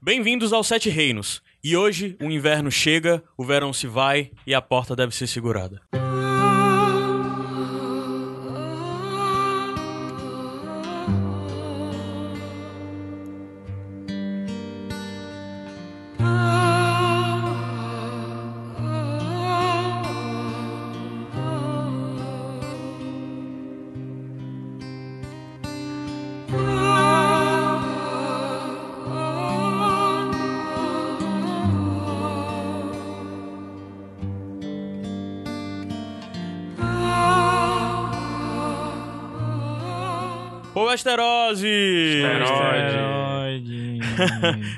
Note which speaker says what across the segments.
Speaker 1: Bem-vindos aos Sete Reinos. E hoje o inverno chega, o verão se vai e a porta deve ser segurada. Poesterose!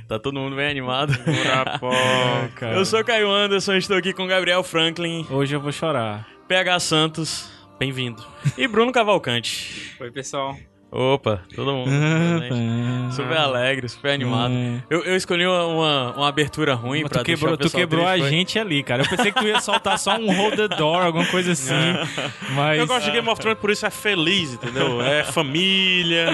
Speaker 1: Tá todo mundo bem animado.
Speaker 2: Burapoca.
Speaker 1: Eu sou Caio Anderson, estou aqui com Gabriel Franklin,
Speaker 2: Hoje eu vou chorar.
Speaker 1: PH Santos, bem-vindo. E Bruno Cavalcante.
Speaker 3: Oi, pessoal.
Speaker 1: Opa, todo mundo.
Speaker 2: Ah,
Speaker 1: presente. super alegre, super É. animado. Eu, eu escolhi uma, uma, uma abertura ruim
Speaker 2: É. Mas
Speaker 1: pra
Speaker 2: tu quebrou,
Speaker 1: deixar o
Speaker 2: tu
Speaker 1: pessoal
Speaker 2: quebrou a
Speaker 1: triste, foi?
Speaker 2: gente ali, cara. Eu pensei que tu ia soltar só um hold the door, alguma coisa assim. Mas.
Speaker 4: Eu gosto de Game of Thrones, por isso é feliz, entendeu? É família,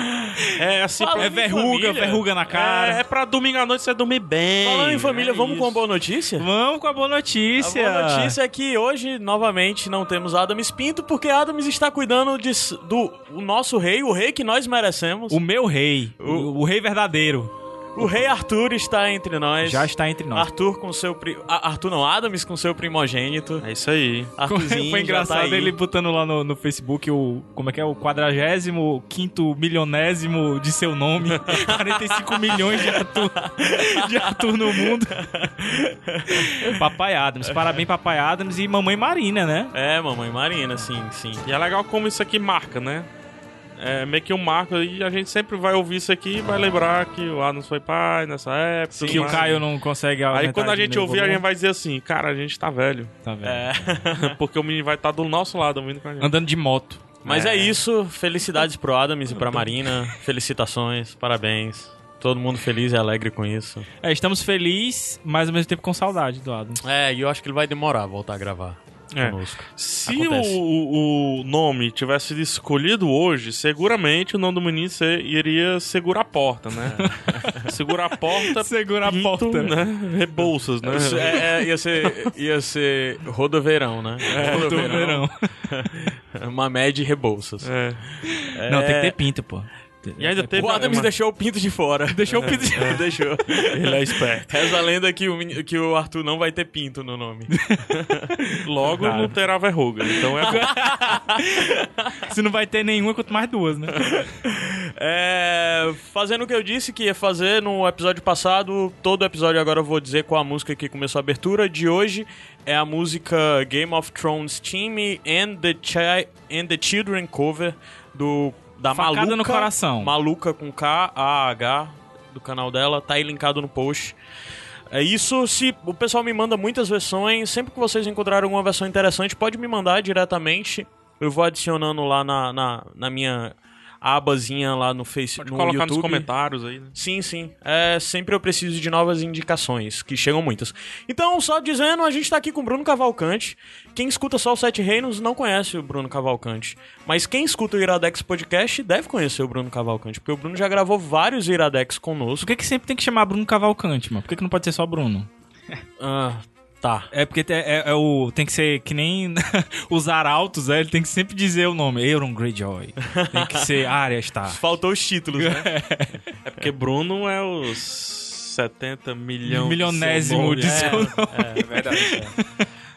Speaker 4: é assim...
Speaker 1: Fala
Speaker 4: pra-
Speaker 1: em
Speaker 2: É verruga,
Speaker 1: família.
Speaker 2: verruga na cara.
Speaker 4: É, é pra domingo à noite você dormir bem.
Speaker 1: Falando em família,
Speaker 4: É
Speaker 1: vamos
Speaker 4: isso.
Speaker 1: com a boa notícia?
Speaker 2: Vamos com a boa notícia.
Speaker 1: A boa notícia é que hoje, novamente, não temos Adams Pinto, porque Adams está cuidando de, do o nosso rei, o rei que nós merecemos.
Speaker 2: O meu rei. O, o rei verdadeiro.
Speaker 1: O, rei Arthur está entre nós.
Speaker 2: Já está entre nós.
Speaker 1: Arthur com seu... pri- A- Arthur não, Adams com seu primogênito.
Speaker 4: É isso aí.
Speaker 1: Arthurzinho
Speaker 2: Foi
Speaker 1: já
Speaker 2: engraçado
Speaker 1: tá aí.
Speaker 2: ele botando lá no, no Facebook o. Como é que é? O 45 milionésimo de seu nome. 45 milhões de Arthur, de Arthur no mundo. Papai Adams. Parabéns, Papai Adams e Mamãe Marina, né?
Speaker 1: É, mamãe Marina, sim, sim.
Speaker 4: E é legal como isso aqui marca, né? É meio que um marco e a gente sempre vai ouvir isso aqui e vai lembrar que o Adams foi pai nessa época. tudo
Speaker 2: que o
Speaker 4: mais.
Speaker 2: Caio não consegue
Speaker 4: Aí
Speaker 2: aumentar
Speaker 4: quando a
Speaker 2: de
Speaker 4: gente
Speaker 2: nível,
Speaker 4: ouvir, a gente vai dizer assim, cara, a gente tá velho.
Speaker 2: Tá vendo?
Speaker 1: É.
Speaker 4: Porque o menino vai tá estar do nosso lado ouvindo com a gente.
Speaker 2: Andando de moto.
Speaker 1: Mas é. isso. Felicidades pro Adams e pra Marina. Felicitações, parabéns. Todo mundo feliz e alegre com isso.
Speaker 2: É, estamos felizes, mas ao mesmo tempo com saudade do Adams.
Speaker 1: É, e eu acho que ele vai demorar a voltar a gravar
Speaker 4: É.
Speaker 1: conosco.
Speaker 4: Se
Speaker 1: Acontece.
Speaker 4: o, o nome tivesse sido escolhido hoje, seguramente o nome do menino se- iria segurar a porta, né? Segurar a porta.
Speaker 2: Segura
Speaker 4: Pinto, Né? Rebouças, né?
Speaker 1: Isso É, é, ia, ser, ia ser Rodoverão, né?
Speaker 2: Do verão.
Speaker 1: Mamed e Rebouças.
Speaker 4: É.
Speaker 2: Não, tem que ter pinto, pô.
Speaker 4: E ainda teve.
Speaker 1: É. O Adams
Speaker 4: uma-
Speaker 1: deixou o Pinto de fora. Deixou o Pinto de fora. Deixou.
Speaker 4: Ele é esperto.
Speaker 1: Reza a lenda que o, meni- que o Arthur não vai ter Pinto no nome.
Speaker 4: Logo não terá verruga. Então é bom.
Speaker 2: Se não vai ter nenhuma, quanto mais duas, né?
Speaker 1: É, fazendo o que eu disse que ia fazer no episódio passado, todo episódio agora eu vou dizer qual a música que começou a abertura de hoje. É a música Game of Thrones Team and the, Chi- and the Children Cover do da
Speaker 2: Facada
Speaker 1: Maluca.
Speaker 2: no coração.
Speaker 1: Maluca com K, A, H, do canal dela, tá aí linkado no post. É isso, se o pessoal me manda muitas versões, sempre que vocês encontrarem alguma versão interessante, pode me mandar diretamente. Eu vou adicionando lá na, na, na minha abazinha lá no Facebook,
Speaker 4: Pode
Speaker 1: no
Speaker 4: colocar nos
Speaker 1: YouTube.
Speaker 4: comentários aí, né?
Speaker 1: Sim, sim. É, sempre eu preciso de novas indicações, que chegam muitas. Então, só dizendo, a gente tá aqui com o Bruno Cavalcante. Quem escuta só os Sete Reinos não conhece o Bruno Cavalcante. Mas quem escuta o Iradex Podcast deve conhecer o Bruno Cavalcante, porque o Bruno já gravou vários Iradex
Speaker 2: Por
Speaker 1: conosco.
Speaker 2: que, que sempre tem que chamar Bruno Cavalcante, mano? Por que, que não pode ser só Bruno?
Speaker 1: Ah, tá.
Speaker 2: É porque te- é, é o, tem que ser que nem os arautos, é, ele tem que sempre dizer o nome. Euron Greyjoy. Tem que ser Arya Stark.
Speaker 1: Faltou os títulos, né?
Speaker 4: É porque Bruno é os 70 milhões.
Speaker 2: Milionésimo de
Speaker 4: de
Speaker 2: seu nome.
Speaker 3: É verdade.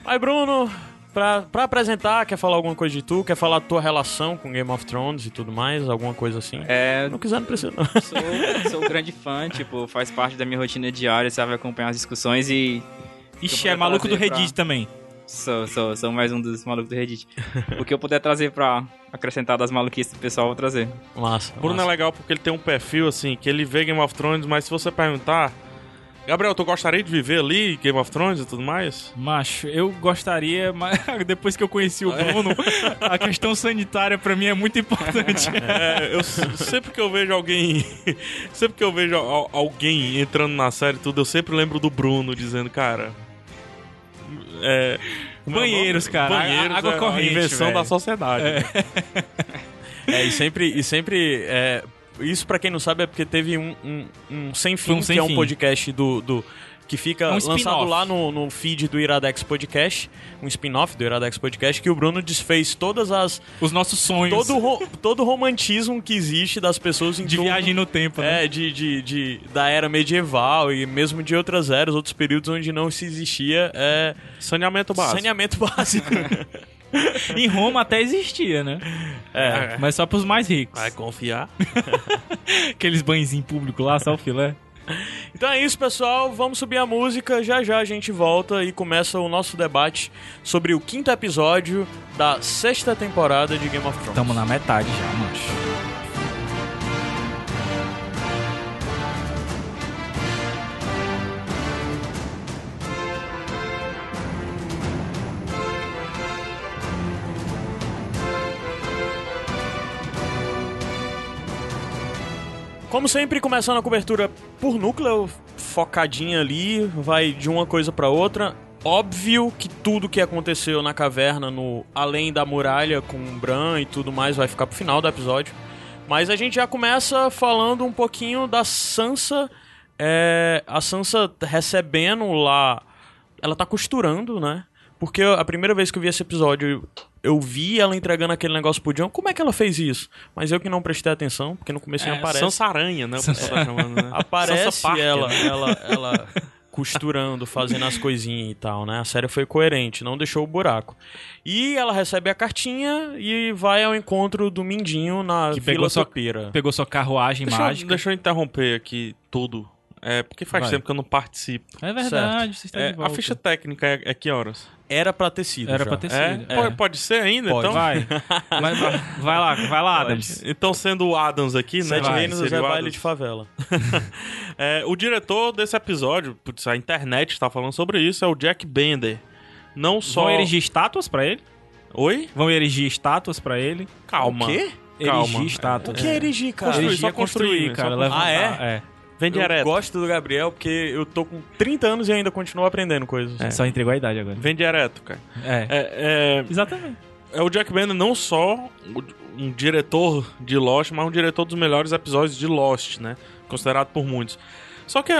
Speaker 1: Mas, Bruno, pra, pra apresentar, quer falar alguma coisa de tu? Quer falar da tua relação com Game of Thrones e tudo mais? Alguma coisa assim?
Speaker 3: É,
Speaker 1: Não quiser, não precisa, não.
Speaker 3: sou, sou um grande fã, tipo, faz parte da minha rotina diária, sabe? Acompanhar as discussões e.
Speaker 2: Ixi, é maluco do
Speaker 3: Trazer pra-
Speaker 2: Reddit também.
Speaker 3: Sou, sou, sou mais um dos malucos do Reddit. O que eu puder trazer pra acrescentar das maluquices do pessoal, eu vou trazer.
Speaker 1: Massa.
Speaker 4: Bruno é
Speaker 1: massa.
Speaker 4: legal porque ele tem um perfil, assim, que ele vê Game of Thrones, mas se você perguntar. Gabriel, tu gostaria de viver ali, Game of Thrones e tudo mais?
Speaker 2: Macho, eu gostaria, mas depois que eu conheci o Bruno, a questão sanitária pra mim é muito importante.
Speaker 4: É, eu s- sempre que eu vejo alguém. Sempre que eu vejo al- alguém entrando na série e tudo, eu sempre lembro do Bruno dizendo, cara. É, como é o
Speaker 2: Banheiros,
Speaker 4: nome?
Speaker 2: cara.
Speaker 4: Banheiros,
Speaker 2: A- água
Speaker 4: é
Speaker 2: corrente,
Speaker 4: A invenção
Speaker 2: velho.
Speaker 4: da sociedade. né?
Speaker 1: É, e sempre, e sempre é, Isso, pra quem não sabe, é porque teve um, um, um Sem Fim,
Speaker 2: Um Sem
Speaker 1: que é um
Speaker 2: Fim.
Speaker 1: podcast do. do- que fica
Speaker 2: Um
Speaker 1: lançado
Speaker 2: spin-off.
Speaker 1: lá no, no feed do Iradex Podcast, um spin-off do Iradex Podcast, que o Bruno desfez todas as.
Speaker 2: Os nossos sonhos
Speaker 1: todo o ro- todo o romantismo que existe das pessoas em
Speaker 2: de
Speaker 1: torno-
Speaker 2: viagem no tempo, né?
Speaker 1: É, de, de, de- da era medieval e mesmo de outras eras, outros períodos onde não se existia é,
Speaker 4: Saneamento básico.
Speaker 1: saneamento básico.
Speaker 2: Em Roma até existia, né?
Speaker 1: É.
Speaker 2: Mas só pros mais ricos.
Speaker 4: Vai confiar?
Speaker 2: Aqueles banhozinhos públicos lá, só o filé.
Speaker 1: Então é isso, pessoal. Vamos subir a música. Já já a gente volta e começa o nosso debate sobre o quinto episódio da sexta temporada de Game of Thrones.
Speaker 2: Tamo na metade já, mancho.
Speaker 1: Como sempre, começando a cobertura por núcleo, focadinha ali, vai de uma coisa pra outra. Óbvio que tudo que aconteceu na caverna, no além da muralha com o Bran e tudo mais, vai ficar pro final do episódio. Mas a gente já começa falando um pouquinho da Sansa. é, a Sansa recebendo lá. Ela tá costurando, né? Porque a primeira vez que eu vi esse episódio, eu vi ela entregando aquele negócio pro John. Como é que ela fez isso? Mas eu que não prestei atenção, porque no começo
Speaker 4: É,
Speaker 1: não aparece.
Speaker 4: Sansa Aranha, né? O pessoal tá chamando, né?
Speaker 1: Aparece
Speaker 4: Sansa Parker,
Speaker 1: ela,
Speaker 4: né?
Speaker 1: ela, ela costurando, fazendo as coisinhas e tal, né? A série foi coerente, não deixou o buraco. E ela recebe a cartinha e vai ao encontro do Mindinho na
Speaker 2: Que pegou
Speaker 1: Vila
Speaker 2: sua-
Speaker 1: Topira.
Speaker 2: Pegou sua carruagem
Speaker 4: Deixa eu,
Speaker 2: mágica.
Speaker 4: deixa eu interromper aqui tudo. É, porque faz
Speaker 2: Vai.
Speaker 4: tempo que eu não participo.
Speaker 2: É verdade, vocês estão
Speaker 4: É,
Speaker 2: de
Speaker 4: a
Speaker 2: volta.
Speaker 4: ficha técnica é, é que horas?
Speaker 1: Era pra ter sido.
Speaker 2: Era
Speaker 1: já.
Speaker 2: pra ter
Speaker 4: É?
Speaker 2: sido.
Speaker 4: Pode, pode ser ainda,
Speaker 2: Pode,
Speaker 4: então?
Speaker 2: vai. Mas vai. vai lá, vai lá, Adams.
Speaker 4: Então, sendo o Adams aqui, né?
Speaker 1: Sete
Speaker 2: Vai,
Speaker 1: Reinos
Speaker 4: seria
Speaker 1: é
Speaker 4: o
Speaker 1: baile
Speaker 4: Adams.
Speaker 1: de favela.
Speaker 4: É, o diretor desse episódio, putz, a internet tá falando sobre isso, é o Jack Bender. Não só.
Speaker 2: Vão erigir estátuas pra ele?
Speaker 4: Oi?
Speaker 2: Vão erigir estátuas pra ele?
Speaker 4: Calma. Calma.
Speaker 2: Erigir estátuas.
Speaker 1: O que é erigir, cara?
Speaker 4: Construir,
Speaker 2: Erigir
Speaker 4: só
Speaker 2: é construir,
Speaker 4: construir,
Speaker 2: cara.
Speaker 4: só
Speaker 2: levantar.
Speaker 1: Ah,
Speaker 2: é?
Speaker 4: Vem
Speaker 1: Eu
Speaker 4: direto.
Speaker 1: gosto do Gabriel porque eu tô com 30 anos e ainda continuo aprendendo coisas.
Speaker 2: É.
Speaker 4: É.
Speaker 2: Só entregou a idade agora.
Speaker 4: Vem direto, cara.
Speaker 2: É.
Speaker 4: É,
Speaker 2: Exatamente.
Speaker 4: é, é o Jack Bender não só um diretor de Lost, mas um diretor dos melhores episódios de Lost, né? Considerado por muitos. Só que, é,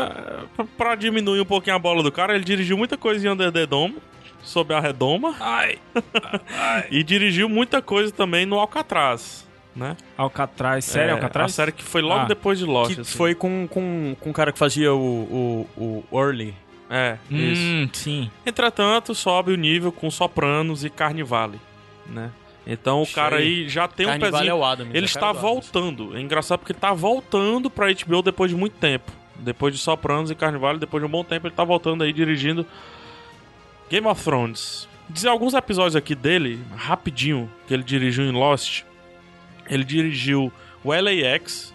Speaker 4: pra- pra diminuir um pouquinho a bola do cara, ele dirigiu muita coisa em Under the Dome, sob a redoma,
Speaker 2: Ai.
Speaker 4: e dirigiu muita coisa também no Alcatraz, né?
Speaker 2: Alcatraz, sério,
Speaker 4: É,
Speaker 2: Alcatraz?
Speaker 4: A série que foi logo
Speaker 2: Ah,
Speaker 4: depois de Lost.
Speaker 1: Que
Speaker 4: assim.
Speaker 1: foi com, com, com o cara que fazia o, o, o Early.
Speaker 4: É, isso.
Speaker 2: Hum, sim.
Speaker 4: Entretanto, sobe o nível com Sopranos e Carnivale, né? Então o
Speaker 1: Cheio.
Speaker 4: cara aí já tem um
Speaker 1: Carnivale
Speaker 4: pezinho.
Speaker 1: é o Adams, é
Speaker 4: Ele está
Speaker 1: cara do Adams.
Speaker 4: voltando. É engraçado porque ele está voltando pra HBO depois de muito tempo. Depois de Sopranos e Carnivale, depois de um bom tempo, ele tá voltando aí dirigindo Game of Thrones. Dizer alguns episódios aqui dele, rapidinho, que ele dirigiu em Lost. Ele dirigiu o LAX,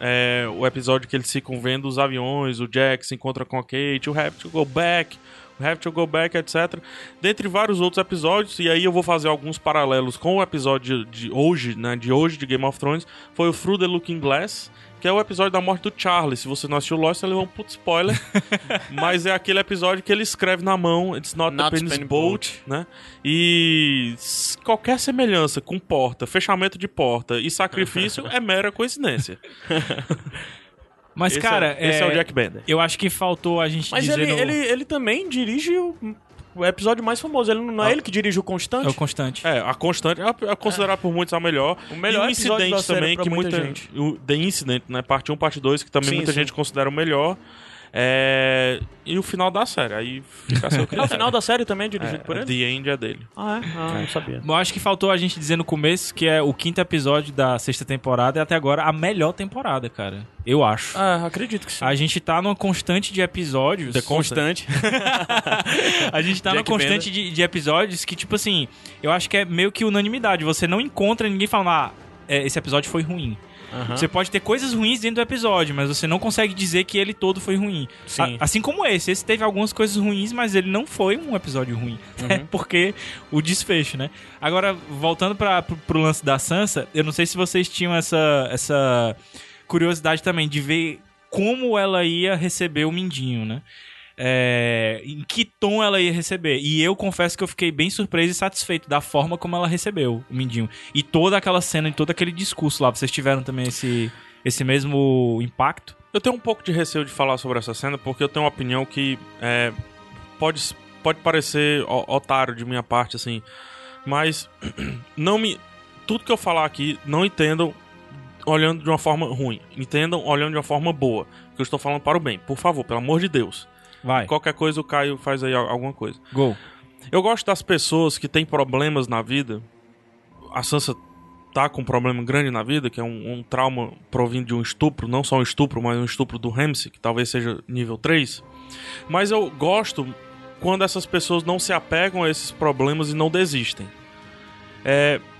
Speaker 4: é, o episódio que eles ficam vendo os aviões, o Jack se encontra com a Kate, o Have to Go Back, o Have to Go Back, etc. Dentre vários outros episódios, e aí eu vou fazer alguns paralelos com o episódio de, de hoje, né, de hoje de Game of Thrones, foi o Through the Looking Glass, que é o episódio da morte do Charlie. Se você não assistiu Lost, você levou um puto spoiler, mas é aquele episódio que ele escreve na mão, It's Not,
Speaker 1: Not
Speaker 4: the Penis,
Speaker 1: Penny's
Speaker 4: boat,
Speaker 1: Boat.
Speaker 4: né? E s- qualquer semelhança com porta, fechamento de porta e sacrifício é mera coincidência.
Speaker 2: Mas,
Speaker 4: Esse
Speaker 2: cara,
Speaker 4: é, esse é o Jack Bender.
Speaker 2: eu acho que faltou a gente
Speaker 1: Mas
Speaker 2: dizer
Speaker 1: ele,
Speaker 2: no... É
Speaker 1: ele, é ele também dirige o, o episódio mais famoso. Ele não não é ele que dirige o
Speaker 2: É o
Speaker 1: Constante?
Speaker 2: constante.
Speaker 4: Ah. É, a constante é a- é considerada por muitos a melhor.
Speaker 1: O melhor
Speaker 4: e o
Speaker 1: episódio
Speaker 4: incidente
Speaker 1: da série
Speaker 4: também,
Speaker 1: pra
Speaker 4: que
Speaker 1: muita
Speaker 4: muita
Speaker 1: gente.
Speaker 4: O The Incident, né? Parte 1, parte 2, que também
Speaker 1: Sim,
Speaker 4: muita
Speaker 1: sim.
Speaker 4: gente considera o melhor. É, E o final da série. Aí fica a seu
Speaker 1: Ah, o
Speaker 4: critério.
Speaker 1: final da série também é dirigido por ele?
Speaker 4: The End é dele.
Speaker 1: Ah, é? Ah, não sabia.
Speaker 2: Eu acho que faltou a gente dizer no começo que é o quinto episódio da sexta temporada e até agora a melhor temporada, cara. Eu acho.
Speaker 1: Ah, acredito que sim.
Speaker 2: A gente tá numa constante de episódios.
Speaker 1: Constante.
Speaker 2: A gente tá numa
Speaker 1: Jack
Speaker 2: constante de, de episódios que, tipo assim, eu acho que é meio que unanimidade. Você não encontra ninguém falando, ah, é, esse episódio foi ruim. Você pode ter coisas ruins dentro do episódio, mas você não consegue dizer que ele todo foi ruim.
Speaker 1: Sim.
Speaker 2: A- assim como esse. Esse teve algumas coisas ruins, mas ele não foi um episódio ruim. É porque o desfecho, né? Agora, voltando pra, pro, pro lance da Sansa, eu não sei se vocês tinham essa, essa curiosidade também de ver como ela ia receber o Mindinho, né? É, em que tom ela ia receber. E eu confesso que eu fiquei bem surpreso e satisfeito da forma como ela recebeu o Mindinho. E toda aquela cena e todo aquele discurso lá. Vocês tiveram também esse, esse mesmo impacto.
Speaker 4: Eu tenho um pouco de receio de falar sobre essa cena, porque eu tenho uma opinião que é, pode, pode parecer o- otário de minha parte, assim. Mas não me. Tudo que eu falar aqui, não entendam olhando de uma forma ruim. Entendam olhando de uma forma boa. Que eu estou falando para o bem. Por favor, pelo amor de Deus.
Speaker 2: Vai,
Speaker 4: Qualquer coisa o Caio faz aí al- alguma coisa.
Speaker 2: gol.
Speaker 4: Eu gosto das pessoas que têm problemas na vida. A Sansa tá com um problema grande na vida, que é um, um trauma provindo de um estupro, não só um estupro, mas um estupro do Ramsay, que talvez seja nível 3. Mas eu gosto quando essas pessoas não se apegam a esses problemas e não desistem. É.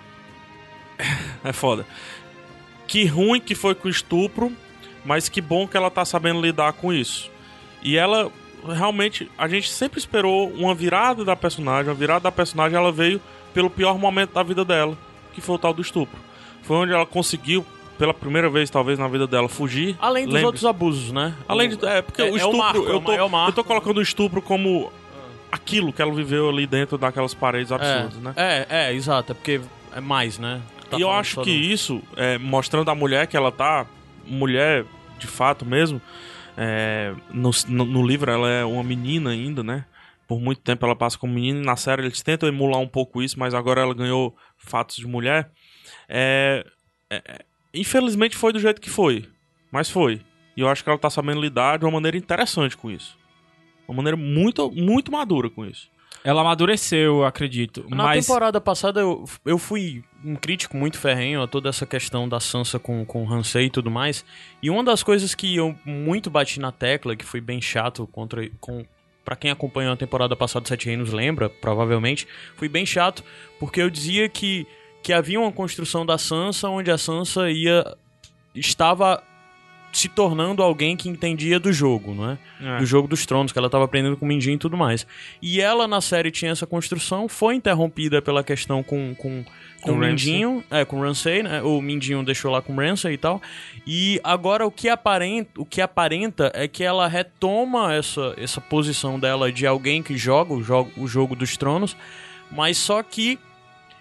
Speaker 4: É foda. Que ruim que foi com o estupro, mas que bom que ela tá sabendo lidar com isso. E ela realmente, a gente sempre esperou uma virada da personagem, a virada da personagem ela veio pelo pior momento da vida dela, que foi o tal do estupro. Foi onde ela conseguiu, pela primeira vez talvez na vida dela, fugir.
Speaker 1: Além dos
Speaker 4: Lembre-
Speaker 1: outros abusos, né?
Speaker 4: Além de. É, porque
Speaker 1: É-
Speaker 4: o
Speaker 1: é o
Speaker 4: estupro.
Speaker 1: marco, é
Speaker 4: eu,
Speaker 1: o
Speaker 4: tô,
Speaker 1: maior marco.
Speaker 4: eu tô colocando o estupro como aquilo que ela viveu ali dentro daquelas paredes
Speaker 1: É,
Speaker 4: absurdas, né?
Speaker 1: é, é, exato. É porque é mais, né? Tá
Speaker 4: e eu
Speaker 1: falando
Speaker 4: acho
Speaker 1: só
Speaker 4: que
Speaker 1: do-
Speaker 4: isso, é, mostrando a mulher que ela tá, mulher de fato mesmo, é, no, no- no livro ela é uma menina ainda, né? Por muito tempo ela passa como menina, e na série eles tentam emular um pouco isso, mas agora ela ganhou fatos de mulher. É, é, é, infelizmente foi do jeito que foi, mas foi. E eu acho que ela tá sabendo lidar de uma maneira interessante com isso. Uma maneira muito, muito madura com isso.
Speaker 2: Ela amadureceu, eu acredito.
Speaker 1: Na
Speaker 2: mas
Speaker 1: temporada passada eu, eu fui um crítico muito ferrenho a toda essa questão da Sansa com, com o Hansei e tudo mais. E uma das coisas que eu muito bati na tecla, que foi bem chato contra com para quem acompanhou a temporada passada de Sete Reinos lembra, provavelmente, foi bem chato porque eu dizia que que havia uma construção da Sansa onde a Sansa ia estava se tornando alguém que entendia do jogo, não é? do jogo dos tronos, que ela tava aprendendo com o Mindinho e tudo mais. E ela na série tinha essa construção, foi interrompida pela questão com, com, com
Speaker 4: Com
Speaker 1: o
Speaker 4: Ramsay.
Speaker 1: Mindinho, é, com o Ramsay, né? O Mindinho deixou lá com o Ramsay e tal. E agora o que aparenta, o que aparenta é que ela retoma essa, essa posição dela de alguém que joga o jogo, o jogo dos tronos, mas só que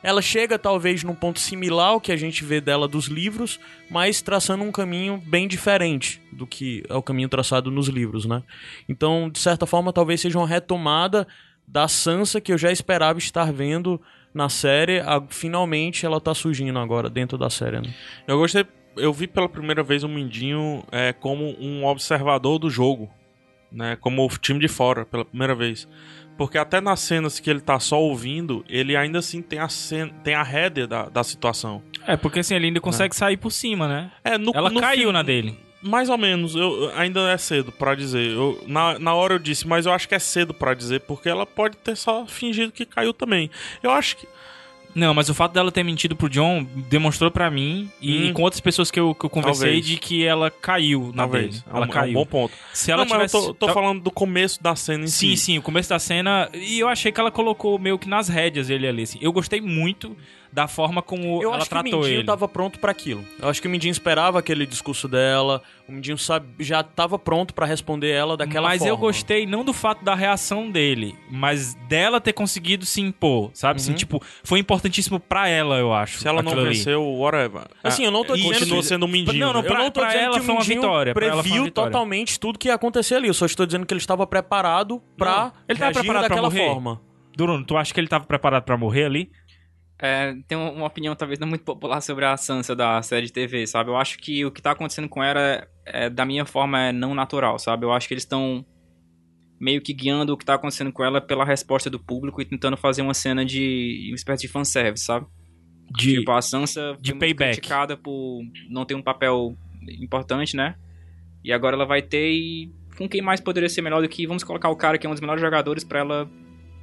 Speaker 1: ela chega talvez num ponto similar ao que a gente vê dela dos livros, mas traçando um caminho bem diferente do que é o caminho traçado nos livros, né? Então, de certa forma, talvez seja uma retomada da Sansa que eu já esperava estar vendo na série. Ah, finalmente ela tá surgindo agora dentro da série, né?
Speaker 4: Eu gostei. Eu vi pela primeira vez o Mindinho é, como um observador do jogo, né? Como o time de fora, pela primeira vez. Porque até nas cenas que ele tá só ouvindo, ele ainda assim tem a, cena, tem a rédea da, da situação.
Speaker 2: é porque assim, ele ainda consegue sair por cima, né?
Speaker 4: É, no,
Speaker 2: Ela
Speaker 4: no
Speaker 2: caiu
Speaker 4: fi-
Speaker 2: na dele.
Speaker 4: Mais ou menos, eu, ainda é cedo pra dizer. Eu- na, na hora eu disse, mas eu acho que é cedo pra dizer, porque ela pode ter só fingido que caiu também. Eu acho que.
Speaker 2: Não, mas o fato dela ter mentido pro John demonstrou pra mim e,
Speaker 4: Hum.
Speaker 2: e com outras pessoas que eu, que eu conversei
Speaker 4: Talvez.
Speaker 2: de que ela caiu na
Speaker 4: Talvez.
Speaker 2: dele.
Speaker 4: É um-
Speaker 2: Ela
Speaker 4: é um,
Speaker 2: caiu.
Speaker 4: bom ponto.
Speaker 2: Se ela
Speaker 4: Não, mas
Speaker 2: tivesse.
Speaker 4: eu tô, tô
Speaker 2: tal-
Speaker 4: falando do começo da cena em
Speaker 2: Sim,
Speaker 4: si.
Speaker 2: sim, o começo da cena. E eu achei que ela colocou meio que nas rédeas ele ali. Assim. Eu gostei muito da forma como
Speaker 1: Eu
Speaker 2: ela
Speaker 1: acho que o
Speaker 2: tratou
Speaker 1: Mindinho
Speaker 2: ele.
Speaker 1: tava pronto pra aquilo. Eu acho que o Mindinho esperava aquele discurso dela. O Mindinho sabe- já tava pronto pra responder ela daquela
Speaker 2: mas
Speaker 1: forma.
Speaker 2: eu gostei não do fato da reação dele, mas dela ter conseguido se impor, sabe? Assim, tipo, foi importantíssimo pra ela, eu acho.
Speaker 4: Uhum. Se ela não
Speaker 2: aquilo ali.
Speaker 4: venceu, whatever.
Speaker 1: Assim, eu não tô
Speaker 4: Ah,
Speaker 1: dizendo
Speaker 4: Continua
Speaker 1: que-
Speaker 4: sendo um mindinho.
Speaker 2: Não, não,
Speaker 4: né?
Speaker 1: Eu
Speaker 2: pra-
Speaker 1: não tô dizendo
Speaker 2: ela
Speaker 1: que o
Speaker 2: foi uma
Speaker 1: Mindinho
Speaker 2: vitória, pra ela foi uma
Speaker 1: previu
Speaker 2: vitória.
Speaker 1: totalmente tudo que ia acontecer ali. Eu só estou dizendo que ele estava preparado pra
Speaker 2: Não, ele tava
Speaker 1: reagir
Speaker 2: preparado pra
Speaker 1: daquela
Speaker 2: morrer?
Speaker 1: forma.
Speaker 2: Bruno, tu acha que ele tava preparado pra morrer ali?
Speaker 3: É, tem um- uma opinião talvez não muito popular sobre a Sansa da série de TV, sabe? Eu acho que o que tá acontecendo com ela, é- é, da minha forma, é não natural, sabe? Eu acho que eles estão meio que guiando o que tá acontecendo com ela pela resposta do público e tentando fazer uma cena de uma espécie de fanservice, sabe?
Speaker 2: De.
Speaker 3: Tipo, a Sansa
Speaker 2: de
Speaker 3: foi muito
Speaker 2: payback.
Speaker 3: criticada por não ter um papel importante, né? E agora ela vai ter e com quem mais poderia ser melhor do que vamos colocar o cara que é um dos melhores jogadores pra ela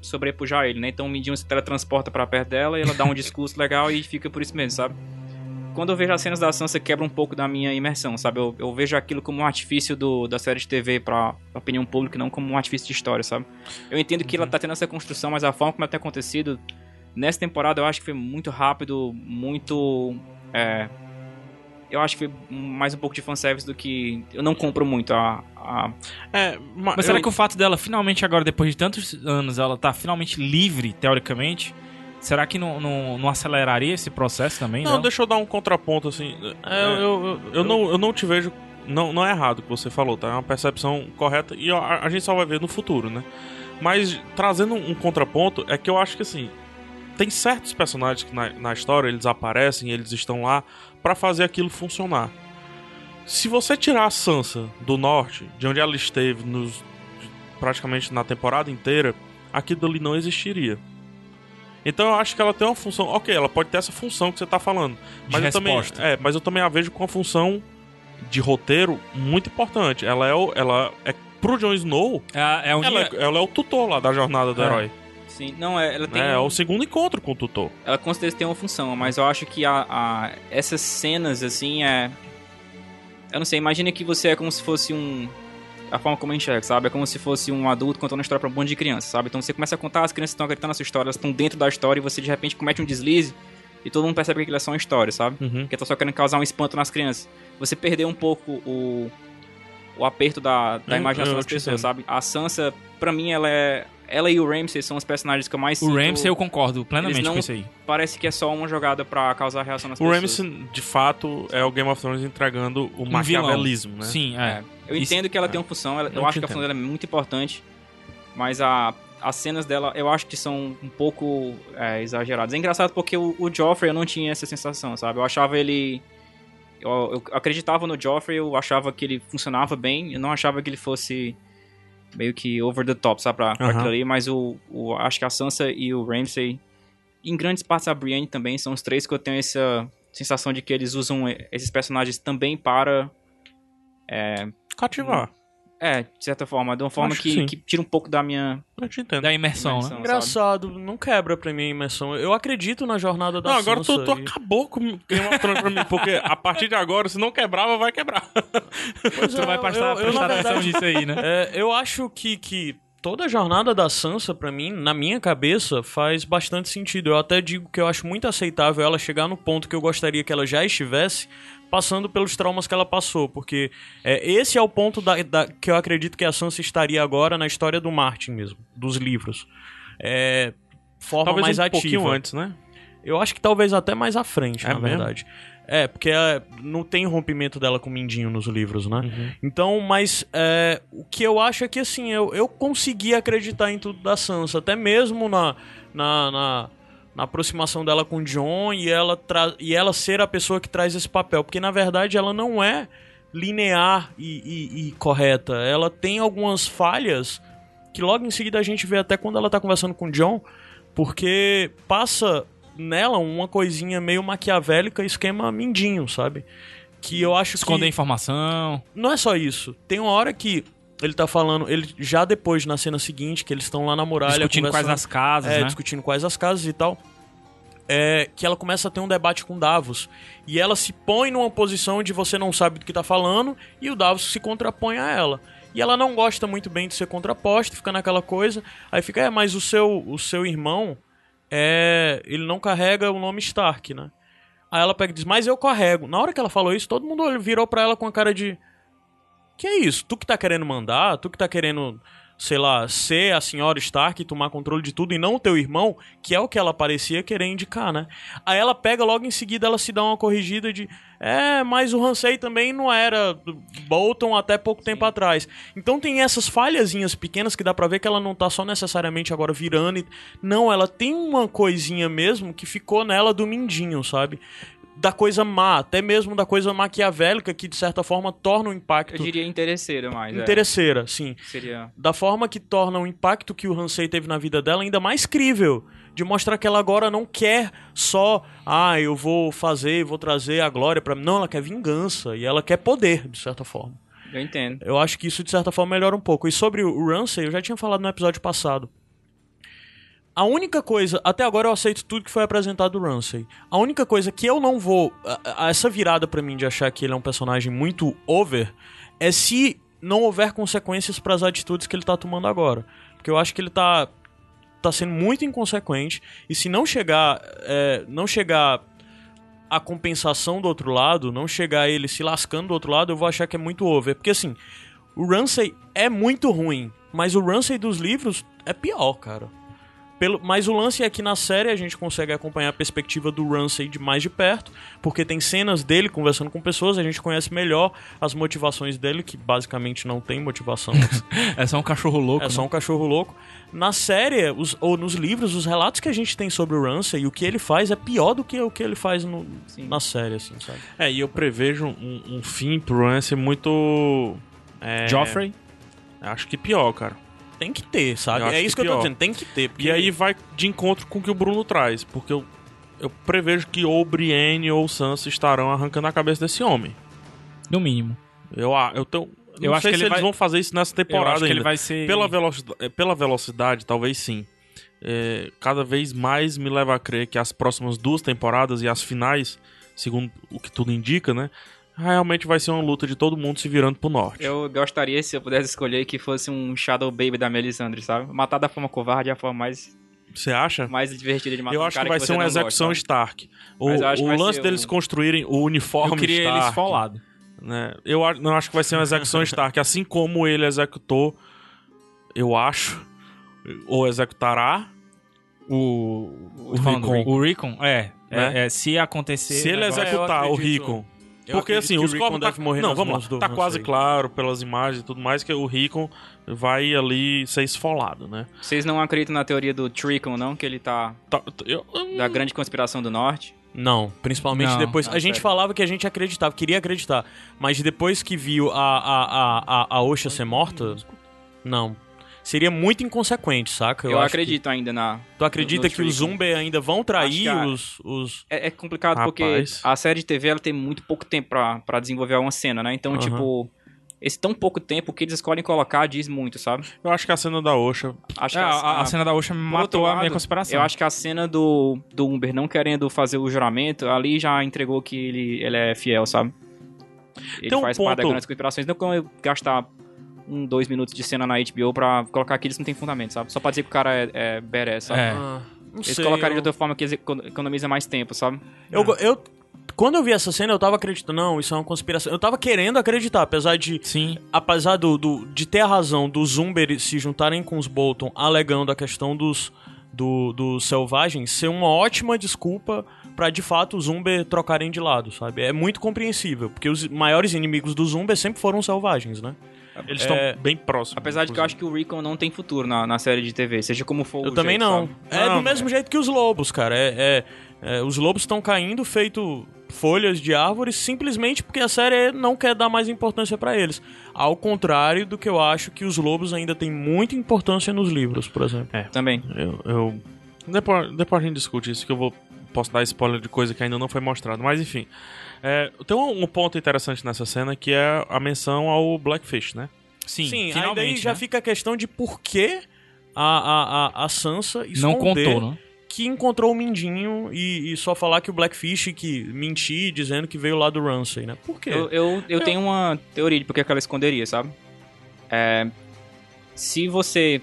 Speaker 3: sobrepujar ele, né? Então o Mindinho se teletransporta pra perto dela e ela dá um discurso legal e fica por isso mesmo, sabe? Quando eu vejo as cenas da Sansa, quebra um pouco da minha imersão, sabe? Eu, eu vejo aquilo como um artifício do, da série de TV pra opinião pública, não como um artifício de história, sabe? Eu entendo
Speaker 2: Uhum.
Speaker 3: que ela tá tendo essa construção, mas a forma como ela tem acontecido Nessa temporada eu acho que foi muito rápido, muito. É, eu acho que foi mais um pouco de fanservice do que. Eu não compro muito a. a-
Speaker 4: É, ma-
Speaker 2: Mas
Speaker 4: eu-
Speaker 2: será que o fato dela finalmente agora, depois de tantos anos, ela tá finalmente livre, teoricamente, Será que não, não, não aceleraria esse processo também?
Speaker 4: Não, deixa eu dar um contraponto, assim. É, eu, eu, eu não, eu não te vejo. Não, não é errado o que você falou, tá? É uma percepção correta e a, a gente só vai ver no futuro, né? Mas trazendo um contraponto, é que eu acho que assim. Tem certos personagens que na, na história eles aparecem, eles estão lá pra fazer aquilo funcionar. Se você tirar a Sansa do norte, de onde ela esteve nos, praticamente na temporada inteira, aquilo ali não existiria. Então eu acho que ela tem uma função. Ok, ela pode ter essa função que você tá falando.
Speaker 2: De
Speaker 4: Mas eu também.
Speaker 2: resposta.
Speaker 4: É, mas eu também a vejo com uma função de roteiro muito importante. Ela é o. Ela é pro Jon Snow.
Speaker 2: É, é um
Speaker 4: Ela, é- ela é o tutor lá da jornada do
Speaker 2: É. um
Speaker 4: herói.
Speaker 3: Sim, não, é- ela tem.
Speaker 4: É, é o segundo encontro com o tutor.
Speaker 3: Ela com certeza tem uma função, mas eu acho que a, a- essas cenas, assim, é. Eu não sei, imagina que você é como se fosse um. A forma como eu enxergo, sabe? É como se fosse um adulto contando uma história pra um monte de criança, sabe? Então você começa a contar, as crianças estão acreditando na sua história, elas estão dentro da história e você de repente comete um deslize e todo mundo percebe que aquilo é só uma história, sabe?
Speaker 4: Uhum.
Speaker 3: Porque tá só querendo causar um espanto nas crianças. Você perdeu um pouco o, o aperto da, da
Speaker 4: Eu-
Speaker 3: imaginação
Speaker 4: eu
Speaker 3: das
Speaker 4: te
Speaker 3: pessoas, sabe?
Speaker 4: entendo.
Speaker 3: A Sansa, pra mim, ela é. Ela e o Ramsay são os personagens que eu mais
Speaker 2: O
Speaker 3: sinto-
Speaker 2: Ramsay eu concordo plenamente
Speaker 3: Eles não-
Speaker 2: com isso aí.
Speaker 3: Parece que é só uma jogada pra causar reação nas
Speaker 4: O
Speaker 3: pessoas.
Speaker 4: Ramsay, de fato, é o Game of Thrones entregando o
Speaker 2: Um vilão.
Speaker 4: maquiavelismo, né?
Speaker 2: Sim, é.
Speaker 3: É. Eu
Speaker 2: Isso-
Speaker 3: entendo que ela tem uma função, ela- eu,
Speaker 4: Eu te
Speaker 3: acho que a função dela é muito importante, mas a, as cenas dela eu acho que são um pouco é, exageradas. É engraçado porque o, o Joffrey eu não tinha essa sensação, sabe? Eu achava ele. Eu, eu acreditava no Joffrey, eu achava que ele funcionava bem, eu não achava que ele fosse meio que over the top, sabe? Pra, pra
Speaker 4: Aham.
Speaker 3: aquilo ali, mas o, o, acho que a Sansa e o Ramsay, em grandes partes a Brienne também, são os três que eu tenho essa sensação de que eles usam esses personagens também para
Speaker 4: Cativar.
Speaker 3: É, de certa forma, de uma forma
Speaker 4: Acho que
Speaker 3: que,
Speaker 4: sim.
Speaker 3: que tira um pouco da minha.
Speaker 4: Eu te entendo.
Speaker 2: Da imersão, né?
Speaker 3: imersão.
Speaker 1: Engraçado, não quebra pra mim a imersão. Eu acredito na jornada da
Speaker 4: Não, agora
Speaker 1: Sansa
Speaker 4: tu, tu
Speaker 1: e-
Speaker 4: acabou com o Game of Thrones pra mim, porque a partir de agora, se não quebrava, vai quebrar.
Speaker 1: Pois é,
Speaker 2: Tu vai prestar,
Speaker 1: eu- eu,
Speaker 2: prestar
Speaker 1: na
Speaker 2: atenção
Speaker 1: verdade,
Speaker 2: nisso aí, né?
Speaker 1: É, eu acho que, que toda a jornada da Sansa, pra mim, na minha cabeça, faz bastante sentido. Eu até digo que eu acho muito aceitável ela chegar no ponto que eu gostaria que ela já estivesse passando pelos traumas que ela passou, porque é, esse é o ponto da, da- que eu acredito que a Sansa estaria agora na história do Martin mesmo, dos livros. É, forma
Speaker 4: Talvez
Speaker 1: mais
Speaker 4: um
Speaker 1: ativa.
Speaker 4: pouquinho antes, né?
Speaker 1: Eu acho que talvez até mais à frente,
Speaker 4: É
Speaker 1: na
Speaker 4: mesmo?
Speaker 1: verdade. É, porque é, não tem rompimento dela com o Mindinho nos livros, né? Então, mas é, o que eu acho é que, assim, eu, eu consegui acreditar em tudo da Sansa, até mesmo na, na, na, na aproximação dela com o John e ela, tra- e ela ser a pessoa que traz esse papel, porque na verdade ela não é linear e, e- e correta, ela tem algumas falhas que logo em seguida a gente vê até quando ela tá conversando com o John, porque passa nela uma coisinha meio maquiavélica, esquema mindinho, sabe? Que eu acho que
Speaker 2: Esconder informação.
Speaker 1: não é só isso. Tem uma hora que ele tá falando, ele já depois na cena seguinte, que eles estão lá na muralha
Speaker 2: discutindo quais
Speaker 1: conversando,
Speaker 2: as casas,
Speaker 1: é,
Speaker 2: né?
Speaker 1: discutindo quais as casas e tal. É, que ela começa a ter um debate com Davos. E ela se põe numa posição de você não sabe do que tá falando, e o Davos se contrapõe a ela. E ela não gosta muito bem de ser contraposta, fica naquela coisa. Aí fica, é, mas o seu, o seu irmão é. Ele não carrega o nome Stark, né? Aí ela pega e diz, mas eu carrego. Na hora que ela falou isso, todo mundo olhou- virou pra ela com a cara de. Que é isso? Tu que tá querendo mandar, tu que tá querendo, sei lá, ser a senhora Stark e tomar controle de tudo e não o teu irmão, que é o que ela parecia querer indicar, né? Aí ela pega logo em seguida, ela se dá uma corrigida de. É, mas o Hansei também não era do Bolton até pouco tempo atrás. Então tem essas falhazinhas pequenas que dá pra ver que ela não tá só necessariamente agora virando. E... Não, ela tem uma coisinha mesmo que ficou nela do mindinho, sabe? Da coisa má, até mesmo da coisa maquiavélica que de certa forma torna o impacto
Speaker 3: Eu diria interesseira, mas. é,
Speaker 1: interesseira, sim.
Speaker 3: seria.
Speaker 1: Da forma que torna o impacto que o Hansei teve na vida dela ainda mais crível. De mostrar que ela agora não quer só, ah, eu vou fazer, vou trazer a glória pra mim. Não, ela quer vingança e ela quer poder, de certa forma.
Speaker 3: Eu entendo.
Speaker 1: Eu acho que isso, de certa forma, melhora um pouco. E sobre o Ramsey, eu já tinha falado no episódio passado. A única coisa, até agora eu aceito tudo que foi apresentado do Ramsey. A única coisa que eu não vou. a- a- essa virada pra mim de achar que ele é um personagem muito over é se não houver consequências pras atitudes que ele tá tomando agora. Porque eu acho que ele tá. tá sendo muito inconsequente. E se não chegar. é, não chegar a compensação do outro lado, não chegar ele se lascando do outro lado, eu vou achar que é muito over. Porque assim, o Ramsey é muito ruim, mas o Ramsey dos livros é pior, cara. Pelo, mas o lance é que na série a gente consegue acompanhar a perspectiva do Ramsey de mais de perto, porque tem cenas dele conversando com pessoas, a gente conhece melhor as motivações dele, que basicamente não tem motivação.
Speaker 2: É só um cachorro louco.
Speaker 1: É só um cachorro louco. Na série, os- ou nos livros, os relatos que a gente tem sobre o Ramsey e o que ele faz é pior do que o que ele faz no-
Speaker 3: Sim.
Speaker 1: na série, assim, sabe?
Speaker 4: É, e eu prevejo um, um fim pro Rance muito. é,
Speaker 2: né? Joffrey.
Speaker 4: Acho que pior, cara.
Speaker 1: Tem que ter, sabe?
Speaker 4: Eu acho
Speaker 1: É isso
Speaker 4: que
Speaker 1: que, eu tô
Speaker 4: pior.
Speaker 1: dizendo, tem que ter. porque-
Speaker 4: E aí vai de encontro com o que o Bruno traz, porque eu, eu prevejo que ou Brienne ou Sansa estarão arrancando a cabeça desse homem.
Speaker 2: No mínimo.
Speaker 4: Eu, a- eu tenho. Não
Speaker 2: Eu acho
Speaker 4: sei
Speaker 2: que ele
Speaker 4: se eles
Speaker 2: vai-
Speaker 4: vão fazer isso nessa
Speaker 2: Eu
Speaker 4: temporada
Speaker 2: acho que
Speaker 4: ainda.
Speaker 2: ele vai ser.
Speaker 4: Pela, velocidade, pela velocidade, talvez sim. É, cada vez mais me leva a crer que as próximas duas temporadas e as finais, segundo o que tudo indica, né? Realmente vai ser uma luta de todo mundo se virando pro norte.
Speaker 3: Eu gostaria, se eu pudesse escolher, que fosse um Shadow Baby da Melisandre, sabe? Matar da forma covarde é a forma mais,
Speaker 4: Você acha?
Speaker 3: mais divertida de matar
Speaker 4: Eu
Speaker 3: um
Speaker 4: acho
Speaker 3: cara
Speaker 4: que vai
Speaker 3: você
Speaker 4: ser uma
Speaker 3: não gosta,
Speaker 4: execução
Speaker 3: sabe?
Speaker 4: Stark. O,
Speaker 3: Mas eu acho que
Speaker 4: o
Speaker 3: vai
Speaker 4: lance
Speaker 3: ser
Speaker 4: deles
Speaker 3: um-
Speaker 4: construírem o uniforme
Speaker 2: Eu queria ele
Speaker 4: Stark.
Speaker 2: esfolado.
Speaker 4: né? Eu a- não acho que vai ser uma execução Stark, assim como ele executou, eu acho, ou executará o, o
Speaker 2: Falando do
Speaker 4: Rickon.
Speaker 2: O Recon, é. é,
Speaker 4: Né?
Speaker 2: é, se acontecer. é,
Speaker 4: Se ele
Speaker 2: o negócio-
Speaker 4: executar
Speaker 1: eu
Speaker 4: o
Speaker 1: acredito.
Speaker 4: Rickon,
Speaker 1: Eu
Speaker 4: porque
Speaker 1: acredito
Speaker 4: assim,
Speaker 1: que o
Speaker 4: os
Speaker 1: Rickon
Speaker 4: corpos tá...
Speaker 1: deve morrer
Speaker 4: não,
Speaker 1: nas
Speaker 4: vamos
Speaker 1: mãos
Speaker 4: lá,
Speaker 1: do
Speaker 4: tá
Speaker 1: Ramsay.
Speaker 4: quase claro pelas imagens e tudo mais que o Rickon vai ali ser esfolado, né?
Speaker 3: Vocês não acreditam na teoria do Tricon, não? Que ele tá
Speaker 4: Tá- t- eu- hum,
Speaker 3: da grande conspiração do norte?
Speaker 1: Não, principalmente
Speaker 2: Não,
Speaker 1: depois.
Speaker 4: tá
Speaker 3: não,
Speaker 1: a gente
Speaker 3: sério.
Speaker 1: falava que a gente acreditava, queria acreditar. Mas depois que viu a, a, a, a, a Osha ser morta. Não. Seria muito inconsequente, saca?
Speaker 3: Eu,
Speaker 1: acho
Speaker 3: acredito ainda na...
Speaker 1: que- tu acredita
Speaker 3: no
Speaker 1: que
Speaker 3: Trigon.
Speaker 1: os Zumbi ainda vão trair
Speaker 3: Acho que a-
Speaker 1: os, os.
Speaker 3: É, é complicado
Speaker 4: Rapaz.
Speaker 3: porque a série de TV ela tem muito pouco tempo pra, pra desenvolver uma cena, né? Então,
Speaker 1: Aham.
Speaker 3: tipo, esse tão pouco tempo que eles escolhem colocar diz muito, sabe?
Speaker 4: eu acho que a cena da Osha
Speaker 3: Acho
Speaker 2: É,
Speaker 3: que
Speaker 2: a, a cena é assim. da Osha
Speaker 3: Ah, Por outro
Speaker 2: matou a minha
Speaker 3: lado,
Speaker 2: conspiração.
Speaker 3: Eu acho que a cena do, do Umber não querendo fazer o juramento, ali já entregou que ele, ele é fiel, sabe? Ele
Speaker 4: Tem um
Speaker 3: faz parte das
Speaker 4: ponto-
Speaker 3: grandes conspirações. Não como eu gastar um, dois minutos de cena na HBO pra colocar que eles não tem fundamento, sabe? Só pra dizer que o cara é, é badass, sabe?
Speaker 2: É.
Speaker 1: Ah, não
Speaker 3: Eles
Speaker 1: sei,
Speaker 3: colocaram de
Speaker 1: eu-
Speaker 3: outra forma que eles econo- economiza mais tempo, sabe?
Speaker 1: Eu, go- eu- quando eu vi essa cena, eu tava acreditando, não, isso é uma conspiração. Eu tava querendo acreditar, apesar de
Speaker 2: Sim.
Speaker 1: apesar do, do- de ter a razão dos Zumber se juntarem com os Bolton alegando a questão dos do, dos selvagens ser uma ótima desculpa pra de fato os Zumber trocarem de lado, sabe? É muito compreensível, porque os maiores inimigos dos Zumber sempre foram os selvagens, né?
Speaker 4: eles estão bem próximos.
Speaker 3: Apesar de que eu
Speaker 4: é.
Speaker 3: acho que o Recon não tem futuro na, na série de TV, seja como for o
Speaker 1: Eu também
Speaker 3: jeito,
Speaker 1: não.
Speaker 3: sabe?
Speaker 1: É
Speaker 4: Não,
Speaker 1: do mesmo jeito que os lobos, cara. É, é- é, os lobos estão caindo feito folhas de árvores simplesmente porque a série não quer dar mais importância pra eles. Ao contrário do que eu acho que os lobos ainda têm muita importância nos livros, por exemplo.
Speaker 3: Também.
Speaker 4: Eu, eu- Depois, depois a gente discute isso, que eu vou posso dar spoiler de coisa que ainda não foi mostrado. Mas enfim. É, tem um, um ponto interessante nessa cena que é a menção ao Blackfish, né?
Speaker 2: Sim,
Speaker 1: Sim, aí
Speaker 2: finalmente.
Speaker 1: daí já
Speaker 2: né?
Speaker 1: fica a questão de por que a, a, a, a Sansa
Speaker 2: Não
Speaker 1: esconder
Speaker 2: contou, né?
Speaker 1: que encontrou o Mindinho e, e só falar que o Blackfish que mentir dizendo que veio lá do Ramsay, né? Por quê?
Speaker 3: Eu, eu, eu tenho uma teoria de por que que ela esconderia, sabe? É, se você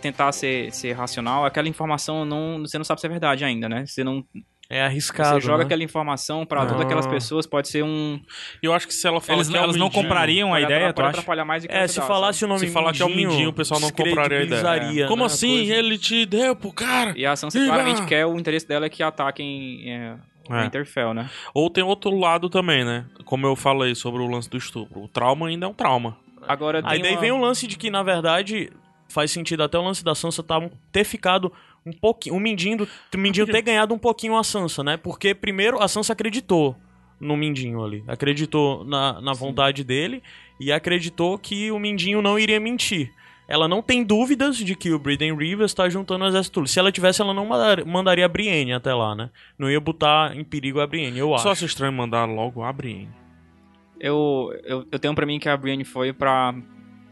Speaker 3: tentar ser, ser racional, aquela informação não, você não sabe se é verdade ainda, né? Você não
Speaker 1: é arriscado,
Speaker 3: você joga
Speaker 1: né?
Speaker 3: aquela informação pra todas
Speaker 1: Ah.
Speaker 3: aquelas pessoas, pode ser um
Speaker 4: E eu acho que se ela falar
Speaker 2: Eles,
Speaker 4: que é o
Speaker 2: elas não
Speaker 4: Mindinho-
Speaker 2: comprariam a
Speaker 3: pode
Speaker 2: ideia,
Speaker 3: atrapalhar-
Speaker 2: tu
Speaker 3: pode
Speaker 2: acha?
Speaker 3: atrapalhar mais do que
Speaker 1: É,
Speaker 3: ajudar,
Speaker 1: se falasse o nome
Speaker 4: Se falar que é o Mindinho, o pessoal não compraria a ideia.
Speaker 1: descredibilizaria,
Speaker 4: Como
Speaker 1: né, a
Speaker 4: assim?
Speaker 1: coisa.
Speaker 4: Ele te deu pro cara?
Speaker 3: sabe? E a Sansa
Speaker 4: Ih,
Speaker 3: claramente
Speaker 4: ah!
Speaker 3: quer o interesse dela é que ataquem é, o
Speaker 4: É.
Speaker 3: Winterfell, né?
Speaker 4: Ou tem outro lado também, né? Como eu falei sobre o lance do estupro. O trauma ainda é um trauma.
Speaker 3: Agora
Speaker 1: Aí
Speaker 3: tem
Speaker 1: daí
Speaker 3: uma-
Speaker 1: vem o lance de que, na verdade, faz sentido até o lance da Sansa tá, ter ficado um pouquinho. O Mindinho, do- o Mindinho ter ganhado um pouquinho a Sansa, né? Porque primeiro a Sansa acreditou no Mindinho ali. Acreditou na, na vontade dele e acreditou que o Mindinho não iria mentir. Ela não tem dúvidas de que o Briden Rivers tá juntando o exército. todo. Se ela tivesse, ela não mandar- mandaria a Brienne até lá, né? Não ia botar em perigo a Brienne, eu acho.
Speaker 4: Só se estranho mandar logo a Brienne.
Speaker 1: um-
Speaker 3: eu, eu, eu tenho um pra mim que a Brienne foi pra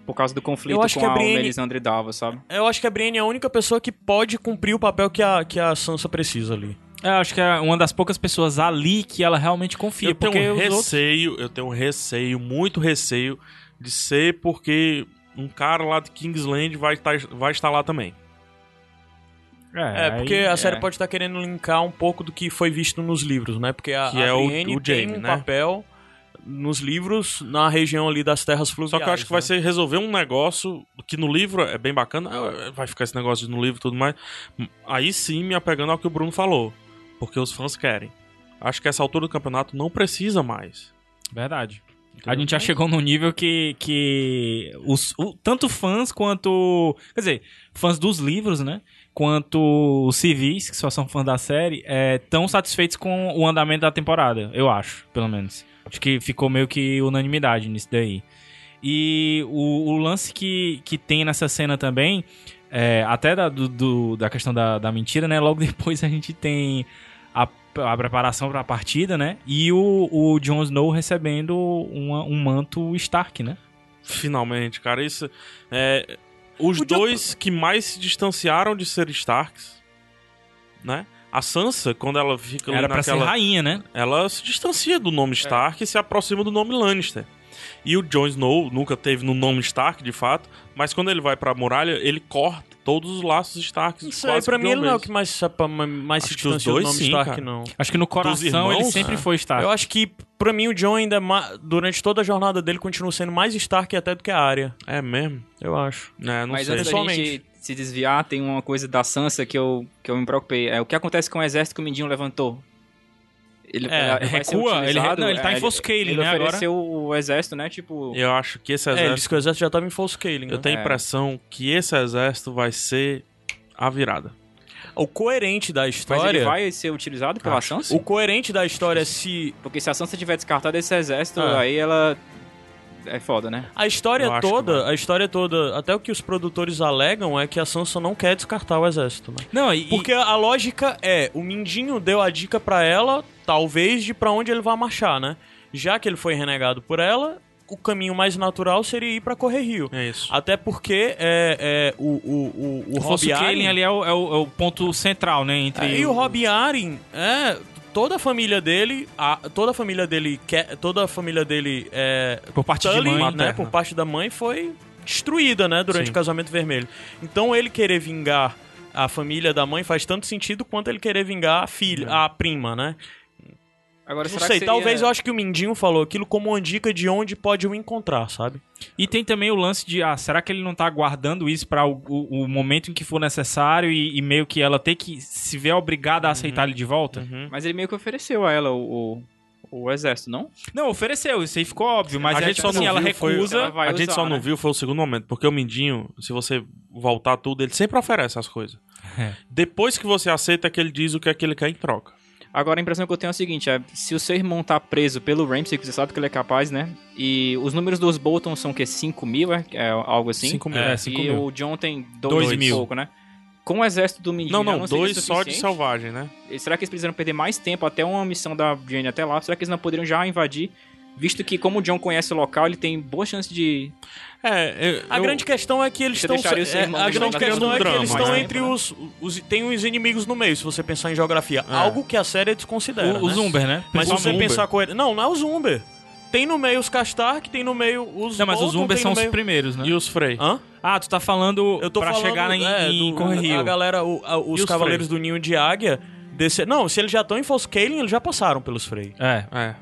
Speaker 3: por causa do conflito
Speaker 1: acho
Speaker 3: com
Speaker 1: que a
Speaker 3: a,
Speaker 1: Brienne-
Speaker 3: Melisandre Davos, sabe?
Speaker 1: Eu acho que a Brienne é a única pessoa que pode cumprir o papel que a, que a Sansa precisa ali.
Speaker 2: Eu acho que é uma das poucas pessoas ali que ela realmente confia.
Speaker 4: eu
Speaker 2: Tipo, porque
Speaker 4: tenho um
Speaker 2: os outros-
Speaker 4: receio, eu tenho um receio, muito receio de ser porque um cara lá de Kingsland vai estar, vai estar lá também.
Speaker 1: É,
Speaker 2: aí-
Speaker 1: porque a série
Speaker 3: é.
Speaker 1: pode estar querendo linkar um pouco do que foi visto nos livros, né? Porque a,
Speaker 4: Que
Speaker 1: a
Speaker 4: é o-
Speaker 1: Brienne
Speaker 4: o
Speaker 1: tem
Speaker 4: Jaime,
Speaker 1: um
Speaker 4: né?
Speaker 1: papel nos livros na região ali das terras fluviais.
Speaker 4: Só que eu acho que
Speaker 1: né?
Speaker 4: vai ser resolver um negócio que no livro é bem bacana, ah, vai ficar esse negócio no livro e tudo mais. Aí sim me apegando ao que o Bruno falou, porque os fãs querem. Acho que essa altura do campeonato não precisa mais.
Speaker 2: Verdade. A gente já chegou num nível que, que os, o- tanto fãs quanto. Quer dizer, fãs dos livros, né? Quanto os civis, que só são fãs da série, estão satisfeitos com o andamento da temporada, eu acho, pelo menos. Acho que ficou meio que unanimidade nisso daí. E o, o lance que, que tem nessa cena também, é, até da, do- do- da questão da, da mentira, né? Logo depois a gente tem a, a preparação para a partida, né? E o, o Jon Snow recebendo uma- um manto Stark, né?
Speaker 4: Finalmente, cara, isso é os
Speaker 1: Podia-
Speaker 4: dois que mais se distanciaram de ser Starks, né? A Sansa, quando ela fica ali
Speaker 2: Era pra ser
Speaker 4: naquela-
Speaker 2: rainha, né?
Speaker 4: ela se distancia do
Speaker 1: É.
Speaker 4: nome Stark e se aproxima do nome Lannister. E o Jon Snow nunca teve no nome Stark, de fato, mas quando ele vai pra muralha, ele corta todos os laços Stark.
Speaker 1: Não sei, pra mim ele não é o que mais, se sepa- mais se
Speaker 4: Acho que os
Speaker 1: distanciou do
Speaker 4: dois
Speaker 1: nome
Speaker 4: sim,
Speaker 1: Stark,
Speaker 4: cara.
Speaker 1: não.
Speaker 2: Acho que no coração ele
Speaker 4: irmãos,
Speaker 2: sempre
Speaker 4: é.
Speaker 2: foi Stark.
Speaker 1: Eu acho que, pra mim, o John ainda, é ma- durante toda a jornada dele, continua sendo mais Stark até do que a área.
Speaker 4: É mesmo?
Speaker 1: Eu acho.
Speaker 4: É, não
Speaker 3: Mas
Speaker 4: sei.
Speaker 3: antes da gente se desviar, tem uma coisa da Sansa que eu, que eu me preocupei. É o que acontece com o exército que o Mindinho levantou. Ele,
Speaker 1: É,
Speaker 3: ele vai ser
Speaker 2: recua, ele-
Speaker 3: utilizado,
Speaker 2: não, ele tá
Speaker 3: é,
Speaker 2: em full scale,
Speaker 3: ele
Speaker 2: né, agora?
Speaker 3: ofereceu o exército, né? Tipo,
Speaker 4: Eu acho que esse
Speaker 1: É, ele
Speaker 4: exército.
Speaker 1: disse que o exército já tava em full scaling. né?
Speaker 4: eu tenho a
Speaker 3: É.
Speaker 4: impressão que esse exército vai ser a virada.
Speaker 1: O coerente da
Speaker 3: mas ele
Speaker 1: história.
Speaker 3: vai ser utilizado pela
Speaker 4: Acho que
Speaker 3: Sansa?
Speaker 1: O coerente da história, é se.
Speaker 3: Porque se a Sansa tiver descartado esse exército,
Speaker 1: É.
Speaker 3: aí ela. É foda, né?
Speaker 1: A
Speaker 4: Eu
Speaker 1: história
Speaker 4: acho que
Speaker 1: toda, a história toda, até o que os produtores alegam é que a Sansa não quer descartar o exército, né?
Speaker 2: Não, e,
Speaker 1: Porque a lógica é, o Mindinho deu a dica pra ela, talvez, de pra onde ele vai marchar, né? Já que ele foi renegado por ela, o caminho mais natural seria ir pra Correr Rio.
Speaker 4: É isso.
Speaker 1: Até porque é, é, o, o, o, o
Speaker 2: o full
Speaker 1: Rob
Speaker 2: scaling
Speaker 1: Arryn...
Speaker 2: ali é o, é o- é o ponto central, né? Entre
Speaker 1: É, e o Rob Arryn, é, toda a família dele, a- toda a família dele, quer, toda a família dele é,
Speaker 2: por parte
Speaker 1: Tully,
Speaker 2: de mãe,
Speaker 1: né,
Speaker 4: materna.
Speaker 1: por parte da mãe, foi destruída, né, durante
Speaker 4: Sim.
Speaker 1: o casamento vermelho. Então ele querer vingar a família da mãe faz tanto sentido quanto ele querer vingar a filha, a prima, né?
Speaker 3: Agora,
Speaker 1: Não
Speaker 3: será
Speaker 1: sei,
Speaker 3: que seria...
Speaker 1: talvez eu acho que o Mindinho falou aquilo como uma dica de onde pode o encontrar, sabe?
Speaker 2: E tem também o lance de, ah, será que ele não tá guardando isso pra o, o- o momento em que for necessário e, e meio que ela ter que se ver obrigada a aceitar ele de volta?
Speaker 4: Uhum.
Speaker 3: Mas ele meio que ofereceu a ela o, o, o exército, não?
Speaker 2: Não, ofereceu, isso aí ficou óbvio, mas
Speaker 4: a
Speaker 2: é
Speaker 4: gente
Speaker 2: tipo
Speaker 4: só
Speaker 2: assim,
Speaker 4: não
Speaker 2: ela
Speaker 4: viu, foi-
Speaker 2: recusa.
Speaker 3: Ela vai
Speaker 4: a gente
Speaker 3: usar,
Speaker 4: só não
Speaker 3: né?
Speaker 4: viu, foi o segundo momento. Porque o Mindinho, se você voltar tudo, ele sempre oferece as coisas.
Speaker 2: É.
Speaker 4: Depois que você aceita, que ele diz o que é que ele quer em troca.
Speaker 3: Agora a impressão que eu tenho é o seguinte: é, se o seu irmão tá preso pelo Ramsey, que você sabe que ele é capaz, né? E os números dos Bolton são o quê? 5 mil, é? É algo assim?
Speaker 4: 5 mil.
Speaker 2: É, 5
Speaker 3: e
Speaker 2: mil.
Speaker 3: o John tem
Speaker 4: Dois
Speaker 3: 2 e
Speaker 4: mil.
Speaker 3: pouco, né? Com o exército do Mindinho,
Speaker 4: Não,
Speaker 3: já
Speaker 4: não,
Speaker 3: seria
Speaker 4: dois só de
Speaker 3: suficiente?
Speaker 4: selvagem, né?
Speaker 3: Será que eles precisaram perder mais tempo até uma missão da Brienne até lá? Será que eles não poderiam já invadir? Visto que, como o John conhece o local, ele tem boa chance de.
Speaker 4: É, eu-
Speaker 1: A
Speaker 4: eu-
Speaker 1: grande questão é que eles
Speaker 3: Você
Speaker 1: estão.
Speaker 3: deixaria o seu
Speaker 1: é,
Speaker 3: irmão
Speaker 1: a
Speaker 3: deixar
Speaker 1: grande
Speaker 3: na
Speaker 1: questão
Speaker 4: casa
Speaker 1: é
Speaker 4: do
Speaker 1: que eles
Speaker 4: drama,
Speaker 1: estão
Speaker 4: né?
Speaker 1: entre os, os. Tem os inimigos no meio, se você pensar em geografia.
Speaker 4: É.
Speaker 1: Algo que a série desconsidera.
Speaker 2: o, o
Speaker 1: né?
Speaker 2: Zumber, né?
Speaker 1: Mas se
Speaker 4: Principalmente.
Speaker 1: você
Speaker 4: Zumber.
Speaker 1: pensar com ele. Não, não é o Zumber. Tem no meio os Castark, tem no meio os.
Speaker 2: Não, mas os
Speaker 1: Bolton,
Speaker 2: Zumber
Speaker 1: tem
Speaker 2: são
Speaker 1: no
Speaker 2: os
Speaker 1: meio...
Speaker 2: primeiros, né?
Speaker 4: E os Frey?
Speaker 1: Hã?
Speaker 2: Ah, tu tá falando
Speaker 1: Eu tô
Speaker 2: pra
Speaker 1: falando,
Speaker 2: chegar em,
Speaker 1: é,
Speaker 2: em
Speaker 1: do-
Speaker 2: Correr Rio.
Speaker 1: A galera, o- a- os,
Speaker 4: E os
Speaker 1: Cavaleiros do Ninho de Águia. Desse... Não, se eles já estão em Foscaling, eles já passaram pelos Frey.
Speaker 2: É.
Speaker 4: É.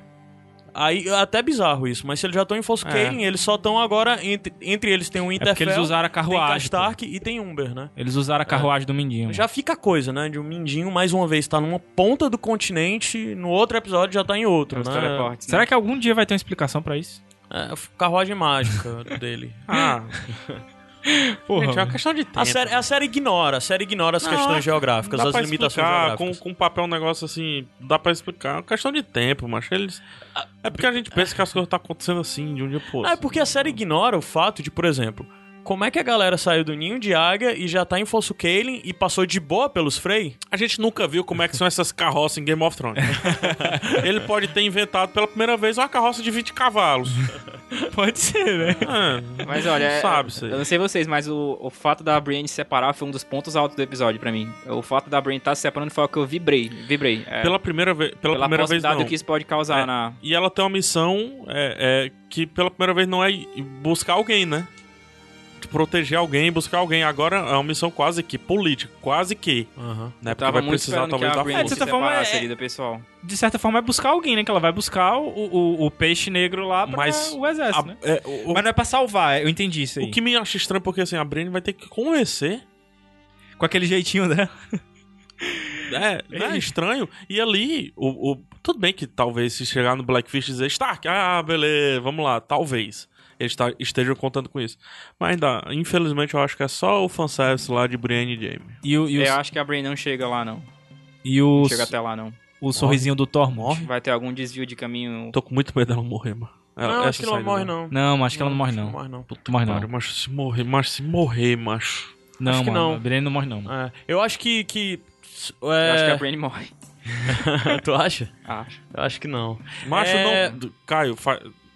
Speaker 1: Aí é até bizarro isso, mas se eles já estão em Foscaling, eles só estão agora. Entre, entre É. eles tem o
Speaker 2: É porque
Speaker 1: Interfell,
Speaker 2: eles usaram a
Speaker 1: tem
Speaker 2: carruagem. pô.
Speaker 1: Castark e tem Umber, né?
Speaker 2: Eles usaram a carruagem do Mindinho.
Speaker 1: Já fica a coisa, né? De um Mindinho, mais uma vez, tá numa ponta do continente, no outro episódio já tá em outro,
Speaker 3: Os
Speaker 1: né?
Speaker 3: teleportes. né?
Speaker 2: Será que algum dia vai ter uma explicação pra isso?
Speaker 1: É, carruagem mágica dele.
Speaker 4: Ah, gente, é uma questão de tempo.
Speaker 1: A série, a série ignora, a série ignora as
Speaker 4: Não,
Speaker 1: questões geográficas,
Speaker 4: dá
Speaker 1: as
Speaker 4: pra
Speaker 1: limitações
Speaker 4: explicar, com,
Speaker 1: geográficas.
Speaker 4: com papel um negócio assim, dá pra explicar. É uma questão de tempo, mas eles... É porque a gente pensa que as coisas tá acontecendo assim, de um dia pro outro.
Speaker 1: Ah, é porque a série ignora o fato de, por exemplo, como é que a galera saiu do ninho de águia e já tá em Fosso Kaelin e passou de boa pelos Frey?
Speaker 4: A gente nunca viu como é que são essas carroças em Game of Thrones. Ele pode ter inventado pela primeira vez uma carroça de 20 cavalos.
Speaker 2: Pode ser, né?
Speaker 4: É,
Speaker 3: Mas olha, é-
Speaker 4: sabe isso aí.
Speaker 3: eu não sei vocês, mas o, o fato da Brienne se separar foi um dos pontos altos do episódio pra mim. O fato da Brienne estar se separando foi o que eu vibrei. Vibrei. É,
Speaker 4: Pela primeira vez, pela,
Speaker 3: pela
Speaker 4: primeira vez
Speaker 3: possibilidade
Speaker 4: não.
Speaker 3: do que isso pode causar
Speaker 4: É.
Speaker 3: na.
Speaker 4: E ela tem uma missão é, é, que pela primeira vez não é buscar alguém, né? proteger alguém, buscar alguém. Agora é uma missão quase que política, quase que.
Speaker 1: Aham.
Speaker 4: Né? Porque
Speaker 3: Tava
Speaker 4: vai
Speaker 3: muito
Speaker 4: precisar
Speaker 3: esperando que
Speaker 4: talvez
Speaker 3: a
Speaker 4: da
Speaker 3: Gwen se
Speaker 4: força.
Speaker 2: certa forma,
Speaker 3: separasse
Speaker 2: é-
Speaker 3: ali do pessoal.
Speaker 2: De certa forma, é buscar alguém, né? Que ela vai buscar o, o, o peixe negro lá pra
Speaker 4: Mas
Speaker 2: o exército, né?
Speaker 4: A- é, o, o-
Speaker 2: Mas não é pra salvar, eu entendi isso aí.
Speaker 4: o que me acha estranho, porque assim, a Brienne vai ter que convencer.
Speaker 2: Com aquele jeitinho né? dela.
Speaker 4: É, né? estranho. E ali, o, o- tudo bem que talvez se chegar no Blackfish e dizer Stark, ah, beleza, vamos lá, talvez. Eles ta- estejam contando com isso. Mas ainda, infelizmente, eu acho que é só o fanservice lá de Brienne e Jaime.
Speaker 2: E o, e o,
Speaker 3: É, Eu acho que a Brain não chega lá, não.
Speaker 2: e o,
Speaker 3: Não chega até lá, não.
Speaker 2: o sorrisinho do Thor morre?
Speaker 3: Vai ter algum desvio de caminho.
Speaker 4: Tô com muito medo dela morrer, mano.
Speaker 1: Não, acho que não morre, não.
Speaker 2: Não, acho que ela não morre,
Speaker 1: acho que
Speaker 2: não.
Speaker 1: Morre, não.
Speaker 2: Não morre, não.
Speaker 4: Cara, macho, se morrer, macho, se morrer, macho.
Speaker 2: Não,
Speaker 1: Acho que
Speaker 2: mano,
Speaker 1: não.
Speaker 2: a Brienne não morre, não.
Speaker 1: É, eu acho que. que
Speaker 3: Eu acho que a
Speaker 1: é...
Speaker 3: Brain morre.
Speaker 1: tu acha?
Speaker 3: Acho.
Speaker 1: Eu acho que não.
Speaker 4: Macho
Speaker 1: É.
Speaker 4: não. d- Caio, fa...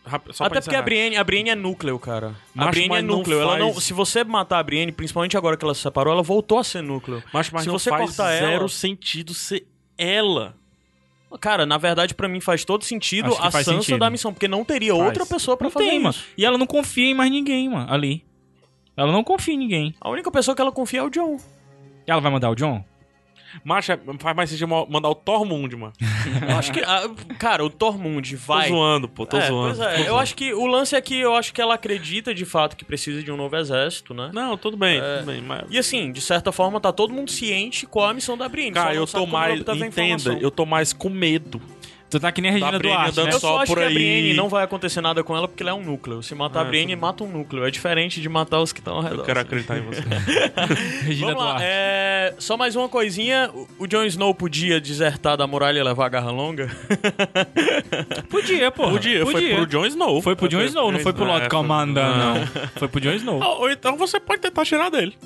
Speaker 4: rápido, só pra
Speaker 1: Até porque
Speaker 4: encerrar.
Speaker 1: a Brienne, a Brienne é núcleo, cara. a
Speaker 4: Macho,
Speaker 1: Brienne é
Speaker 4: mas não
Speaker 1: núcleo. Ela
Speaker 4: faz-
Speaker 1: não, se você matar a Brienne, principalmente agora que ela se separou, ela voltou a ser núcleo.
Speaker 4: Macho, mas
Speaker 1: se
Speaker 4: não
Speaker 1: você
Speaker 4: faz
Speaker 1: cortar
Speaker 4: zero
Speaker 1: ela-
Speaker 4: sentido ser ela.
Speaker 1: Cara, na verdade, pra mim faz todo sentido
Speaker 2: Acho que
Speaker 1: a
Speaker 2: faz
Speaker 1: Sansa
Speaker 2: sentido.
Speaker 1: da missão, porque não teria
Speaker 4: Faz.
Speaker 1: outra pessoa pra
Speaker 2: Não
Speaker 1: fazer
Speaker 2: tem, mano.
Speaker 1: isso.
Speaker 2: E ela não confia em mais ninguém, mano, ali. Ela não confia em ninguém.
Speaker 1: A única pessoa que ela confia é o John.
Speaker 2: Ela vai mandar o John?
Speaker 4: Macho, é- faz mais sentido mo- mandar o Tormund, mano.
Speaker 1: Eu acho que. ah, cara, o Tormund vai.
Speaker 4: Tô zoando, pô, tô
Speaker 1: É,
Speaker 4: zoando.
Speaker 1: Pois é, eu acho que o lance é que eu acho que ela acredita de fato que precisa de um novo exército, né?
Speaker 4: Não, tudo bem, tudo bem, mas...
Speaker 1: E assim, de certa forma, tá todo mundo ciente qual é a missão da Brienne. só
Speaker 4: Cara,
Speaker 1: não
Speaker 4: eu
Speaker 1: sabe
Speaker 4: tô
Speaker 1: como
Speaker 4: mais.
Speaker 1: obteve a
Speaker 4: Entenda,
Speaker 1: informação.
Speaker 4: eu tô mais com medo.
Speaker 2: Tu tá que nem a
Speaker 4: Da
Speaker 2: Regina
Speaker 4: Brienne
Speaker 2: Duarte,
Speaker 4: andando
Speaker 2: né?
Speaker 1: Eu
Speaker 4: só
Speaker 1: só acho
Speaker 4: por
Speaker 1: que a
Speaker 4: aí. Ah,
Speaker 1: Brienne não vai acontecer nada com ela porque ela é um núcleo. Se matar a Brienne, mata um núcleo. É diferente de matar os que estão ao redor.
Speaker 4: Eu quero acreditar em você.
Speaker 2: Regina
Speaker 1: Vamos lá,
Speaker 2: Duarte.
Speaker 1: é, só mais uma coisinha. O- O Jon Snow podia desertar da muralha e levar a garra longa?
Speaker 2: Podia, pô.
Speaker 4: podia, foi pro Jon Snow.
Speaker 2: Foi pro Jon Snow, não foi pro Lord
Speaker 4: É,
Speaker 2: Commander, não. Foi pro Jon Snow.
Speaker 4: Ou, ou então você pode tentar tirar dele.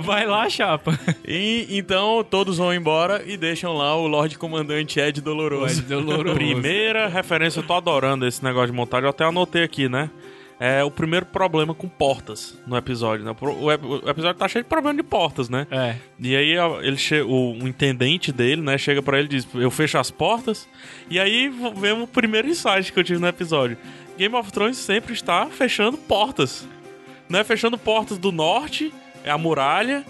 Speaker 2: Vai lá, chapa.
Speaker 1: E então todos vão embora e deixam lá o Lorde Comandante Ed Doloroso.
Speaker 2: Doloroso.
Speaker 4: Primeira referência, eu tô adorando esse negócio de montagem, eu até anotei aqui, né? É o primeiro problema com portas no episódio, né? O pro- O ep- o episódio tá cheio de problema de portas, né?
Speaker 2: É.
Speaker 4: E aí a- ele che- o, o intendente dele, né, chega pra ele e diz: "Eu fecho as portas". E aí v- vemos o primeiro insight que eu tive no episódio. Game of Thrones sempre está fechando portas. Né? Fechando portas do norte, é a muralha,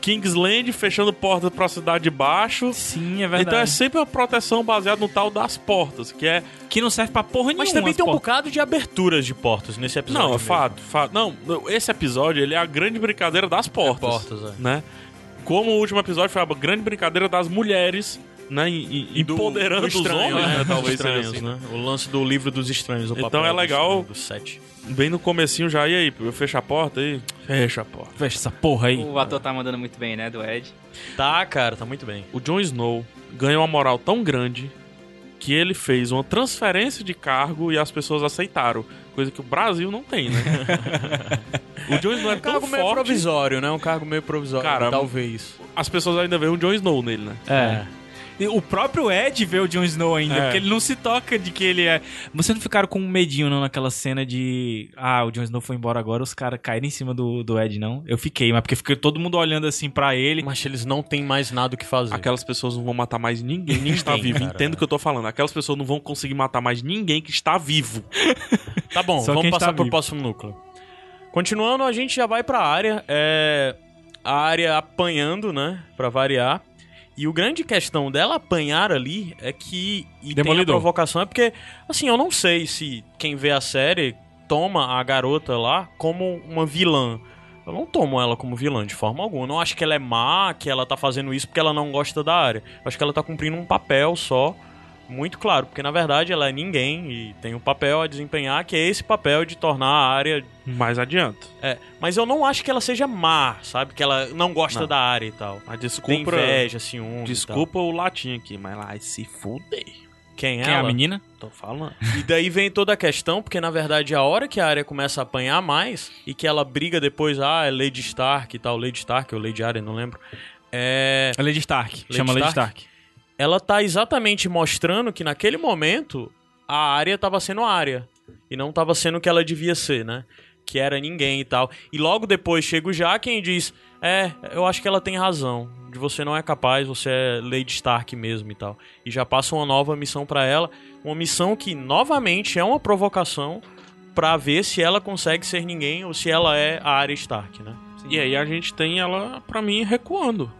Speaker 4: Kingsland fechando portas pra cidade de baixo.
Speaker 2: Sim, é
Speaker 4: Então é
Speaker 2: verdade.
Speaker 4: sempre uma proteção baseada no tal das portas, que é
Speaker 2: que não serve pra porra nenhuma.
Speaker 1: Mas também
Speaker 2: as
Speaker 1: tem um
Speaker 2: portas.
Speaker 1: bocado de aberturas de portas nesse episódio.
Speaker 4: Não, é
Speaker 1: mesmo.
Speaker 4: fato, fato. Não, esse episódio ele é a grande brincadeira das portas.
Speaker 1: portas, é.
Speaker 4: né? Como o último episódio foi a grande brincadeira das mulheres, né? em- em-
Speaker 1: E do-
Speaker 4: empoderando
Speaker 1: do
Speaker 4: os
Speaker 1: estranho,
Speaker 4: homens, né?
Speaker 1: Dos
Speaker 4: Talvez seja
Speaker 1: estranhos,
Speaker 4: assim.
Speaker 1: né? O lance do livro dos estranhos. O
Speaker 4: Então
Speaker 1: papel
Speaker 4: é
Speaker 1: do
Speaker 4: legal-
Speaker 1: estranho, do set.
Speaker 4: né? Bem no comecinho já, e aí, eu fecho a porta aí? Fecha a porta.
Speaker 2: Fecha essa porra aí.
Speaker 3: O ator tá mandando muito bem, né? Do Ed.
Speaker 1: Tá, cara, tá muito bem.
Speaker 4: O Jon Snow ganhou uma moral tão grande que ele fez uma transferência de cargo e as pessoas aceitaram. Coisa que o Brasil não tem, né? o Jon Snow é
Speaker 1: Um cargo
Speaker 4: tão
Speaker 1: meio
Speaker 4: forte,
Speaker 1: provisório, né? Um cargo meio provisório,
Speaker 4: Cara,
Speaker 1: talvez.
Speaker 4: as pessoas ainda veem o Jon Snow nele, né?
Speaker 2: É. E o próprio Ed vê o Jon Snow ainda,
Speaker 4: É.
Speaker 2: porque ele não se toca de que ele é. Vocês não ficaram com medinho, não, naquela cena de. Ah, o Jon Snow foi embora agora, os caras caíram em cima do, do Ed, não? Eu fiquei, mas porque fica todo mundo olhando assim pra ele.
Speaker 1: Mas eles não têm mais nada o que fazer.
Speaker 4: Aquelas pessoas não vão matar mais ninguém que está
Speaker 1: Ninguém,
Speaker 4: vivo.
Speaker 1: cara.
Speaker 4: Entendo o que eu tô falando. Aquelas pessoas não vão conseguir matar mais ninguém que está vivo.
Speaker 1: Tá bom,
Speaker 2: Só
Speaker 1: vamos
Speaker 2: quem
Speaker 1: passar
Speaker 2: está
Speaker 1: pro
Speaker 2: vivo.
Speaker 1: próximo núcleo. Continuando, a gente já vai pra área. É... A área apanhando, né? Pra variar. E o grande questão dela apanhar ali é que. E tem a
Speaker 2: Demolidor.
Speaker 1: provocação é porque, assim, eu não sei se quem vê a série toma a garota lá como uma vilã. Eu não tomo ela como vilã de forma alguma. Eu não acho que ela é má, que ela tá fazendo isso porque ela não gosta da área. Eu acho que ela tá cumprindo um papel só, muito claro. Porque na verdade ela é ninguém e tem um papel a desempenhar, que é esse papel de tornar a área.
Speaker 4: Mas adianta.
Speaker 1: É, mas eu não acho que ela seja má, sabe? Que ela não gosta
Speaker 4: Não.
Speaker 1: da área e tal.
Speaker 4: A
Speaker 1: Tem
Speaker 4: desculpa.
Speaker 1: inveja, então. ciúme. e
Speaker 4: Desculpa o latim aqui, mas lá se fuder.
Speaker 1: tal. Quem é
Speaker 2: Quem é a
Speaker 1: ela?
Speaker 2: menina?
Speaker 4: Tô falando.
Speaker 1: E daí vem toda a questão, porque na verdade a hora que a área começa a apanhar mais e que ela briga depois, ah, é Lady Stark e tal, Lady Stark ou Lady Arya, não lembro. É,
Speaker 2: A Lady Stark.
Speaker 1: Lady
Speaker 2: Chama Lady
Speaker 1: Stark?
Speaker 2: Stark.
Speaker 1: ela tá exatamente mostrando que naquele momento a área tava sendo a área e não tava sendo o que ela devia ser, né? Que era ninguém e tal. E logo depois chega o Jaquen e diz: É, eu acho que ela tem razão. De você não é capaz, você é Lady Stark mesmo e tal. E já passa uma nova missão pra ela. Uma missão que, novamente, é uma provocação pra ver se ela consegue ser ninguém ou se ela é a Arya Stark, né?
Speaker 4: E aí a gente tem ela, pra mim, recuando.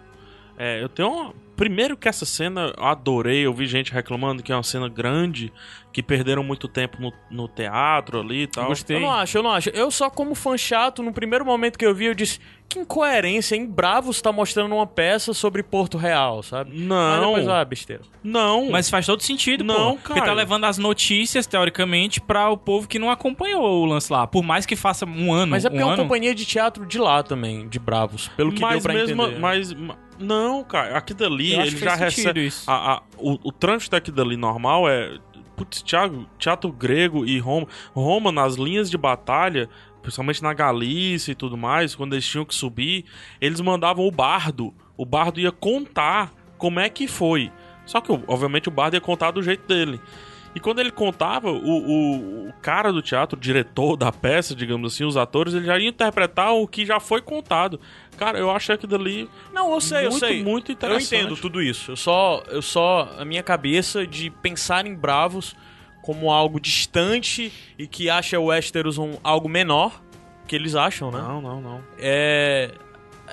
Speaker 4: É, eu tenho uma... Primeiro que essa cena, eu adorei, eu vi gente reclamando que é uma cena grande, que perderam muito tempo no, no teatro ali e tal.
Speaker 2: Gostei.
Speaker 1: Eu não acho, eu não acho. Eu só como fã chato, no primeiro momento que eu vi, eu disse, que incoerência, hein? Bravos tá mostrando uma peça sobre Porto Real, sabe? Mas
Speaker 4: Não,
Speaker 1: depois, ah, besteira.
Speaker 4: não.
Speaker 2: Mas faz todo sentido,
Speaker 4: Hum. Não,
Speaker 2: pô. Porque
Speaker 4: cara.
Speaker 2: tá levando as notícias, teoricamente, pra o povo que não acompanhou o lance lá. Por mais que faça um ano.
Speaker 1: Mas é
Speaker 2: um
Speaker 1: porque é uma
Speaker 2: ano,
Speaker 1: companhia de teatro de lá também, de Bravos, pelo que deu
Speaker 4: mas
Speaker 1: pra
Speaker 4: mesmo,
Speaker 1: entender.
Speaker 4: mas ma- não, cara, aqui dali
Speaker 2: eu acho
Speaker 4: ele
Speaker 2: que
Speaker 4: já
Speaker 2: faz sentido
Speaker 4: recebe
Speaker 2: isso.
Speaker 4: a- a- o, o trânsito daqui dali normal é putz, Thiago, teatro grego e Roma, Roma nas linhas de batalha, principalmente na Galícia e tudo mais, quando eles tinham que subir, eles mandavam o bardo. O bardo ia contar como é que foi. Só que obviamente o bardo ia contar do jeito dele. E quando ele contava, o, o- o cara do teatro, o diretor da peça, digamos assim, os atores, ele já ia interpretar o que já foi contado. Cara, eu achei que dali
Speaker 1: Não, eu sei,
Speaker 4: muito,
Speaker 1: eu sei.
Speaker 4: muito
Speaker 1: Eu
Speaker 4: interessante.
Speaker 1: entendo tudo isso. Eu só, eu só a minha cabeça de pensar em Bravos como algo distante e que acha o Westeros um algo menor que eles acham, né?
Speaker 4: Não, não, não.
Speaker 1: É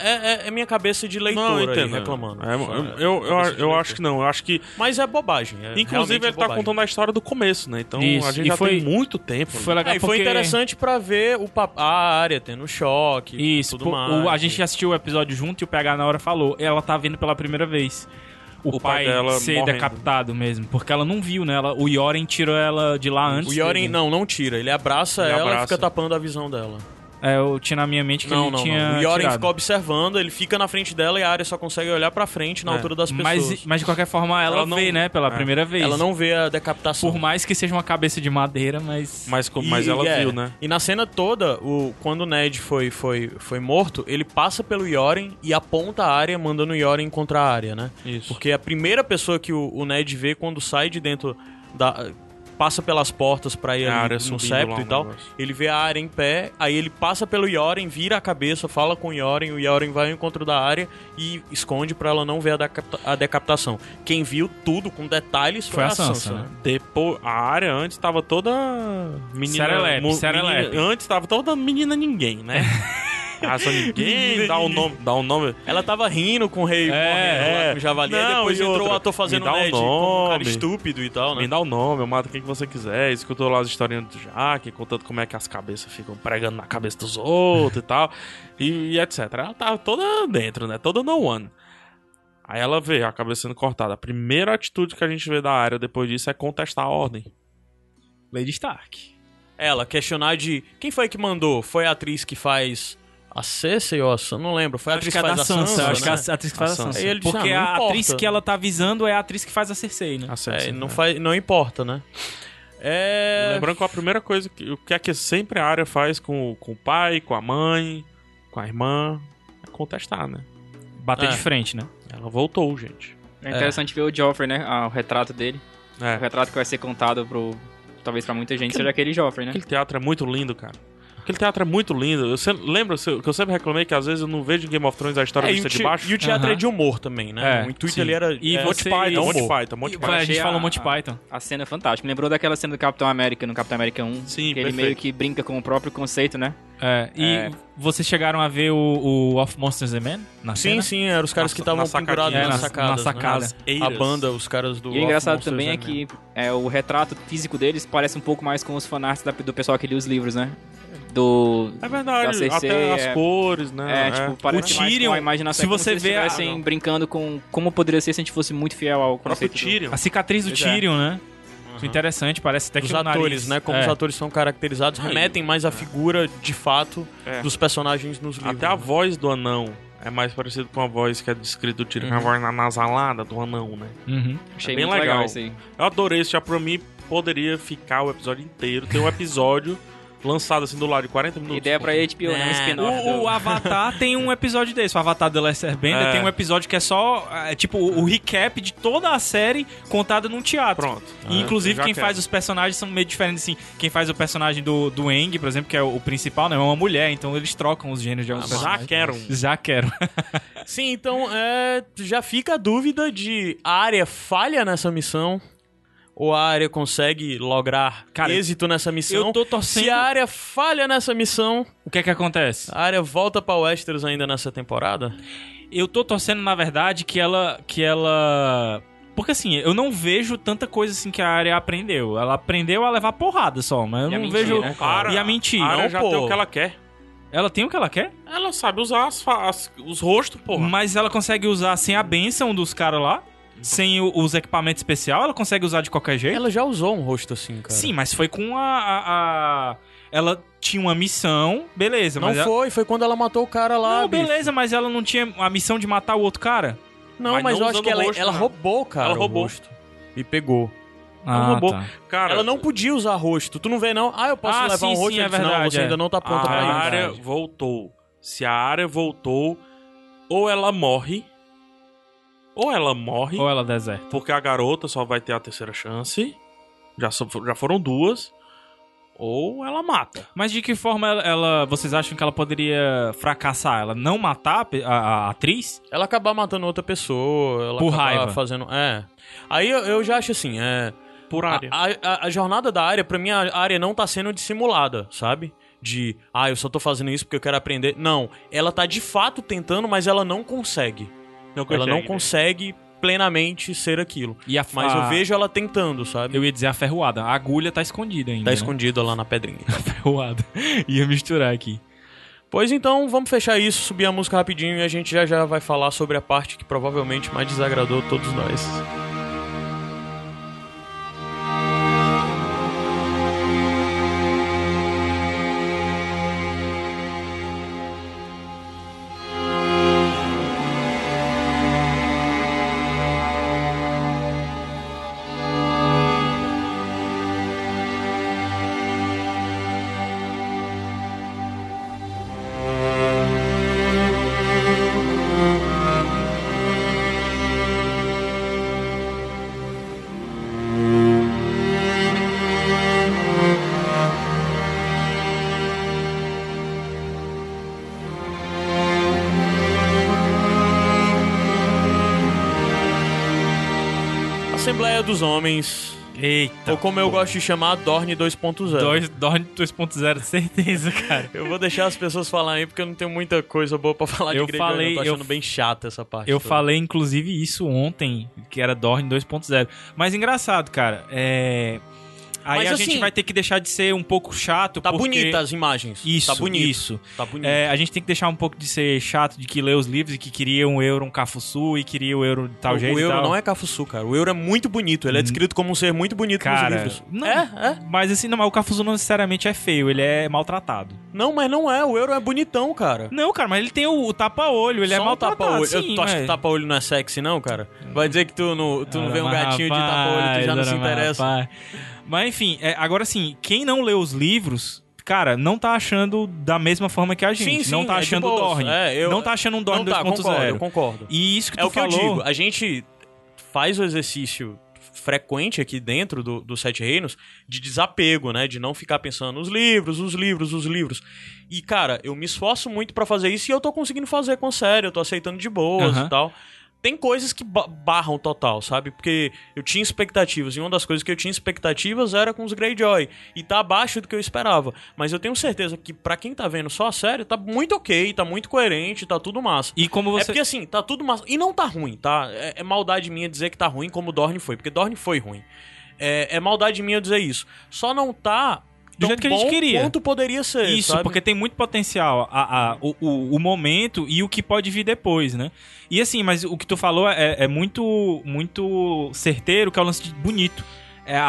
Speaker 1: é, é- é minha cabeça de leitor
Speaker 4: não, eu
Speaker 1: aí
Speaker 4: entendo.
Speaker 1: reclamando.
Speaker 4: É,
Speaker 1: Só-
Speaker 4: eu, eu, eu,
Speaker 1: cabeça de
Speaker 4: eu
Speaker 1: leitor.
Speaker 4: acho que não. Eu acho que.
Speaker 1: Mas é bobagem. é realmente
Speaker 4: inclusive,
Speaker 1: é
Speaker 4: ele tá
Speaker 1: bobagem.
Speaker 4: contando a história do começo, né? Então
Speaker 2: Isso,
Speaker 4: a gente
Speaker 2: e
Speaker 4: já
Speaker 2: foi-
Speaker 4: tem muito tempo.
Speaker 2: Foi
Speaker 1: É,
Speaker 2: legal
Speaker 1: e
Speaker 2: porque...
Speaker 1: foi interessante pra ver o pap- a área tendo choque,
Speaker 2: Isso,
Speaker 1: tudo
Speaker 2: pô,
Speaker 1: mais.
Speaker 2: o- a gente assistiu o episódio junto e o PH na hora falou. Ela tá vendo pela primeira vez. O,
Speaker 4: O
Speaker 2: pai,
Speaker 4: pai dela
Speaker 2: ser
Speaker 4: morrendo.
Speaker 2: decapitado mesmo. Porque ela não viu, né? Ela, o Yoren tirou ela de lá antes.
Speaker 1: O Yoren
Speaker 2: dele.
Speaker 1: não, não tira. Ele abraça
Speaker 4: Ele
Speaker 1: ela e
Speaker 4: abraça.
Speaker 1: fica tapando a visão dela.
Speaker 2: É, eu tinha na minha mente que
Speaker 1: Não,
Speaker 2: ele
Speaker 1: não,
Speaker 2: tinha.
Speaker 1: não. O Yoren
Speaker 2: tirado.
Speaker 1: ficou observando, ele fica na frente dela e a área só consegue olhar pra frente
Speaker 4: É.
Speaker 1: na altura das pessoas.
Speaker 2: Mas, mas de qualquer forma, ela,
Speaker 4: Ela não-
Speaker 2: vê, né? Pela
Speaker 4: é.
Speaker 2: primeira vez.
Speaker 1: Ela não vê a decapitação.
Speaker 2: Por mais que seja uma cabeça de madeira, mas.
Speaker 4: né? Mas, co- mas
Speaker 1: E-
Speaker 4: ela
Speaker 1: e é.
Speaker 4: viu, né?
Speaker 1: E na cena toda, o, quando o Ned foi, foi, foi morto, ele passa pelo Yoren e aponta a área, mandando o Yoren encontrar a área, né?
Speaker 4: Isso.
Speaker 1: Porque a primeira pessoa que o, o Ned vê quando sai de dentro da. passa pelas portas pra ir
Speaker 4: A
Speaker 1: ali
Speaker 4: Arya
Speaker 1: no
Speaker 4: subindo lá
Speaker 1: septo
Speaker 4: o
Speaker 1: e tal.
Speaker 4: negócio.
Speaker 1: Ele vê a área em pé, aí ele passa pelo Yoren, vira a cabeça, fala com o Yoren, o Yoren vai ao encontro da área e esconde pra ela não ver a, decapta- a decapitação. Quem viu tudo com detalhes foi,
Speaker 2: Foi a
Speaker 1: a Sansa,
Speaker 2: Sansa,
Speaker 1: né?
Speaker 2: né?
Speaker 4: Depois, a área antes tava toda menina.
Speaker 2: Serelepe,
Speaker 4: mu-
Speaker 2: serelepe.
Speaker 4: menina- antes tava toda menina ninguém, né? Essa ninguém dá o nome, dá o nome.
Speaker 1: Ela tava rindo com o rei morrendo lá com o javali,
Speaker 4: Não,
Speaker 1: e depois
Speaker 4: e
Speaker 1: entrou
Speaker 4: outra,
Speaker 1: o ator fazendo
Speaker 4: me dá um
Speaker 1: Ned como um cara
Speaker 4: nome.
Speaker 1: estúpido e tal, né?
Speaker 4: Me dá o nome, eu mato quem que você quiser. Escutou lá as historinhas do Jaque, contando como é que as cabeças ficam pregando na cabeça dos outros e tal. E, e etc. Ela tava toda dentro, né? Toda no one. Aí ela vê a cabeça sendo cortada. A primeira atitude que a gente vê da área depois disso é contestar a ordem.
Speaker 2: Lady Stark.
Speaker 1: Ela questionar de quem foi que mandou? Foi a atriz que faz a Cersei ou a Sansa? Não lembro. Foi a
Speaker 2: Acho
Speaker 1: atriz
Speaker 2: que é
Speaker 1: faz
Speaker 2: da
Speaker 1: a Sansa,
Speaker 2: Sansa. Acho que
Speaker 1: né?
Speaker 2: é a atriz que faz a
Speaker 4: A Sansa.
Speaker 2: Sansa.
Speaker 1: Aí ele disse,
Speaker 2: Porque
Speaker 1: ah, não
Speaker 2: a
Speaker 1: importa.
Speaker 2: atriz que ela tá visando é a atriz que faz a Cersei, né?
Speaker 4: A
Speaker 1: É,
Speaker 4: Cersei,
Speaker 1: não,
Speaker 4: né?
Speaker 1: faz, não importa, né? É...
Speaker 4: Lembrando que a primeira coisa que o que é que sempre a área faz com, o- com o pai, com a mãe, com a irmã, é contestar, né?
Speaker 2: Bater
Speaker 1: É.
Speaker 2: de frente, né?
Speaker 4: Ela voltou, gente.
Speaker 3: É interessante ver o Joffrey, né? Ah, o retrato dele. O
Speaker 4: É.
Speaker 3: retrato que vai ser contado pro. Talvez pra muita gente seja aquele Joffrey, né?
Speaker 4: Aquele teatro é muito lindo, cara. Aquele teatro é muito lindo. Eu sempre, lembro se- que eu sempre reclamei que às vezes eu não vejo em Game of Thrones a história
Speaker 1: É, e, o
Speaker 4: vista de
Speaker 1: te-
Speaker 4: baixo.
Speaker 1: e o teatro
Speaker 2: Aham.
Speaker 1: é de humor também, né?
Speaker 2: É,
Speaker 1: o intuito
Speaker 2: sim.
Speaker 1: ali era.
Speaker 2: E
Speaker 1: é,
Speaker 2: você-
Speaker 1: Monty Python,
Speaker 2: e-
Speaker 1: humor.
Speaker 4: Monty Python, Monty
Speaker 3: Eu
Speaker 4: Python.
Speaker 2: a gente
Speaker 3: achei
Speaker 2: falou
Speaker 3: a-
Speaker 2: Monty
Speaker 3: a-
Speaker 2: Python.
Speaker 3: A cena é fantástica. Me lembrou daquela cena do Capitão América, no Capitão América 1. que
Speaker 4: Sim,
Speaker 3: ele
Speaker 4: perfeito.
Speaker 3: meio que brinca com o próprio conceito, né?
Speaker 2: É, e
Speaker 3: É.
Speaker 2: vocês chegaram a ver o, o Of Monsters and Men? Na
Speaker 1: Sim,
Speaker 2: cena?
Speaker 1: sim, eram os caras
Speaker 4: Na-
Speaker 1: que estavam
Speaker 4: na sacadinha.
Speaker 1: pendurados
Speaker 2: É, né? na-
Speaker 1: nas
Speaker 2: na
Speaker 1: sacadas. né?
Speaker 2: sacada.
Speaker 1: As- A banda, os caras do.
Speaker 3: E o engraçado
Speaker 1: Of Monsters né,
Speaker 3: também é
Speaker 1: and Men.
Speaker 3: que é, o retrato físico deles parece um pouco mais com os fanarts da- do pessoal que lia os livros, né? Do. Da
Speaker 4: É verdade,
Speaker 3: CC,
Speaker 4: até
Speaker 3: é-
Speaker 4: as cores, né?
Speaker 3: É, tipo, parece
Speaker 2: O
Speaker 3: mais
Speaker 2: Tyrion,
Speaker 3: com a imaginação.
Speaker 2: se
Speaker 3: É como
Speaker 2: você
Speaker 3: se eles
Speaker 2: vê a-
Speaker 3: estivessem brincando com como poderia ser se a gente fosse muito fiel ao
Speaker 4: o próprio
Speaker 3: conceito. do-
Speaker 4: Tyrion.
Speaker 2: A cicatriz do
Speaker 3: Pois é.
Speaker 2: Tyrion, né? Interessante, parece até que
Speaker 1: Uhum. Os
Speaker 2: o nariz-
Speaker 1: atores, né? Como
Speaker 2: é.
Speaker 1: os atores são caracterizados, remetem mais à figura de fato
Speaker 4: É.
Speaker 1: dos personagens nos livros.
Speaker 4: Até a voz do anão é mais parecido com a voz que é descrita do Tyrion, que é a voz na- nasalada do anão, né?
Speaker 2: Uhum.
Speaker 3: Achei
Speaker 4: É bem
Speaker 3: muito legal.
Speaker 4: legal.
Speaker 3: isso aí.
Speaker 4: Eu adorei esse já pra mim poderia ficar o episódio inteiro. Tem um episódio lançado assim do lado de 40 minutos.
Speaker 3: Ideia pra HBO, né? Um
Speaker 1: É.
Speaker 3: spin-off.
Speaker 2: O, o
Speaker 3: do-
Speaker 2: Avatar tem um episódio desse. O Avatar The Last Airbender
Speaker 4: É.
Speaker 2: tem um episódio que é só, é, tipo, o, o recap de toda a série contada num teatro.
Speaker 4: Pronto.
Speaker 2: E,
Speaker 1: É,
Speaker 2: inclusive,
Speaker 4: Eu já
Speaker 2: quem
Speaker 4: quero.
Speaker 2: faz os personagens são meio diferentes, assim. Quem faz o personagem do, do Eng, por exemplo, que é o, o principal, né? É uma mulher, então eles trocam os
Speaker 1: Ah,
Speaker 2: gêneros de alguns
Speaker 4: Já
Speaker 2: personagens.
Speaker 4: quero. um.
Speaker 2: Já quero.
Speaker 1: Sim, então é, já fica a dúvida de a área falha nessa missão ou a área consegue lograr
Speaker 2: Cara,
Speaker 1: êxito nessa missão.
Speaker 2: Eu tô torcendo.
Speaker 1: Se a área falha nessa missão,
Speaker 2: O que é que acontece?
Speaker 1: a área volta pra Westeros ainda nessa temporada?
Speaker 2: Eu tô torcendo, na verdade, que ela. Que ela. Porque assim, eu não vejo tanta coisa assim que a área aprendeu. Ela aprendeu a levar porrada só, mas eu
Speaker 3: E a
Speaker 2: não
Speaker 3: mentir,
Speaker 2: vejo.
Speaker 3: né,
Speaker 2: Ah,
Speaker 3: cara?
Speaker 2: E a mentir.
Speaker 4: A
Speaker 1: Ah,
Speaker 4: área
Speaker 1: não,
Speaker 4: já
Speaker 1: pô.
Speaker 4: tem o que ela quer.
Speaker 2: Ela tem o que ela quer,
Speaker 4: Ela sabe usar as fa- as- os rostos, porra.
Speaker 1: Hum.
Speaker 2: mas ela consegue usar sem a benção dos caras lá, sem o- os equipamentos especial, ela consegue usar de qualquer jeito.
Speaker 1: Ela já usou um rosto assim, cara.
Speaker 2: Sim, mas foi com a. a- a- Ela tinha uma missão, beleza,
Speaker 1: Não
Speaker 2: mas. ela-
Speaker 1: foi, foi quando ela matou o cara lá.
Speaker 2: Não,
Speaker 1: bicho.
Speaker 2: beleza, mas ela não tinha a missão de matar o outro cara?
Speaker 1: Não, mas,
Speaker 4: Mas não
Speaker 1: eu acho
Speaker 4: usando
Speaker 1: que ela,
Speaker 4: o rosto,
Speaker 1: ela
Speaker 4: né?
Speaker 1: roubou, cara.
Speaker 4: Ela
Speaker 1: o
Speaker 4: roubou.
Speaker 1: rosto. E pegou.
Speaker 4: Ela roubou.
Speaker 2: tá.
Speaker 4: Cara,
Speaker 1: ela não podia usar rosto. Tu não vê, não? Ah, eu posso
Speaker 2: Ah,
Speaker 1: levar
Speaker 2: sim,
Speaker 1: um rosto?
Speaker 2: sim, é
Speaker 1: Ele disse,
Speaker 2: verdade,
Speaker 1: não, você
Speaker 2: é.
Speaker 1: ainda não tá pronta
Speaker 4: a
Speaker 1: pra isso.
Speaker 4: área
Speaker 2: verdade.
Speaker 4: voltou. Se a área voltou, ou ela morre, ou ela morre,
Speaker 2: Ou ela deserta.
Speaker 4: porque a garota só vai ter a terceira chance. Já, so- já foram duas. Ou ela mata.
Speaker 2: Mas de que forma ela, ela- vocês acham que ela poderia fracassar? Ela não matar a pe- a, a atriz?
Speaker 1: Ela acabar matando outra pessoa. Ela
Speaker 2: Por
Speaker 1: acabar
Speaker 2: raiva.
Speaker 1: fazendo. É. Aí eu, eu já acho assim, é.
Speaker 4: Por
Speaker 1: A,
Speaker 4: área.
Speaker 1: a- a- a jornada da área, pra mim, a área não tá sendo dissimulada, sabe? De, ah, eu só tô fazendo isso porque eu quero aprender. Não, ela tá de fato tentando, mas ela não consegue.
Speaker 4: não
Speaker 1: ela não
Speaker 4: consegue.
Speaker 1: consegue plenamente ser aquilo.
Speaker 2: E a
Speaker 1: Mas
Speaker 2: a-
Speaker 1: eu vejo ela tentando, sabe?
Speaker 2: Eu ia dizer a ferroada. A agulha tá escondida ainda.
Speaker 1: Tá
Speaker 2: né?
Speaker 1: escondida lá na pedrinha.
Speaker 2: Ferroada. ia misturar aqui.
Speaker 1: pois então, vamos fechar isso, subir a música rapidinho e a gente já já vai falar sobre a parte que provavelmente mais desagradou todos nós. Assembleia dos Homens,
Speaker 2: Eita.
Speaker 1: ou como eu gosto de chamar, Dorne 2.0.
Speaker 2: Dois- Dorne 2.0, certeza, cara.
Speaker 1: Eu vou deixar as pessoas falarem aí, porque eu não tenho muita coisa boa pra falar
Speaker 2: Eu
Speaker 1: de Greyjoy,
Speaker 2: falei-
Speaker 1: eu tô achando
Speaker 2: eu-
Speaker 1: bem chata essa parte.
Speaker 2: Eu
Speaker 1: toda.
Speaker 2: falei, inclusive, isso ontem, que era Dorne 2.0. Mas engraçado, cara. É... Aí
Speaker 1: Mas
Speaker 2: a
Speaker 1: assim-
Speaker 2: gente vai ter que deixar de ser um pouco chato.
Speaker 1: Tá
Speaker 2: porque...
Speaker 1: bonita as imagens.
Speaker 2: Isso,
Speaker 1: tá bonito.
Speaker 2: isso.
Speaker 1: Tá bonito.
Speaker 2: É, a gente tem que deixar um pouco de ser chato de que lê os livros e que queria um euro um cafuçu e queria o euro de tal
Speaker 1: o,
Speaker 2: jeito.
Speaker 1: o
Speaker 2: e
Speaker 1: euro
Speaker 2: tal. Hum.
Speaker 1: não é Cafuçu, cara. O euro é muito bonito. Ele é descrito como um ser muito bonito
Speaker 2: cara.
Speaker 1: nos livros.
Speaker 2: Não,
Speaker 1: É, é.
Speaker 2: Mas assim, não, mas o cafuçu não necessariamente é feio, ele é maltratado.
Speaker 1: Não, mas não é. O euro é bonitão, cara.
Speaker 2: Não, cara, mas ele tem o, o tapa-olho, ele é
Speaker 1: Só um
Speaker 2: maltratado.
Speaker 1: tapa-olho.
Speaker 2: sim,
Speaker 1: eu tu acha
Speaker 2: mas-
Speaker 1: que tapa-olho não é sexy, não, cara? Vai dizer que tu não, tu não
Speaker 2: Ora,
Speaker 1: vê um
Speaker 2: mas
Speaker 1: gatinho de
Speaker 2: rapaz,
Speaker 1: tapa-olho, tu já não se
Speaker 2: ora, mas
Speaker 1: interessa.
Speaker 2: rapaz. Mas enfim, é, agora sim, quem não lê os livros, cara, não tá achando da mesma forma que a gente.
Speaker 1: Sim, sim,
Speaker 2: não tá
Speaker 1: é de
Speaker 2: achando o
Speaker 1: boas.
Speaker 2: Dorne.
Speaker 1: É, eu-
Speaker 2: Não tá achando um Dorne
Speaker 1: não tá,
Speaker 2: 2.0.
Speaker 1: concordo, eu concordo.
Speaker 2: E isso que
Speaker 1: É
Speaker 2: tu
Speaker 1: o que eu
Speaker 2: falou-
Speaker 1: digo. A gente faz o exercício frequente aqui dentro do, do Sete Reinos de desapego, né? De não ficar pensando nos livros, os livros, os livros. E, cara, eu me esforço muito pra fazer isso e eu tô conseguindo fazer com sério, eu tô aceitando de boas
Speaker 2: Aham.
Speaker 1: e tal. Tem coisas que ba- barram total, sabe? Porque eu tinha expectativas, e uma das coisas que eu tinha expectativas era com os Greyjoy, e tá abaixo do que eu esperava. Mas eu tenho certeza que pra quem tá vendo só a série, tá muito ok, tá muito coerente, tá tudo massa.
Speaker 2: E como
Speaker 1: É
Speaker 2: você.
Speaker 1: porque assim, tá tudo massa. E não tá ruim, tá? É, é maldade minha dizer que tá ruim como Dorne foi, porque Dorne foi ruim. É, é maldade minha dizer isso. Só não tá tão
Speaker 2: Do jeito que a gente
Speaker 1: bom
Speaker 2: queria.
Speaker 1: quanto poderia ser,
Speaker 2: Isso,
Speaker 1: sabe?
Speaker 2: porque tem muito potencial a, a- o, o- o momento e o que pode vir depois, né? E assim, mas o que tu falou é, é muito muito certeiro, que é o lance de bonito. É a,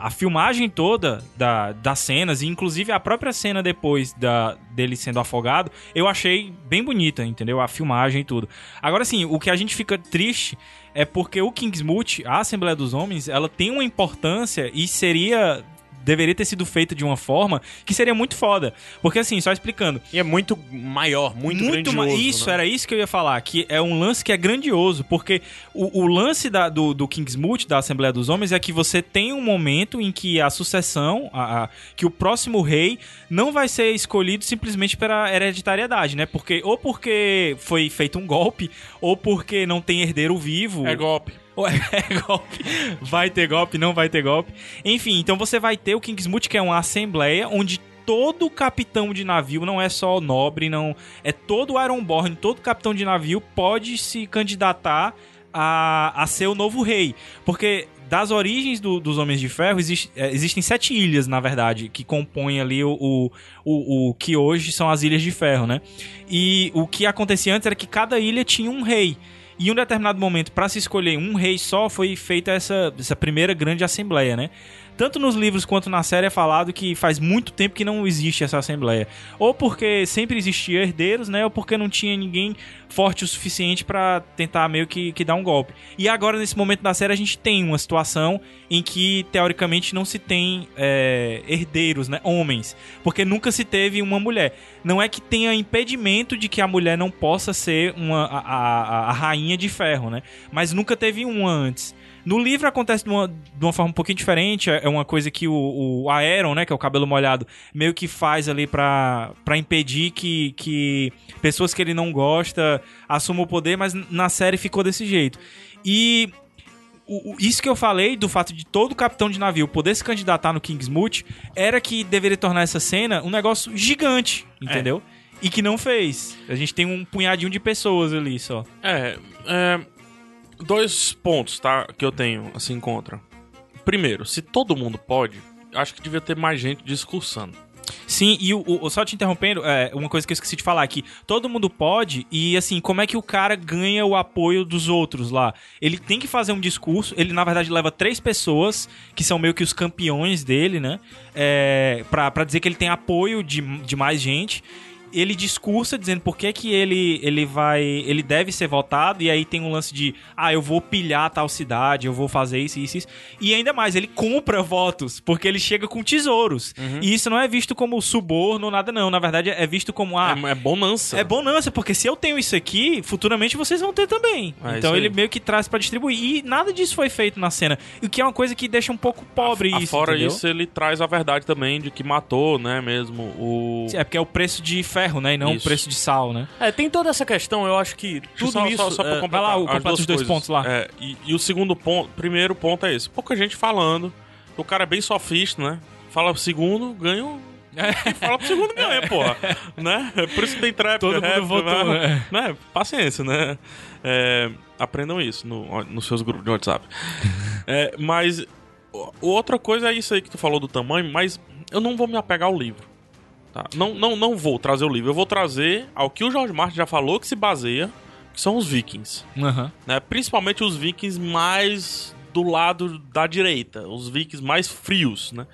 Speaker 2: a, a filmagem toda da, das cenas, e inclusive a própria cena depois da, dele sendo afogado, eu achei bem bonita, entendeu? A filmagem e tudo. Agora sim, o que a gente fica triste é porque o Kingsmouth, a Assembleia dos Homens, ela tem uma importância e seria deveria ter sido feita de uma forma que seria muito foda. Porque assim, só explicando,
Speaker 1: E é muito maior, muito,
Speaker 2: ma-
Speaker 1: grandioso.
Speaker 2: Isso,
Speaker 1: né?
Speaker 2: era isso que eu ia falar, que é um lance que é grandioso, porque o, o lance da, do, do Kingsmouth, da Assembleia dos Homens, é que você tem um momento em que a sucessão, a- a- que o próximo rei não vai ser escolhido simplesmente pela hereditariedade, né? Porque, ou porque foi feito um golpe, ou porque não tem herdeiro vivo.
Speaker 4: É golpe.
Speaker 2: Ou é, é golpe? Vai ter golpe, não vai ter golpe. Enfim, então você vai ter o Kingsmut, que é uma assembleia onde todo capitão de navio, não é só o nobre, não. É todo o Ironborn, todo capitão de navio pode se candidatar a, a ser o novo rei. Porque das origens do- dos Homens de Ferro, existe- é, existem sete ilhas, na verdade, que compõem ali o, o, o- o que hoje são as Ilhas de Ferro, né? E o que acontecia antes era que cada ilha tinha um rei. E em um determinado momento, para se escolher um rei só, foi feita essa, essa primeira grande assembleia, né? Tanto nos livros quanto na série é falado que faz muito tempo que não existe essa assembleia. Ou porque sempre existia herdeiros, né? Ou porque não tinha ninguém forte o suficiente pra tentar meio que, que dar um golpe. E agora, nesse momento da série, a gente tem uma situação em que, teoricamente, não se tem é, herdeiros, né? Homens. Porque nunca se teve uma mulher. Não é que tenha impedimento de que a mulher não possa ser uma, a, a- a rainha de ferro, né? Mas nunca teve uma antes. No livro acontece de uma, de uma forma um pouquinho diferente, é é uma coisa que o, o Aeron, né, que é o cabelo molhado, meio que faz ali pra pra impedir que, que pessoas que ele não gosta assumam o poder, mas na série ficou desse jeito. E o- o- isso que eu falei do fato de todo capitão de navio poder se candidatar no Kingsmut era que deveria tornar essa cena um negócio gigante, entendeu? E que não fez. A gente tem um punhadinho de pessoas ali só.
Speaker 4: É, é, Dois pontos, tá? Que eu tenho, assim, contra. Primeiro, se todo mundo pode, acho que devia ter mais gente discursando.
Speaker 2: Sim, e o, o- só te interrompendo, é, uma coisa que eu esqueci de falar aqui. Todo mundo pode, e assim, como é que o cara ganha o apoio dos outros lá? Ele tem que fazer um discurso, ele na verdade leva três pessoas, que são meio que os campeões dele, né? É, pra, pra dizer que ele tem apoio de, de mais gente. Ele discursa dizendo por que, que ele, ele vai. ele deve ser votado, e aí tem um lance de ah, eu vou pilhar tal cidade, eu vou fazer isso, isso, isso. E ainda mais, ele compra votos, porque ele chega com tesouros.
Speaker 4: Uhum.
Speaker 2: E isso não é visto como suborno, nada não. Na verdade, é visto como, ah,
Speaker 4: é, é bonança.
Speaker 2: é bonança, porque se eu tenho isso aqui, futuramente vocês vão ter também.
Speaker 4: É, isso
Speaker 2: então
Speaker 4: aí.
Speaker 2: ele meio que traz pra distribuir. E nada disso foi feito na cena. O que é uma coisa que deixa um pouco pobre isso.
Speaker 4: Fora
Speaker 2: entendeu?
Speaker 4: isso, ele traz a verdade também de que matou, né, mesmo, o...
Speaker 2: É porque é o preço de ferro, né? E não o
Speaker 4: Isso.
Speaker 2: preço de sal, né?
Speaker 1: É, tem toda essa questão, eu acho que tudo
Speaker 4: Só- só-
Speaker 1: isso.
Speaker 4: Só, pra
Speaker 1: é,
Speaker 4: completar
Speaker 2: vai lá, o
Speaker 4: as
Speaker 2: completa
Speaker 4: duas
Speaker 2: os dois
Speaker 4: coisas.
Speaker 2: pontos lá.
Speaker 4: É, e, e o segundo ponto, primeiro ponto é esse. Pouca gente falando. O cara é bem sofista, né? Fala pro segundo, ganha um. E fala pro segundo, ganha, porra. né? É Por isso que tem trap.
Speaker 2: Todo
Speaker 4: rap,
Speaker 2: mundo votou,
Speaker 4: Né? Né? Paciência, né? É, aprendam isso no- nos seus grupos de WhatsApp. É, mas o- outra coisa é isso aí que tu falou do tamanho, mas eu não vou me apegar ao livro. tá? Não, não, não vou trazer o livro. Eu vou trazer ao que o George Martin já falou que se baseia, que são os vikings.
Speaker 2: Aham.
Speaker 4: né? Principalmente os vikings mais do lado da direita, os vikings mais frios, né?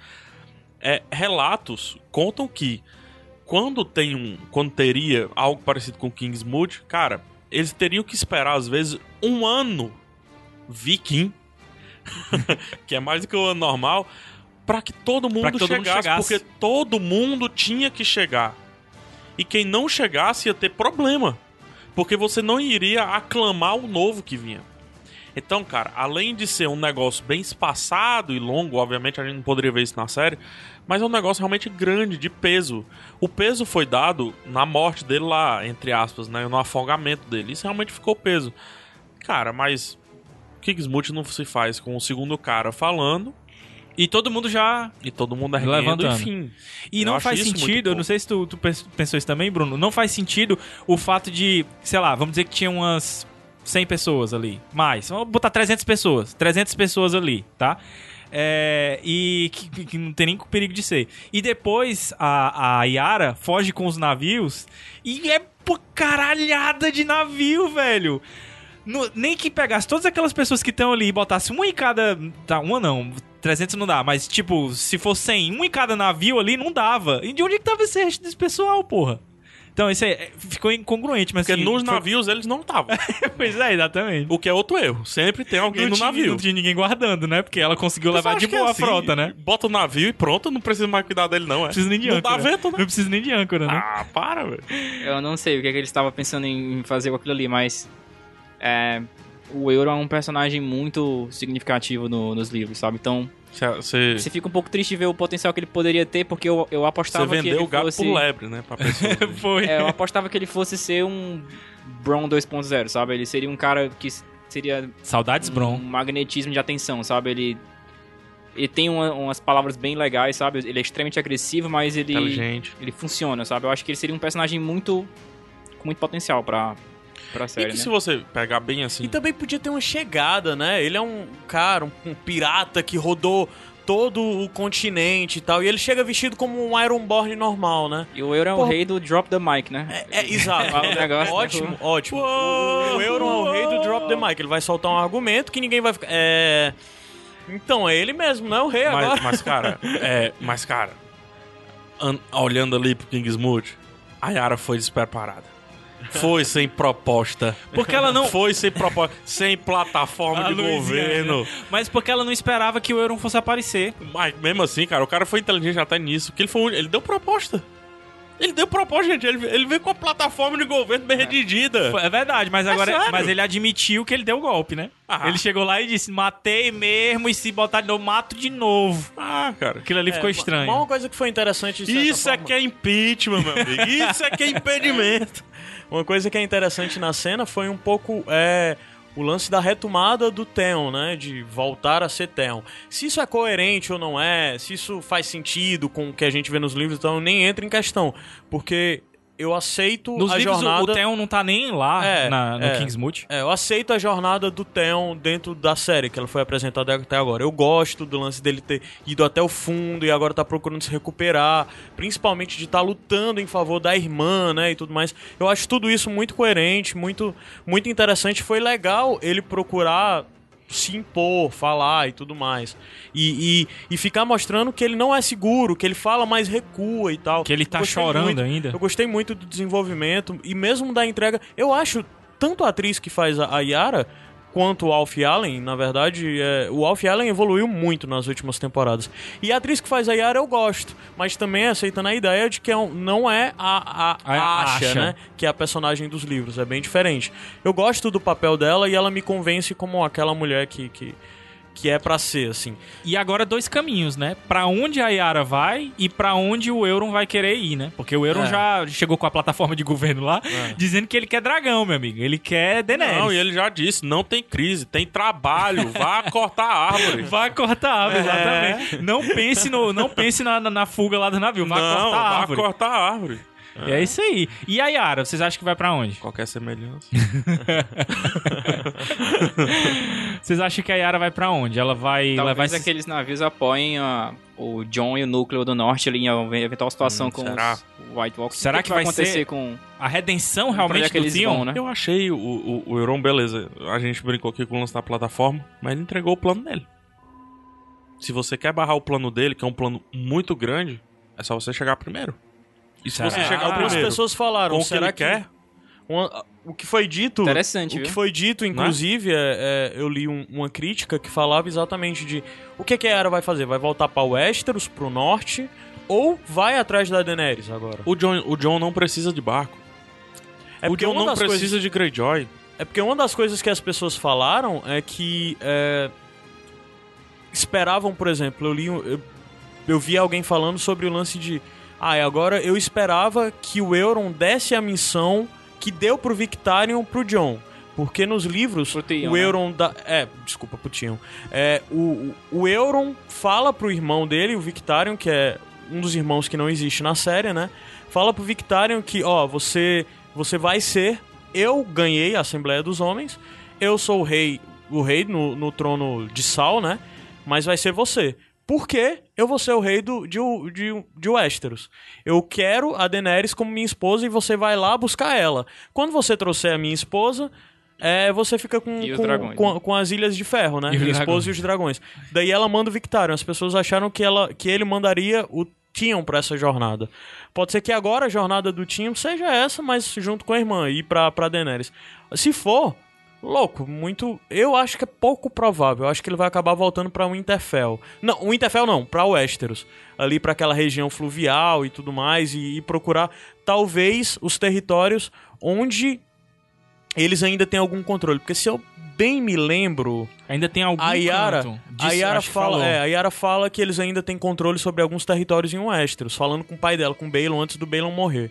Speaker 4: É, relatos contam que quando tem um, quando teria algo parecido com Kingsmood, cara, eles teriam que esperar às vezes um ano viking, que é mais do que o ano normal, pra que todo mundo
Speaker 2: que todo mundo
Speaker 4: chegasse,
Speaker 2: chegasse.
Speaker 4: porque todo mundo tinha que chegar. E quem não chegasse ia ter problema, porque você não iria aclamar o novo que vinha. Então, cara, além de ser um negócio bem espaçado e longo, obviamente a gente não poderia ver isso na série, mas é um negócio realmente grande, de peso. O peso foi dado na morte dele lá, entre aspas, né? No afogamento dele. Isso realmente ficou peso. Cara, mas Kingsmut não se faz com o segundo cara falando
Speaker 2: E todo mundo já
Speaker 4: e todo mundo erguendo,
Speaker 2: Levantando.
Speaker 4: enfim.
Speaker 2: E
Speaker 4: Eu
Speaker 2: não
Speaker 4: acho
Speaker 2: faz
Speaker 4: isso muito
Speaker 2: sentido, eu não
Speaker 4: pouco.
Speaker 2: sei se tu, tu pens- pensou isso também, Bruno, não faz sentido o fato de, sei lá, vamos dizer que tinha umas 100 pessoas ali, mais, vamos botar 300 pessoas, 300 pessoas ali, tá? É, e que, que- que não tem nem perigo de ser. E depois a, a Yara foge com os navios e é por caralhada de navio, velho. No- nem que pegasse todas aquelas pessoas que estão ali e botasse uma em cada. Tá, uma não. 300 não dá, mas tipo, se for 100, um em cada navio ali, não dava. E de onde é que tava esse resto desse pessoal, porra? Então, isso aí é, ficou incongruente, mas
Speaker 4: Porque
Speaker 2: assim,
Speaker 4: nos
Speaker 2: foi-
Speaker 4: navios eles não estavam.
Speaker 2: Pois é, exatamente.
Speaker 4: o que é outro erro. Sempre tem alguém
Speaker 2: Não
Speaker 4: no
Speaker 2: tinha-
Speaker 4: navio.
Speaker 2: Não tinha ninguém guardando, né? Porque ela conseguiu
Speaker 4: Eu
Speaker 2: levar
Speaker 4: acho
Speaker 2: de
Speaker 4: que é
Speaker 2: boa
Speaker 4: assim,
Speaker 2: a frota, né? Não
Speaker 4: Bota o navio e pronto, não precisa mais cuidar dele, não, é.
Speaker 2: precisa nem de
Speaker 4: não
Speaker 2: âncora.
Speaker 4: dá vento, né?
Speaker 2: Não precisa nem de âncora, né?
Speaker 4: Ah, para, velho.
Speaker 3: Eu não sei o que, é que ele estava pensando em fazer com aquilo ali, mas. é, o Euro é um personagem muito significativo no- nos livros, sabe? Então,
Speaker 4: Você
Speaker 3: você fica um pouco triste de ver o potencial que ele poderia ter, porque eu, eu apostava que ele
Speaker 4: vendeu o gato
Speaker 3: fosse.
Speaker 4: por lebre, né? Pra pessoa.
Speaker 2: Foi.
Speaker 3: É, eu apostava que ele fosse ser um Brown 2.0, sabe? Ele seria um cara que s- seria
Speaker 2: Saudades, Bron.
Speaker 3: um magnetismo de atenção, sabe? Ele. Ele tem uma- umas palavras bem legais, sabe? Ele é extremamente agressivo, mas ele.
Speaker 4: Inteligente.
Speaker 3: Ele funciona, sabe? Eu acho que ele seria um personagem muito. com muito potencial pra, pra
Speaker 4: E
Speaker 3: série,
Speaker 4: que
Speaker 3: né?
Speaker 4: se você pegar bem assim.
Speaker 1: E também podia ter uma chegada, né? Ele é um cara, um, um pirata que rodou todo o continente e tal. E ele chega vestido como um Ironborn normal, né?
Speaker 3: E o Euro é o
Speaker 1: Porra.
Speaker 3: rei do drop the mic, né?
Speaker 1: É, é, exato.
Speaker 3: Fala um negócio,
Speaker 1: ótimo,
Speaker 3: né?
Speaker 1: ótimo. O- o Euron é o rei do Drop the Mic. Ele vai soltar um argumento que ninguém vai ficar. É. Então, é ele mesmo, não é o rei
Speaker 4: Mas,
Speaker 1: agora.
Speaker 4: mas, cara, é, mas, cara, an- olhando ali pro Kingsmood, a Yara foi despreparada. Foi sem proposta. Porque ela não. Foi sem proposta. Sem plataforma
Speaker 2: A
Speaker 4: de
Speaker 2: Louisiana.
Speaker 4: governo.
Speaker 2: né? Mas porque ela não esperava que o Euron fosse aparecer.
Speaker 4: Mas mesmo assim, cara, o cara foi inteligente até nisso. Porque ele foi. o único- Ele deu proposta. Ele deu proposta, gente. Ele, ele veio com a plataforma de governo bem redigida.
Speaker 2: É verdade, mas agora.
Speaker 4: sério?
Speaker 2: mas ele admitiu que ele deu o golpe, né?
Speaker 4: Ah.
Speaker 2: Ele chegou lá e disse: matei mesmo, e se botar de novo, mato de novo.
Speaker 4: Ah, cara.
Speaker 2: Aquilo ali ficou
Speaker 1: É,
Speaker 2: estranho.
Speaker 1: Uma, uma coisa que foi interessante. de certa
Speaker 4: Isso é
Speaker 1: forma-
Speaker 4: que é impeachment, meu amigo. Isso é que é impedimento.
Speaker 1: Uma coisa que é interessante na cena foi um pouco é, o lance da retomada do Theon, né? De voltar a ser Theon. Se isso é coerente ou não é, se isso faz sentido com o que a gente vê nos livros, então nem entra em questão. Porque eu aceito
Speaker 2: Nos
Speaker 1: a
Speaker 2: livros, o-
Speaker 1: jornada.
Speaker 2: o Theon não tá nem lá
Speaker 1: É,
Speaker 2: na- no
Speaker 1: é.
Speaker 2: Kingsmoot.
Speaker 1: É, eu aceito a jornada do Theon dentro da série que ela foi apresentada até agora. Eu gosto do lance dele ter ido até o fundo e agora tá procurando se recuperar, principalmente de estar lutando em favor da irmã, né, e tudo mais. Eu acho tudo isso muito coerente, muito muito interessante. Foi legal ele procurar se impor, falar e tudo mais. E, e, e ficar mostrando que ele não é seguro, que ele fala, mas recua e tal.
Speaker 2: Que ele tá
Speaker 1: Gostei
Speaker 2: chorando
Speaker 1: muito.
Speaker 2: ainda.
Speaker 1: Eu gostei muito do desenvolvimento e mesmo da entrega. Eu acho tanto a atriz que faz a a Yara quanto o Alf Allen, na verdade, é, o Alf Allen evoluiu muito nas últimas temporadas. E a atriz que faz a Yara eu gosto, mas também aceitando a ideia de que é um- não é a, a,
Speaker 2: A-
Speaker 1: a
Speaker 2: a
Speaker 1: Asha,
Speaker 2: Asha.
Speaker 1: né? Que é a personagem dos livros, é bem diferente. Eu gosto do papel dela e ela me convence como aquela mulher que, que, que é pra ser, assim.
Speaker 2: E agora dois caminhos, né? Pra onde a Yara vai e pra onde o Euron vai querer ir, né? Porque o Euron
Speaker 1: É.
Speaker 2: já chegou com a plataforma de governo lá, dizendo que ele quer dragão, meu amigo. Ele quer Daenerys.
Speaker 4: É. Não, e ele já disse: não tem crise, tem trabalho. Vá cortar a árvore.
Speaker 2: Vai cortar a
Speaker 1: É.
Speaker 2: árvore, exatamente. Não pense, no, não pense na, na, na fuga lá do navio. Vai
Speaker 4: não,
Speaker 2: cortar a
Speaker 4: vá
Speaker 2: árvore.
Speaker 4: cortar a árvore.
Speaker 2: É isso aí. E a Yara, vocês acham que vai pra onde?
Speaker 4: Qualquer semelhança.
Speaker 1: né?
Speaker 2: Vocês acham que a Yara vai pra onde? Ela vai. Ela É, vai
Speaker 3: Talvez
Speaker 2: se-
Speaker 3: aqueles navios apoiem a- o John e o núcleo do norte ali em uma eventual situação com
Speaker 4: será?
Speaker 3: os White Walkers.
Speaker 2: Será
Speaker 3: O que,
Speaker 2: que
Speaker 3: vai
Speaker 2: vai
Speaker 3: acontecer
Speaker 2: ser-
Speaker 3: com
Speaker 2: A redenção
Speaker 3: onde é
Speaker 2: realmente
Speaker 3: que
Speaker 2: do
Speaker 3: eles
Speaker 2: Theon?
Speaker 3: vão, né?
Speaker 4: Eu achei o, o, o Euron, beleza. A gente brincou aqui com o lance da plataforma, mas ele entregou o plano dele. Se você quer barrar o plano dele, que é um plano muito grande, é só você chegar primeiro. E se
Speaker 2: Será?
Speaker 4: você
Speaker 2: É,
Speaker 4: chegar
Speaker 2: o
Speaker 1: Algumas
Speaker 4: primeiro
Speaker 1: ah, pessoas falaram,
Speaker 4: com o que
Speaker 1: será
Speaker 4: ele quer,
Speaker 1: Uma- o que foi dito. O
Speaker 3: Interessante,
Speaker 1: que
Speaker 3: viu? Né?
Speaker 1: foi dito, inclusive, é- é, eu li um- uma crítica que falava exatamente de o que, que a Era vai fazer? Vai voltar pra Westeros, pro norte, ou vai atrás da Daenerys agora?
Speaker 4: o John, o John não precisa de barco.
Speaker 1: É
Speaker 4: o
Speaker 1: porque
Speaker 4: John
Speaker 1: uma
Speaker 4: não
Speaker 1: das
Speaker 4: precisa
Speaker 1: coisas-
Speaker 4: de Greyjoy.
Speaker 1: É porque uma das coisas que as pessoas falaram é que é, esperavam, por exemplo, eu li um- eu, eu vi alguém falando sobre o lance de ah, e agora eu esperava que o Euron desse a missão que deu pro Victarion pro John. Porque nos livros,
Speaker 3: Pro Theon,
Speaker 1: o
Speaker 3: né?
Speaker 1: Euron dá. É, desculpa, Putinho. É, o, o o Euron fala pro irmão dele, o Victarion, que é um dos irmãos que não existe na série, né? Fala pro Victarion que, ó, você, você vai ser. Eu ganhei a Assembleia dos Homens. Eu sou o rei, o rei no, no trono de Sal, né? Mas vai ser você. Porque eu vou ser o rei do, de, o- de, de Westeros. Eu quero a Daenerys como minha esposa e você vai lá buscar ela. Quando você trouxer a minha esposa, é, você fica com,
Speaker 3: E os
Speaker 1: com,
Speaker 3: dragões,
Speaker 1: com, com as Ilhas de Ferro, né?
Speaker 2: E os
Speaker 1: minha
Speaker 2: dragões.
Speaker 1: esposa e os dragões. Daí ela manda o Victarion. As pessoas acharam que, ela, que ele mandaria o Tion pra essa jornada. Pode ser que agora a jornada do Tion seja essa, mas junto com a irmã, ir pra, pra Daenerys. Se for, Louco, muito. Eu acho que é pouco provável. Eu acho que ele vai acabar voltando pra Winterfell. Não, Winterfell não, pra Westeros. Ali pra aquela região fluvial e tudo mais. E, e procurar, talvez, os territórios onde eles ainda têm algum controle. Porque se eu bem me lembro.
Speaker 2: Ainda tem algum
Speaker 1: A Yara,
Speaker 2: canto disso,
Speaker 1: a Yara
Speaker 2: acho que
Speaker 1: fala,
Speaker 2: falou.
Speaker 1: é, a Yara fala que eles ainda têm controle sobre alguns territórios em Westeros, falando com o pai dela, com o Balon, antes do Balon morrer.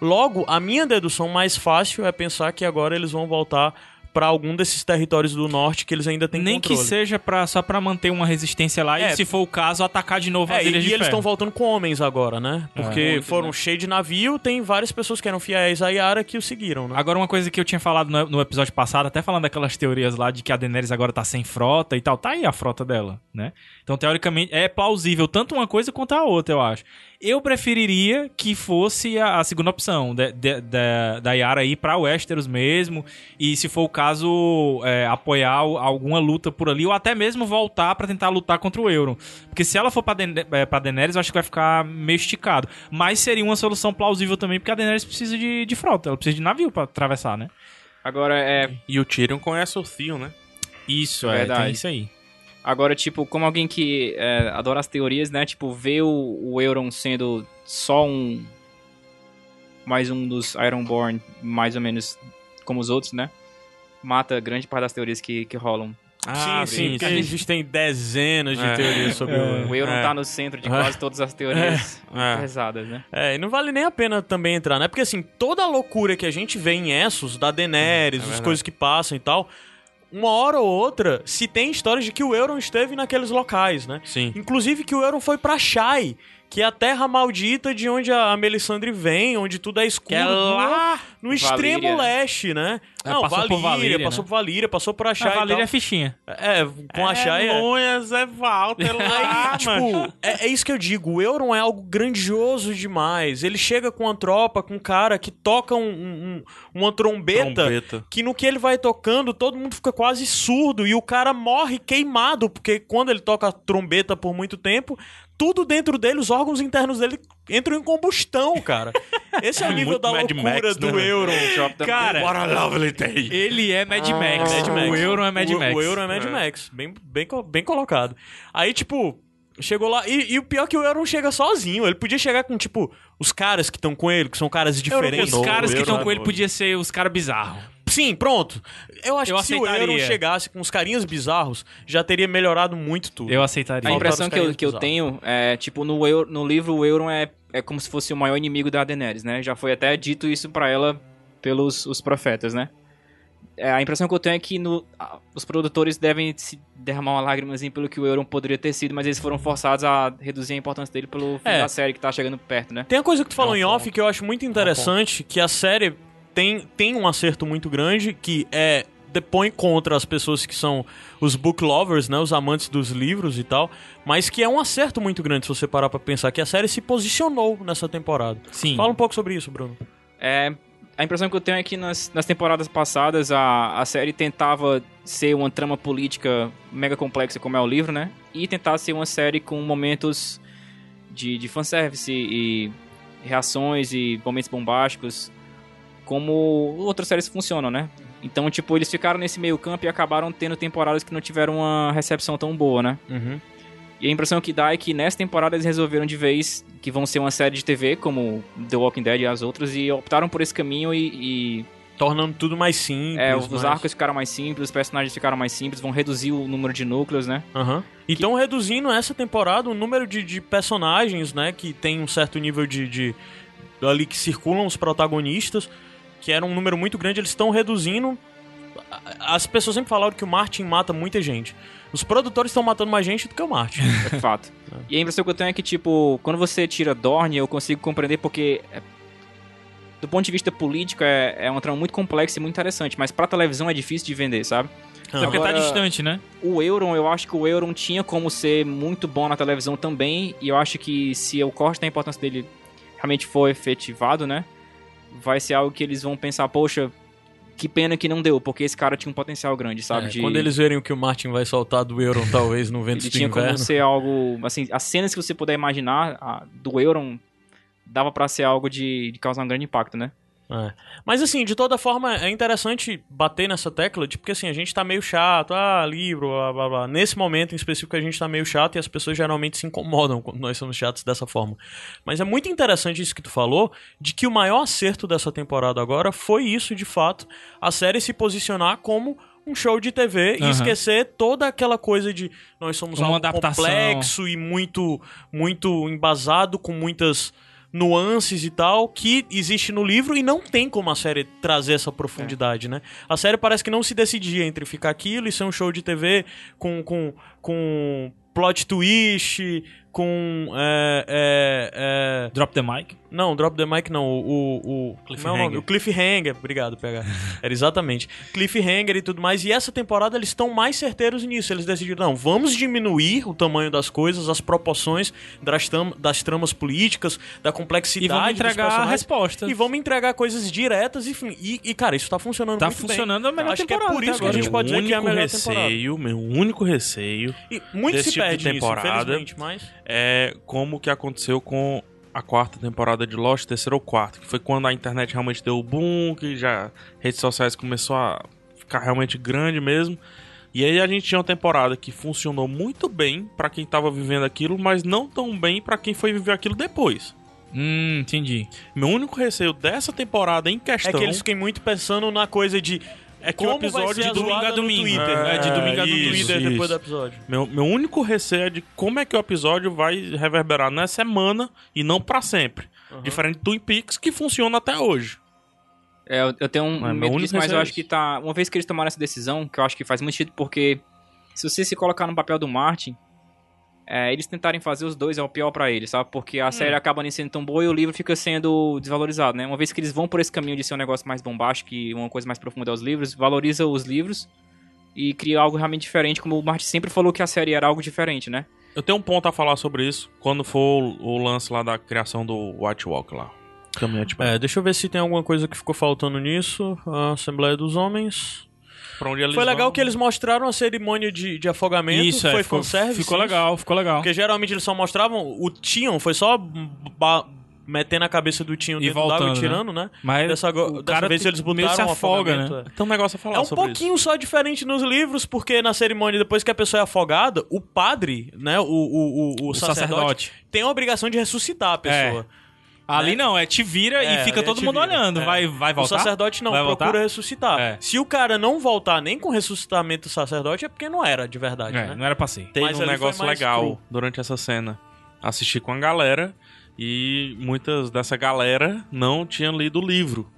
Speaker 1: Logo, a minha dedução mais fácil é pensar que agora eles vão voltar pra algum desses territórios do norte que eles ainda têm
Speaker 2: Nem
Speaker 1: controle.
Speaker 2: que seja pra, só pra manter uma resistência lá
Speaker 1: É.
Speaker 2: e, se for o caso, atacar de novo
Speaker 1: É,
Speaker 2: as
Speaker 1: e,
Speaker 2: ilhas de
Speaker 1: e
Speaker 2: É.
Speaker 1: eles
Speaker 2: ferro.
Speaker 1: estão voltando com homens agora, né? Porque
Speaker 3: Muitos,
Speaker 1: foram
Speaker 3: né?
Speaker 1: cheios de navio, tem várias pessoas que eram fiéis a Yara que o seguiram, né?
Speaker 2: Agora, uma coisa que eu tinha falado no, no episódio passado, até falando daquelas teorias lá de que a Daenerys agora tá sem frota e tal, tá aí a frota dela, né? Então, teoricamente, é plausível tanto uma coisa quanto a outra, eu acho. Eu preferiria que fosse a, a segunda opção, de- de- da- da Yara ir pra Westeros mesmo, e se for o caso, é, apoiar o- alguma luta por ali, ou até mesmo voltar pra tentar lutar contra o Euron. Porque se ela for pra, Den é, pra Daenerys, eu acho que vai ficar meio esticado. Mas seria uma solução plausível também, porque a Daenerys precisa de, de frota, ela precisa de navio pra atravessar, né?
Speaker 3: Agora, é,
Speaker 4: E o Tyrion conhece o Theon, né?
Speaker 2: Isso,
Speaker 3: é,
Speaker 2: Verdade.
Speaker 3: tem
Speaker 2: isso aí.
Speaker 3: Agora, tipo, como alguém que é, adora as teorias, né? Tipo, ver o, o Euron sendo só um. Mais um dos Ironborn, mais ou menos como os outros, né? Mata grande parte das teorias que, que rolam.
Speaker 4: Ah,
Speaker 1: sim, sim,
Speaker 4: sim,
Speaker 1: porque
Speaker 4: sim.
Speaker 1: existem dezenas de
Speaker 4: É.
Speaker 1: teorias sobre o.
Speaker 3: O Euron
Speaker 4: É.
Speaker 3: tá no centro de quase todas as teorias
Speaker 4: É.
Speaker 3: pesadas, né?
Speaker 1: É, e não vale nem a pena também entrar, né? Porque assim, toda a loucura que a gente vê em Essos, da
Speaker 4: É
Speaker 1: Daenerys, as
Speaker 4: verdade.
Speaker 1: coisas que passam e tal, uma hora ou outra, se tem histórias de que o Euron esteve naqueles locais, né?
Speaker 4: Sim.
Speaker 1: Inclusive que o Euron foi pra Shai, que é a terra maldita de onde a Melisandre vem, onde tudo é escuro.
Speaker 4: Que é lá
Speaker 1: no extremo
Speaker 3: Valíria, né?
Speaker 1: leste, né?
Speaker 2: É, passou por Valíria,
Speaker 1: passou
Speaker 2: né?
Speaker 1: por Valíria, passou por
Speaker 2: A
Speaker 1: Achai.
Speaker 2: Valéria é fichinha.
Speaker 1: É, com a Achai é.
Speaker 4: Monhas, é Walter lá,
Speaker 1: Aí, tipo, é, é isso que eu digo. O Euron é algo grandioso demais. Ele chega com uma tropa, com um cara que toca um- um- um- uma trombeta,
Speaker 4: Trombeta.
Speaker 1: que no que ele vai tocando, todo mundo fica quase surdo e o cara morre queimado, porque quando ele toca a trombeta por muito tempo, tudo dentro dele, os órgãos internos dele entram em combustão, cara. Esse é o nível
Speaker 4: Muito
Speaker 1: da
Speaker 4: Mad
Speaker 1: loucura
Speaker 4: Max,
Speaker 1: do
Speaker 4: né?
Speaker 1: Euron.
Speaker 3: Drop the-
Speaker 2: Cara,
Speaker 4: What a lovely day.
Speaker 2: ele é Mad Max.
Speaker 1: Mad Max.
Speaker 2: O Euron é Mad
Speaker 1: Ah. O-
Speaker 2: Max.
Speaker 1: O, Euron é Mad
Speaker 4: É.
Speaker 1: Max. Bem, bem, co- bem colocado. Aí, tipo, chegou lá. E, e o pior é que o Euron chega sozinho. Ele podia chegar com, tipo, os caras que estão com ele, que são caras diferentes.
Speaker 2: Os caras
Speaker 4: O
Speaker 2: que
Speaker 4: Euron
Speaker 2: estão
Speaker 4: é
Speaker 2: com ele
Speaker 4: doido.
Speaker 2: podiam ser os caras bizarros.
Speaker 1: Sim, pronto. Eu acho
Speaker 2: Eu
Speaker 1: que se o
Speaker 2: aceitaria.
Speaker 1: Euron chegasse com os carinhas bizarros, já teria melhorado muito tudo.
Speaker 2: Eu
Speaker 3: A
Speaker 2: aceitaria.
Speaker 1: Faltava
Speaker 3: impressão
Speaker 1: os
Speaker 3: que eu,
Speaker 1: carinhas
Speaker 3: que eu
Speaker 1: bizarros.
Speaker 3: tenho é, tipo, no, Eu- no livro o Euron é, é como se fosse o maior inimigo da Daenerys, né? Já foi até dito isso pra ela pelos os profetas, né? É, a impressão que eu tenho é que no- a- os produtores devem se derramar uma lágrimazinha pelo que o Euron poderia ter sido, mas eles foram forçados a reduzir a importância dele pelo fim
Speaker 1: É.
Speaker 3: da série que tá chegando perto, né?
Speaker 1: Tem uma coisa que tu falou
Speaker 4: É um
Speaker 1: em off
Speaker 4: ponto.
Speaker 1: que eu acho muito interessante, que a série tem, tem um acerto muito grande, que é depõe contra as pessoas que são os book lovers, né, os amantes dos livros e tal, mas que é um acerto muito grande se você parar pra pensar que a série se posicionou nessa temporada.
Speaker 2: Sim.
Speaker 1: Fala um pouco sobre isso, Bruno.
Speaker 3: É, a impressão que eu tenho é que nas, nas temporadas passadas a, a série tentava ser uma trama política mega complexa, como é o livro, né? E tentar ser uma série com momentos de, de fanservice e reações e momentos bombásticos, como outras séries funcionam, né? Então, tipo, eles ficaram nesse meio campo e acabaram tendo temporadas que não tiveram uma recepção tão boa, né? E a impressão que dá é que nessa temporada eles resolveram de vez que vão ser uma série de TV, como The Walking Dead e as outras, e optaram por esse caminho e. e,
Speaker 1: Tornando tudo mais simples.
Speaker 3: é, os
Speaker 1: mais-
Speaker 3: arcos ficaram mais simples, os personagens ficaram mais simples, vão reduzir o número de núcleos, né?
Speaker 1: Aham. E estão reduzindo essa temporada o número de, de personagens, né? Que tem um certo nível de, de- ali que circulam os protagonistas, que era um número muito grande, eles estão reduzindo. A- As pessoas sempre falaram que o Martin mata muita gente. Os produtores estão matando mais gente do que o Martin.
Speaker 3: É de fato. e a impressão que eu tenho é que, tipo, quando você tira Dorne, eu consigo compreender porque. é- do ponto de vista político, é, é uma trama muito complexa e muito interessante, mas pra televisão é difícil de vender, sabe?
Speaker 2: Até porque tá
Speaker 3: Agora-
Speaker 2: distante, né?
Speaker 3: o Euron, eu acho que o Euron tinha como ser muito bom na televisão também, e eu acho que se o corte da importância dele realmente for efetivado, né, vai ser algo que eles vão pensar, poxa, que pena que não deu, porque esse cara tinha um potencial grande, sabe?
Speaker 1: É,
Speaker 3: de-
Speaker 1: Quando eles verem o que o Martin vai soltar do Euron, talvez, no Ventos
Speaker 3: ele
Speaker 1: do
Speaker 3: tinha como
Speaker 1: Inverno.
Speaker 3: ser algo, assim, as cenas que você puder imaginar a- do Euron dava pra ser algo de, de causar um grande impacto, né?
Speaker 1: É. Mas assim, de toda forma, é interessante bater nessa tecla, de, porque assim, a gente tá meio chato, ah, livro, blá blá blá. Nesse momento em específico a gente tá meio chato e as pessoas geralmente se incomodam quando nós somos chatos dessa forma. Mas é muito interessante isso que tu falou, de que o maior acerto dessa temporada agora foi isso, de fato, a série se posicionar como um show de TV e
Speaker 2: Aham.
Speaker 1: esquecer toda aquela coisa de nós somos
Speaker 2: Uma
Speaker 1: algo
Speaker 2: adaptação.
Speaker 1: complexo e muito muito embasado com muitas nuances e tal que existe no livro e não tem como a série trazer essa profundidade, né? A série parece que não se decidia entre ficar aquilo e ser um show de TV com, com, com plot twist, com. é, é, é,
Speaker 2: Drop the mic.
Speaker 1: não, Drop the Mic não. O, o, o
Speaker 2: Cliffhanger.
Speaker 1: não, não, o Cliffhanger. Obrigado, PH. Era exatamente. Cliffhanger e tudo mais. E essa temporada eles estão mais certeiros nisso. Eles decidiram, não, vamos diminuir o tamanho das coisas, as proporções das, tam- das tramas políticas, da complexidade
Speaker 2: E vamos
Speaker 1: dos
Speaker 2: entregar a
Speaker 1: personagens.
Speaker 2: resposta.
Speaker 1: E vamos entregar coisas diretas, enfim. E, e, cara, isso tá funcionando
Speaker 2: Tá
Speaker 1: muito bem.
Speaker 2: funcionando a melhor
Speaker 1: Acho que é
Speaker 2: temporada
Speaker 1: por
Speaker 2: até
Speaker 1: isso que a
Speaker 2: agora.
Speaker 1: gente pode dizer que é a melhor temporada.
Speaker 4: receio, Meu único receio
Speaker 1: E muito
Speaker 4: Desse
Speaker 1: se
Speaker 4: tipo de
Speaker 1: perde nisso,
Speaker 4: temporada.
Speaker 1: infelizmente, mas...
Speaker 4: é como que aconteceu com a quarta temporada de Lost, terceira ou quarta, que foi quando a internet realmente deu o boom, que já redes sociais começou a ficar realmente grande mesmo. E aí a gente tinha uma temporada que funcionou muito bem pra quem tava vivendo aquilo, mas não tão bem pra quem foi viver aquilo depois.
Speaker 2: Hum, entendi.
Speaker 4: Meu único receio dessa temporada em questão
Speaker 1: É que eles fiquem muito pensando na coisa de. É
Speaker 4: que o episódio de domingo a domingo.
Speaker 1: Twitter,
Speaker 4: É,
Speaker 1: né? de domingo a domingo.
Speaker 4: isso,
Speaker 1: Twitter
Speaker 4: isso.
Speaker 1: depois do episódio.
Speaker 4: Meu, meu único receio é de como é que o episódio vai reverberar na semana e não pra sempre. Diferente do Twin Peaks, que funciona até hoje.
Speaker 3: É, eu- eu tenho um
Speaker 4: É, meu
Speaker 3: medo
Speaker 4: único
Speaker 3: disso, mas
Speaker 4: receio
Speaker 3: eu
Speaker 4: é
Speaker 3: acho
Speaker 4: isso.
Speaker 3: que tá. Uma vez que eles tomaram essa decisão, que eu acho que faz muito sentido, porque se você se colocar no papel do Martin, é, eles tentarem fazer os dois é o pior pra eles, sabe? Porque a série acaba nem sendo tão boa e o livro fica sendo desvalorizado, né? Uma vez que eles vão por esse caminho de ser um negócio mais bombástico e uma coisa mais profunda aos livros, valoriza os livros e cria algo realmente diferente, como o Martin sempre falou que a série era algo diferente, né?
Speaker 4: Eu tenho um ponto a falar sobre isso quando for o- o lance lá da criação do White Walk lá. Caminhante pra-
Speaker 1: É, deixa eu ver se tem alguma coisa que ficou faltando nisso. A Assembleia dos Homens.
Speaker 4: pra onde eles
Speaker 1: Foi legal
Speaker 4: vão.
Speaker 1: que eles mostraram a cerimônia de, de afogamento.
Speaker 2: Isso,
Speaker 1: foi
Speaker 2: é, ficou,
Speaker 1: fanservice.
Speaker 2: ficou
Speaker 1: isso.
Speaker 2: legal, ficou legal.
Speaker 1: Porque geralmente eles só mostravam o Tion, foi só ba- metendo a cabeça do Tion
Speaker 2: E
Speaker 1: dentro
Speaker 2: voltando,
Speaker 1: d'água e
Speaker 2: né?
Speaker 1: tirando, né?
Speaker 2: Mas
Speaker 1: Dessa, go-
Speaker 2: o
Speaker 1: dessa
Speaker 2: cara
Speaker 1: vez
Speaker 2: tem-
Speaker 1: eles
Speaker 2: meio
Speaker 1: botaram
Speaker 2: se
Speaker 1: um
Speaker 2: afoga,
Speaker 1: afogamento, é.
Speaker 2: né?
Speaker 4: Tem um negócio a falar
Speaker 1: É um
Speaker 4: sobre isso.
Speaker 1: pouquinho só diferente nos livros, porque na cerimônia, depois que a pessoa é afogada, o padre, né, o, o, o, o
Speaker 2: O
Speaker 1: sacerdote, né? É.
Speaker 2: sacerdote.
Speaker 1: tem a obrigação de ressuscitar a pessoa.
Speaker 2: Ali não, é te vira
Speaker 1: É,
Speaker 2: e
Speaker 1: ali
Speaker 2: fica
Speaker 1: é
Speaker 2: todo
Speaker 1: te
Speaker 2: mundo
Speaker 1: vira,
Speaker 2: olhando.
Speaker 1: é.
Speaker 2: Vai, vai
Speaker 1: O
Speaker 2: voltar?
Speaker 1: sacerdote não
Speaker 2: Vai
Speaker 1: procura
Speaker 2: voltar?
Speaker 1: ressuscitar.
Speaker 2: É.
Speaker 1: Se o cara não voltar nem com o ressuscitamento do sacerdote, é porque não era de verdade,
Speaker 2: É,
Speaker 1: né?
Speaker 2: não era pra ser.
Speaker 4: Teve
Speaker 1: Mas
Speaker 4: um
Speaker 1: ali foi
Speaker 4: negócio
Speaker 1: mais
Speaker 4: legal
Speaker 1: cru.
Speaker 4: durante essa cena. Assisti com a galera e muitas dessa galera não tinham lido o livro.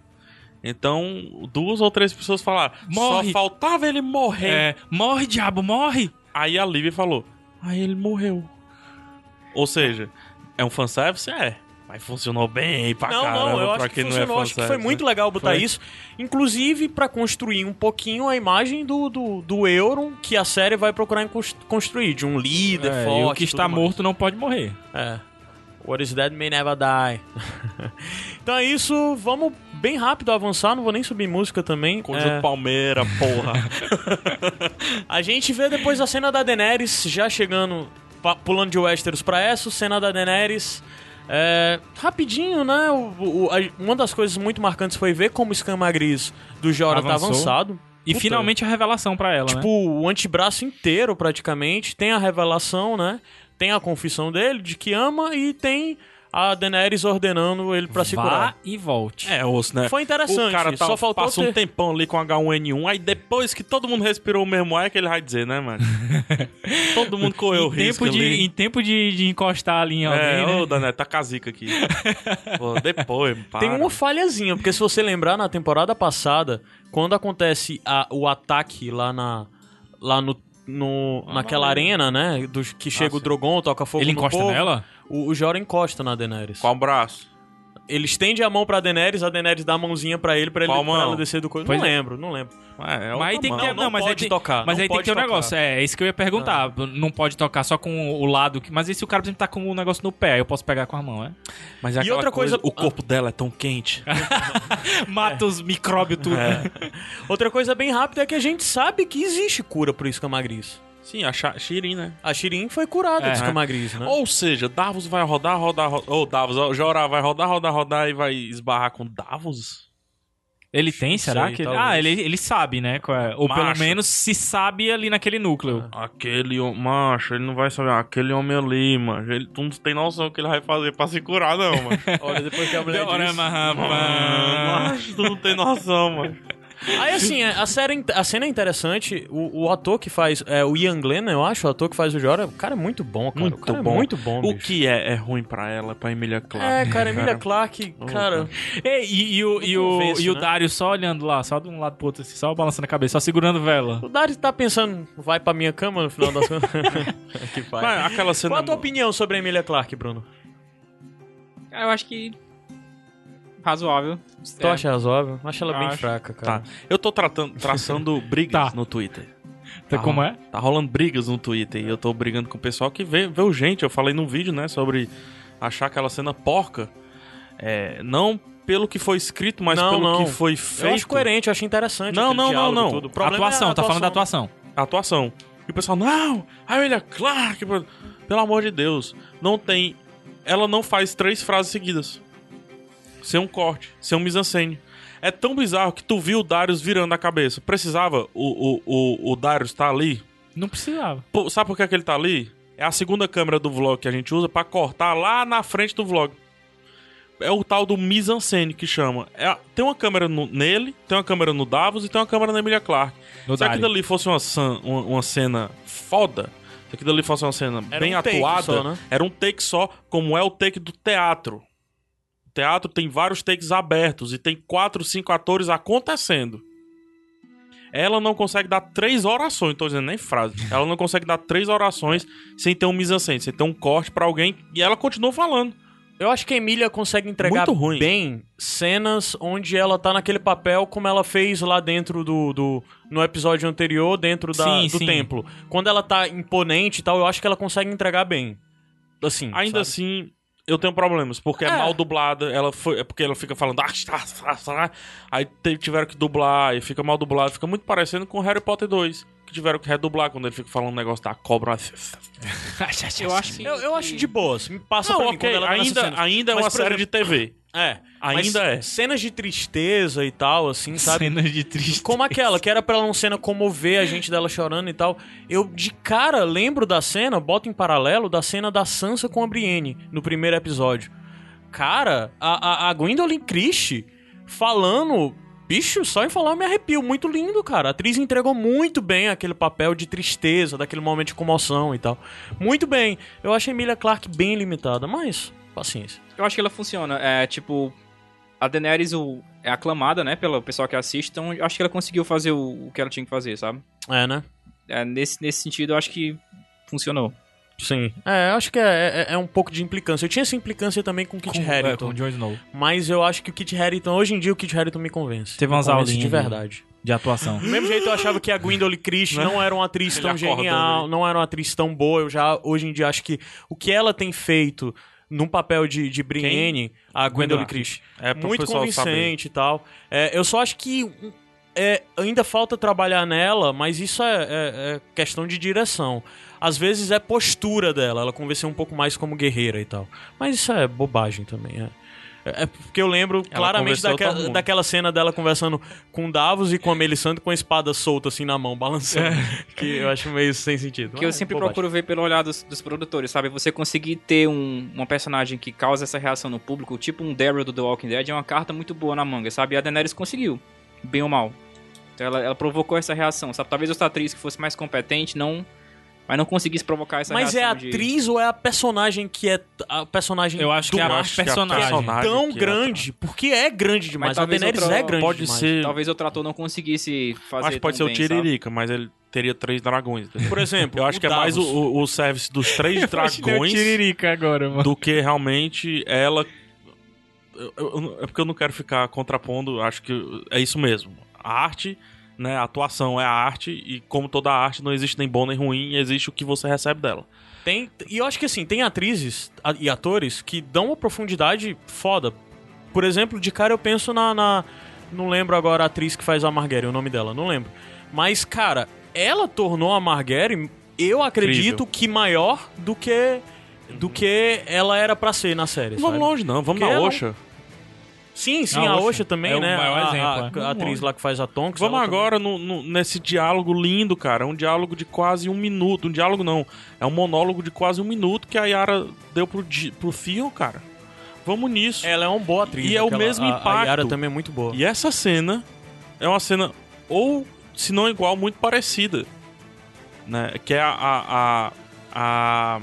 Speaker 4: Então, duas ou três pessoas falaram:
Speaker 2: Morre.
Speaker 4: só faltava ele morrer.
Speaker 2: É, morre, diabo, morre!
Speaker 4: Aí a Lívia falou: aí ele morreu. Ou seja, é um fanservice? É. Mas funcionou bem pra
Speaker 1: Não,
Speaker 4: caramba
Speaker 1: não, eu
Speaker 4: pra
Speaker 1: acho que
Speaker 4: quem não é
Speaker 1: funcionou, acho que foi
Speaker 4: fanservice, né?
Speaker 1: muito legal botar
Speaker 2: Foi.
Speaker 1: isso. Inclusive pra construir um pouquinho a imagem do, do, do Euron que a série vai procurar em cons- construir, de um líder
Speaker 2: É,
Speaker 1: forte.
Speaker 2: e o que está
Speaker 1: tudo mais.
Speaker 2: morto não pode morrer.
Speaker 1: É. What is dead may never die. então é isso, vamos bem rápido avançar, não vou nem subir música também.
Speaker 4: Conjunto
Speaker 1: É,
Speaker 4: Palmeira, porra.
Speaker 1: a gente vê depois a cena da Daenerys já chegando, pa- pulando de Westeros pra essa, cena da Daenerys. é, rapidinho, né? O- o- a- uma das coisas muito marcantes foi ver como o escama gris do Jorah tá
Speaker 2: Avançou.
Speaker 1: avançado.
Speaker 2: E
Speaker 1: Puta.
Speaker 2: finalmente a revelação pra ela, né?
Speaker 1: Tipo, o antebraço inteiro, praticamente. Tem a revelação, né? Tem a confissão dele de que ama e tem a Daenerys ordenando ele pra se
Speaker 2: Vá
Speaker 1: curar.
Speaker 2: e volte.
Speaker 4: É, osso, né?
Speaker 1: Foi interessante,
Speaker 4: O cara tá,
Speaker 1: só faltou
Speaker 4: passa um
Speaker 1: ter-
Speaker 4: tempão ali com H1N1, aí depois que todo mundo respirou o mesmo ar, é que ele vai dizer, né, mano? todo mundo correu o
Speaker 2: em,
Speaker 4: risco
Speaker 2: tempo de,
Speaker 4: ali.
Speaker 2: em tempo de, de encostar ali em alguém,
Speaker 4: É,
Speaker 2: né?
Speaker 4: ô, Dané, tá casica aqui. Pô, depois, para.
Speaker 1: Tem uma falhazinha, porque se você lembrar, na temporada passada, quando acontece a- o ataque lá na lá no,
Speaker 2: Ah,
Speaker 1: no- naquela arena, né, dos que chega o
Speaker 4: sim.
Speaker 1: Drogon, toca fogo
Speaker 2: Ele
Speaker 1: no
Speaker 2: encosta
Speaker 1: povo,
Speaker 2: nela?
Speaker 1: O, o Jorah encosta na Daenerys.
Speaker 4: Qual braço?
Speaker 1: Ele estende a mão pra Daenerys, a Daenerys dá a mãozinha pra ele, pra, ele,
Speaker 4: Qual
Speaker 1: pra
Speaker 4: mão?
Speaker 1: ela descer do coisa.
Speaker 2: Pois
Speaker 1: Não
Speaker 2: é.
Speaker 1: lembro, não lembro.
Speaker 4: É, é outra
Speaker 2: Mas aí tem que
Speaker 4: mão.
Speaker 2: ter, não,
Speaker 1: não
Speaker 2: mas aí
Speaker 1: pode
Speaker 2: tem,
Speaker 1: tocar,
Speaker 2: Mas
Speaker 1: Ah, não
Speaker 2: aí tem que
Speaker 1: pode
Speaker 2: ter um
Speaker 1: tocar. Ah.
Speaker 2: negócio. É, isso que eu ia perguntar. Não pode tocar só com o lado. que- Mas e se o cara, por exemplo, tá com o negócio no pé? Aí eu posso pegar com a mão, é?
Speaker 4: Mas é
Speaker 1: E
Speaker 4: aquela
Speaker 1: outra coisa-
Speaker 4: O corpo dela é tão quente.
Speaker 2: Mata os micróbios tudo.
Speaker 1: Outra coisa bem rápida é que a gente sabe que existe cura pro escamagris.
Speaker 4: Sim, a Sha- Shirin, né?
Speaker 1: A Shirin foi curada
Speaker 2: É.
Speaker 1: do escamagris, né?
Speaker 4: Ou seja, Davos vai rodar, rodar, rodar. Ou Davos, ó, Jorah vai rodar, rodar, rodar e vai esbarrar com Davos?
Speaker 2: Ele tem, será
Speaker 1: sei,
Speaker 2: que?
Speaker 1: talvez.
Speaker 2: Ah, ele, ele sabe, né? qual é. Ou pelo
Speaker 4: Macho.
Speaker 2: menos se sabe ali naquele núcleo.
Speaker 4: Aquele hom- macho, ele não vai saber. Aquele homem ali, mano. Ele, tu não tem noção do que ele vai fazer pra se curar, não, mano.
Speaker 1: Olha, depois que a
Speaker 2: Dorama, rapaz.
Speaker 4: Macho, tu não tem noção, mano.
Speaker 1: Aí assim, é, a, série, a cena é interessante. O, o ator que faz. É, o Ian Glenn, eu acho, o ator que faz o Jora. O cara é muito bom, cara. o
Speaker 4: Muito
Speaker 1: cara
Speaker 4: bom.
Speaker 1: É muito bom,
Speaker 4: O
Speaker 1: bicho.
Speaker 4: que é, é ruim pra ela, pra Emilia
Speaker 1: É,
Speaker 4: Clarke?
Speaker 1: cara, Emilia Clarke, cara.
Speaker 2: Ei, e, e o, e,
Speaker 1: Não
Speaker 2: o,
Speaker 1: convence,
Speaker 2: e o
Speaker 1: né?
Speaker 2: Dario só olhando lá, só de um lado pro outro, assim, só balançando a cabeça, só segurando vela.
Speaker 1: O Dari tá pensando, vai pra minha cama no final das contas. que vai.
Speaker 4: Mas aquela cena.
Speaker 1: Qual a tua opinião sobre a Emilia Clarke, Bruno?
Speaker 3: Ah, Eu acho que. Razoável. É.
Speaker 1: Tu acha razoável? Acho ela bem
Speaker 3: Acho.
Speaker 1: fraca,
Speaker 4: É. Tá.
Speaker 1: cara.
Speaker 4: Eu tô tratando, traçando brigas
Speaker 2: Tá.
Speaker 4: no Twitter.
Speaker 1: Ah.
Speaker 2: Tá, como é?
Speaker 4: Tá rolando brigas no Twitter e eu tô brigando com o pessoal que vê, vê o gente. Eu falei num vídeo, né, sobre achar aquela cena porca. É, não pelo que foi escrito, mas
Speaker 1: Não,
Speaker 4: pelo
Speaker 1: não.
Speaker 4: que foi
Speaker 1: Eu
Speaker 4: feito.
Speaker 1: acho coerente, eu acho interessante.
Speaker 4: Não,
Speaker 1: aquele
Speaker 4: não, não,
Speaker 1: diálogo,
Speaker 4: não.
Speaker 1: Tudo. O problema é a
Speaker 2: Atuação, tá falando da atuação.
Speaker 4: a atuação. E o pessoal, não, a Emilia Clarke, pô, pelo amor de Deus, não tem. Ela não faz três frases seguidas. Sem um corte, sem um mise-en-scène. É tão bizarro que tu viu o Darius virando a cabeça. Precisava o, o, o, o Darius tá ali?
Speaker 2: Não precisava.
Speaker 4: Pô, sabe por que, que ele tá ali? É a segunda câmera do vlog que a gente usa pra cortar lá na frente do vlog. É o tal do mise-en-scène que chama. É a- tem uma câmera no- nele, tem uma câmera no Davos e tem uma câmera na Emilia Clarke.
Speaker 2: No
Speaker 4: Se aquilo
Speaker 2: Dario.
Speaker 4: ali fosse uma, san- uma, uma cena foda, se aquilo ali fosse uma cena
Speaker 1: Era
Speaker 4: bem
Speaker 1: um take
Speaker 4: atuada,
Speaker 1: só, né?
Speaker 4: era um take só, como é o take do teatro. O teatro tem vários takes abertos e tem quatro, cinco atores acontecendo. Ela não consegue dar três orações, não tô dizendo nem frase. Ela não consegue dar três orações sem ter um mise-en-scène, sem ter um corte pra alguém e ela continua falando.
Speaker 1: Eu acho que a Emília consegue entregar
Speaker 4: Muito ruim.
Speaker 1: bem cenas onde ela tá naquele papel como ela fez lá dentro do. do- no episódio anterior, dentro da,
Speaker 2: Sim,
Speaker 1: do
Speaker 2: sim.
Speaker 1: templo. Quando ela tá imponente e tal, eu acho que ela consegue entregar bem. Assim. sabe?
Speaker 4: Ainda assim, eu tenho problemas, porque é,
Speaker 1: É.
Speaker 4: mal dublada, ela foi, é porque ela fica falando, ah, tá, tá, tá", aí te- tiveram que dublar, e fica mal dublado, fica muito parecendo com Harry Potter 2, que tiveram que redublar quando ele fica falando um negócio da cobra.
Speaker 3: Eu acho que.
Speaker 1: Eu, eu acho de boas. Me passa
Speaker 4: assim, Não,
Speaker 1: pra mim
Speaker 4: ok,
Speaker 1: quando ela tá nessas
Speaker 4: ainda,
Speaker 1: cenas.
Speaker 4: ainda é
Speaker 1: Mas,
Speaker 4: uma
Speaker 1: por
Speaker 4: série de TV.
Speaker 1: É.
Speaker 4: Ainda
Speaker 1: mas
Speaker 4: é.
Speaker 1: Cenas de tristeza e tal, assim, sabe?
Speaker 2: Cenas de triste.
Speaker 1: Como aquela, que era pra ela uma cena comover a gente dela chorando e tal. Eu, de cara, lembro da cena, boto em paralelo, da cena da Sansa com a Brienne, no primeiro episódio. Cara, a, a, a Gwendolyn Christie falando... Bicho, só em falar eu me arrepio. Muito lindo, cara. A atriz entregou muito bem aquele papel de tristeza, daquele momento de comoção e tal. Muito bem. Eu achei Emilia Clarke bem limitada, mas... Paciência.
Speaker 3: Eu acho que ela funciona. É, tipo, a Daenerys o, é aclamada, né, pelo pessoal que assiste, então eu acho que ela conseguiu fazer o, o que ela tinha que fazer, sabe?
Speaker 1: É, né?
Speaker 3: É, nesse, nesse sentido, eu acho que funcionou.
Speaker 1: Sim. É, eu acho que é, é- é um pouco de implicância. Eu tinha essa implicância também com o Kit
Speaker 2: Com- é,
Speaker 1: Harington.
Speaker 2: com o Jon Snow.
Speaker 1: Mas eu acho que o Kit Harington, hoje em dia, o Kit Harington me convence.
Speaker 2: Teve
Speaker 1: Me
Speaker 2: umas
Speaker 1: convence
Speaker 2: aulinhas né?
Speaker 1: De
Speaker 2: ali.
Speaker 1: verdade.
Speaker 2: De atuação.
Speaker 1: Do mesmo jeito, eu achava que a Gwendolyn Christie
Speaker 2: Né?
Speaker 1: não era uma atriz
Speaker 4: Ele
Speaker 1: tão
Speaker 4: acordou
Speaker 1: genial, não era uma atriz tão boa. Eu já, hoje em dia, acho que o que ela tem feito num papel de, de Brienne, a Gwendolyn
Speaker 4: Gwendolyn.
Speaker 1: Christie,
Speaker 4: É pro
Speaker 1: muito
Speaker 4: pessoal saber.
Speaker 1: convincente e tal. É, eu só acho que um, é, ainda falta trabalhar nela, mas isso é, é- é questão de direção. Às vezes é postura dela, ela convenceu um pouco mais como guerreira e tal. Mas isso é bobagem também, é. É é porque eu lembro claramente
Speaker 4: convenceu
Speaker 1: daquela-
Speaker 4: todo mundo.
Speaker 1: daquela cena dela conversando com Davos e com a Melisandre com a espada solta assim na mão, balançando. Que eu acho meio sem sentido.
Speaker 3: Que eu sempre procuro ver pelo olhar dos, dos produtores, sabe? Você conseguir ter um, uma personagem que causa essa reação no público, tipo um Daryl do The Walking Dead, é uma carta muito boa na manga, sabe? E a Daenerys conseguiu, bem ou mal. Então ela, ela provocou essa reação, sabe? Talvez outra atriz que fosse mais competente não... Mas não conseguisse provocar essa
Speaker 1: Mas é a
Speaker 3: reação de-
Speaker 1: atriz ou é a personagem que é t- a personagem
Speaker 2: Eu acho
Speaker 1: do
Speaker 2: que é a
Speaker 4: Eu acho que a
Speaker 2: personagem.
Speaker 1: tão
Speaker 4: que ela- tá
Speaker 1: grande, porque é grande demais.
Speaker 3: Mas
Speaker 1: A
Speaker 3: talvez
Speaker 1: Daenerys
Speaker 3: outra-
Speaker 1: é grande
Speaker 4: Pode
Speaker 1: demais.
Speaker 4: ser.
Speaker 3: Talvez outro ator não conseguisse fazer.
Speaker 4: Acho que pode ser
Speaker 3: tão
Speaker 4: o
Speaker 3: bem,
Speaker 4: Tiririca, mas ele teria três dragões. entendeu?
Speaker 1: Por exemplo,
Speaker 4: Eu acho
Speaker 1: o
Speaker 4: que é mais o,
Speaker 1: Davos.
Speaker 4: o, o service dos três dragões.
Speaker 2: Tiririca agora, mano.
Speaker 4: do que realmente ela. Eu- eu- É porque eu não quero ficar contrapondo, acho que é isso mesmo. A arte, né? A atuação é a arte, e como toda arte, não existe nem bom nem ruim, existe o que você recebe dela.
Speaker 1: Tem, e eu acho que assim, tem atrizes a- e atores que dão uma profundidade foda. Por exemplo, de cara eu penso na. na- não lembro agora a atriz que faz a Marguerite, o nome dela, não lembro. Mas, cara, ela tornou a Marguerite, eu acredito
Speaker 4: Incrível.
Speaker 1: que maior do que. Do que ela era pra ser na série.
Speaker 4: Não vamos
Speaker 1: sabe?
Speaker 4: longe, não, vamos
Speaker 1: Porque
Speaker 4: na
Speaker 1: ela-
Speaker 4: Oxa.
Speaker 1: Sim, sim,
Speaker 2: Na
Speaker 1: a
Speaker 2: Osha.
Speaker 1: Osha também,
Speaker 2: É o
Speaker 1: né?
Speaker 2: maior
Speaker 1: a, a-
Speaker 2: exemplo,
Speaker 1: a atriz lá que faz a Tonks.
Speaker 4: Vamos
Speaker 1: ela também-
Speaker 4: agora no- no- nesse diálogo lindo, cara. Um diálogo de quase um minuto. Um diálogo não. É um monólogo de quase um minuto que a Yara deu pro, Di- pro Theon, cara. Vamos nisso.
Speaker 1: Ela é uma boa atriz.
Speaker 4: E é o
Speaker 1: aquela-
Speaker 4: mesmo
Speaker 1: a- A
Speaker 4: impacto.
Speaker 1: Yara também é muito boa.
Speaker 4: E essa cena é uma cena, ou se não igual, muito parecida. Né? Que é a. a, a, a-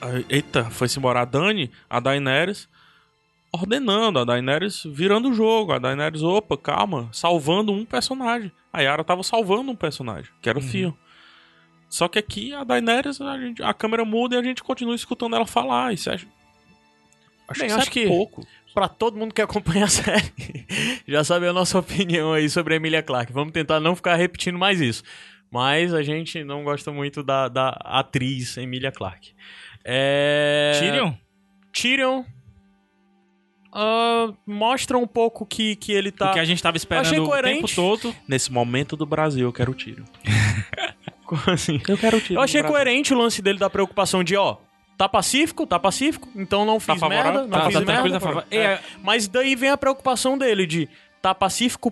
Speaker 4: a- eita, foi-se embora a Dani, a Daenerys, ordenando, a Daenerys virando o jogo, a Daenerys, opa, calma, salvando um personagem. A Yara tava salvando um personagem, que
Speaker 1: Uhum.
Speaker 4: era o Theon. Só que aqui a Daenerys, a, gente- a câmera muda e a gente continua escutando ela falar. Isso é, acho
Speaker 1: Bem,
Speaker 4: que
Speaker 1: acho
Speaker 4: isso é
Speaker 1: que-
Speaker 4: pouco.
Speaker 1: Pra todo mundo que acompanha a série, já sabe a nossa opinião aí sobre a Emilia Clarke. Vamos tentar não ficar repetindo mais isso. Mas a gente não gosta muito da, da atriz Emilia Clarke. É...
Speaker 2: Tyrion?
Speaker 1: Tyrion ah, mostra um pouco que, que ele tá.
Speaker 2: O que a gente tava
Speaker 1: Achei
Speaker 2: esperando o
Speaker 1: coerente.
Speaker 2: tempo todo.
Speaker 4: Nesse momento do Brasil, eu quero o tiro.
Speaker 1: Como assim?
Speaker 4: Eu quero o tiro.
Speaker 1: Eu achei
Speaker 4: no Brasil.
Speaker 1: coerente o lance dele da preocupação de, ó, tá pacífico, tá pacífico, então não
Speaker 4: Tá
Speaker 1: fiz
Speaker 4: favorável?
Speaker 1: merda, não
Speaker 4: Tá-
Speaker 1: fiz
Speaker 4: tá
Speaker 1: merda.
Speaker 4: tranquilo, tá favorável.
Speaker 1: É, Mas daí vem a preocupação dele de, tá pacífico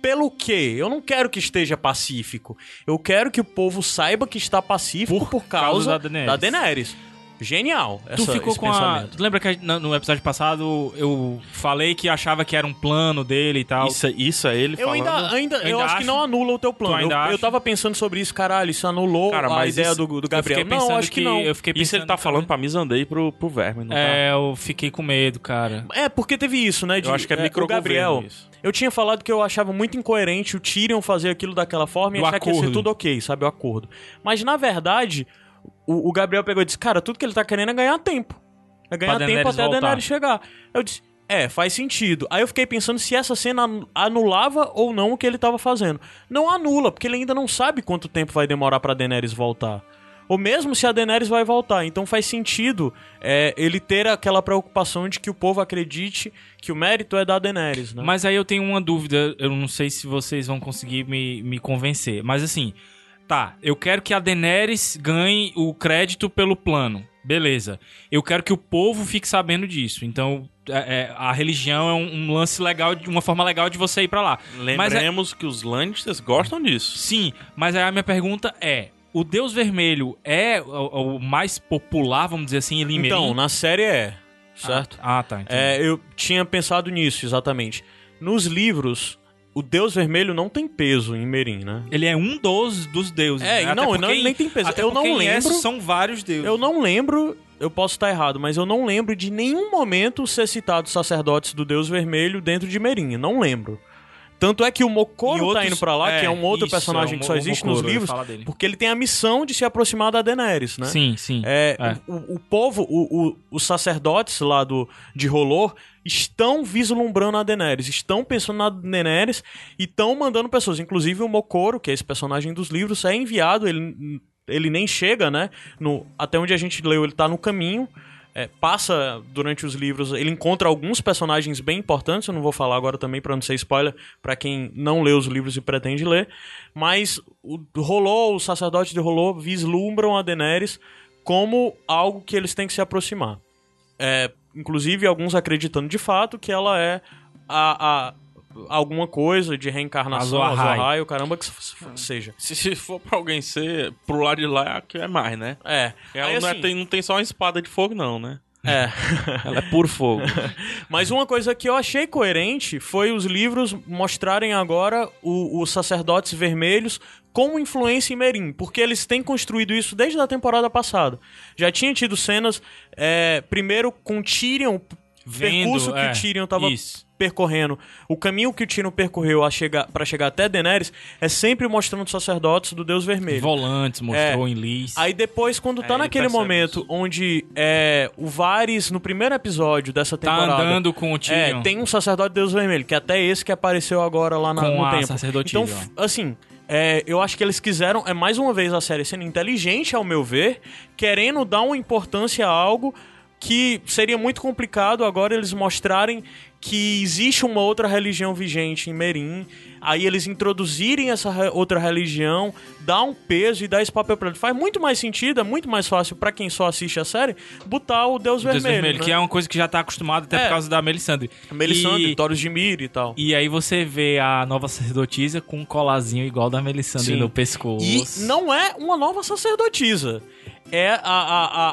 Speaker 1: pelo quê? Eu não quero que esteja pacífico. Eu quero que o povo saiba que está pacífico por, causa, da, Daenerys. Genial
Speaker 2: Tu
Speaker 1: essa,
Speaker 2: ficou
Speaker 1: esse
Speaker 2: com a.
Speaker 1: pensamento.
Speaker 2: Tu lembra que a- na- no episódio passado eu falei que achava que era um plano dele e tal?
Speaker 4: Isso, isso é ele
Speaker 1: Eu
Speaker 4: falando...
Speaker 1: ainda, ainda, eu
Speaker 2: ainda
Speaker 1: acho, que
Speaker 2: acho-
Speaker 1: não anula o teu plano.
Speaker 2: Tu ainda
Speaker 1: Eu, eu
Speaker 2: acha?
Speaker 1: tava pensando sobre isso, caralho, isso anulou
Speaker 4: Cara,
Speaker 1: a
Speaker 4: mas
Speaker 1: ideia
Speaker 4: isso-
Speaker 1: do, do
Speaker 2: Eu
Speaker 1: Gabriel.
Speaker 2: fiquei
Speaker 1: é Não,
Speaker 2: pensando
Speaker 1: acho que,
Speaker 2: que-
Speaker 1: não.
Speaker 2: Eu fiquei pensando,
Speaker 4: Isso ele tá falando pra Mizandei e pro, pro Verme, não tá?
Speaker 2: É, eu fiquei com medo, cara.
Speaker 1: É, porque teve isso, né? de-
Speaker 4: Eu acho que é,
Speaker 1: o
Speaker 4: micro
Speaker 1: Gabriel.
Speaker 4: Isso.
Speaker 1: Eu tinha falado que eu achava muito incoerente o Tyrion fazer aquilo daquela forma e
Speaker 2: Do
Speaker 1: achar que ia ser
Speaker 2: acordo.
Speaker 1: tudo ok, sabe? O acordo. Mas na verdade, o, o Gabriel pegou e disse: Cara, tudo que ele tá querendo é ganhar tempo. É ganhar
Speaker 2: Pra
Speaker 1: tempo
Speaker 2: Daenerys
Speaker 1: até a
Speaker 2: voltar.
Speaker 1: Daenerys chegar. Eu disse. É, faz sentido. Aí eu fiquei pensando se essa cena anu- anulava ou não o que ele tava fazendo. Não anula, porque ele ainda não sabe quanto tempo vai demorar pra Daenerys voltar. Ou mesmo se a Daenerys vai voltar. Então faz sentido é, ele ter aquela preocupação de que o povo acredite que o mérito é da Daenerys, né?
Speaker 2: Mas aí eu tenho uma dúvida, eu não sei se vocês vão conseguir me, me convencer. Mas assim, tá, eu quero que a Daenerys ganhe o crédito pelo plano. Beleza. Eu quero que o povo fique sabendo disso. Então, é- é, a religião é um, um lance legal, de- uma forma legal de você ir pra lá. Mas é-
Speaker 4: Lembremos que os Lannisters gostam disso.
Speaker 2: Sim, mas aí a minha pergunta é: o Deus Vermelho é o, o mais popular, vamos dizer assim, em Limerim?
Speaker 1: Então, na série é, certo?
Speaker 2: Ah, tá. entendi.
Speaker 1: É, eu tinha pensado nisso, exatamente. Nos livros, o Deus Vermelho não tem peso em Merim, né?
Speaker 2: Ele é um dos, dos deuses.
Speaker 1: É,
Speaker 2: né?
Speaker 1: não,
Speaker 2: Até
Speaker 1: não,
Speaker 2: porque
Speaker 1: ele nem tem peso.
Speaker 2: até
Speaker 1: Eu não
Speaker 2: porque em
Speaker 1: lembro-
Speaker 2: Essos São vários deuses.
Speaker 1: Eu não lembro, eu posso estar errado, mas eu não lembro de nenhum momento ser citado sacerdotes do Deus Vermelho dentro de Merim, eu não lembro. Tanto é que o Mokoro
Speaker 2: Em
Speaker 1: tá
Speaker 2: outros-
Speaker 1: indo pra lá, que é um outro
Speaker 2: isso,
Speaker 1: personagem
Speaker 2: é o
Speaker 1: que só
Speaker 2: Mo-
Speaker 1: existe
Speaker 2: Mokoro,
Speaker 1: nos
Speaker 2: ele
Speaker 1: livros,
Speaker 2: fala dele.
Speaker 1: porque ele tem a missão de se aproximar da Daenerys, né?
Speaker 2: Sim, sim.
Speaker 1: É,
Speaker 2: É.
Speaker 1: O, o povo, o- o- os sacerdotes lá do, de Rolor estão vislumbrando a Daenerys, estão pensando na Daenerys e estão mandando pessoas. Inclusive o Mokoro, que é esse personagem dos livros, é enviado, ele, ele nem chega, né? No, até onde a gente leu, ele tá no caminho. é, passa durante os livros, ele encontra alguns personagens bem importantes, eu não vou falar agora também pra não ser spoiler pra quem não lê os livros e pretende ler, mas o Rolô, o sacerdote de Rolô vislumbram a Daenerys como algo que eles têm que se aproximar. É, inclusive, alguns acreditando de fato que ela é a, a- alguma coisa de reencarnação,
Speaker 2: Azor-Ahai.
Speaker 1: Azor-Ahai, o caramba que s- s- seja.
Speaker 4: Se, se for pra alguém ser pro lado de lá, é que é mais, né?
Speaker 1: É,
Speaker 4: Ela
Speaker 1: aí,
Speaker 4: não, é-
Speaker 1: assim,
Speaker 4: tem, não tem só uma espada de fogo, não, né?
Speaker 1: é.
Speaker 4: Ela é puro fogo.
Speaker 1: Mas uma coisa que eu achei coerente foi os livros mostrarem agora o- os sacerdotes vermelhos como influência em Merim, porque eles têm construído isso desde a temporada passada. Já tinha tido cenas, é, primeiro com Tyrion, o
Speaker 2: Vendo,
Speaker 1: percurso que
Speaker 2: é,
Speaker 1: o Tyrion tava
Speaker 2: Isso.
Speaker 1: percorrendo, o caminho que o Tyrion percorreu a chegar, para chegar até Daenerys, é sempre mostrando os sacerdotes do Deus Vermelho. É.
Speaker 2: Volantes, mostrou em Liz.
Speaker 1: Aí depois, quando
Speaker 4: É,
Speaker 1: tá
Speaker 4: ele
Speaker 1: naquele
Speaker 4: percebe
Speaker 1: momento
Speaker 4: isso.
Speaker 1: onde é, o Varys, no primeiro episódio dessa
Speaker 2: tá
Speaker 1: temporada,
Speaker 2: andando com o Tyrion.
Speaker 1: é, tem um sacerdote Deus Vermelho, que é até esse que apareceu agora lá na,
Speaker 2: Com
Speaker 1: no
Speaker 2: a
Speaker 1: tempo.
Speaker 2: sacerdotisa,
Speaker 1: Então, f- assim, é, eu acho que eles quiseram, é mais uma vez a série sendo inteligente, ao meu ver, querendo dar uma importância a algo que seria muito complicado agora eles mostrarem que existe uma outra religião vigente em Merim, aí eles introduzirem essa re- outra religião, dar um peso e dar esse papel pra ele. Faz muito mais sentido, é muito mais fácil pra quem só assiste a série botar o Deus,
Speaker 2: O Deus Vermelho,
Speaker 1: Vermelho, né?
Speaker 2: que é uma coisa que já tá acostumado até
Speaker 1: É.
Speaker 2: por causa da Melisandre.
Speaker 1: Melisandre,
Speaker 2: E-
Speaker 1: Taurus de Mir e tal.
Speaker 2: E aí você vê a nova sacerdotisa com um colazinho igual da Melisandre
Speaker 1: Sim.
Speaker 2: no pescoço.
Speaker 1: E não é uma nova sacerdotisa. É a,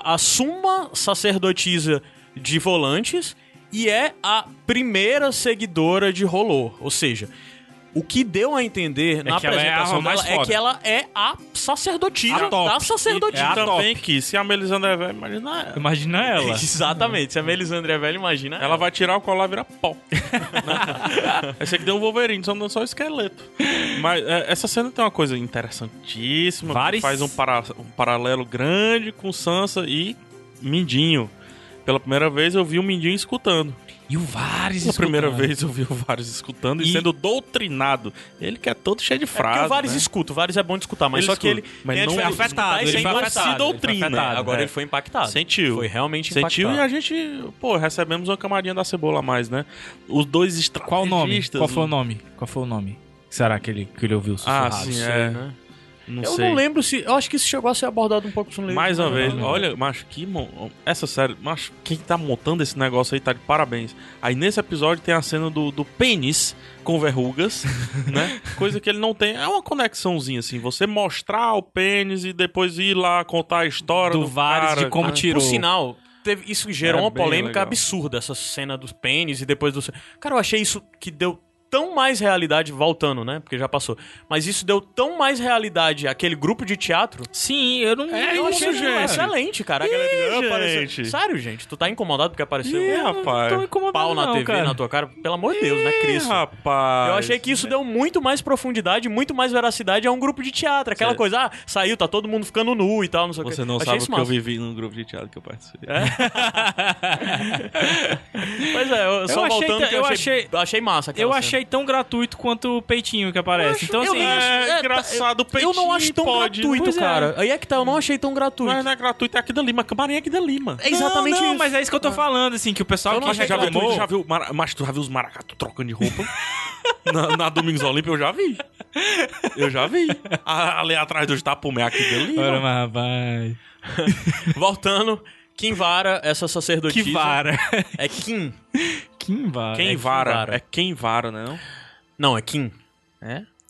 Speaker 1: a, a, a suma sacerdotisa de volantes e é a primeira seguidora de Rolô. Ou seja, O que deu a entender na
Speaker 2: que ela é a
Speaker 1: apresentação
Speaker 2: arma mais
Speaker 1: dela é
Speaker 2: foda.
Speaker 1: que ela é a sacerdotisa
Speaker 2: A top.
Speaker 1: da sacerdotisa.
Speaker 2: É a
Speaker 4: Também que, se a Melisandre é velha, imagina ela.
Speaker 2: Imagina ela.
Speaker 1: Exatamente. Se a Melisandre é velha, imagina.
Speaker 4: Ela vai tirar o colar e virar pó. Né? Esse aqui deu um Wolverine, só não só o esqueleto. Mas é, essa cena tem uma coisa interessantíssima. que
Speaker 2: Várias.
Speaker 4: Faz um, para- um paralelo grande com Sansa e Mindinho. Pela primeira vez eu vi o Mindinho escutando.
Speaker 2: E o Varys
Speaker 4: Pela primeira
Speaker 2: escutando. né?
Speaker 4: vez eu vi o Varys escutando e,
Speaker 2: E-
Speaker 4: sendo doutrinado. Ele que é todo cheio de
Speaker 1: Porque
Speaker 4: frases.
Speaker 1: o Varys
Speaker 4: né?
Speaker 1: escuta, o Varys é bom de escutar, mas
Speaker 4: Ele
Speaker 1: só que ele.
Speaker 4: escuta.
Speaker 1: tipo, tá
Speaker 4: Mas
Speaker 1: tem a
Speaker 4: não é
Speaker 1: diferença de
Speaker 2: afetado,
Speaker 1: escutar e
Speaker 2: ele
Speaker 1: ser
Speaker 2: foi
Speaker 1: impactado,
Speaker 2: afetado,
Speaker 1: ele foi
Speaker 2: doutrina.
Speaker 1: afetado. Agora
Speaker 4: É.
Speaker 1: ele foi impactado.
Speaker 4: Sentiu.
Speaker 1: Foi realmente impactado.
Speaker 4: Sentiu e a gente, pô, recebemos uma camadinha da cebola a mais, né? Os dois estrategistas...
Speaker 2: Qual o nome? Qual
Speaker 1: um-
Speaker 2: foi o nome? Qual foi o nome? Será que ele, que ele ouviu
Speaker 4: Ah,
Speaker 2: sussurrado?
Speaker 4: sim,
Speaker 1: sei,
Speaker 4: é.
Speaker 1: né?
Speaker 4: Não
Speaker 1: Eu
Speaker 4: sei.
Speaker 1: não lembro se. Eu acho que isso chegou a ser abordado um pouco no livro.
Speaker 4: Mais uma
Speaker 1: Não,
Speaker 4: vez,
Speaker 1: não.
Speaker 4: olha, macho, que. mon- Essa série, macho, quem tá montando esse negócio aí tá de parabéns. Aí nesse episódio tem a cena do, do pênis com verrugas, né? Coisa que ele não tem. É uma conexãozinha, assim, você mostrar o pênis e depois ir lá contar a história do,
Speaker 2: Do Varys,
Speaker 4: cara, né?
Speaker 2: de como
Speaker 4: cara.
Speaker 2: tirou.
Speaker 1: Por sinal, teve- isso gerou
Speaker 4: É
Speaker 1: uma
Speaker 4: bem
Speaker 1: polêmica
Speaker 4: legal.
Speaker 1: absurda, essa cena dos pênis e depois do. Cara, eu achei isso que deu tão mais realidade, voltando, né? Porque já passou. Mas isso deu tão mais realidade àquele grupo de teatro.
Speaker 2: Sim, eu não
Speaker 1: É, eu
Speaker 2: eu
Speaker 1: achei
Speaker 4: gente.
Speaker 1: excelente, cara. A
Speaker 4: Ih,
Speaker 1: galera, "Ah, apareceu."
Speaker 4: gente.
Speaker 1: Sério, gente, tu tá incomodado porque apareceu
Speaker 4: Ih,
Speaker 1: um
Speaker 4: rapaz.
Speaker 2: tô incomodado
Speaker 1: pau na
Speaker 2: não,
Speaker 1: TV
Speaker 2: cara.
Speaker 1: na tua cara? Pelo amor de Deus, né, Cris?
Speaker 4: Ih, rapaz.
Speaker 1: Eu achei que
Speaker 4: né?
Speaker 1: isso deu muito mais profundidade, muito mais veracidade a um grupo de teatro. Aquela
Speaker 4: Cê-
Speaker 1: coisa, ah, saiu, tá todo mundo ficando nu e tal, não sei o que.
Speaker 4: Você não
Speaker 1: achei
Speaker 4: sabe o
Speaker 1: isso
Speaker 4: que
Speaker 1: massa. É.
Speaker 4: eu vivi num grupo de teatro que eu participei.
Speaker 1: Pois é, eu, só
Speaker 2: Eu achei
Speaker 1: voltando
Speaker 2: ta-
Speaker 1: que eu,
Speaker 2: eu
Speaker 1: achei,
Speaker 2: achei-
Speaker 1: eu achei massa aquela
Speaker 2: Eu
Speaker 1: cena.
Speaker 2: achei tão gratuito quanto o peitinho que aparece. então,
Speaker 1: eu
Speaker 2: assim,
Speaker 1: acho-
Speaker 4: É,
Speaker 1: tá-
Speaker 4: engraçado, o
Speaker 1: Eu
Speaker 4: peitinho
Speaker 1: não acho tão
Speaker 4: pode-
Speaker 1: gratuito,
Speaker 2: Pois é.
Speaker 1: cara. Aí é que tá, eu não achei tão gratuito.
Speaker 4: Mas não é gratuito, é aqui dali, mas camarim é aqui dali, mano.
Speaker 1: é exatamente
Speaker 2: não,
Speaker 1: isso. Ah.
Speaker 2: mas é isso que eu tô falando, assim, que o pessoal
Speaker 1: Eu
Speaker 2: que
Speaker 1: não achei
Speaker 4: Já viu,
Speaker 2: reclamou...
Speaker 4: tu, já viu, mara- mas tu já viu os maracatu trocando de roupa? na, na Domingos Olímpia eu já vi. Eu já vi. A- ali atrás dos tapumé aqui dali.
Speaker 2: Ora,
Speaker 4: mano.
Speaker 2: mas, rapaz...
Speaker 1: Voltando, Kim Vara, essa sacerdotisa.
Speaker 2: Que vara.
Speaker 1: É Kim.
Speaker 2: Quem vara.
Speaker 4: Quem
Speaker 1: É
Speaker 4: vara.
Speaker 1: quem vara.
Speaker 4: É quem vara, né? Não?
Speaker 1: Não, é Kim.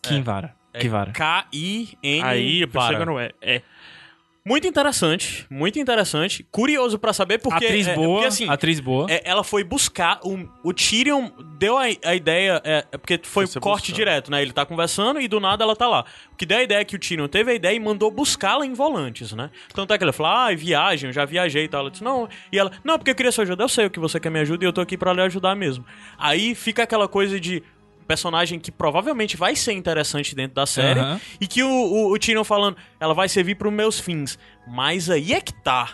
Speaker 2: Quem vara.
Speaker 1: É
Speaker 2: Que vara.
Speaker 1: K-I-N.
Speaker 4: Aí, eu pensei
Speaker 1: Vara.
Speaker 2: um
Speaker 4: que não é. É.
Speaker 1: Muito interessante, muito interessante. Curioso pra saber porque.
Speaker 2: atriz
Speaker 1: é,
Speaker 2: boa,
Speaker 1: porque, assim,
Speaker 2: atriz boa.
Speaker 1: É, ela foi buscar. O, o Tyrion deu a, a ideia. É, é porque foi
Speaker 4: Você
Speaker 1: corte
Speaker 4: buscando.
Speaker 1: direto, né? Ele tá conversando e do nada ela tá lá. O que deu a ideia é que o Tyrion teve a ideia e mandou buscá-la em volantes, né? Tanto é que ela falou: ah, viagem, eu já viajei e tal. Ela disse: não. E ela: não, porque eu queria sua ajuda. Eu sei o que você quer me ajuda e eu tô aqui pra lhe ajudar mesmo. Aí fica aquela coisa de. Personagem que provavelmente vai ser interessante dentro da série.
Speaker 2: Aham.
Speaker 1: E que o, o, o Tyrion falando, ela vai servir pros meus fins. Mas aí é que tá.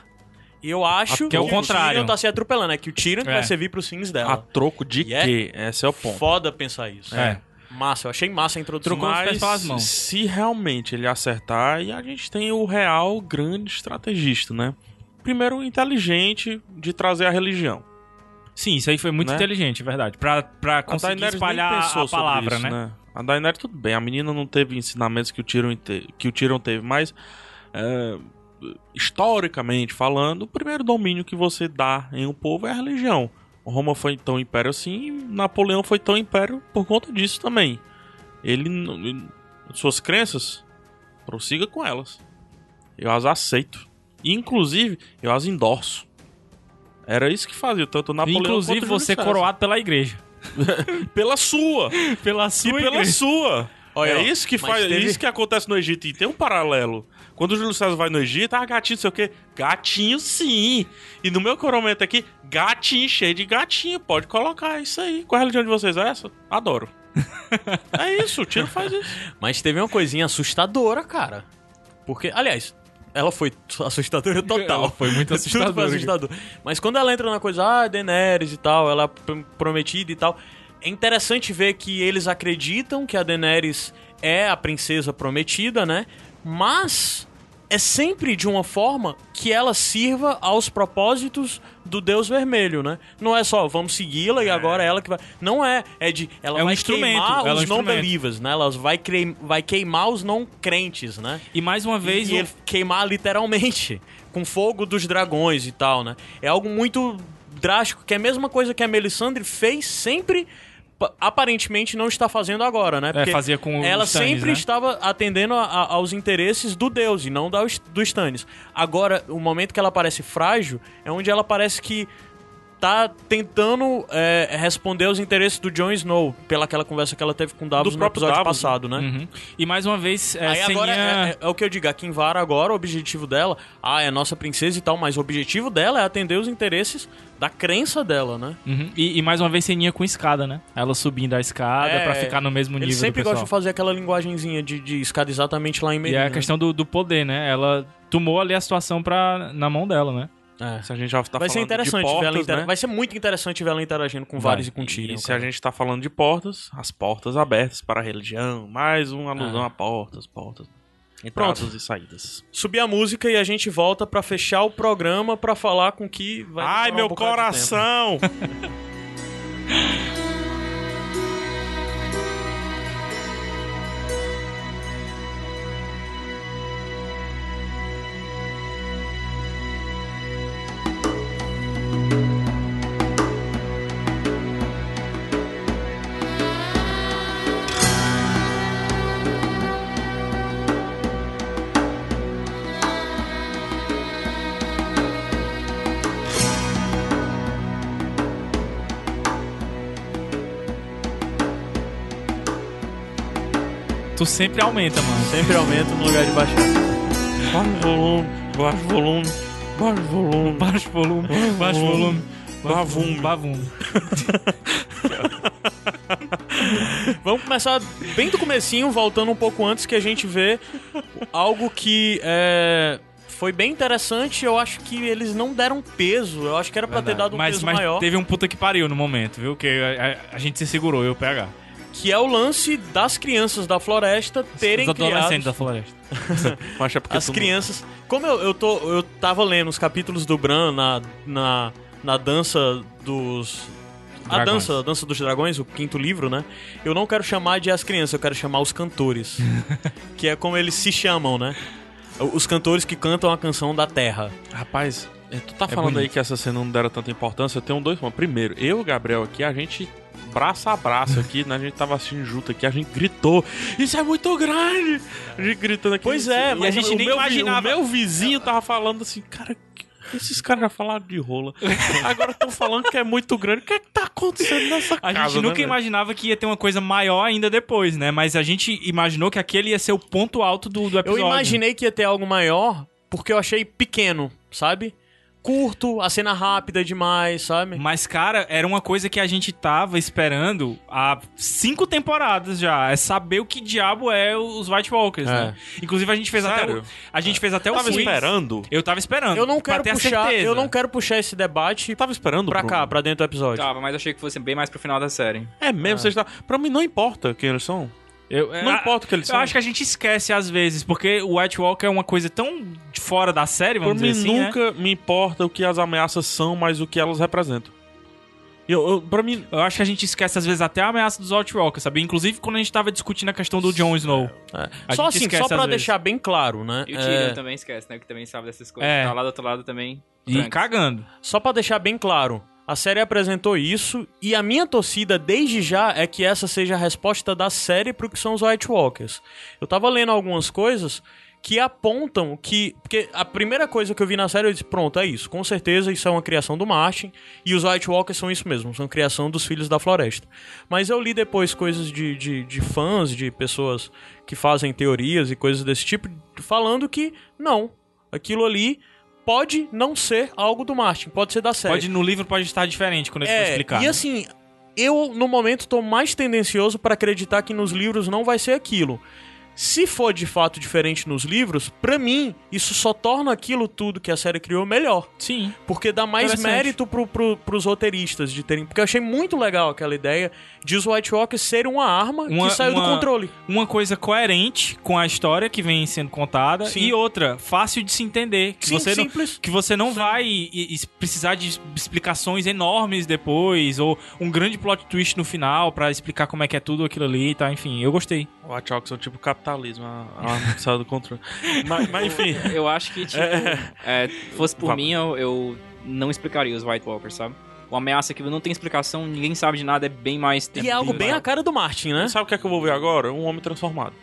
Speaker 1: Eu acho
Speaker 2: Porque é o
Speaker 1: o Tyrion
Speaker 2: contrário.
Speaker 1: tá se atropelando. É que o Tyrion que
Speaker 2: É.
Speaker 1: vai servir pros fins
Speaker 4: A
Speaker 1: dela.
Speaker 4: troco de
Speaker 1: E é-
Speaker 4: quê? Esse é o ponto.
Speaker 1: Foda pensar isso.
Speaker 2: É.
Speaker 1: Massa, eu achei massa a introdução.
Speaker 2: Trocou os
Speaker 1: Mas-
Speaker 2: pés pelas mãos.
Speaker 4: Se realmente ele acertar, e a gente tem o real grande estrategista, né? Primeiro, o inteligente de trazer a religião.
Speaker 2: Sim, isso aí foi muito
Speaker 4: Né?
Speaker 2: inteligente, é verdade. Pra, pra
Speaker 4: A
Speaker 2: conseguir
Speaker 4: Daenerys nem
Speaker 2: espalhar
Speaker 4: pensou
Speaker 2: a
Speaker 4: sobre
Speaker 2: palavra,
Speaker 4: isso,
Speaker 2: né?
Speaker 4: A Daenerys, tudo bem, a menina não teve ensinamentos que o Tyrion, te- que o Tyrion teve, mas é, historicamente falando, o primeiro domínio que você dá em um povo é a religião. Roma foi tão império assim, e Napoleão foi tão império por conta disso também. Ele, n- ele- suas crenças, prossiga com elas. Eu as aceito. Inclusive, eu as endorço. Era isso que fazia tanto
Speaker 1: Tá
Speaker 4: Napoleão
Speaker 2: Inclusive
Speaker 4: quanto Júlio
Speaker 2: você é
Speaker 4: César.
Speaker 2: coroado pela igreja.
Speaker 4: pela sua
Speaker 2: Pela
Speaker 4: e
Speaker 2: sua
Speaker 4: pela sua.
Speaker 1: Olha,
Speaker 4: é
Speaker 1: ó,
Speaker 4: isso que
Speaker 1: mas
Speaker 4: faz, é
Speaker 1: teve-
Speaker 4: isso que acontece no Egito e tem um paralelo. Quando o Júlio César vai no Egito, ah, gatinho, sei o quê? Gatinho sim. E no meu coromento aqui, gatinho cheio de gatinho, pode colocar isso aí. Qual é a religião de vocês é essa? Adoro. é isso, o tiro faz isso.
Speaker 1: Mas teve uma coisinha assustadora, cara. Porque, aliás, ela foi assustadora total.
Speaker 2: Ela foi muito
Speaker 1: Tudo
Speaker 2: assustadora.
Speaker 1: assustador. Mas quando ela entra na coisa, ah, Daenerys e tal, ela é pr- prometida e tal. É interessante ver que eles acreditam que a Daenerys é a princesa prometida, né? Mas é sempre de uma forma que ela sirva aos propósitos do Deus Vermelho, né? Não é só vamos segui-la e agora é ela que vai. Não é, é de ela
Speaker 2: É um
Speaker 1: vai
Speaker 2: instrumento,
Speaker 1: queimar
Speaker 2: ela é um
Speaker 1: os não
Speaker 2: instrumento.
Speaker 1: believers, né? Ela vai, crei- vai queimar os não crentes, né?
Speaker 2: E mais uma vez, um
Speaker 1: e
Speaker 2: o-
Speaker 1: ele queimar literalmente com fogo dos dragões e tal, né? É algo muito drástico, que é a mesma coisa que a Melisandre fez sempre pa- aparentemente não está fazendo agora, né?
Speaker 2: é, fazia com
Speaker 1: ela
Speaker 2: os Stannis,
Speaker 1: sempre
Speaker 2: né?
Speaker 1: estava atendendo a- a- aos interesses do deus e não da, dos Stannis. Agora, o momento que ela parece frágil é onde ela parece que tá tentando é, responder aos interesses do Jon Snow, pela aquela conversa que ela teve com o Davos
Speaker 4: Do
Speaker 1: no
Speaker 4: próprio
Speaker 1: episódio
Speaker 4: Davos.
Speaker 1: passado, né?
Speaker 2: Uhum. E mais uma vez, é,
Speaker 1: Aí
Speaker 2: sem
Speaker 1: agora
Speaker 2: a-
Speaker 1: é, é- é o que eu digo, a Kinvara agora, o objetivo dela, ah, é nossa princesa e tal, mas o objetivo dela é atender os interesses da crença dela, né?
Speaker 2: Uhum. E, e mais uma vez ceninha com escada, né? Ela subindo a escada
Speaker 1: É,
Speaker 2: pra ficar no mesmo nível
Speaker 1: Eles sempre
Speaker 2: do pessoal.
Speaker 1: gostam de fazer aquela linguagenzinha de, de escada exatamente lá em
Speaker 2: E
Speaker 1: meio.
Speaker 2: é a questão do, do poder, né? Ela tomou ali a situação pra, na mão dela, né?
Speaker 4: Se a gente já
Speaker 1: É.
Speaker 4: tá
Speaker 1: Vai ser
Speaker 4: falando
Speaker 1: interessante
Speaker 4: de portas,
Speaker 1: ver ela inter...
Speaker 4: né?
Speaker 1: Vai ser muito interessante ver ela interagindo com
Speaker 2: Vai.
Speaker 1: vários e com né? Tyrion.
Speaker 4: E se
Speaker 1: cara.
Speaker 4: a gente tá falando de portas, as portas abertas para a religião, mais uma alusão a portas, portas, entradas e saídas.
Speaker 1: Subir a música e a gente volta pra fechar o programa pra falar com que vai
Speaker 4: Ai,
Speaker 1: demorar um
Speaker 4: meu
Speaker 1: bocado de tempo.
Speaker 4: coração!
Speaker 2: Tu sempre aumenta, mano.
Speaker 1: Sempre aumenta no lugar de baixar.
Speaker 4: Baixa o volume, baixa o volume, baixa o volume.
Speaker 2: Baixa o volume, baixa o volume.
Speaker 4: Bavume.
Speaker 2: Bavume.
Speaker 1: Vamos começar bem do comecinho, voltando um pouco antes que a gente vê algo que é, foi bem interessante. Eu acho que eles não deram peso. Eu acho que era pra ter dado um
Speaker 2: Mas,
Speaker 1: peso
Speaker 2: mas
Speaker 1: maior.
Speaker 2: teve um puta que pariu no momento, viu? Que a, a- a gente se segurou, eu PH.
Speaker 1: Que é o lance das crianças da floresta terem
Speaker 2: Os adolescentes
Speaker 1: criado
Speaker 2: da floresta.
Speaker 4: Mas é porque
Speaker 1: As
Speaker 4: tu não-
Speaker 1: crianças. Como eu, eu, tô, eu tava lendo os capítulos do Bran na, na, na dança dos. A
Speaker 2: Dragões.
Speaker 1: dança, a dança dos dragões, o quinto livro, né? Eu não quero chamar de as crianças, eu quero chamar os cantores. que é como eles se chamam, né? Os cantores que cantam a canção da terra.
Speaker 4: Rapaz, é, tu tá falando aí
Speaker 2: bonito.
Speaker 4: que essa cena não dera tanta importância. Eu tenho dois problemas. Primeiro, eu e o Gabriel aqui, a gente braço a braço aqui, né? A gente tava assistindo junto aqui, a gente gritou. Isso é muito grande! A gente gritando aqui.
Speaker 1: Pois é,
Speaker 4: E
Speaker 1: mas
Speaker 4: a gente
Speaker 1: o
Speaker 4: nem
Speaker 1: meu vi-
Speaker 4: imaginava.
Speaker 1: o
Speaker 4: meu vizinho tava falando assim, cara... Esses caras já falaram de rola. Agora estão falando que é muito grande. O que é que tá acontecendo nessa
Speaker 2: A
Speaker 4: casa?
Speaker 2: gente
Speaker 4: né,
Speaker 2: nunca
Speaker 4: velho?
Speaker 2: imaginava que ia ter uma coisa maior ainda depois, né? Mas a gente imaginou que aquele ia ser o ponto alto do, do
Speaker 1: Eu
Speaker 2: episódio.
Speaker 1: imaginei que ia ter algo maior, porque eu achei pequeno, sabe? Curto, a cena rápida demais, sabe?
Speaker 2: Mas, cara, era uma coisa que a gente tava esperando há cinco temporadas já. É saber o que diabo é os White Walkers,
Speaker 1: É.
Speaker 2: né? Inclusive, a gente fez até
Speaker 4: Sério?
Speaker 2: o. A gente fez até o
Speaker 4: Tava
Speaker 2: quiz.
Speaker 4: esperando.
Speaker 2: Eu tava esperando.
Speaker 1: Assim, Eu não
Speaker 2: pra
Speaker 1: quero
Speaker 2: ter a
Speaker 1: puxar,
Speaker 2: certeza.
Speaker 1: eu não quero puxar esse debate
Speaker 4: Tava esperando,
Speaker 1: pra
Speaker 4: Bruno?
Speaker 1: cá, pra dentro do episódio.
Speaker 3: Tava, mas achei que fosse bem mais pro final da série.
Speaker 4: É mesmo, vocês tá... Pra mim não importa quem eles são.
Speaker 2: Eu, é,
Speaker 4: Não
Speaker 2: a-
Speaker 4: importa o que eles
Speaker 2: Eu
Speaker 4: são.
Speaker 2: acho que a gente esquece às vezes, porque o White Walker é uma coisa tão de fora da série,
Speaker 4: Por
Speaker 2: vamos
Speaker 4: mim,
Speaker 2: dizer assim, né?
Speaker 4: nunca me importa o que as ameaças são, mas o que elas representam. Eu, eu, pra mim,
Speaker 2: Eu acho que a gente esquece às vezes até a ameaça dos White Walkers, sabe? Inclusive quando a gente tava discutindo a questão do Jon Snow. A
Speaker 1: Só
Speaker 2: gente
Speaker 1: assim,
Speaker 2: esquece
Speaker 1: só
Speaker 2: às
Speaker 1: pra
Speaker 2: vezes.
Speaker 1: deixar bem claro, né?
Speaker 3: E o
Speaker 1: É,
Speaker 3: Tyrion também esquece, né? Que também sabe dessas coisas.
Speaker 2: É.
Speaker 3: Tá lá do outro lado também.
Speaker 2: E
Speaker 3: Tranca.
Speaker 2: cagando.
Speaker 1: só pra deixar bem claro, a série apresentou isso e a minha torcida desde já é que essa seja a resposta da série pro que são os White Walkers. Eu tava lendo algumas coisas que apontam que. Porque a primeira coisa que eu vi na série, eu disse: pronto, é isso. Com certeza isso é uma criação do Martin. E os White Walkers são isso mesmo, são criação dos filhos da floresta. Mas eu li depois coisas de, de, de fãs, de pessoas que fazem teorias e coisas desse tipo, falando que não. Aquilo ali pode não ser algo do Martin, pode ser da série.
Speaker 2: Pode no livro pode estar diferente quando a gente for
Speaker 1: É,
Speaker 2: explicar. né?
Speaker 1: E assim, eu no momento tô mais tendencioso pra acreditar que nos livros não vai ser aquilo. Se for de fato diferente nos livros, pra mim isso só torna aquilo tudo que a série criou melhor,
Speaker 2: Sim.
Speaker 1: porque dá mais
Speaker 2: Interessante.
Speaker 1: mérito pro, pro, pros roteiristas de terem, porque eu achei muito legal aquela ideia de os White Walkers serem uma arma
Speaker 2: Uma-
Speaker 1: que saiu do
Speaker 2: uma-
Speaker 1: controle.
Speaker 2: Uma coisa coerente com a história que vem sendo contada
Speaker 1: Sim.
Speaker 2: e outra fácil de se entender, que
Speaker 1: Sim,
Speaker 2: você não
Speaker 1: simples.
Speaker 2: que você não vai e- e precisar de explicações enormes depois ou um grande plot twist no final pra explicar como é que é tudo aquilo ali, e tá? Enfim, eu gostei.
Speaker 4: o Atchocks é um tipo capitalismo, a, a saiu do controle. mas, mas enfim,
Speaker 3: Eu acho que, tipo, é, fosse por
Speaker 4: Fala.
Speaker 3: mim, eu, eu não explicaria os White Walkers, sabe? Uma ameaça que não tem explicação, ninguém sabe de nada, é bem mais tempo
Speaker 1: E é algo
Speaker 3: de-
Speaker 1: bem a cara do Martin, né?
Speaker 4: sabe o que é que eu vou ver agora? Um homem transformado.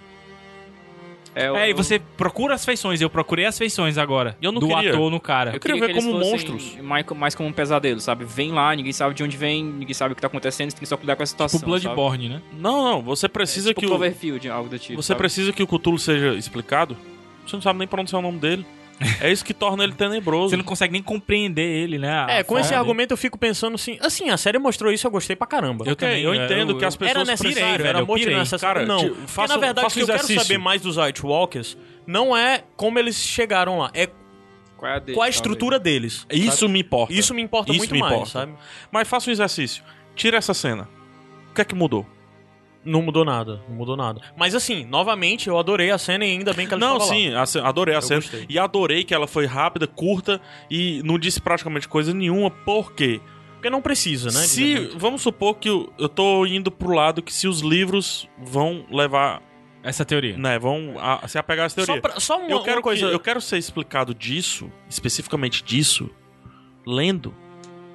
Speaker 3: É,
Speaker 2: É, e você procura as feições. Eu procurei as feições agora.
Speaker 4: E eu não
Speaker 2: do
Speaker 4: queria.
Speaker 2: ator no cara.
Speaker 3: Eu
Speaker 4: queria
Speaker 3: queria
Speaker 4: ver
Speaker 3: que eles
Speaker 4: como
Speaker 3: fossem
Speaker 4: monstros.
Speaker 3: Mais, co- mais como um pesadelo, sabe? Vem lá, ninguém sabe de onde vem, ninguém sabe o que tá acontecendo, você tem que só cuidar com a situação.
Speaker 2: Tipo Bloodborne, né?
Speaker 4: Não, não, você
Speaker 3: Precisa
Speaker 4: precisa
Speaker 3: tipo
Speaker 4: é que o
Speaker 3: Cloverfield, algo do tipo.
Speaker 4: você
Speaker 3: sabe?
Speaker 4: precisa que o Cthulhu seja explicado. Você não sabe nem pronunciar o nome dele. É isso que torna ele tenebroso.
Speaker 2: Você não consegue nem compreender ele, né? a
Speaker 1: É, com
Speaker 2: forma
Speaker 1: esse
Speaker 2: dele.
Speaker 1: argumento eu fico pensando assim, assim, a série mostrou isso, eu gostei pra caramba.
Speaker 2: Eu
Speaker 4: Ok,
Speaker 2: também,
Speaker 4: eu
Speaker 2: eu-
Speaker 4: entendo que
Speaker 2: eu-
Speaker 4: as pessoas
Speaker 1: Era necessário,
Speaker 4: precisam,
Speaker 1: era
Speaker 4: velho, eu pirei.
Speaker 1: motivo
Speaker 4: Cara,
Speaker 1: não.
Speaker 4: ti-
Speaker 1: Porque,
Speaker 4: faça-
Speaker 1: na verdade, o
Speaker 4: faça
Speaker 1: que
Speaker 4: o
Speaker 1: eu quero
Speaker 4: exercício.
Speaker 1: saber mais dos Walkers não é como eles chegaram lá, é
Speaker 3: Qual é a, dele,
Speaker 1: qual a
Speaker 3: talvez?
Speaker 1: estrutura deles.
Speaker 4: Isso me importa.
Speaker 1: Isso me importa
Speaker 4: Isso
Speaker 1: muito
Speaker 4: me
Speaker 1: mais,
Speaker 4: importa.
Speaker 1: sabe?
Speaker 4: Mas faça um exercício. Tira essa cena. O que é que mudou?
Speaker 1: Não mudou nada, não mudou nada. Mas assim, novamente, eu adorei a cena e ainda bem que ela
Speaker 4: não,
Speaker 1: estava lá.
Speaker 4: sim, a ce- adorei a
Speaker 1: Eu
Speaker 4: cena.
Speaker 1: gostei.
Speaker 4: E adorei que ela foi rápida, curta e não disse praticamente coisa nenhuma. Por quê?
Speaker 1: Porque não precisa, né? de
Speaker 4: se,
Speaker 1: repente.
Speaker 4: vamos supor que eu, eu tô indo pro lado que se os livros vão levar,
Speaker 2: Essa teoria.
Speaker 4: né, vão a- se apegar às
Speaker 1: Só,
Speaker 4: teorias.
Speaker 1: pra, só uma,
Speaker 4: eu quero
Speaker 1: uma coisa.
Speaker 4: que- eu quero ser explicado disso, especificamente disso, lendo.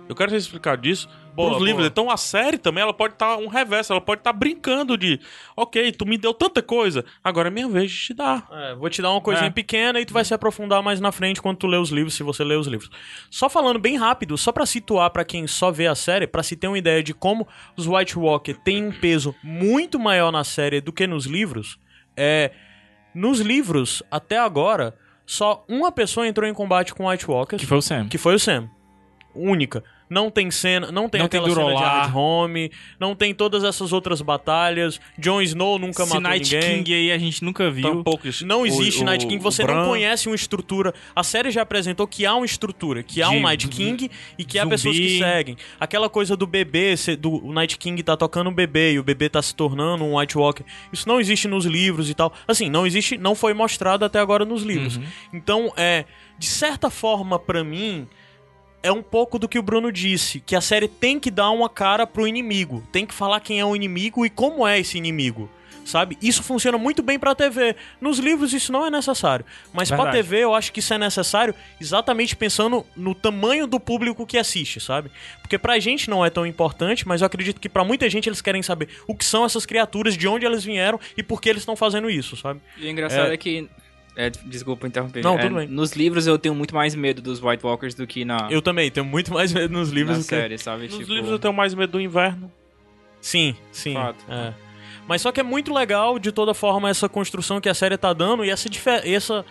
Speaker 4: Eu quero ser explicado disso
Speaker 1: Boa,
Speaker 4: pros livros.
Speaker 1: boa.
Speaker 4: Então a série também, ela pode estar um reverso, ela pode estar brincando de, ok, tu me deu tanta coisa, agora é minha vez de te dar.
Speaker 1: É, vou te dar uma coisinha
Speaker 2: É.
Speaker 1: pequena e tu vai se aprofundar mais na frente quando tu ler os livros, se você ler os livros. Só falando bem rápido, só pra situar pra quem só vê a série, pra se ter uma ideia de como os White Walker têm um peso muito maior na série do que nos livros, é nos livros até agora só uma pessoa entrou em combate com White Walkers,
Speaker 2: Que foi o Sam.
Speaker 1: que foi o Sam. Única. Não tem cena, não tem
Speaker 2: Não tem
Speaker 1: aquela cena de
Speaker 2: Durolar.
Speaker 1: Hard Home, não tem todas essas outras batalhas. Jon Snow nunca
Speaker 2: Esse
Speaker 1: matou
Speaker 2: Night
Speaker 1: ninguém. Então,
Speaker 2: King aí a gente nunca viu.
Speaker 4: Tampouco um isso.
Speaker 1: Não
Speaker 4: O-
Speaker 1: existe
Speaker 4: o-
Speaker 1: Night King,
Speaker 4: o
Speaker 1: você não
Speaker 4: Bran-
Speaker 1: conhece uma estrutura. A série já apresentou que há uma estrutura, que há
Speaker 2: De
Speaker 1: um Night
Speaker 2: zumbi-
Speaker 1: King e que há
Speaker 2: zumbi.
Speaker 1: pessoas que seguem. Aquela coisa do bebê, ser- do o Night King tá tocando um bebê e o bebê tá se tornando um White Walker. Isso não existe nos livros e tal. Assim, não existe, não foi mostrado até agora nos livros.
Speaker 2: Uhum.
Speaker 1: Então, é, de certa forma pra mim, é um pouco do que o Bruno disse, que a série tem que dar uma cara pro inimigo, tem que falar quem é o inimigo e como é esse inimigo. Sabe? Isso funciona muito bem pra TV. Nos livros isso não é necessário, mas pra
Speaker 2: Verdade.
Speaker 1: TV eu acho que isso é necessário exatamente pensando no tamanho do público que assiste, sabe? Porque pra gente não é tão importante, mas eu acredito que pra muita gente eles querem saber o que são essas criaturas, de onde elas vieram e por que eles estão fazendo isso, sabe?
Speaker 3: E o engraçado é, que. É, desculpa interromper.
Speaker 1: Não,
Speaker 3: É,
Speaker 1: tudo bem.
Speaker 3: Nos livros eu tenho muito mais medo dos White Walkers do que na,
Speaker 1: Eu também tenho muito mais medo nos livros
Speaker 3: Ah. na
Speaker 1: do que
Speaker 3: série, sabe?
Speaker 4: Nos
Speaker 3: tipo,
Speaker 4: livros eu tenho mais medo do inverno.
Speaker 1: Sim, sim.
Speaker 3: Fato.
Speaker 1: é. Mas só que é muito legal, de toda forma, essa construção que a série tá dando e essa diferença.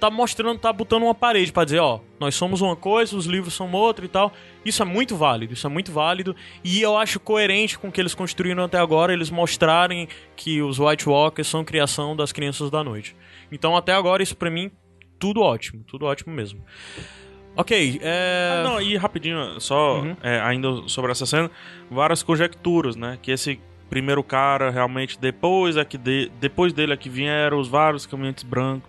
Speaker 1: Tá mostrando, tá botando uma parede pra dizer, ó, nós somos uma coisa, os livros são outra e tal. Isso é muito válido, isso é muito válido. E eu acho coerente com o que eles construíram até agora, eles mostrarem que os White Walkers são criação das crianças da noite. Então até agora, isso pra mim, tudo ótimo, tudo ótimo mesmo. Ok, é.
Speaker 4: Ah, não, e rapidinho, só
Speaker 1: Uhum.
Speaker 4: é, ainda sobre essa cena, várias conjecturas, né? Que esse primeiro cara realmente depois é que de- depois dele é que vieram os vários caminhantes brancos.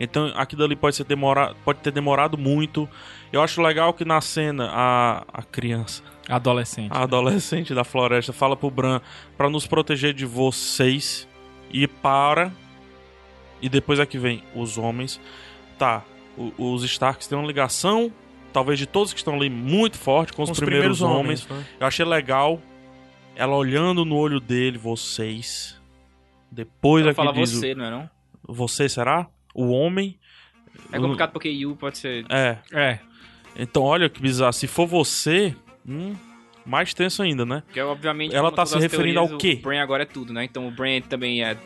Speaker 4: Então aquilo ali pode ser demora, pode ter demorado muito. Eu acho legal que na cena a, a criança,
Speaker 2: Adolescente.
Speaker 4: a adolescente da floresta fala pro Bran pra nos proteger de vocês e para e depois é que vem os homens. Tá, o- os Starks têm uma ligação, talvez de todos que estão ali, muito forte com os, primeiros, homens.
Speaker 1: né?
Speaker 4: Eu achei legal ela olhando no olho dele, vocês. Depois
Speaker 3: eu
Speaker 4: é
Speaker 3: falo
Speaker 4: que diz o-
Speaker 3: você, não é não?
Speaker 4: você será? O homem?
Speaker 3: É complicado porque you pode ser.
Speaker 4: É.
Speaker 2: É.
Speaker 4: Então olha que bizarro. Se for você, hum, mais tenso ainda, né?
Speaker 3: Porque, obviamente,
Speaker 4: Ela
Speaker 3: como
Speaker 4: tá
Speaker 3: todas
Speaker 4: se
Speaker 3: as
Speaker 4: referindo ao
Speaker 3: teorias,
Speaker 4: quê?
Speaker 3: O Brain agora é tudo, né? Então o Brain também é,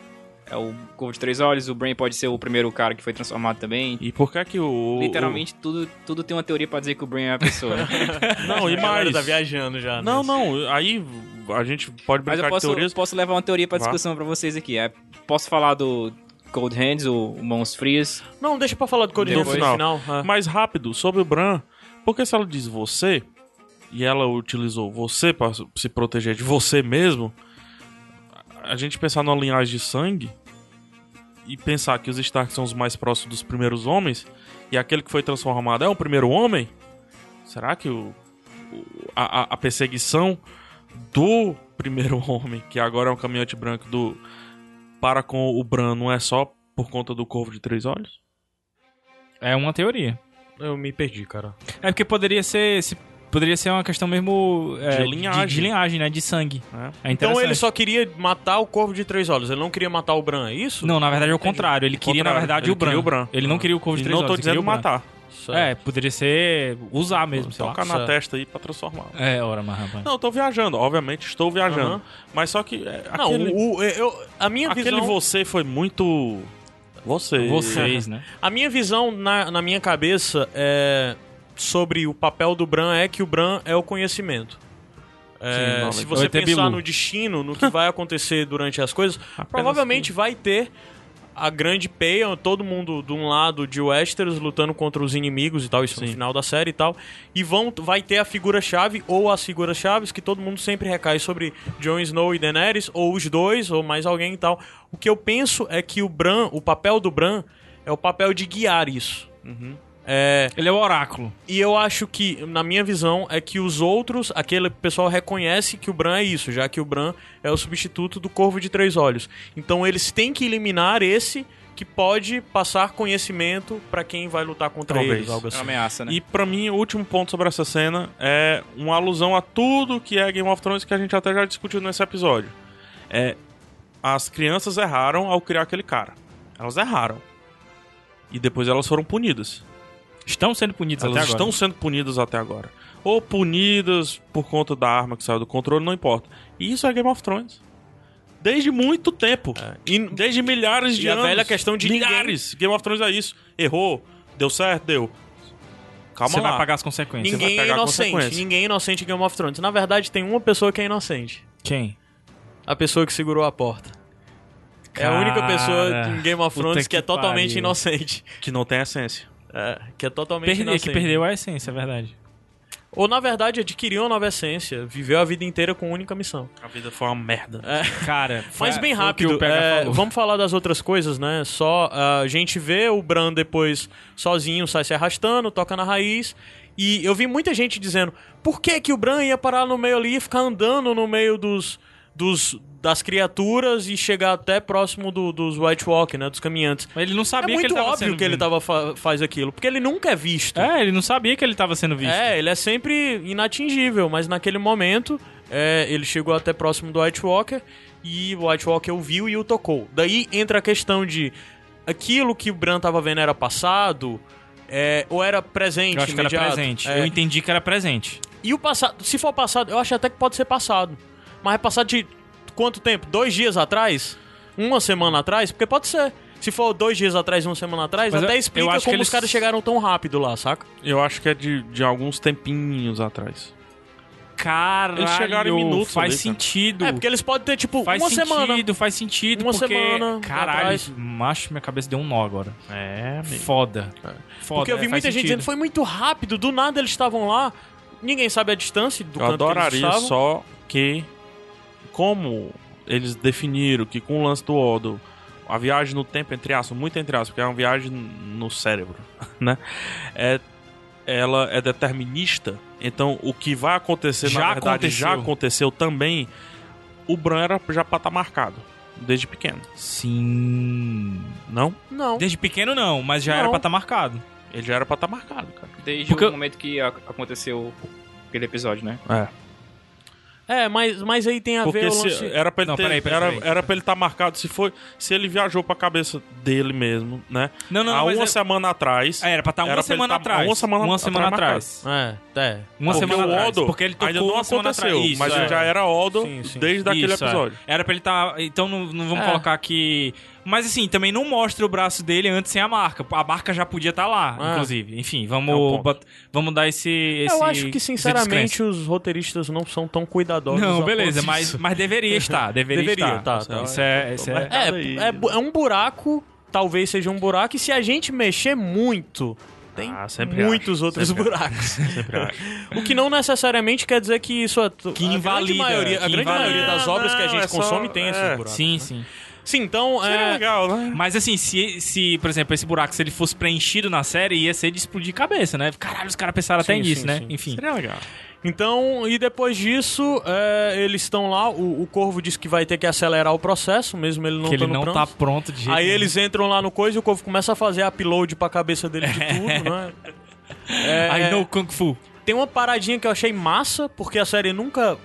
Speaker 3: é o Corvo de Três Olhos, o Brain pode ser o primeiro cara que foi transformado também.
Speaker 4: E por que é que o
Speaker 3: Literalmente, tudo, tudo tem uma teoria pra dizer que o Brain é a pessoa.
Speaker 4: o- não, e
Speaker 1: A galera
Speaker 2: é
Speaker 4: mais
Speaker 1: tá viajando já.
Speaker 2: né?
Speaker 4: Não,
Speaker 1: nessa.
Speaker 4: não, aí a gente pode
Speaker 3: Mas
Speaker 4: brincar
Speaker 3: eu posso,
Speaker 4: de teorias.
Speaker 3: posso levar uma teoria pra
Speaker 4: Vá.
Speaker 3: discussão pra vocês aqui. É, posso falar do Cold Hands, o, o Mãos Frias.
Speaker 1: Não, deixa pra falar do Code
Speaker 3: No
Speaker 1: Geass no final.
Speaker 4: final.
Speaker 1: Ah.
Speaker 4: Mais rápido, sobre o Bran, porque se ela diz você e ela utilizou você pra se proteger de você mesmo, a gente pensar numa linhagem de sangue e pensar que os Stark são os mais próximos dos primeiros homens e aquele que foi transformado é o primeiro homem, será que o, o- a, a- a perseguição do primeiro homem, que agora é um caminhante branco do para com o Bran, não é só por conta do corvo de três olhos?
Speaker 2: É uma teoria.
Speaker 1: Eu me perdi, cara.
Speaker 2: É porque poderia ser. Se Poderia ser uma questão mesmo é,
Speaker 1: De
Speaker 2: de,
Speaker 1: linhagem.
Speaker 2: de linhagem, né? De sangue.
Speaker 4: É.
Speaker 2: É
Speaker 1: Então
Speaker 2: interessante.
Speaker 1: ele só queria matar o Corvo de Três Olhos, ele não queria matar o Bran, é isso?
Speaker 2: Não, na verdade é o contrário. Ele queria,
Speaker 4: contrário.
Speaker 2: na verdade,
Speaker 4: Ele
Speaker 2: o Bran.
Speaker 4: queria o Bran.
Speaker 2: Ele não queria o Corvo de
Speaker 4: E
Speaker 2: Três
Speaker 4: não tô
Speaker 2: Olhos, ele queria
Speaker 4: dizendo
Speaker 2: o Bran.
Speaker 4: matar.
Speaker 2: É, poderia ser usar mesmo, sei lá.
Speaker 4: Tocar na
Speaker 1: Certo.
Speaker 4: testa aí pra transformar.
Speaker 2: É, ora, mas rapaz.
Speaker 4: Não, eu tô viajando, obviamente estou viajando.
Speaker 1: Aham.
Speaker 4: Mas só que. é,
Speaker 1: Não,
Speaker 4: aquele,
Speaker 1: o- o- eu- a minha
Speaker 4: aquele
Speaker 1: visão...
Speaker 4: você foi muito. Você.
Speaker 2: Vocês, né?
Speaker 1: A minha visão na, na minha cabeça é sobre o papel do Bran é que o Bran é o conhecimento. É,
Speaker 4: Sim, não,
Speaker 1: se
Speaker 4: né?
Speaker 1: você
Speaker 2: Vai ter
Speaker 1: pensar
Speaker 2: Bilu.
Speaker 1: no destino, no que vai acontecer durante as coisas, provavelmente vai ter a grande peia, todo mundo de um lado de Westeros lutando contra os inimigos e tal, isso é no final da série e tal. E vão, vai ter a figura-chave ou as figuras-chaves que todo mundo sempre recai sobre Jon Snow e Daenerys, ou os dois, ou mais alguém e tal. O que eu penso é que o Bran, o papel do Bran, é o papel de guiar isso. É,
Speaker 2: Ele é o oráculo.
Speaker 1: e eu acho que, na minha visão, é que os outros, aquele pessoal reconhece que o Bran é isso, já que o Bran é o substituto do Corvo de Três Olhos. Então eles têm que eliminar esse que pode passar conhecimento pra quem vai lutar contra
Speaker 4: Talvez.
Speaker 1: eles, algo
Speaker 3: É uma
Speaker 1: assim.
Speaker 3: ameaça, né?
Speaker 4: E pra mim, o último ponto sobre essa cena é uma alusão a tudo que é Game of Thrones que a gente até já discutiu nesse episódio. É as crianças erraram ao criar aquele cara. Elas erraram. E depois elas foram punidas.
Speaker 2: Estão sendo punidos
Speaker 4: Elas
Speaker 2: até agora.
Speaker 4: estão sendo punidas até agora. Ou punidas por conta da arma que saiu do controle, não importa. E isso é Game of Thrones. Desde muito tempo.
Speaker 1: E-
Speaker 4: Desde milhares de
Speaker 1: E a
Speaker 4: anos.
Speaker 1: velha questão de ninguém-
Speaker 4: milhares. Game of Thrones é isso. Errou, deu certo, deu. Calma
Speaker 2: Você
Speaker 4: lá.
Speaker 2: vai pagar as consequências.
Speaker 1: ninguém
Speaker 4: vai
Speaker 1: é
Speaker 4: pegar a
Speaker 1: inocente,
Speaker 4: consequência.
Speaker 1: ninguém é inocente em Game of Thrones. Na verdade, tem uma pessoa que é inocente.
Speaker 2: Quem?
Speaker 1: A pessoa que segurou a porta. É a
Speaker 2: Cara,
Speaker 1: única pessoa em Game of
Speaker 2: puta
Speaker 1: Thrones que,
Speaker 2: que
Speaker 1: é totalmente
Speaker 2: pariu.
Speaker 1: inocente.
Speaker 4: Que não tem essência.
Speaker 1: É, que é totalmente
Speaker 2: Perde... é
Speaker 1: inocente.
Speaker 2: que perdeu a essência, é verdade.
Speaker 1: Ou, na verdade, adquiriu uma nova essência, viveu a vida inteira com única missão.
Speaker 4: A vida foi uma merda.
Speaker 2: Cara, foi-
Speaker 1: Mas bem
Speaker 2: foi É o que o
Speaker 1: rápido,
Speaker 2: Pega
Speaker 1: é,
Speaker 2: falou.
Speaker 1: vamos falar das outras coisas, né? Só ah, a gente vê o Bran depois sozinho, sai se arrastando, toca na raiz. E eu vi muita gente dizendo: por que, que o Bran ia parar no meio ali e ficar andando no meio dos, dos das criaturas e chegar até próximo do- dos White Walk, né? Dos caminhantes.
Speaker 2: Mas Ele não
Speaker 1: É
Speaker 2: sabia que
Speaker 1: muito
Speaker 2: ele tava
Speaker 1: óbvio
Speaker 2: sendo
Speaker 1: que ele
Speaker 2: visto.
Speaker 1: tava fa- faz aquilo, porque ele nunca é visto.
Speaker 2: É, ele não sabia que ele tava sendo visto.
Speaker 1: É, ele é sempre inatingível, mas naquele momento é, ele chegou até próximo do White Walker e o White Walker o viu e o tocou. Daí entra a questão de aquilo que o Bran tava vendo era passado é, ou era presente,
Speaker 2: Eu acho que era
Speaker 1: imediato?
Speaker 2: presente.
Speaker 1: É,
Speaker 2: Eu entendi que era presente.
Speaker 1: E o passado, se for passado, eu acho até que pode ser passado. Mas é passado de quanto tempo? Dois dias atrás? Uma semana atrás? Porque pode ser. Se for dois dias atrás, uma semana atrás,
Speaker 2: Mas eu-
Speaker 1: até
Speaker 2: eu
Speaker 1: explica
Speaker 2: acho
Speaker 1: como
Speaker 2: que eles-
Speaker 1: os caras chegaram tão rápido lá, saca?
Speaker 4: Eu acho que é de, de alguns tempinhos atrás.
Speaker 2: Caralho,
Speaker 4: Eles chegaram em minutos
Speaker 2: faz
Speaker 4: ali, cara.
Speaker 2: sentido.
Speaker 1: É, porque eles podem ter, tipo,
Speaker 2: Faz
Speaker 1: uma
Speaker 2: sentido,
Speaker 1: semana.
Speaker 2: faz sentido.
Speaker 1: Uma
Speaker 2: porque...
Speaker 1: semana
Speaker 2: Caralho,
Speaker 1: atrás.
Speaker 2: macho, minha cabeça deu um nó agora.
Speaker 4: É, amigo.
Speaker 2: Foda. Foda.
Speaker 1: Porque eu vi
Speaker 2: é,
Speaker 4: né?
Speaker 1: muita
Speaker 2: faz
Speaker 1: gente
Speaker 2: sentido.
Speaker 1: dizendo foi muito rápido, do nada eles estavam lá, ninguém sabe a distância do
Speaker 4: Eu
Speaker 1: canto que eles
Speaker 4: adoraria
Speaker 1: estavam.
Speaker 4: só que, como eles definiram que com o lance do Odo, a viagem no tempo, entre aspas, muito entre aspas, porque é uma viagem no cérebro, né? É, ela é determinista, então o que vai acontecer,
Speaker 2: Já
Speaker 4: na verdade, já
Speaker 2: aconteceu.
Speaker 4: aconteceu também. O Bran era já pra estar marcado, desde pequeno,
Speaker 2: Sim.
Speaker 4: não?
Speaker 1: Não.
Speaker 2: Desde pequeno não, mas já
Speaker 1: Não.
Speaker 2: era pra estar marcado.
Speaker 4: Ele já era pra estar marcado, cara.
Speaker 3: Desde
Speaker 2: Porque
Speaker 3: o
Speaker 2: eu-
Speaker 3: momento que a- aconteceu aquele episódio, né?
Speaker 4: É.
Speaker 1: É, mas, mas aí tem a ver
Speaker 4: Porque
Speaker 1: o
Speaker 4: se
Speaker 1: lance...
Speaker 4: era pra ele
Speaker 2: Não,
Speaker 4: ter,
Speaker 2: peraí, peraí,
Speaker 4: era,
Speaker 2: peraí.
Speaker 4: era pra ele estar marcado se foi, se ele viajou pra cabeça dele mesmo, né?
Speaker 2: Não, não,
Speaker 4: Há
Speaker 2: não. mas
Speaker 4: uma
Speaker 2: é-
Speaker 4: semana atrás.
Speaker 2: É, era pra estar
Speaker 4: Era pra
Speaker 2: uma
Speaker 4: ele
Speaker 2: semana
Speaker 4: tá-
Speaker 2: atrás.
Speaker 4: uma semana
Speaker 2: Uma semana
Speaker 4: atrás
Speaker 2: atrás.
Speaker 1: É, é.
Speaker 2: Uma
Speaker 4: porque
Speaker 2: semana
Speaker 4: o
Speaker 2: atrás.
Speaker 4: Odo
Speaker 2: Porque ele tocou
Speaker 4: ainda não
Speaker 2: uma semana atrás.
Speaker 4: aconteceu,
Speaker 2: Isso,
Speaker 4: mas
Speaker 2: é.
Speaker 4: ele já era Odo
Speaker 1: Sim, sim.
Speaker 4: desde aquele
Speaker 2: Isso, é.
Speaker 4: episódio.
Speaker 2: Era pra ele estar. Então não, não vamos
Speaker 1: É.
Speaker 2: colocar aqui. Mas assim, também não mostra o braço dele antes sem a marca. A marca já podia estar lá,
Speaker 1: É.
Speaker 2: inclusive. Enfim,
Speaker 4: É um
Speaker 2: vamos,
Speaker 4: ponto.
Speaker 2: bot- vamos dar esse, esse.
Speaker 1: Eu acho que,
Speaker 2: essa
Speaker 1: sinceramente,
Speaker 2: descrença.
Speaker 1: os roteiristas não são tão cuidadosos.
Speaker 2: Não,
Speaker 1: a
Speaker 2: beleza,
Speaker 1: ponto
Speaker 2: mas,
Speaker 1: disso.
Speaker 2: mas deveria estar. Deveria,
Speaker 1: Deveria,
Speaker 2: estar.
Speaker 1: tá, tá.
Speaker 2: Isso é. Isso é...
Speaker 1: É,
Speaker 4: Aí.
Speaker 1: é, bu- é um buraco, talvez seja um buraco, e se a gente mexer muito, tem
Speaker 4: Ah, sempre
Speaker 1: muitos
Speaker 4: acho,
Speaker 1: outros
Speaker 4: sempre é.
Speaker 1: buracos.
Speaker 4: Sempre acho.
Speaker 1: O que não necessariamente quer dizer que isso é...
Speaker 2: Que
Speaker 1: A grande
Speaker 2: invalida,
Speaker 1: maioria, a
Speaker 2: que
Speaker 1: grande
Speaker 2: invalida.
Speaker 1: maioria das obras que a
Speaker 4: Não,
Speaker 1: gente
Speaker 4: é só-
Speaker 1: consome tem esses
Speaker 4: é.
Speaker 1: buracos.
Speaker 2: Sim, sim.
Speaker 1: Sim, então...
Speaker 4: Seria
Speaker 1: É,
Speaker 4: legal, né?
Speaker 2: Mas assim, se, se, por exemplo, esse buraco, se ele fosse preenchido na série, ia ser de explodir cabeça, né? Caralho, os caras pensaram até
Speaker 1: Sim,
Speaker 2: nisso,
Speaker 1: sim,
Speaker 2: né?
Speaker 1: sim.
Speaker 2: Enfim.
Speaker 4: Seria legal.
Speaker 1: Então, e depois disso, é, eles estão lá. O, o Corvo disse que vai ter que acelerar o processo, mesmo ele não
Speaker 2: que
Speaker 1: tá
Speaker 2: ele
Speaker 1: no
Speaker 2: não
Speaker 1: pranto.
Speaker 2: tá pronto de jeito
Speaker 1: Aí
Speaker 2: nenhum.
Speaker 1: eles entram lá no coisa e o Corvo começa a fazer upload pra cabeça dele de tudo, né? É,
Speaker 2: I know Kung Fu.
Speaker 1: Tem uma paradinha que eu achei massa, porque a série nunca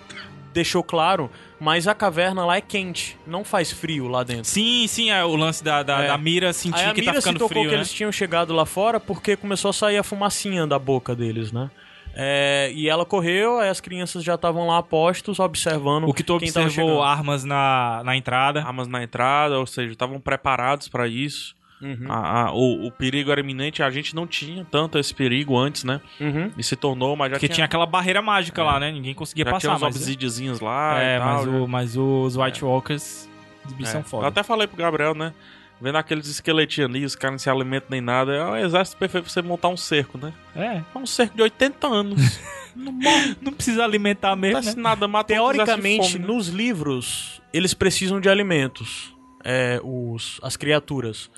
Speaker 1: deixou claro, mas a caverna lá é quente, não faz frio lá dentro.
Speaker 2: Sim, sim, é o lance da, da,
Speaker 1: É.
Speaker 2: da mira sentir
Speaker 1: Aí a
Speaker 2: que
Speaker 1: Mira
Speaker 2: tá
Speaker 1: se
Speaker 2: ficando
Speaker 1: tocou
Speaker 2: frio,
Speaker 1: que
Speaker 2: né?
Speaker 1: eles tinham chegado lá fora porque começou a sair a fumacinha da boca deles, né? É, e ela correu, aí as crianças já estavam lá apostos, observando
Speaker 2: O que tu
Speaker 1: quem tava
Speaker 2: observou,
Speaker 1: chegando. Ah,
Speaker 2: armas na, na entrada.
Speaker 4: Armas na entrada, ou seja, estavam preparados pra isso.
Speaker 2: Ah.
Speaker 1: Uhum,
Speaker 4: A- a- o, o perigo era iminente, a gente não tinha tanto esse perigo antes, né?
Speaker 1: uhum.
Speaker 4: E se tornou, mas já
Speaker 2: Porque
Speaker 4: tinha,
Speaker 2: tinha aquela barreira
Speaker 1: É.
Speaker 2: mágica lá, né? Ninguém conseguia
Speaker 4: já tinha
Speaker 2: passar, mas...
Speaker 4: umas obsidiazinhas lá
Speaker 2: É,
Speaker 4: e tal.
Speaker 2: mas,
Speaker 4: já-
Speaker 1: né?
Speaker 2: o- mas os
Speaker 1: É.
Speaker 2: White Walkers, os bichos
Speaker 4: É.
Speaker 2: são foda.
Speaker 4: Eu até falei pro Gabriel, né? Vendo aqueles esqueletinhos ali, os caras não se alimentam nem nada. É um exército perfeito pra você montar um cerco, né?
Speaker 2: É,
Speaker 4: É um cerco de 80 anos. não morre,
Speaker 2: não precisa alimentar
Speaker 4: não
Speaker 2: mesmo, né?
Speaker 4: acontece nada, mata um
Speaker 1: Teoricamente,
Speaker 4: exército de fome, né?
Speaker 1: nos livros, eles precisam de alimentos. é, os, as criaturas.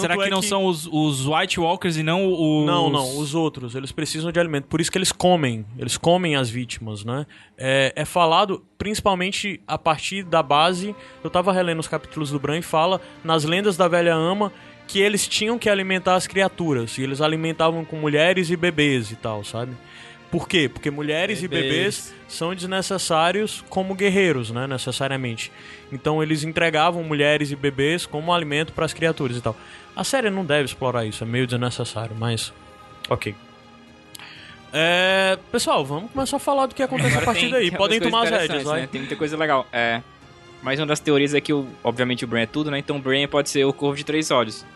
Speaker 1: Tanto
Speaker 2: será que
Speaker 1: é
Speaker 2: não
Speaker 1: que-
Speaker 2: são os, os White Walkers e não os...
Speaker 1: Não, não, os outros, eles precisam de alimento. Por isso que eles comem, eles comem as vítimas, né? É, é falado, principalmente a partir da base, eu tava relendo os capítulos do Bran e fala, nas lendas da velha ama, que eles tinham que alimentar as criaturas, e eles alimentavam com mulheres e bebês e tal, sabe? Por quê? Porque mulheres e bebês são desnecessários como guerreiros, né? Necessariamente. Então eles entregavam mulheres e bebês como alimento para as criaturas e tal. A série não deve explorar isso, é meio desnecessário, mas. Ok. É, pessoal, vamos começar a falar do que acontece a
Speaker 3: Agora
Speaker 1: partir
Speaker 3: tem-
Speaker 1: daí.
Speaker 3: tem
Speaker 1: Podem
Speaker 3: algumas
Speaker 1: tomar as
Speaker 3: coisas
Speaker 1: rédeas,
Speaker 3: interessantes,
Speaker 1: vai.
Speaker 3: né? Tem muita coisa legal. É. Mas uma das teorias é que, o- obviamente, o Bran é tudo, né? Então o Bran pode ser o Corvo de Três Olhos.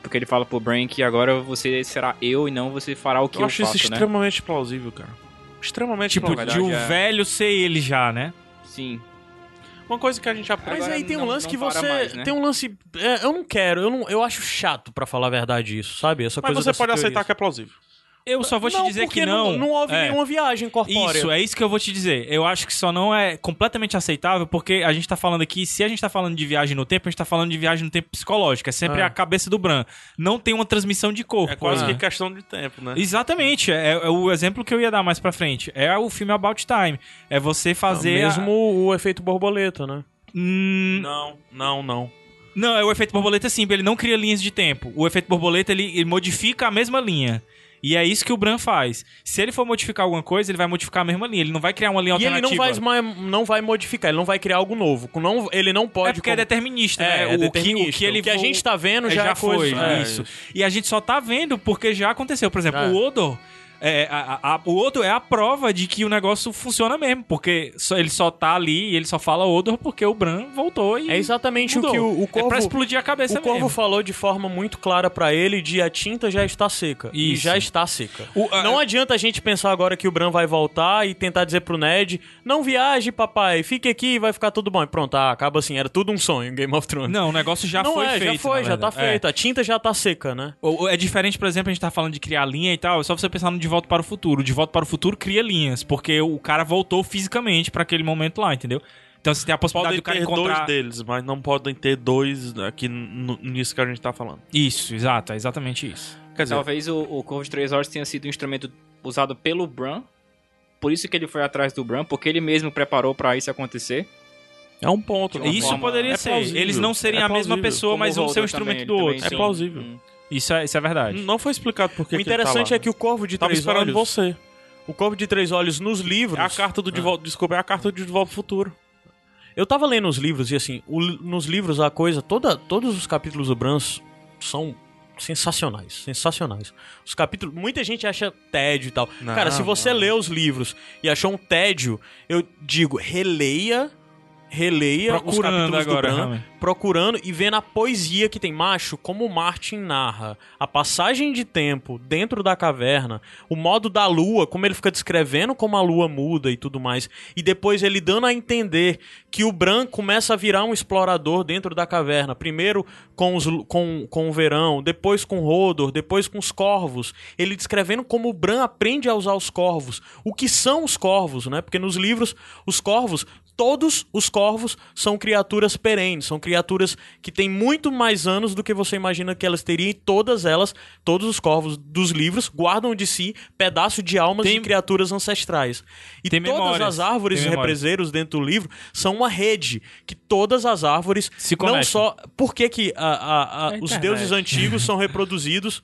Speaker 3: Porque ele fala pro Bran que agora você será eu e não você fará o que eu,
Speaker 4: Eu acho
Speaker 3: faço,
Speaker 4: isso
Speaker 3: né?
Speaker 4: extremamente plausível, cara. Extremamente
Speaker 2: Tipo,
Speaker 4: plausível.
Speaker 2: de um
Speaker 3: verdade, é.
Speaker 2: velho ser ele já, né?
Speaker 3: Sim.
Speaker 4: Uma coisa que a gente aprende.
Speaker 1: um-
Speaker 4: é
Speaker 1: Mas
Speaker 3: Agora
Speaker 1: aí tem um
Speaker 3: não-
Speaker 1: lance
Speaker 3: não
Speaker 1: que
Speaker 3: para
Speaker 1: você.
Speaker 3: mais, né?
Speaker 1: Tem um lance. é, eu não quero, eu, não, eu acho chato, pra falar a verdade, isso, sabe? Essa
Speaker 4: Mas
Speaker 1: coisa
Speaker 4: você
Speaker 1: dessas
Speaker 4: pode aceitar
Speaker 1: teorias.
Speaker 4: que é plausível.
Speaker 2: Eu só vou te
Speaker 1: não,
Speaker 2: dizer
Speaker 1: porque
Speaker 2: que não.
Speaker 1: Não, houve
Speaker 2: É.
Speaker 1: nenhuma viagem corpórea.
Speaker 2: Isso, é isso que eu vou te dizer. Eu acho que só não é completamente aceitável, porque a gente tá falando aqui, se a gente tá falando de viagem no tempo, a gente tá falando de viagem no tempo psicológica. É sempre
Speaker 1: Ah.
Speaker 2: a cabeça do Bran. Não tem uma transmissão de corpo.
Speaker 4: É quase
Speaker 2: né?
Speaker 4: que questão de tempo, né?
Speaker 2: Exatamente, é, é o exemplo que eu ia dar mais pra frente. É o filme About Time. É você fazer. a-
Speaker 1: Tá Mesmo o efeito borboleta, né?
Speaker 2: Hum,
Speaker 4: Não, não, não.
Speaker 2: Não, é o efeito borboleta sim, ele não cria linhas de tempo. O efeito borboleta, ele, ele modifica a mesma linha. E é isso que o Bran faz. Se ele for modificar alguma coisa, ele vai modificar a mesma linha. Ele não vai criar uma linha
Speaker 1: E ele
Speaker 2: alternativa.
Speaker 1: não vai, ma- não vai modificar, ele não vai criar algo novo. Não, ele não pode.
Speaker 2: É porque é
Speaker 1: como-
Speaker 2: determinista,
Speaker 1: É,
Speaker 2: né?
Speaker 1: é
Speaker 2: o, Que, o
Speaker 1: determinista.
Speaker 2: que ele
Speaker 1: O que a
Speaker 2: vo-
Speaker 1: gente tá vendo
Speaker 2: é,
Speaker 1: já
Speaker 2: já,
Speaker 1: é coisa-
Speaker 2: foi,
Speaker 1: é,
Speaker 2: isso. E a gente só tá vendo porque já aconteceu. Por exemplo,
Speaker 1: É.
Speaker 2: o Odo. é, a- a- a- o Odo é a prova de que o negócio funciona mesmo, porque só- ele só tá ali e ele só fala Odo porque o Bran voltou e.
Speaker 1: É exatamente
Speaker 2: mudou.
Speaker 1: o que o, o
Speaker 2: É
Speaker 1: corvo.
Speaker 2: pra explodir a cabeça
Speaker 1: o corvo
Speaker 2: mesmo.
Speaker 1: falou de forma muito clara pra ele de a tinta já está seca. E
Speaker 2: Isso.
Speaker 1: já está seca.
Speaker 2: O- a-
Speaker 1: não adianta a gente pensar agora que o Bran vai voltar e tentar dizer pro Ned: não viaje, papai, fique aqui e vai ficar tudo bom. E pronto, ah, acaba assim. Era tudo um sonho, Game of Thrones.
Speaker 2: Não, o negócio já
Speaker 1: Não
Speaker 2: foi
Speaker 1: é,
Speaker 2: feito.
Speaker 1: já foi,
Speaker 2: na
Speaker 1: já tá
Speaker 2: verdade. É.
Speaker 1: feito. A tinta já tá seca, né?
Speaker 2: Ou- ou É diferente, por exemplo, a gente tá falando de criar linha e tal, é só você pensar no De Volta para o Futuro. O De Volta para o Futuro cria linhas, porque o cara voltou fisicamente pra aquele momento lá, entendeu? Então você tem a possibilidade
Speaker 4: Podem
Speaker 2: do cara
Speaker 4: ter
Speaker 2: encontrar...
Speaker 4: dois deles, mas não podem ter dois aqui no- nisso que a gente tá falando.
Speaker 2: Isso, exato, é exatamente isso.
Speaker 4: Quer dizer,
Speaker 3: Talvez o, o Corvo de Três Olhos tenha sido um instrumento usado pelo Bran. Por isso que ele foi atrás do Bran, porque ele mesmo preparou pra isso acontecer.
Speaker 4: é um ponto.
Speaker 3: De uma
Speaker 2: Isso
Speaker 3: forma-
Speaker 2: poderia
Speaker 4: é
Speaker 2: ser.
Speaker 4: plausível,
Speaker 2: Eles não serem
Speaker 4: é
Speaker 2: a mesma
Speaker 4: plausível.
Speaker 2: pessoa, mas
Speaker 3: Como
Speaker 2: um
Speaker 3: o
Speaker 2: ser um
Speaker 3: Holder também,
Speaker 2: instrumento do
Speaker 3: ele
Speaker 2: outro.
Speaker 3: também
Speaker 4: É
Speaker 3: sim.
Speaker 4: plausível.
Speaker 3: Hum.
Speaker 2: Isso é, isso é
Speaker 1: Hum.
Speaker 2: verdade.
Speaker 4: Não foi explicado por que
Speaker 1: o
Speaker 4: que ele tá
Speaker 1: interessante
Speaker 4: lá,
Speaker 1: é que
Speaker 4: né?
Speaker 1: o corvo de
Speaker 4: Tava
Speaker 1: três
Speaker 4: esperando
Speaker 1: olhos.
Speaker 4: você.
Speaker 1: O corvo de três olhos nos livros.
Speaker 4: É a carta do De Volta... Desculpa, é a carta do De Volta ao Futuro.
Speaker 1: Eu tava lendo os livros e assim, o- nos livros a coisa, toda, todos os capítulos do Bran s- são sensacionais, sensacionais. Os capítulos, muita gente acha tédio e tal.
Speaker 4: Não,
Speaker 1: Cara, se você
Speaker 4: não.
Speaker 1: lê os livros e achou um tédio, eu digo, releia, releia os
Speaker 2: Procurando
Speaker 1: capítulos
Speaker 2: agora.
Speaker 1: do Bran,
Speaker 2: realmente.
Speaker 1: procurando e vendo a poesia que tem macho, como o Martin narra, a passagem de tempo dentro da caverna, o modo da lua, como ele fica descrevendo como a lua muda e tudo mais, e depois ele dando a entender que o Bran começa a virar um explorador dentro da caverna, primeiro com, os, lu- com, com o verão, depois com Rodor, depois com os corvos, ele descrevendo como o Bran aprende a usar os corvos, o que são os corvos, né? Porque nos livros, os corvos, todos os corvos são criaturas perenes, são criaturas que têm muito mais anos do que você imagina que elas teriam, e todas elas, todos os corvos dos livros, guardam de si pedaço de almas
Speaker 2: Tem-
Speaker 1: de criaturas ancestrais. E
Speaker 2: Tem
Speaker 1: todas
Speaker 2: memórias,
Speaker 1: as árvores e
Speaker 2: tem memórias.
Speaker 1: represeiros dentro do livro são uma rede que todas as árvores
Speaker 2: Se
Speaker 1: não
Speaker 2: conectam.
Speaker 1: só por que, que a- a- a-
Speaker 4: É
Speaker 1: os
Speaker 4: internet.
Speaker 1: deuses antigos são reproduzidos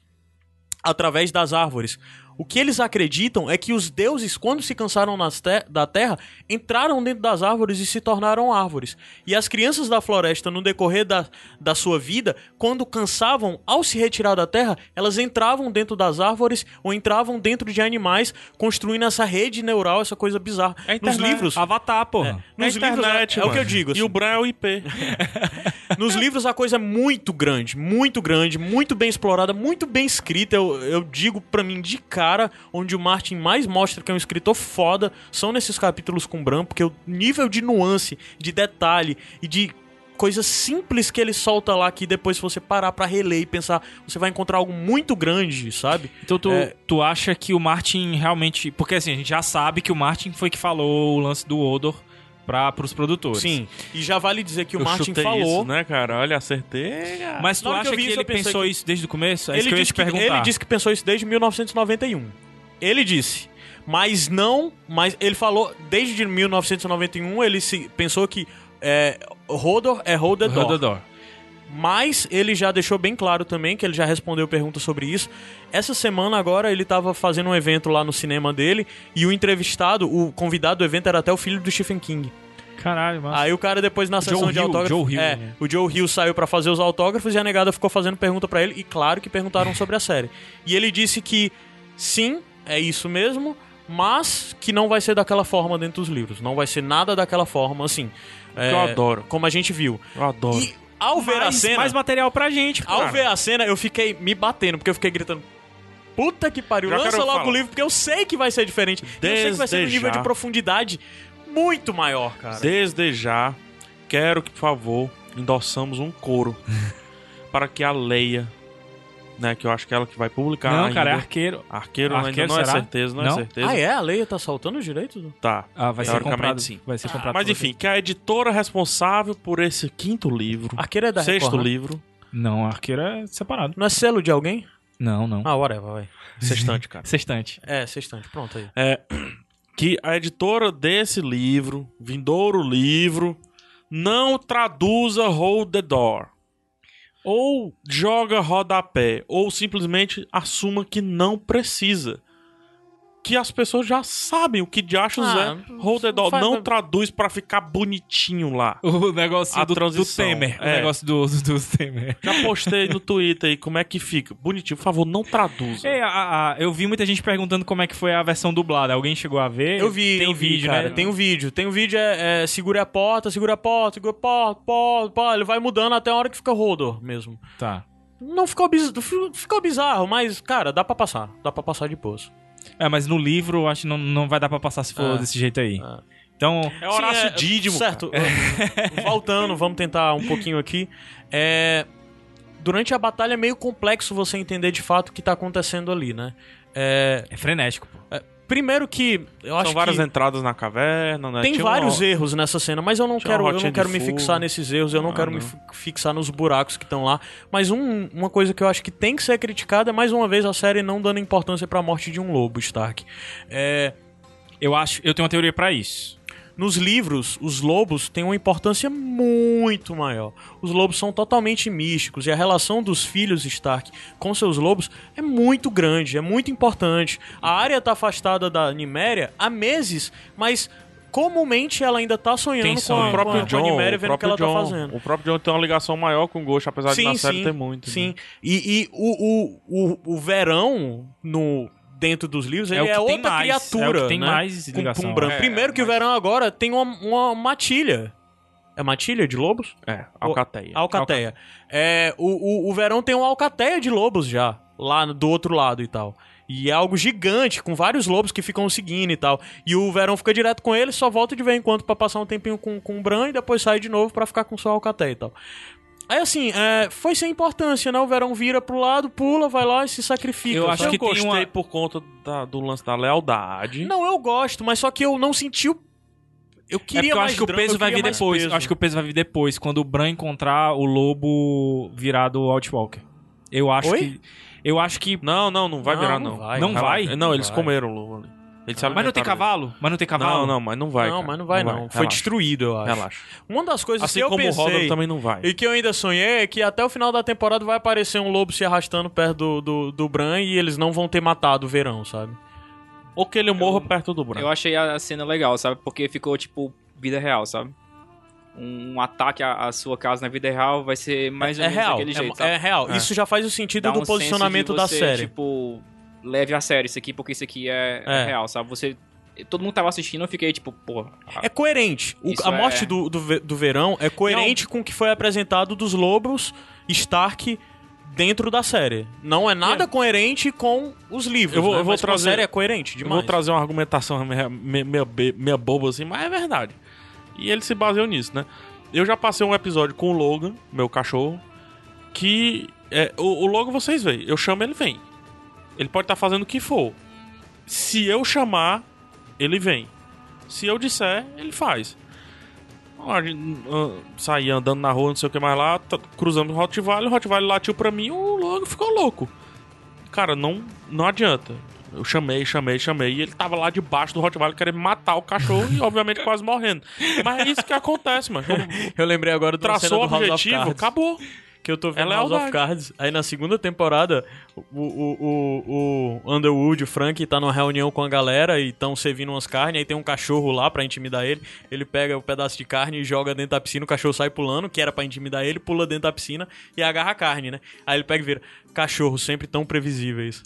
Speaker 1: através das árvores O que eles acreditam é que os deuses, quando se cansaram nas te- da terra, entraram dentro das árvores e se tornaram árvores. E as crianças da floresta, no decorrer da, da sua vida, quando cansavam, ao se retirar da terra, elas entravam dentro das árvores ou entravam dentro de animais, construindo essa rede neural, essa coisa bizarra. Nos livros.
Speaker 2: Avatar, porra.
Speaker 1: é. Nos
Speaker 4: É
Speaker 1: livros, é,
Speaker 4: internet,
Speaker 1: é o que
Speaker 4: mano.
Speaker 1: eu digo.
Speaker 4: E o Bran é o IP.
Speaker 1: Nos livros a coisa é muito grande, muito grande, muito bem explorada, muito bem escrita. Eu, eu digo pra mim de cara, onde o Martin mais mostra que é um escritor foda, são nesses capítulos com Bran, porque o nível de nuance, de detalhe e de coisa simples que ele solta lá que depois se você parar pra reler e pensar, você vai encontrar algo muito grande, sabe?
Speaker 2: Então tu,
Speaker 1: É.
Speaker 2: tu acha que o Martin realmente... Porque assim, a gente já sabe que o Martin foi que falou o lance do Odor pra, pros produtores.
Speaker 1: Sim. E já vale dizer que o
Speaker 4: Eu
Speaker 1: Martin
Speaker 4: chutei
Speaker 1: falou
Speaker 4: isso, né, cara? Olha, acertei. cara.
Speaker 2: Mas tu
Speaker 1: Na hora que
Speaker 2: acha
Speaker 1: eu vi
Speaker 2: que,
Speaker 1: isso,
Speaker 2: ele
Speaker 1: eu pensei
Speaker 2: pensou
Speaker 1: que-
Speaker 2: isso desde o começo? É
Speaker 1: ele,
Speaker 2: isso que eu ia
Speaker 1: disse
Speaker 2: te
Speaker 1: que,
Speaker 2: perguntar.
Speaker 1: ele disse que pensou isso desde 1991. Ele disse. Mas não. Mas ele falou. Desde 1991, ele se, pensou que é, Rodor é Rodedor.
Speaker 2: Rodador.
Speaker 1: Mas ele já deixou bem claro também que ele já respondeu perguntas sobre isso. Essa semana agora ele tava fazendo um evento lá no cinema dele e o entrevistado, o convidado do evento era até o filho do Stephen King.
Speaker 2: Caralho, mano.
Speaker 1: Aí o cara depois na sessão
Speaker 2: Joe
Speaker 1: de
Speaker 2: Hill,
Speaker 1: autógrafo,
Speaker 2: Joe Hill,
Speaker 1: é,
Speaker 2: né?
Speaker 1: o Joe Hill saiu pra fazer os autógrafos e a negada ficou fazendo pergunta pra ele e claro que perguntaram sobre a série. E ele disse que sim, é isso mesmo, mas que não vai ser daquela forma dentro dos livros, não vai ser nada daquela forma assim. é,
Speaker 4: eu adoro.
Speaker 1: Como a gente viu.
Speaker 4: Eu adoro.
Speaker 1: E ao ver a
Speaker 2: mais,
Speaker 1: cena,
Speaker 2: mais material pra gente, cara.
Speaker 1: ao ver a cena eu fiquei me batendo porque eu fiquei gritando Puta que pariu,
Speaker 4: Já
Speaker 1: lança
Speaker 4: quero
Speaker 1: logo
Speaker 4: falar.
Speaker 1: o livro, porque eu sei que vai ser diferente. E eu sei que vai ser um
Speaker 4: Desde
Speaker 1: nível
Speaker 4: já.
Speaker 1: de profundidade muito maior, cara.
Speaker 4: Desde já, quero que, por favor, endossamos um coro para que a Leia, né, que eu acho que é ela que vai publicar
Speaker 2: Não,
Speaker 4: ainda.
Speaker 2: cara, é arqueiro.
Speaker 4: Arqueiro, ainda
Speaker 2: Arqueiro,
Speaker 4: não
Speaker 2: será?
Speaker 4: é certeza, não,
Speaker 2: Não?
Speaker 4: é certeza.
Speaker 1: Ah, é? A Leia tá saltando os direitos?
Speaker 4: Tá.
Speaker 2: Ah, vai ser
Speaker 4: Teoricamente,
Speaker 2: comprado.
Speaker 4: sim.
Speaker 2: Vai ser comprado.
Speaker 4: Mas
Speaker 2: por-
Speaker 4: enfim, que a editora responsável por esse quinto livro,
Speaker 1: Arqueiro é da
Speaker 4: sexto
Speaker 1: Record, né?
Speaker 4: livro,
Speaker 2: Não, arqueiro é separado.
Speaker 1: Não é selo de alguém?
Speaker 2: Não, não.
Speaker 1: Ah, whatever, vai.
Speaker 4: sextante, cara.
Speaker 2: Sextante.
Speaker 1: É, sextante, pronto aí.
Speaker 4: que a editora desse livro, Vindouro Livro, não traduza Hold the Door. Ou joga rodapé, ou simplesmente assuma que não precisa. Que as pessoas já sabem o que de achos
Speaker 1: Ah,
Speaker 4: é Hold the
Speaker 1: não
Speaker 4: Door.
Speaker 1: faz-
Speaker 4: Não traduz pra ficar bonitinho lá.
Speaker 2: O negócio
Speaker 4: A
Speaker 2: do, do
Speaker 4: transição.
Speaker 2: Temer. O
Speaker 4: É.
Speaker 2: negócio do, do, do Temer.
Speaker 4: Já postei no Twitter aí como é que fica. Bonitinho, por favor, não traduza.
Speaker 2: É, a- a- eu vi muita gente perguntando como é que foi a versão dublada. Alguém chegou a ver?
Speaker 1: Eu vi,
Speaker 2: Tem
Speaker 1: eu vi,
Speaker 2: vídeo,
Speaker 1: cara.
Speaker 2: né?
Speaker 1: Tem um vídeo. Tem um vídeo, é, é segura a porta, segura a porta, segura a porta, porta, porta. Ele vai mudando até a hora que fica Rodor mesmo.
Speaker 2: Tá.
Speaker 1: Não ficou bizarro, ficou bizarro, mas, cara, dá pra passar. Dá pra passar de poço.
Speaker 2: É, mas no livro eu acho que não, não vai dar pra passar se for
Speaker 1: Ah.
Speaker 2: desse jeito aí.
Speaker 1: Ah.
Speaker 2: Então,
Speaker 4: É Horácio Dídimo.
Speaker 1: Certo. Voltando, vamos tentar um pouquinho aqui. É, durante a batalha é meio complexo você entender de fato o que tá acontecendo ali, né? É,
Speaker 2: é frenético, pô.
Speaker 1: Primeiro que eu acho
Speaker 4: São várias
Speaker 1: que
Speaker 4: entradas na caverna, né?
Speaker 1: tem
Speaker 4: Tinha uma-
Speaker 1: vários erros nessa cena, mas eu não
Speaker 4: Tinha uma
Speaker 1: quero, eu
Speaker 4: rotinha
Speaker 1: não
Speaker 4: de
Speaker 1: quero me
Speaker 4: fogo.
Speaker 1: fixar nesses erros, eu não
Speaker 4: Ah,
Speaker 1: quero me
Speaker 4: não.
Speaker 1: fi- fixar nos buracos que estão lá. Mas um- uma coisa que eu acho que tem que ser criticada é mais uma vez a série não dando importância pra morte de um lobo, Stark. É,
Speaker 2: Eu acho, eu tenho uma teoria pra isso.
Speaker 1: nos livros, os lobos têm uma importância muito maior. Os lobos são totalmente místicos e a relação dos filhos Stark com seus lobos é muito grande, é muito importante. A área tá afastada da Niméria há meses, mas comumente ela ainda tá
Speaker 2: Tem
Speaker 1: sonhando com
Speaker 2: sonho.
Speaker 1: a,
Speaker 4: O próprio
Speaker 1: com a
Speaker 4: John,
Speaker 1: Niméria
Speaker 4: o
Speaker 1: vendo o que
Speaker 4: próprio
Speaker 1: ela
Speaker 4: John,
Speaker 1: tá fazendo.
Speaker 4: o próprio John tem uma ligação maior com o Ghost, apesar de na série ter muito.
Speaker 1: Sim,
Speaker 4: né?
Speaker 1: e, e o, o, o, o verão no dentro dos livros ele
Speaker 2: o
Speaker 1: é,
Speaker 2: que tem
Speaker 1: outra
Speaker 2: mais,
Speaker 1: criatura,
Speaker 2: é o que tem
Speaker 1: né?
Speaker 2: mais
Speaker 1: Com-
Speaker 2: ligação. né?
Speaker 1: com branco.
Speaker 4: É,
Speaker 1: Primeiro que o
Speaker 4: mas-
Speaker 1: verão agora tem uma, uma matilha. É matilha de lobos?
Speaker 4: É,
Speaker 2: né?
Speaker 4: Alcateia.
Speaker 1: Alcateia. É, o, o, o verão tem uma alcateia de lobos já, lá no- do outro lado e tal. E é algo gigante, com vários lobos que ficam seguindo e tal. E o verão fica direto com ele, só volta de vez em quando pra passar um tempinho com, com o Bran e depois sai de novo pra ficar com sua alcateia e tal. Aí assim, é, foi sem importância, né? O verão vira pro lado, pula, vai lá e se sacrifica.
Speaker 2: Eu acho
Speaker 1: sabe?
Speaker 2: que
Speaker 4: eu
Speaker 2: tem
Speaker 4: gostei
Speaker 2: uma-
Speaker 4: por conta da- do lance da lealdade.
Speaker 1: Não, eu gosto, mas só que eu não senti o. Eu
Speaker 2: é porque
Speaker 1: queria
Speaker 2: eu
Speaker 1: mais
Speaker 2: acho que o
Speaker 1: drama,
Speaker 2: peso
Speaker 1: eu
Speaker 2: vai
Speaker 1: queria
Speaker 2: vir
Speaker 1: mais
Speaker 2: depois.
Speaker 1: peso.
Speaker 2: Eu acho que o peso vai vir depois, quando o Bran encontrar o lobo virado Outwalker. Eu acho
Speaker 1: Oi?
Speaker 2: que. Eu acho que.
Speaker 4: Não, não, não vai
Speaker 1: Não,
Speaker 4: virar,
Speaker 1: não
Speaker 4: não.
Speaker 1: vai,
Speaker 2: não
Speaker 4: Relaxa.
Speaker 2: vai?
Speaker 4: Não, eles
Speaker 1: Vai.
Speaker 4: comeram o lobo ali. Ele se
Speaker 2: Mas não tem
Speaker 4: alimentaram
Speaker 2: cavalo? Mas não tem
Speaker 4: dele.
Speaker 2: cavalo?
Speaker 4: Não, não, mas não vai.
Speaker 1: não,
Speaker 4: cara.
Speaker 1: mas não vai, não. Foi
Speaker 4: Relaxa.
Speaker 1: destruído, eu acho.
Speaker 4: Relaxa.
Speaker 1: Uma das coisas
Speaker 4: Assim
Speaker 1: que eu
Speaker 4: como
Speaker 1: pensei...
Speaker 4: o Rodolfo também não vai.
Speaker 1: E que eu ainda sonhei é que até o final da temporada vai aparecer um lobo se arrastando perto do, do, do Bran e eles não vão ter matado o verão, sabe?
Speaker 4: Ou que ele morra perto do Bran.
Speaker 3: Eu achei a a cena legal, sabe? Porque ficou, tipo, vida real, sabe? Um um ataque à, à sua casa na vida real vai ser mais ou
Speaker 1: é
Speaker 3: menos
Speaker 1: real.
Speaker 3: daquele
Speaker 1: é-
Speaker 3: jeito,
Speaker 1: é,
Speaker 3: sabe?
Speaker 1: real.
Speaker 4: É.
Speaker 1: Isso já faz o sentido
Speaker 3: Dá um
Speaker 1: do
Speaker 3: senso de
Speaker 1: posicionamento da
Speaker 3: você,
Speaker 1: série.
Speaker 3: tipo, leve a sério isso aqui, porque isso aqui é, é
Speaker 1: É.
Speaker 3: real, sabe? Você... Todo mundo tava assistindo, eu fiquei, tipo, pô... a-
Speaker 1: É coerente. O-
Speaker 3: Isso
Speaker 1: a morte
Speaker 3: é-
Speaker 1: do, do, ve- do verão é coerente com o que foi apresentado dos lobos Stark dentro da série. Não é nada coerente com os livros.
Speaker 4: Eu vou-
Speaker 1: né?
Speaker 4: eu vou
Speaker 1: Mas com
Speaker 4: trazer-
Speaker 1: a série é coerente
Speaker 4: Eu
Speaker 1: demais.
Speaker 4: vou trazer uma argumentação meia, meia, meia be- meia boba assim, mas é verdade. E ele se baseou nisso, né? Eu já passei um episódio com o Logan, meu cachorro, que. é, o, o Logan vocês veem, eu chamo ele vem. Ele pode estar fazendo o que for. Se eu chamar, ele vem. Se eu disser, ele faz. A gente, ah, saí andando na rua, não sei o que mais lá, t- cruzando o Rottweiler, o Rottweiler latiu pra mim, o Logan ficou louco. Cara, não, não adianta. Eu chamei, chamei, chamei, e ele tava lá debaixo do Rottweiler querendo matar o cachorro e, obviamente, quase morrendo. Mas é isso que acontece, mano. Quando
Speaker 1: Eu lembrei agora do
Speaker 4: Traçou o
Speaker 1: do House of
Speaker 4: objetivo,
Speaker 1: Cards.
Speaker 4: acabou.
Speaker 1: que eu tô vendo
Speaker 4: Ela é
Speaker 1: House
Speaker 4: lealdade.
Speaker 1: of Cards. Aí na segunda temporada, o, o, o, o Underwood, o Frank, tá numa reunião com a galera e estão servindo umas carnes. Aí tem um cachorro lá pra intimidar ele. Ele pega o pedaço de carne e joga dentro da piscina. O cachorro sai pulando, que era pra intimidar ele, pula dentro da piscina e agarra a carne, né? Aí ele pega e vira: cachorro, sempre tão previsíveis.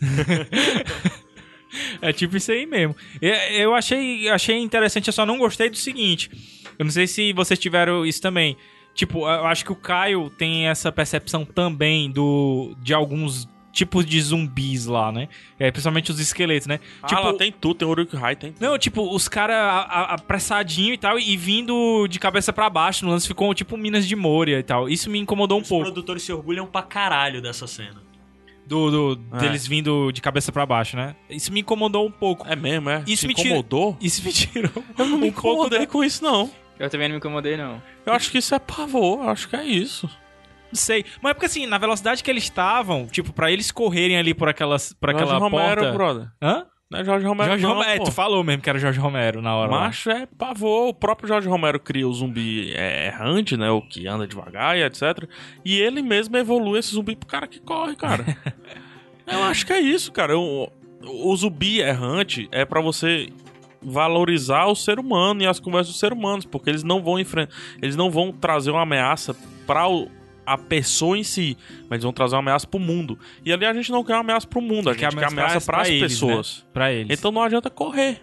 Speaker 2: É tipo isso aí mesmo. Eu, eu achei, achei interessante, eu só não gostei do seguinte. Eu não sei se vocês tiveram isso também. Tipo, eu acho que o Caio tem essa percepção também do de alguns tipos de zumbis lá, né? É, principalmente os esqueletos, né?
Speaker 4: tipo,
Speaker 2: tipo,
Speaker 4: tem tudo, tem Uruk Hai, tem tudo.
Speaker 2: não, tipo, os caras apressadinho e tal, e vindo de cabeça pra baixo no lance, ficou tipo Minas de Moria e tal. Isso me incomodou um
Speaker 1: Os
Speaker 2: pouco.
Speaker 1: produtores se orgulham pra caralho dessa cena.
Speaker 2: Do, do-
Speaker 4: É.
Speaker 2: Deles vindo de cabeça pra baixo, né? Isso me incomodou um pouco.
Speaker 4: É mesmo, é?
Speaker 2: Isso
Speaker 4: Se
Speaker 2: me tira-
Speaker 4: incomodou?
Speaker 2: Isso me tirou.
Speaker 4: Eu não me
Speaker 2: um pouco
Speaker 4: incomodei com isso, não.
Speaker 3: Eu também não me incomodei, não.
Speaker 4: Eu acho que isso é pavor, eu acho que é isso.
Speaker 2: Não sei. Mas é porque assim, na velocidade que eles estavam, tipo, pra eles correrem ali por aquelas, por aquela
Speaker 4: Jorge Romero,
Speaker 2: porta.
Speaker 4: brother.
Speaker 2: Hã?
Speaker 4: Não é Jorge Romero,
Speaker 2: Jorge
Speaker 4: não,
Speaker 2: Romero. É,
Speaker 4: pô.
Speaker 2: tu falou mesmo que era Jorge Romero na hora. lá.
Speaker 4: Macho é pavor. O próprio Jorge Romero cria o zumbi é, errante, né? O que anda devagar e etc. E ele mesmo evolui esse zumbi pro cara que corre, cara. eu acho que é isso, cara. O, o zumbi errante é pra você valorizar o ser humano e as conversas dos seres humanos, porque eles não vão enfrentar, eles não vão trazer uma ameaça para a pessoa em si, mas eles vão trazer uma ameaça pro mundo. E ali a gente não quer uma ameaça pro mundo, a gente
Speaker 2: Quer
Speaker 4: quer
Speaker 2: ameaça
Speaker 4: ameaça
Speaker 2: pra
Speaker 4: para as
Speaker 2: eles, né?
Speaker 4: pessoas.
Speaker 2: Pra eles.
Speaker 4: Então não adianta correr.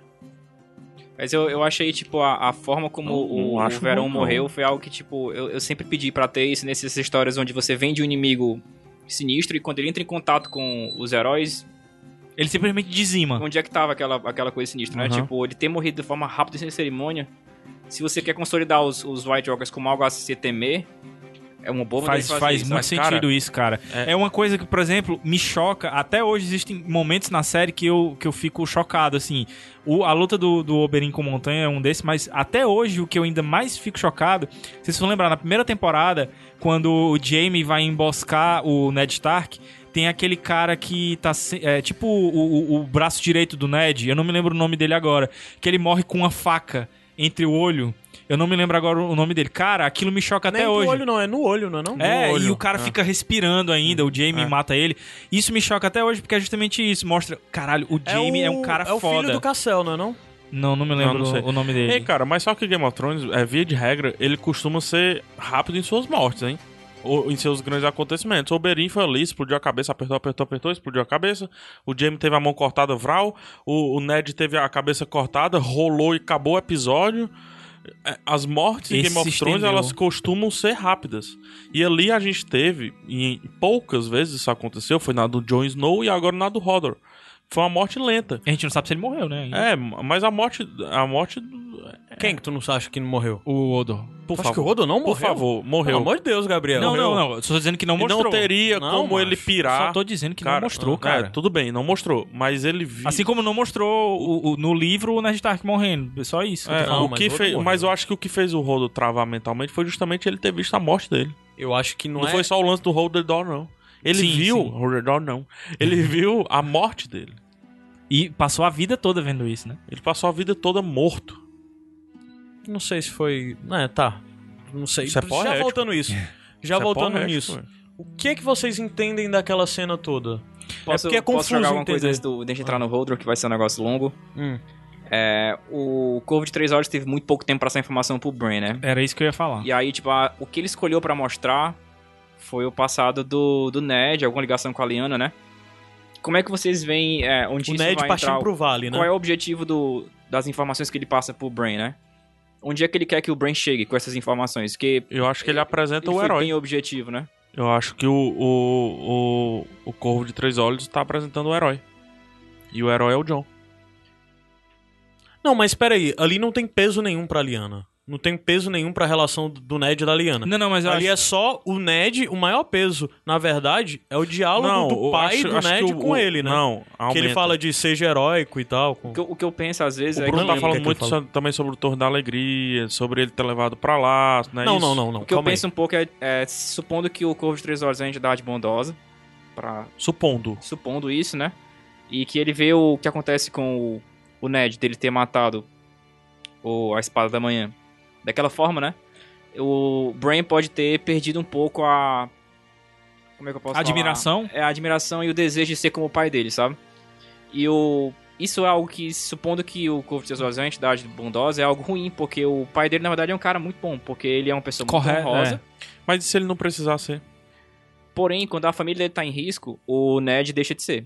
Speaker 3: Mas eu, eu achei, tipo, a, a forma como
Speaker 4: Não- não
Speaker 3: o, o
Speaker 4: acho
Speaker 3: Verão
Speaker 4: ruim, não.
Speaker 3: morreu foi algo que, tipo, eu, eu sempre pedi pra ter isso nessas histórias onde você vende um inimigo sinistro e quando ele entra em contato com os heróis,
Speaker 2: Ele simplesmente dizima.
Speaker 3: onde é que tava aquela, aquela coisa sinistra, né?
Speaker 4: Uhum.
Speaker 3: Tipo, ele ter morrido de forma rápida e sem cerimônia. Se você quer consolidar os, os White Walkers como algo a se temer, é uma boa
Speaker 2: Faz,
Speaker 3: maneira de fazer
Speaker 2: faz
Speaker 3: isso,
Speaker 2: muito
Speaker 3: mas,
Speaker 2: sentido
Speaker 3: cara,
Speaker 2: isso, cara. É... uma coisa que, por exemplo, me choca. Até hoje existem momentos na série que eu, que eu fico chocado, assim. O- a luta do, do Oberyn com o Montanha é um desses, mas até hoje o que eu ainda mais fico chocado... Vocês vão lembrar, na primeira temporada, quando o Jaime vai emboscar o Ned Stark... Tem aquele cara que tá. se- É, tipo o, o- o braço direito do Ned, eu não me lembro o nome dele agora. Que ele morre com uma faca entre o olho. Eu não me lembro agora o nome dele. Cara, aquilo me choca
Speaker 1: Nem
Speaker 2: até
Speaker 1: no
Speaker 2: hoje.
Speaker 1: olho, não. É no olho, não é não?
Speaker 2: É,
Speaker 1: No olho.
Speaker 2: e o cara fica respirando ainda, o Jamie mata ele. Isso me choca até hoje, porque é justamente isso. Mostra, caralho, o Jamie é, um
Speaker 1: o-
Speaker 2: cara
Speaker 1: É o filho
Speaker 2: foda.
Speaker 1: do Cassel, não é não?
Speaker 2: Não, não me lembro
Speaker 4: Não, não sei.
Speaker 2: o nome dele.
Speaker 4: Ei, cara, mas só que Game of Thrones, é, via de regra, ele costuma ser rápido em suas mortes, hein? Ou em seus grandes acontecimentos. O Oberyn foi ali, explodiu a cabeça, apertou, apertou, apertou, explodiu a cabeça. O Jaime teve a mão cortada, vral. O, o Ned teve a cabeça cortada, rolou e acabou o episódio. É, As mortes em
Speaker 2: Esse
Speaker 4: Game of
Speaker 2: se
Speaker 4: Thrones,
Speaker 2: estendeu.
Speaker 4: elas costumam ser rápidas. E ali a gente teve, e poucas vezes isso aconteceu, foi na do Jon Snow e agora na do Hodor. Foi uma morte lenta.
Speaker 2: A gente não sabe se ele morreu, né? ainda.
Speaker 4: É, mas a morte, a morte
Speaker 1: Quem que tu não acha que não morreu?
Speaker 2: O Odor.
Speaker 4: Por
Speaker 1: Tu acha
Speaker 4: favor.
Speaker 1: que o Rodon não morreu?
Speaker 4: Por favor, morreu.
Speaker 1: Pelo amor de Deus, Gabriel.
Speaker 2: Não,
Speaker 1: Morreu.
Speaker 2: não, não. Eu Só tô dizendo que não
Speaker 4: E
Speaker 2: mostrou.
Speaker 4: não teria
Speaker 1: Não,
Speaker 4: como
Speaker 1: macho.
Speaker 4: ele pirar.
Speaker 2: Só tô dizendo que
Speaker 4: Cara,
Speaker 2: não mostrou,
Speaker 4: é,
Speaker 2: cara.
Speaker 4: tudo bem, não mostrou. Mas ele viu.
Speaker 2: Assim como não mostrou o- o- no livro o Ned Stark morrendo. É Só isso. que eu
Speaker 4: É,
Speaker 2: tô falando.
Speaker 1: não,
Speaker 4: o
Speaker 1: mas
Speaker 4: que
Speaker 1: outro
Speaker 4: fez,
Speaker 1: morreu.
Speaker 4: mas eu acho que o que fez o Rodo travar mentalmente foi justamente ele ter visto a morte dele.
Speaker 1: Eu acho que não,
Speaker 4: Não,
Speaker 1: é...
Speaker 4: foi só o lance do Hold the Door, não. Ele
Speaker 2: Sim,
Speaker 4: viu.
Speaker 2: sim.
Speaker 4: Hold the Door, não. Ele viu a morte dele.
Speaker 2: E passou a vida toda vendo isso, né?
Speaker 4: Ele passou a vida toda morto.
Speaker 1: Não sei se foi. É, tá. Não sei.
Speaker 4: Isso é
Speaker 1: Já
Speaker 4: poético.
Speaker 1: voltando isso. Já
Speaker 4: Isso é
Speaker 1: voltando
Speaker 4: porra,
Speaker 1: nisso.
Speaker 4: acho, velho.
Speaker 1: O que é que vocês entendem daquela cena toda?
Speaker 3: Posso,
Speaker 1: é porque é
Speaker 3: posso
Speaker 1: confuso
Speaker 3: jogar alguma coisa
Speaker 1: entender.
Speaker 3: antes do, deixa eu entrar no Holdro, que vai ser um negócio longo.
Speaker 1: Hum.
Speaker 3: É, o Corvo de Três Olhos teve muito pouco tempo pra essa informação pro Brain, né?
Speaker 2: Era isso que eu ia falar.
Speaker 3: E aí, tipo, a- o que ele escolheu pra mostrar foi o passado do, do Ned, alguma ligação com a Liana, né? Como é que vocês veem é, onde
Speaker 1: O
Speaker 3: isso
Speaker 1: Ned
Speaker 3: vai
Speaker 1: partindo
Speaker 3: entrar?
Speaker 1: pro vale, né?
Speaker 3: Qual é o objetivo do, das informações que ele passa pro Brain, né? Onde é que ele quer que o Brain chegue com essas informações? Porque
Speaker 4: Eu acho que ele apresenta
Speaker 3: ele
Speaker 4: o
Speaker 3: foi
Speaker 4: herói.
Speaker 3: bem objetivo, né?
Speaker 4: Eu acho que o, o, o, o Corvo de Três Olhos tá apresentando o herói. E o herói é o John.
Speaker 1: Não, mas peraí, ali não tem peso nenhum pra Liana. Não tem peso nenhum pra relação do Ned e da Liana.
Speaker 2: Não, não, mas eu
Speaker 1: ali
Speaker 2: acho...
Speaker 1: é só o Ned, o maior peso, na verdade, é o diálogo do
Speaker 4: eu
Speaker 1: pai
Speaker 4: acho-
Speaker 1: do
Speaker 4: acho
Speaker 1: Ned
Speaker 4: que o-
Speaker 1: com
Speaker 4: o-
Speaker 1: ele, né?
Speaker 4: Não, aumenta.
Speaker 1: que ele fala de seja heróico e tal. com-
Speaker 3: O que, eu- o que eu penso às vezes
Speaker 4: O
Speaker 3: é que...
Speaker 4: Bruno tá
Speaker 1: lembro o que é
Speaker 4: falando
Speaker 1: que
Speaker 4: muito
Speaker 1: ele fala.
Speaker 4: so- também sobre o Torno da Alegria, sobre ele ter levado pra lá, né?
Speaker 1: Não,
Speaker 4: Isso.
Speaker 1: não, não, não.
Speaker 3: O que eu
Speaker 1: Calma aí.
Speaker 3: penso um pouco é, é, supondo que o Corvo de Três Olhos é uma entidade bondosa, pra,
Speaker 4: Supondo.
Speaker 3: supondo isso, né? E que ele vê o que acontece com o, o Ned, dele ter matado o, a Espada da Manhã. Daquela forma, né? O Brain pode ter perdido um pouco a... Como é que eu posso falar?
Speaker 2: Admiração.
Speaker 3: É a admiração e o desejo de ser como o pai dele, sabe? E o... Isso é algo que, supondo que o Corvo de Três Olhos é uma entidade bondosa, é algo ruim, porque o pai dele, na verdade, é um cara muito bom, porque ele é uma pessoa
Speaker 2: Correto,
Speaker 3: muito honrosa.
Speaker 2: é.
Speaker 4: Mas e se ele não precisar ser?
Speaker 3: Porém, quando a família dele tá em risco, o Ned deixa de ser.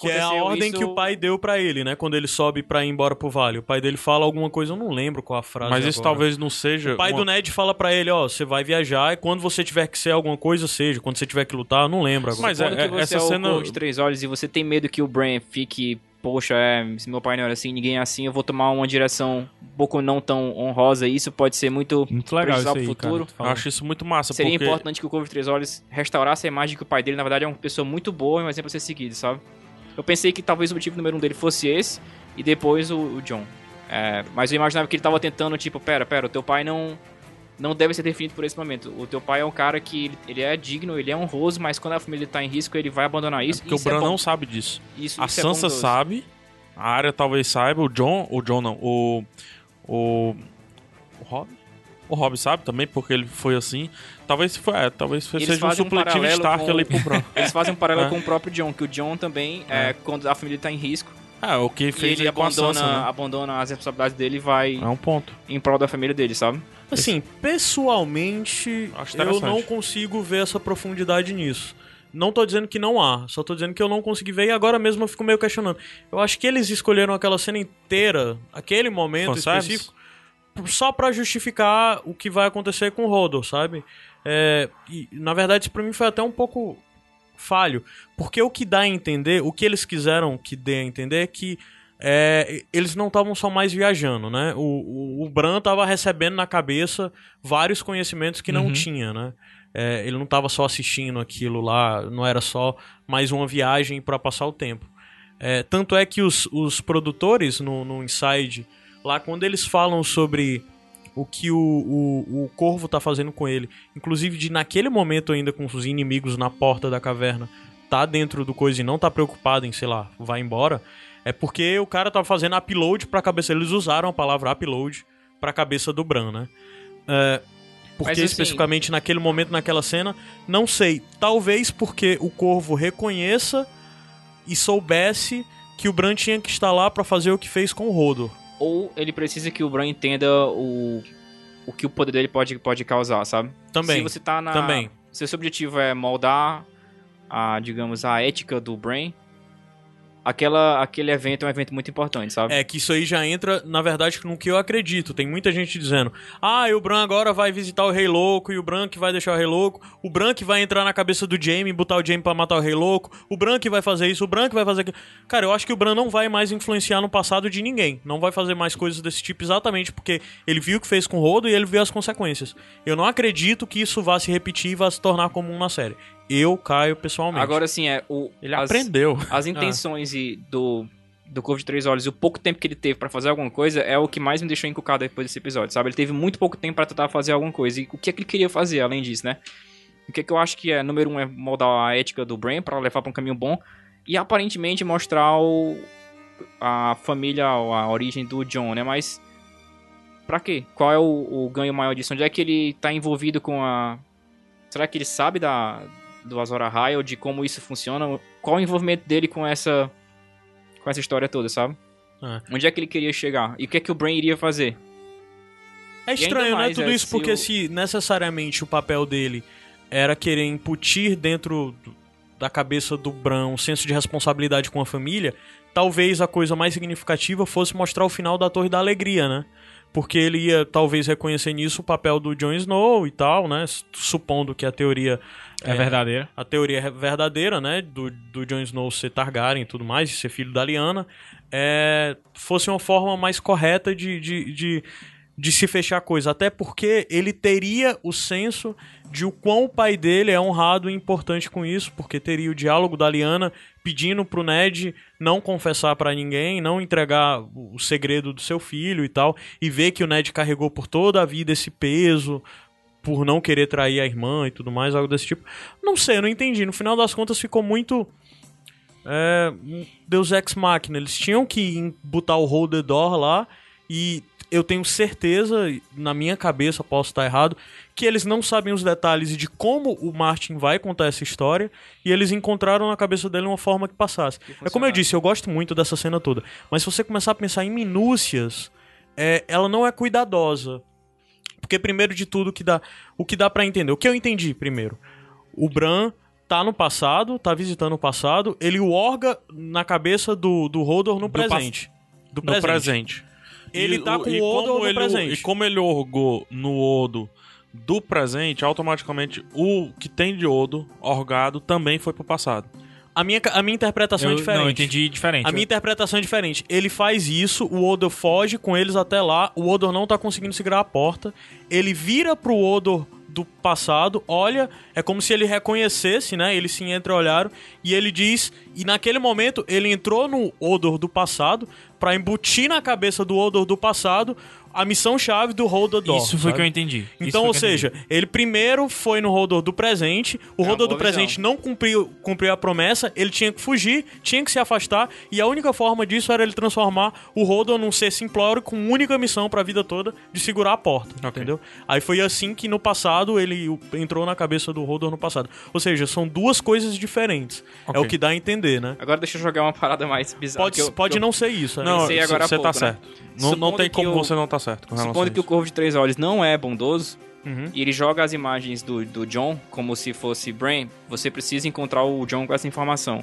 Speaker 1: Que é a
Speaker 3: Aconteceu
Speaker 1: ordem
Speaker 3: isso-
Speaker 1: que o pai deu pra ele, né? Quando ele sobe pra ir embora pro vale. O pai dele fala alguma coisa, eu não lembro qual a frase.
Speaker 4: Mas isso
Speaker 1: agora.
Speaker 4: talvez não seja.
Speaker 1: O pai
Speaker 4: uma-
Speaker 1: do Ned fala pra ele, ó, você vai viajar e quando você tiver que ser alguma coisa, seja. Quando você tiver que lutar, eu não lembro agora.
Speaker 4: Mas
Speaker 3: Quando
Speaker 4: é-
Speaker 3: que você
Speaker 4: essa
Speaker 3: é o
Speaker 4: cena-
Speaker 3: Corvo de três olhos e você tem medo que o Bran fique... Poxa, é, se meu pai não era assim, ninguém é assim, eu vou tomar uma direção um pouco não tão honrosa. E isso pode ser muito...
Speaker 2: Muito legal isso
Speaker 3: Precisar
Speaker 2: aí,
Speaker 3: pro
Speaker 2: cara,
Speaker 3: futuro.
Speaker 2: tu
Speaker 4: Eu
Speaker 2: falou.
Speaker 4: acho isso muito massa,
Speaker 3: Seria
Speaker 4: porque
Speaker 3: importante que o Corvo de Três Olhos restaurasse a imagem que o pai dele, na verdade, é uma pessoa muito boa e um exemplo a ser seguido, sabe? Eu pensei que talvez o motivo número um dele fosse esse e depois o, o John. É, mas eu imaginava que ele tava tentando, tipo, pera, pera, o teu pai não não deve ser definido por esse momento. O teu pai é um cara que ele, ele é digno, ele é honroso, mas quando a família tá em risco, ele vai abandonar
Speaker 4: é
Speaker 3: isso.
Speaker 4: porque o
Speaker 3: isso
Speaker 4: Bran
Speaker 3: é bom.
Speaker 4: não sabe disso.
Speaker 3: Isso,
Speaker 4: A
Speaker 3: isso é
Speaker 4: Sansa
Speaker 3: bondoso.
Speaker 4: sabe, a Arya talvez saiba, o John, o John não, o o o Rob, o Rob sabe também porque ele foi assim. Talvez foi, é, talvez
Speaker 3: E eles
Speaker 4: seja um
Speaker 3: fazem um
Speaker 4: supletivo
Speaker 3: paralelo
Speaker 4: Stark
Speaker 3: com-
Speaker 4: ali pro Bran.
Speaker 3: Eles fazem um paralelo
Speaker 4: É.
Speaker 3: com o próprio John, que o John também, é, quando a família tá em risco,
Speaker 4: É, o que fez
Speaker 3: e ele
Speaker 4: ele com a
Speaker 3: abandona,
Speaker 4: Sansa, né?
Speaker 3: abandona as responsabilidades dele e vai
Speaker 4: É um ponto.
Speaker 3: em prol da família dele, sabe?
Speaker 1: Assim, pessoalmente,
Speaker 4: Acho
Speaker 1: eu
Speaker 4: interessante.
Speaker 1: não consigo ver essa profundidade nisso. Não tô dizendo que não há, só tô dizendo que eu não consegui ver e agora mesmo eu fico meio questionando. Eu acho que eles escolheram aquela cena inteira, aquele momento
Speaker 4: Fanservice?
Speaker 1: específico, só pra justificar o que vai acontecer com o Hodor, sabe? É, e, na verdade, isso pra mim foi até um pouco falho. Porque o que dá a entender, o que eles quiseram que dê a entender é que é, eles não estavam só mais viajando, né? O, o, o Bran tava recebendo na cabeça vários conhecimentos que não
Speaker 2: Uhum.
Speaker 1: tinha, né? É, ele não tava só assistindo aquilo lá, não era só mais uma viagem para passar o tempo. É, tanto é que os, os produtores no, no Inside, lá quando eles falam sobre o que o, o, o Corvo tá fazendo com ele, inclusive de naquele momento ainda com os inimigos na porta da caverna, tá dentro do coisa e não tá preocupado em, sei lá, vai embora, é porque o cara tá fazendo upload pra cabeça. Eles usaram a palavra upload pra cabeça do Bran, né? É, porque
Speaker 3: Mas, assim,
Speaker 1: especificamente naquele momento, naquela cena, não sei. Talvez porque o Corvo reconheça e soubesse que o Bran tinha que estar lá pra fazer o que fez com o Rodo.
Speaker 3: ou ele precisa que o Bran entenda o, o que o poder dele pode, pode causar, sabe?
Speaker 1: Também.
Speaker 3: Se você tá na.
Speaker 1: Também.
Speaker 3: Se seu objetivo é moldar a, digamos, a ética do Bran, aquela, aquele evento é um evento muito importante, sabe?
Speaker 1: É que isso aí já entra, na verdade, no que eu acredito. Tem muita gente dizendo: ah, e o Bran agora vai visitar o Rei Louco, e o Bran que vai deixar o Rei Louco, o Bran que vai entrar na cabeça do Jaime e botar o Jaime pra matar o Rei Louco, o Bran que vai fazer isso, o Bran que vai fazer aquilo. Cara, eu acho que o Bran não vai mais influenciar no passado de ninguém. Não vai fazer mais coisas desse tipo exatamente porque ele viu o que fez com o Rodo e ele viu as consequências. Eu não acredito que isso vá se repetir e vá se tornar comum na série. Eu caio pessoalmente.
Speaker 3: Agora sim, é o.
Speaker 4: Ele
Speaker 3: as-
Speaker 4: aprendeu.
Speaker 3: As intenções e do, do Corvo de Três Olhos e o pouco tempo que ele teve pra fazer alguma coisa é o que mais me deixou encucado depois desse episódio, sabe? Ele teve muito pouco tempo pra tentar fazer alguma coisa. E o que é que ele queria fazer além disso, né? O que é que eu acho que é, número um, é moldar a ética do Bran pra levar pra um caminho bom e aparentemente mostrar o, a família, a origem do John, né? Mas pra quê? Qual é o, o ganho maior disso? Onde é que ele tá envolvido com a... Será que ele sabe da, do Azor Ahai ou de como isso funciona? Qual o envolvimento dele com essa, com essa história toda, sabe?
Speaker 1: É.
Speaker 3: Onde é que ele queria chegar? E o que é que o Brain iria fazer?
Speaker 1: É
Speaker 3: ainda
Speaker 1: estranho, né?
Speaker 3: mais,
Speaker 1: Tudo
Speaker 3: é,
Speaker 1: isso
Speaker 3: se
Speaker 1: porque
Speaker 3: o-
Speaker 1: se necessariamente o papel dele era querer incutir dentro do- da cabeça do Bran um senso de responsabilidade com a família, talvez a coisa mais significativa fosse mostrar o final da Torre da Alegria, né? Porque ele ia talvez reconhecer nisso o papel do Jon Snow e tal, né? S- Supondo que a teoria
Speaker 2: É, verdadeira.
Speaker 1: a teoria é verdadeira, né, do, do Jon Snow ser Targaryen e tudo mais, e ser filho da Lyanna, é, fosse uma forma mais correta de, de, de, de se fechar a coisa. Até porque ele teria o senso de o quão o pai dele é honrado e importante com isso, porque teria o diálogo da Lyanna pedindo pro Ned não confessar pra ninguém, não entregar o o segredo do seu filho e tal, e ver que o Ned carregou por toda a vida esse peso por não querer trair a irmã e tudo mais, algo desse tipo. Não sei, eu não entendi. No final das contas ficou muito. é, um Deus Ex Machina. Eles tinham que em- botar o Hold the Door lá e eu tenho certeza, na minha cabeça, posso estar errado, que eles não sabem os detalhes de como o Martin vai contar essa história e eles encontraram na cabeça dele uma forma que passasse. É como eu disse, eu gosto muito dessa cena toda, mas se você começar a pensar em minúcias, é, ela não é cuidadosa. Porque primeiro de tudo o que dá, o que dá para entender, o que eu entendi primeiro, o Bran tá no passado, tá visitando o passado, ele orga na cabeça do do Hodor no
Speaker 4: Do pas-
Speaker 1: presente. Do
Speaker 4: No presente.
Speaker 1: Ele tá
Speaker 4: o-
Speaker 1: com o Odo
Speaker 4: como
Speaker 1: no
Speaker 4: ele-
Speaker 1: presente.
Speaker 4: E como ele orgou no Odo do presente, automaticamente o que tem de Odo orgado também foi pro passado.
Speaker 1: A minha, ca- a minha interpretação
Speaker 2: Eu,
Speaker 1: é diferente.
Speaker 2: não, eu entendi diferente.
Speaker 1: A minha interpretação é diferente. Ele faz isso, o Odor foge com eles até lá, o Odor não tá conseguindo segurar a porta. Ele vira pro Odor do passado, olha, é como se ele reconhecesse, né? Eles se entreolharam e ele diz, e naquele momento ele entrou no Odor do passado pra embutir na cabeça do Odor do passado a missão chave do Hold the Door.
Speaker 2: Isso foi o que eu
Speaker 1: sabe?
Speaker 2: entendi. Isso foi o
Speaker 1: Então,
Speaker 2: que
Speaker 1: ou
Speaker 2: eu entendi.
Speaker 1: seja, ele primeiro foi no rodor do presente, o
Speaker 3: É uma
Speaker 1: rodor do
Speaker 3: boa
Speaker 1: presente não cumpriu, cumpriu a promessa, ele tinha que fugir, tinha que se afastar, e a única forma disso era ele transformar o rodor num ser simplório com única missão pra vida toda de segurar a porta, entendeu? Aí foi assim que no passado ele o- entrou na cabeça do rodor no passado. Ou seja, são duas coisas diferentes. É
Speaker 4: Ok.
Speaker 1: o que dá a entender, né?
Speaker 3: Agora deixa eu jogar uma parada mais bizarra.
Speaker 1: Pode,
Speaker 3: que eu-
Speaker 1: pode
Speaker 3: que eu-
Speaker 1: não ser isso. é.
Speaker 4: Não,
Speaker 3: Pensei agora há
Speaker 4: você tá
Speaker 3: pouco, né?
Speaker 4: certo. Não, não
Speaker 3: Supondo
Speaker 4: tem
Speaker 3: que
Speaker 4: como
Speaker 3: o-
Speaker 4: você não tá certo com relação
Speaker 3: Supondo
Speaker 4: a
Speaker 3: que o
Speaker 4: isso.
Speaker 3: Corvo de Três Olhos não é bondoso,
Speaker 1: Uhum.
Speaker 3: e ele joga as imagens do, do John como se fosse Brain, você precisa encontrar o John com essa informação.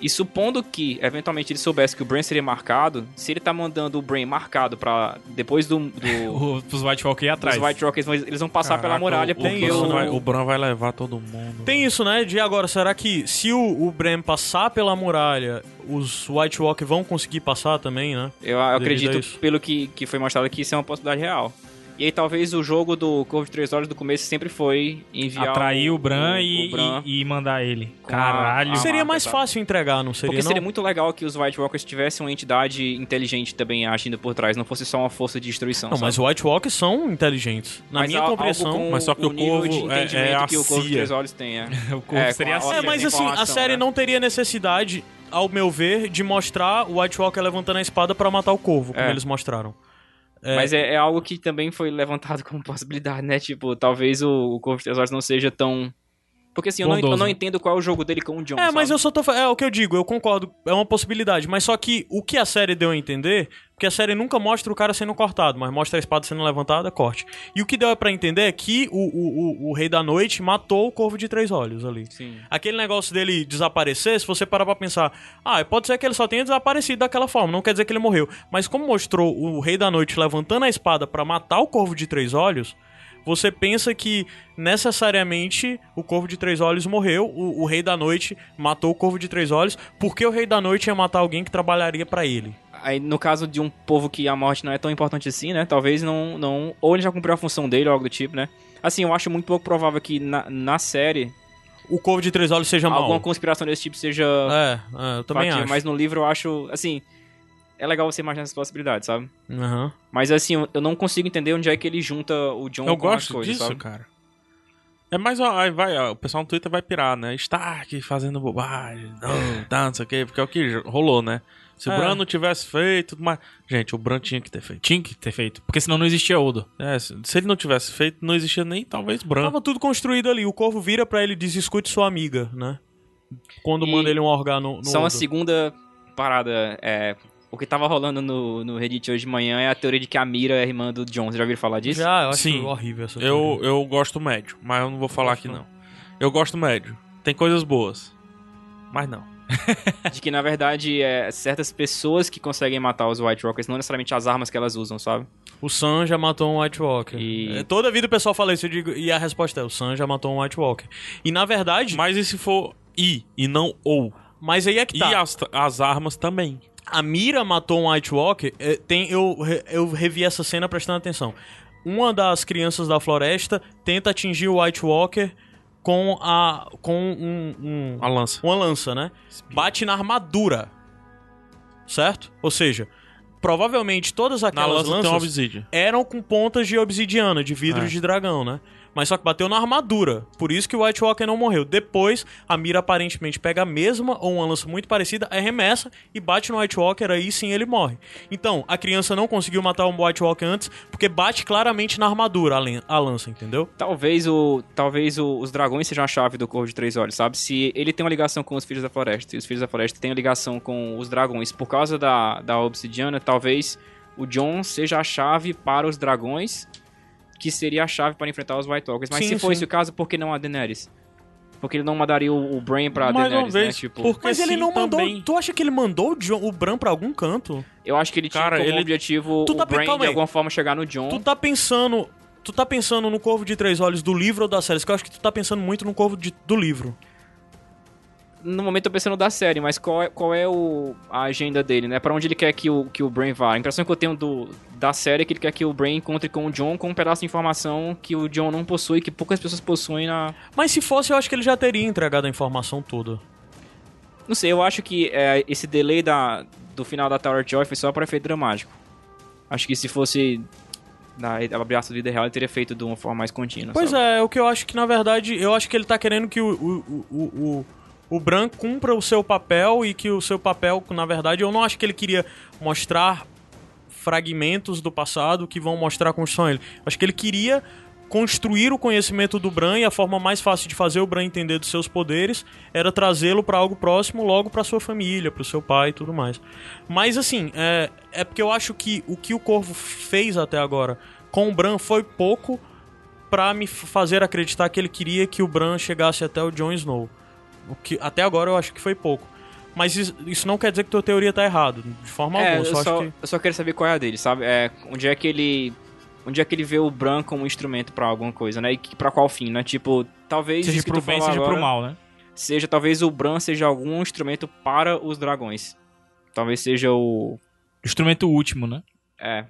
Speaker 3: E supondo que, eventualmente, ele soubesse que o Brain seria marcado, se ele tá mandando o Brain marcado para depois do... do
Speaker 2: O- Os White Walker aí
Speaker 3: dos
Speaker 2: atrás.
Speaker 3: White Rockets, eles vão- eles vão passar pela
Speaker 4: Caraca,
Speaker 3: muralha,
Speaker 4: o,
Speaker 3: porque
Speaker 4: o,
Speaker 1: Bran
Speaker 3: o-
Speaker 4: Bran vai, o Bran vai levar todo mundo.
Speaker 1: Tem isso, né? De agora, será que se o, o Bran passar pela muralha, os White Walk vão conseguir passar também, né?
Speaker 3: Eu
Speaker 1: a
Speaker 3: acredito,
Speaker 1: isso.
Speaker 3: pelo que, que foi mostrado aqui, isso é uma possibilidade real. E aí, talvez o jogo do Corvo de Três Olhos do começo sempre foi enviar.
Speaker 2: Atrair o, Bran,
Speaker 3: o-
Speaker 2: e,
Speaker 3: o Bran.
Speaker 2: e- e mandar ele.
Speaker 3: Com a-
Speaker 2: Caralho.
Speaker 3: a
Speaker 1: seria
Speaker 3: marca,
Speaker 1: mais
Speaker 3: tá?
Speaker 1: fácil entregar, não seria?
Speaker 3: Porque seria
Speaker 1: não?
Speaker 3: muito legal que os White Walkers tivessem uma entidade inteligente também agindo por trás, não fosse só uma força de destruição.
Speaker 1: Não,
Speaker 3: sabe?
Speaker 1: mas os White Walkers são inteligentes. Na
Speaker 3: Mas
Speaker 1: minha
Speaker 3: al- algo
Speaker 1: compreensão.
Speaker 3: com
Speaker 4: mas só que o
Speaker 3: nível de
Speaker 4: Corvo é- é
Speaker 3: entendimento
Speaker 4: a
Speaker 3: que o Corvo de
Speaker 4: CIA.
Speaker 3: Três Olhos tem, é.
Speaker 2: O corpo
Speaker 3: É,
Speaker 2: seria
Speaker 3: com
Speaker 2: assim.
Speaker 3: a-
Speaker 1: É, mas assim, a
Speaker 3: informação,
Speaker 1: série
Speaker 3: né?
Speaker 1: não teria necessidade, ao meu ver, de mostrar o White Walker levantando a espada pra matar o corvo, como
Speaker 3: É.
Speaker 1: eles mostraram.
Speaker 3: Mas é, é algo que também foi levantado como possibilidade, né? Tipo, talvez o, o Corvo de Três Olhos não seja tão. Porque assim, eu não, eu
Speaker 1: Bondoso.
Speaker 3: não entendo qual é o jogo dele com o John.
Speaker 1: É, mas
Speaker 3: sabe?
Speaker 1: eu só tô. fa- É o que eu digo, eu concordo, é uma possibilidade. Mas só que o que a série deu a entender, porque a série nunca mostra o cara sendo cortado, mas mostra a espada sendo levantada, corte. E o que deu pra entender é que o, o, o, o Rei da Noite matou o Corvo de Três Olhos ali.
Speaker 3: Sim.
Speaker 1: Aquele negócio dele desaparecer, se você parar pra pensar, ah, pode ser que ele só tenha desaparecido daquela forma, não quer dizer que ele morreu. Mas como mostrou o Rei da Noite levantando a espada pra matar o Corvo de Três Olhos, você pensa que necessariamente o Corvo de Três Olhos morreu, o, o Rei da Noite matou o Corvo de Três Olhos, porque o Rei da Noite ia matar alguém que trabalharia pra ele.
Speaker 3: Aí, no caso de um povo que a morte não é tão importante assim, né? Talvez não. não ou ele já cumpriu a função dele, ou algo do tipo, né? Assim, eu acho muito pouco provável que na, na série
Speaker 1: O Corvo de Três Olhos seja mau.
Speaker 3: alguma conspiração desse tipo seja.
Speaker 1: É, é, eu também
Speaker 3: fatídica,
Speaker 1: acho.
Speaker 3: Mas no livro eu acho. Assim. É legal você imaginar essas possibilidades, sabe?
Speaker 1: Aham.
Speaker 3: Mas assim, eu- eu não consigo entender onde é que ele junta o John
Speaker 4: Eu
Speaker 3: com as
Speaker 4: gosto
Speaker 3: coisas,
Speaker 4: disso,
Speaker 3: sabe?
Speaker 4: cara. É mais, ó, aí vai, ó, o pessoal no Twitter vai pirar, né? Stark fazendo bobagem, não, tá, não sei o quê, porque é o que rolou, né? Se
Speaker 2: É.
Speaker 4: o Bran não tivesse feito, tudo mais. Gente, o Bran tinha que ter feito.
Speaker 2: Tinha que ter feito. Porque senão não existia Odo.
Speaker 4: É, se se ele não tivesse feito, não existia nem talvez Bran.
Speaker 1: Tava tudo construído ali. O corvo vira pra ele e diz: escute sua amiga, né? Quando
Speaker 3: E
Speaker 1: manda ele um orgar no. no
Speaker 3: Só uma
Speaker 1: Odo.
Speaker 3: segunda parada. É, o que tava rolando no, no Reddit hoje de manhã é a teoria de que a Mira é a irmã do John. Vocês já ouviram falar disso?
Speaker 1: Já, eu acho
Speaker 4: Sim.
Speaker 1: horrível essa
Speaker 4: Eu,
Speaker 3: né?
Speaker 4: eu gosto médio, mas eu não vou falar aqui não. Eu gosto médio. Tem coisas boas. Mas não.
Speaker 3: De que, na verdade, é, certas pessoas que conseguem matar os White Walkers, não necessariamente as armas que elas usam, sabe?
Speaker 1: O Sam já matou um White Walker.
Speaker 3: E-
Speaker 1: É, Toda vida o pessoal fala isso eu digo- e a resposta é: o Sam já matou um White Walker. E na verdade, mas,
Speaker 4: Mas e se for I e não ou?
Speaker 1: aí é que tá.
Speaker 4: E
Speaker 1: A...
Speaker 4: as, as armas também.
Speaker 1: Mira matou um White Walker. é, tem, eu, re- eu revi essa cena prestando atenção. Uma das crianças da floresta tenta atingir o White Walker com a. com um- um,
Speaker 4: A lança.
Speaker 1: uma lança, né? Bate na armadura. Certo? Ou seja, provavelmente todas
Speaker 4: Na
Speaker 1: aquelas
Speaker 4: lança tem uma
Speaker 1: lanças
Speaker 4: obsidian.
Speaker 1: eram com pontas de obsidiana, de vidro
Speaker 4: É.
Speaker 1: de dragão, né? Mas só que bateu na armadura. Por isso que o White Walker não morreu. Depois, a mira aparentemente pega a mesma ou uma lança muito parecida, arremessa e bate no White Walker, aí sim ele morre. Então, a criança não conseguiu matar o White Walker antes, porque bate claramente na armadura a len- a lança, entendeu?
Speaker 3: Talvez o talvez o- os dragões sejam a chave do Corvo de Três Olhos, sabe? Se ele tem uma ligação com os Filhos da Floresta e os Filhos da Floresta têm uma ligação com os dragões por causa da, da obsidiana, talvez o John seja a chave para os dragões, que seria a chave para enfrentar os White Walkers. Mas
Speaker 1: Sim,
Speaker 3: se for
Speaker 1: sim.
Speaker 3: esse o caso, por que não a Daenerys? Porque ele não mandaria o, o Brain pra
Speaker 4: Mais
Speaker 3: Daenerys,
Speaker 4: uma
Speaker 3: né?
Speaker 4: vez,
Speaker 3: Tipo,
Speaker 4: por- Porque
Speaker 1: Mas ele
Speaker 4: sim,
Speaker 1: não mandou.
Speaker 4: também.
Speaker 1: Tu acha que ele mandou o, John, o Bran pra algum canto?
Speaker 3: eu acho que ele tinha
Speaker 4: Cara,
Speaker 3: como
Speaker 4: ele-
Speaker 3: objetivo
Speaker 1: Tu
Speaker 3: o
Speaker 1: tá pe-
Speaker 3: Brain
Speaker 1: calma
Speaker 3: de
Speaker 1: aí.
Speaker 3: alguma forma chegar no John.
Speaker 1: Tu tá pensando. Tu tá pensando no Corvo de Três Olhos do livro ou da série? Porque eu acho que tu tá pensando muito no Corvo de- do livro.
Speaker 3: No momento eu tô pensando da série, mas qual é, qual é o, a agenda dele, né? Pra onde ele quer que o, que o Brain vá? A impressão que eu tenho do, da série é que ele quer que o Brain encontre com o John com um pedaço de informação que o John não possui, que poucas pessoas possuem na...
Speaker 1: Mas se fosse, eu acho que ele já teria entregado a informação toda.
Speaker 3: Não sei, eu acho que é, esse delay da, do final da Tower of Joy foi só pra efeito dramático. Acho que se fosse na abraço da vida real, ele teria feito de uma forma mais contínua.
Speaker 1: Pois
Speaker 3: sabe?
Speaker 1: é, é o que eu acho que, na verdade, eu acho que ele tá querendo que o, o, o, o, o Bran cumpra o seu papel e que o seu papel, na verdade, eu não acho que ele queria mostrar fragmentos do passado que vão mostrar a construção dele. Acho que ele queria construir o conhecimento do Bran e a forma mais fácil de fazer o Bran entender dos seus poderes era trazê-lo pra algo próximo, logo pra sua família, pro seu pai e tudo mais. Mas assim, é, é porque eu acho que o que o Corvo fez até agora com o Bran foi pouco pra me f- fazer acreditar que ele queria que o Bran chegasse até o Jon Snow. O que até agora eu acho que foi pouco. Mas is- isso não quer dizer que tua teoria tá errada, de forma
Speaker 3: É,
Speaker 1: alguma.
Speaker 3: eu,
Speaker 1: Só
Speaker 3: só,
Speaker 1: acho que...
Speaker 3: eu só quero saber qual é a dele, sabe? É, onde é que ele. Onde é que ele vê o Bran como um instrumento pra alguma coisa, né? E que- pra qual fim, né? Tipo, talvez.
Speaker 2: Seja
Speaker 3: isso que
Speaker 2: pro
Speaker 3: tu
Speaker 2: bem,
Speaker 3: falou
Speaker 2: seja
Speaker 3: agora
Speaker 2: pro mal, né?
Speaker 3: Seja, talvez o Bran seja algum instrumento para os dragões. Talvez seja o.
Speaker 2: Instrumento último, né?
Speaker 3: É.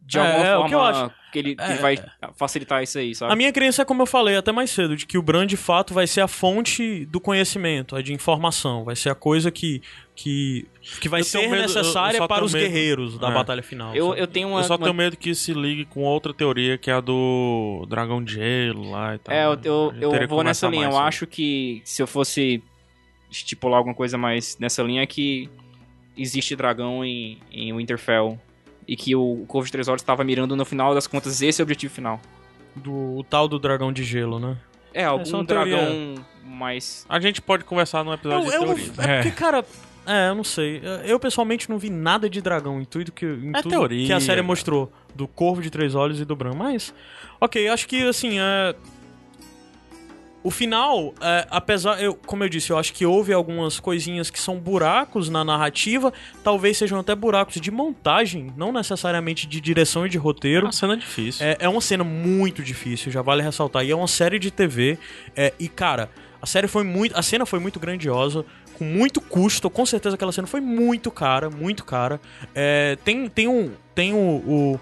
Speaker 3: De
Speaker 1: É,
Speaker 3: alguma
Speaker 1: é,
Speaker 3: forma
Speaker 1: o que eu
Speaker 3: que ele que
Speaker 1: É,
Speaker 3: vai facilitar isso aí, sabe?
Speaker 1: A minha crença é como eu falei até mais cedo, de que o Bran de fato vai ser a fonte do conhecimento, a de informação, vai ser a coisa que que, que vai
Speaker 4: Eu
Speaker 1: ser
Speaker 4: tenho medo- eu- eu
Speaker 1: necessária
Speaker 4: só
Speaker 1: para
Speaker 4: tenho
Speaker 1: os
Speaker 4: medo.
Speaker 1: guerreiros da
Speaker 4: É.
Speaker 1: batalha final.
Speaker 3: Eu,
Speaker 1: sabe?
Speaker 3: eu tenho uma.
Speaker 4: eu só
Speaker 3: uma-
Speaker 4: tenho medo que se ligue com outra teoria, que é a do Dragão de Gelo lá e tal.
Speaker 3: É, eu, eu,
Speaker 4: né? A gente
Speaker 3: eu
Speaker 4: teria que
Speaker 3: vou nessa
Speaker 4: conversar
Speaker 3: linha.
Speaker 4: mais
Speaker 3: Eu
Speaker 4: sobre.
Speaker 3: acho que se eu fosse estipular alguma coisa mais nessa linha, é que existe dragão em, em Winterfell. E que o Corvo de Três Olhos estava mirando, no final das contas, esse é o objetivo final.
Speaker 1: Do, o tal do dragão de gelo, né? Essa
Speaker 3: É,
Speaker 1: é
Speaker 3: algum
Speaker 1: uma teoria.
Speaker 3: dragão mais.
Speaker 4: A gente pode conversar num episódio
Speaker 1: Eu,
Speaker 4: de
Speaker 1: eu,
Speaker 4: teoria.
Speaker 1: é porque, cara, é, eu não sei. Eu pessoalmente não vi nada de dragão em tudo que, em
Speaker 4: É
Speaker 1: tudo
Speaker 4: teoria,
Speaker 1: que a série
Speaker 4: cara.
Speaker 1: mostrou. Do Corvo de Três Olhos e do Bran. Mas, ok, acho que assim. É... O final, é, apesar. Eu, como eu disse, eu acho que houve algumas coisinhas que são buracos na narrativa. Talvez sejam até buracos de montagem, não necessariamente de direção e de
Speaker 4: É
Speaker 1: roteiro.
Speaker 4: uma cena difícil.
Speaker 1: É, é uma cena muito difícil, já vale ressaltar. E é uma série de TV. é, e, cara, a série foi muito. A cena foi muito grandiosa, com muito custo. Com certeza aquela cena foi muito cara, muito cara. É, tem, tem um. Tem o. o-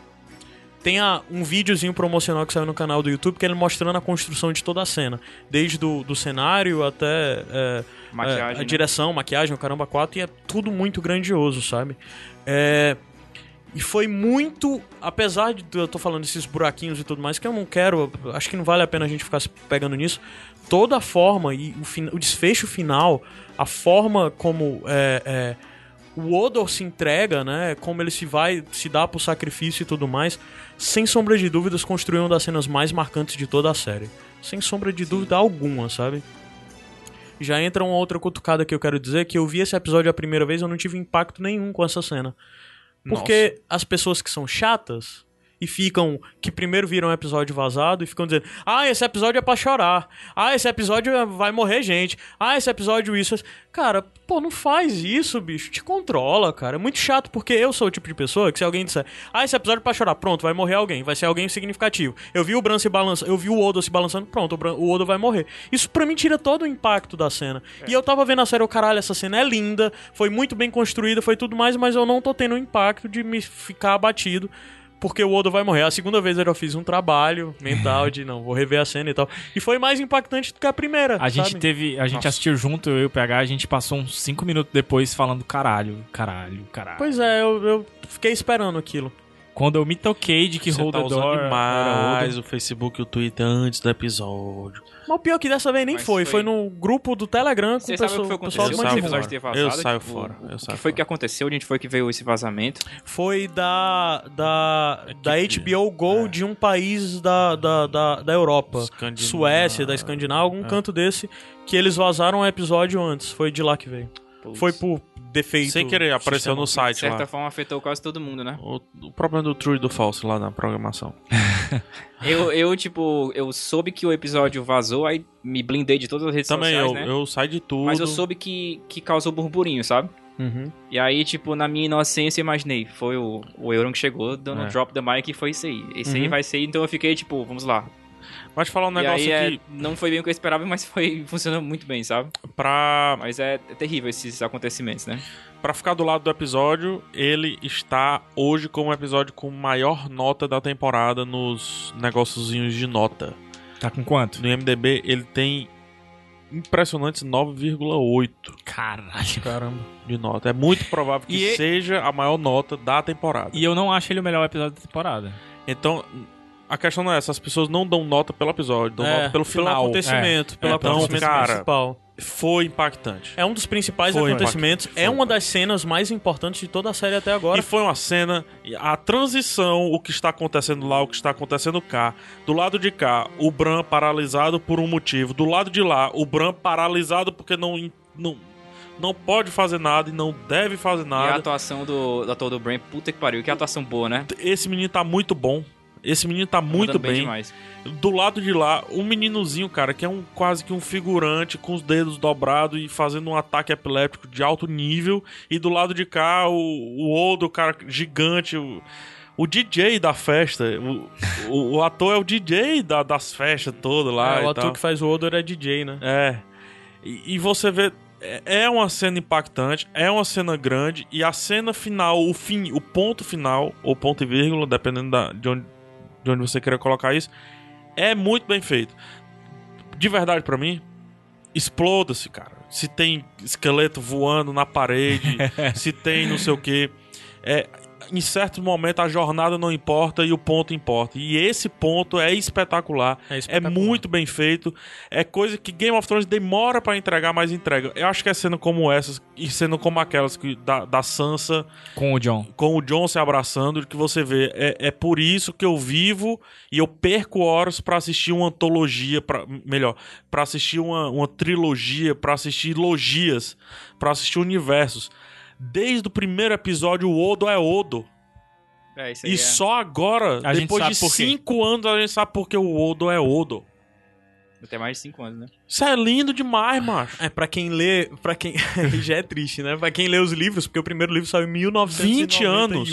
Speaker 1: tem a- um videozinho promocional que saiu no canal do YouTube que é ele mostrando a construção de toda a cena. Desde do, do cenário até. é, é,
Speaker 3: Maquiagem.
Speaker 1: a
Speaker 3: né?
Speaker 1: direção, maquiagem, o caramba 4, e é tudo muito grandioso, sabe? É, E foi muito. Apesar de eu tô falando esses buraquinhos e tudo mais, que eu não quero, acho que não vale a pena a gente ficar se pegando nisso. Toda a forma e o, fin- o desfecho final, a forma como é, é, o Odor se entrega, né? Como ele se vai, se dá pro sacrifício e tudo mais, sem sombra de dúvidas, construiu uma das cenas mais marcantes de toda a série. Sem sombra de dúvida alguma, sabe? Já entra uma outra cutucada que eu quero dizer, que eu vi esse episódio a primeira vez, eu não tive impacto nenhum com essa cena. Porque as pessoas que são chatas e ficam. que primeiro viram o episódio vazado e ficam dizendo: ah, esse episódio é pra chorar. Ah, esse episódio é- vai morrer gente. Ah, esse episódio isso. isso." Cara, pô, não faz isso, bicho. Te controla, cara. É muito chato porque eu sou o tipo de pessoa que se alguém disser: ah, esse episódio é pra chorar, pronto, vai morrer alguém. Vai ser alguém significativo. Eu vi o Bran se balançando, eu vi o Odo se balançando, pronto, o, Bran, o Odo vai morrer. Isso pra mim tira todo o impacto da cena. E eu tava vendo a série, o caralho, essa cena é linda, foi muito bem construída, foi tudo mais, mas eu não tô tendo o impacto de me ficar abatido. Porque o Odo vai morrer. A segunda vez eu já fiz um trabalho mental de não, vou rever a cena e tal. E foi mais impactante do que a primeira.
Speaker 2: A gente
Speaker 1: sabe?
Speaker 2: teve. A gente assistiu junto, eu e o PH, a gente passou uns 5 minutos depois falando caralho, caralho, caralho.
Speaker 1: Pois é, eu, eu fiquei esperando aquilo.
Speaker 2: Quando eu me toquei de que
Speaker 4: Você
Speaker 2: Hold
Speaker 4: tá
Speaker 2: the
Speaker 4: usando
Speaker 2: Door era
Speaker 4: demais
Speaker 2: Odo.
Speaker 4: o Facebook e o Twitter antes do episódio.
Speaker 1: Mas o pior é que dessa vez nem
Speaker 3: Mas
Speaker 1: foi, foi.
Speaker 3: foi-
Speaker 1: no grupo do Telegram com o
Speaker 3: Vocês sabem o
Speaker 1: pessoal,
Speaker 3: que foi que
Speaker 1: pessoal do
Speaker 4: Eu
Speaker 3: aconteceu
Speaker 1: Mande
Speaker 4: saio
Speaker 1: Ruim.
Speaker 3: episódio
Speaker 4: fora.
Speaker 3: ter vazado,
Speaker 4: Eu saio
Speaker 3: tipo,
Speaker 4: fora. Eu
Speaker 3: O
Speaker 4: saio
Speaker 3: que foi que
Speaker 4: fora.
Speaker 3: aconteceu? De onde foi que veio esse vazamento?
Speaker 1: Foi da, da, da
Speaker 4: que-
Speaker 1: HBO Go de um país da, da, da, da Europa.
Speaker 4: Escandinava-
Speaker 1: Suécia, da Escandinávia,
Speaker 3: um
Speaker 1: algum
Speaker 4: É.
Speaker 1: canto desse, que eles vazaram um episódio antes. Foi de lá que veio.
Speaker 3: Putz.
Speaker 1: Foi por defeito.
Speaker 4: Sem querer, apareceu no
Speaker 3: De
Speaker 4: site
Speaker 3: certa
Speaker 4: lá.
Speaker 3: forma afetou quase todo mundo, né?
Speaker 4: O, o problema do true e do falso lá na programação.
Speaker 3: Eu, eu, tipo, eu soube que o episódio vazou, aí me blindei de todas as redes
Speaker 4: Também
Speaker 3: sociais,
Speaker 4: eu,
Speaker 3: né?
Speaker 4: eu saio de tudo.
Speaker 3: Mas eu soube que, que causou burburinho, sabe?
Speaker 1: Uhum.
Speaker 3: E aí, tipo, na minha inocência, eu imaginei. Foi o, o Euron que chegou dando
Speaker 4: É.
Speaker 3: drop the mic e foi isso aí. Esse aí
Speaker 1: Uhum.
Speaker 3: vai ser, então eu fiquei, tipo, vamos lá.
Speaker 4: Mas falar um
Speaker 3: e aí,
Speaker 4: negócio
Speaker 3: é,
Speaker 4: aqui
Speaker 3: não foi bem o que eu esperava, mas foi funcionou muito bem, sabe?
Speaker 4: pra,
Speaker 3: Mas é, é terrível esses acontecimentos, né?
Speaker 4: pra ficar do lado do episódio, ele está hoje como o episódio com maior nota da temporada nos negóciozinhos de nota.
Speaker 2: Tá com quanto?
Speaker 4: No IMDB ele tem impressionantes 9,8
Speaker 2: Caralho.
Speaker 1: Caramba.
Speaker 4: de nota. É muito provável que
Speaker 2: E e-
Speaker 4: seja a maior nota da temporada.
Speaker 2: E é- eu não acho ele o melhor episódio da temporada.
Speaker 4: Então, a questão não é essa, as pessoas não dão nota pelo episódio, dão
Speaker 1: É,
Speaker 4: nota pelo final.
Speaker 1: acontecimento, pelo
Speaker 4: Então,
Speaker 1: acontecimento
Speaker 4: cara,
Speaker 1: principal.
Speaker 4: Foi impactante.
Speaker 1: É um dos principais
Speaker 4: foi
Speaker 1: acontecimentos.
Speaker 4: impactante,
Speaker 1: é
Speaker 4: foi
Speaker 1: uma das cenas mais importantes de toda a série até agora.
Speaker 4: E foi uma cena, a transição, o que está acontecendo lá, o que está acontecendo cá. Do lado de cá, o Bran paralisado por um motivo. Do lado de lá, o Bran paralisado porque não, não, não pode fazer nada e não deve fazer
Speaker 3: E a
Speaker 4: nada.
Speaker 3: atuação do, do ator do Brand, puta que pariu, que atuação boa, né?
Speaker 4: Esse menino tá muito bom. Esse menino tá muito
Speaker 3: Mandando bem
Speaker 4: bem.
Speaker 3: demais.
Speaker 4: do lado de lá, um meninozinho, cara, que é um quase que um figurante com os dedos dobrados e fazendo um ataque epiléptico de alto nível. E do lado de cá, o, o Odo, o cara gigante, o, o DJ da festa. O, o, o ator é o DJ da- das festas todas lá.
Speaker 1: É,
Speaker 4: e
Speaker 1: o ator
Speaker 4: tal.
Speaker 1: que faz o Odor é DJ, né?
Speaker 4: É. E, e você vê. é- É uma cena impactante, é uma cena grande, e a cena final, o fim, o ponto final, ou ponto e vírgula, dependendo da- de, onde, de onde você queira colocar isso, é muito bem feito. De verdade, pra mim, exploda-se, cara. Se tem esqueleto voando na parede, se tem não sei o quê. É, em certo momento a jornada não importa e o ponto importa. E esse ponto é espetacular. É
Speaker 1: espetacular.
Speaker 4: muito bem feito. É coisa que Game of Thrones demora pra entregar, mas entrega. Eu acho que é sendo como essas e sendo como aquelas que, da, da Sansa
Speaker 2: Com o John.
Speaker 4: com o John se abraçando, que você vê. É, é por isso que eu vivo e eu perco horas pra assistir uma antologia, pra, melhor, pra assistir uma, uma trilogia, pra assistir logias, pra assistir universos. Desde o primeiro episódio, o Odo é Odo.
Speaker 3: É, isso aí.
Speaker 4: E
Speaker 3: é.
Speaker 4: só agora,
Speaker 2: A gente
Speaker 4: depois de
Speaker 2: sabe por quê.
Speaker 4: cinco anos, a gente sabe porque o Odo é Odo.
Speaker 3: Até mais de 5 anos, né?
Speaker 4: Isso é lindo demais, macho.
Speaker 1: É, pra quem lê, pra quem. já é triste, né? Pra quem lê os livros, porque o primeiro livro saiu em 1991.
Speaker 4: 20 anos.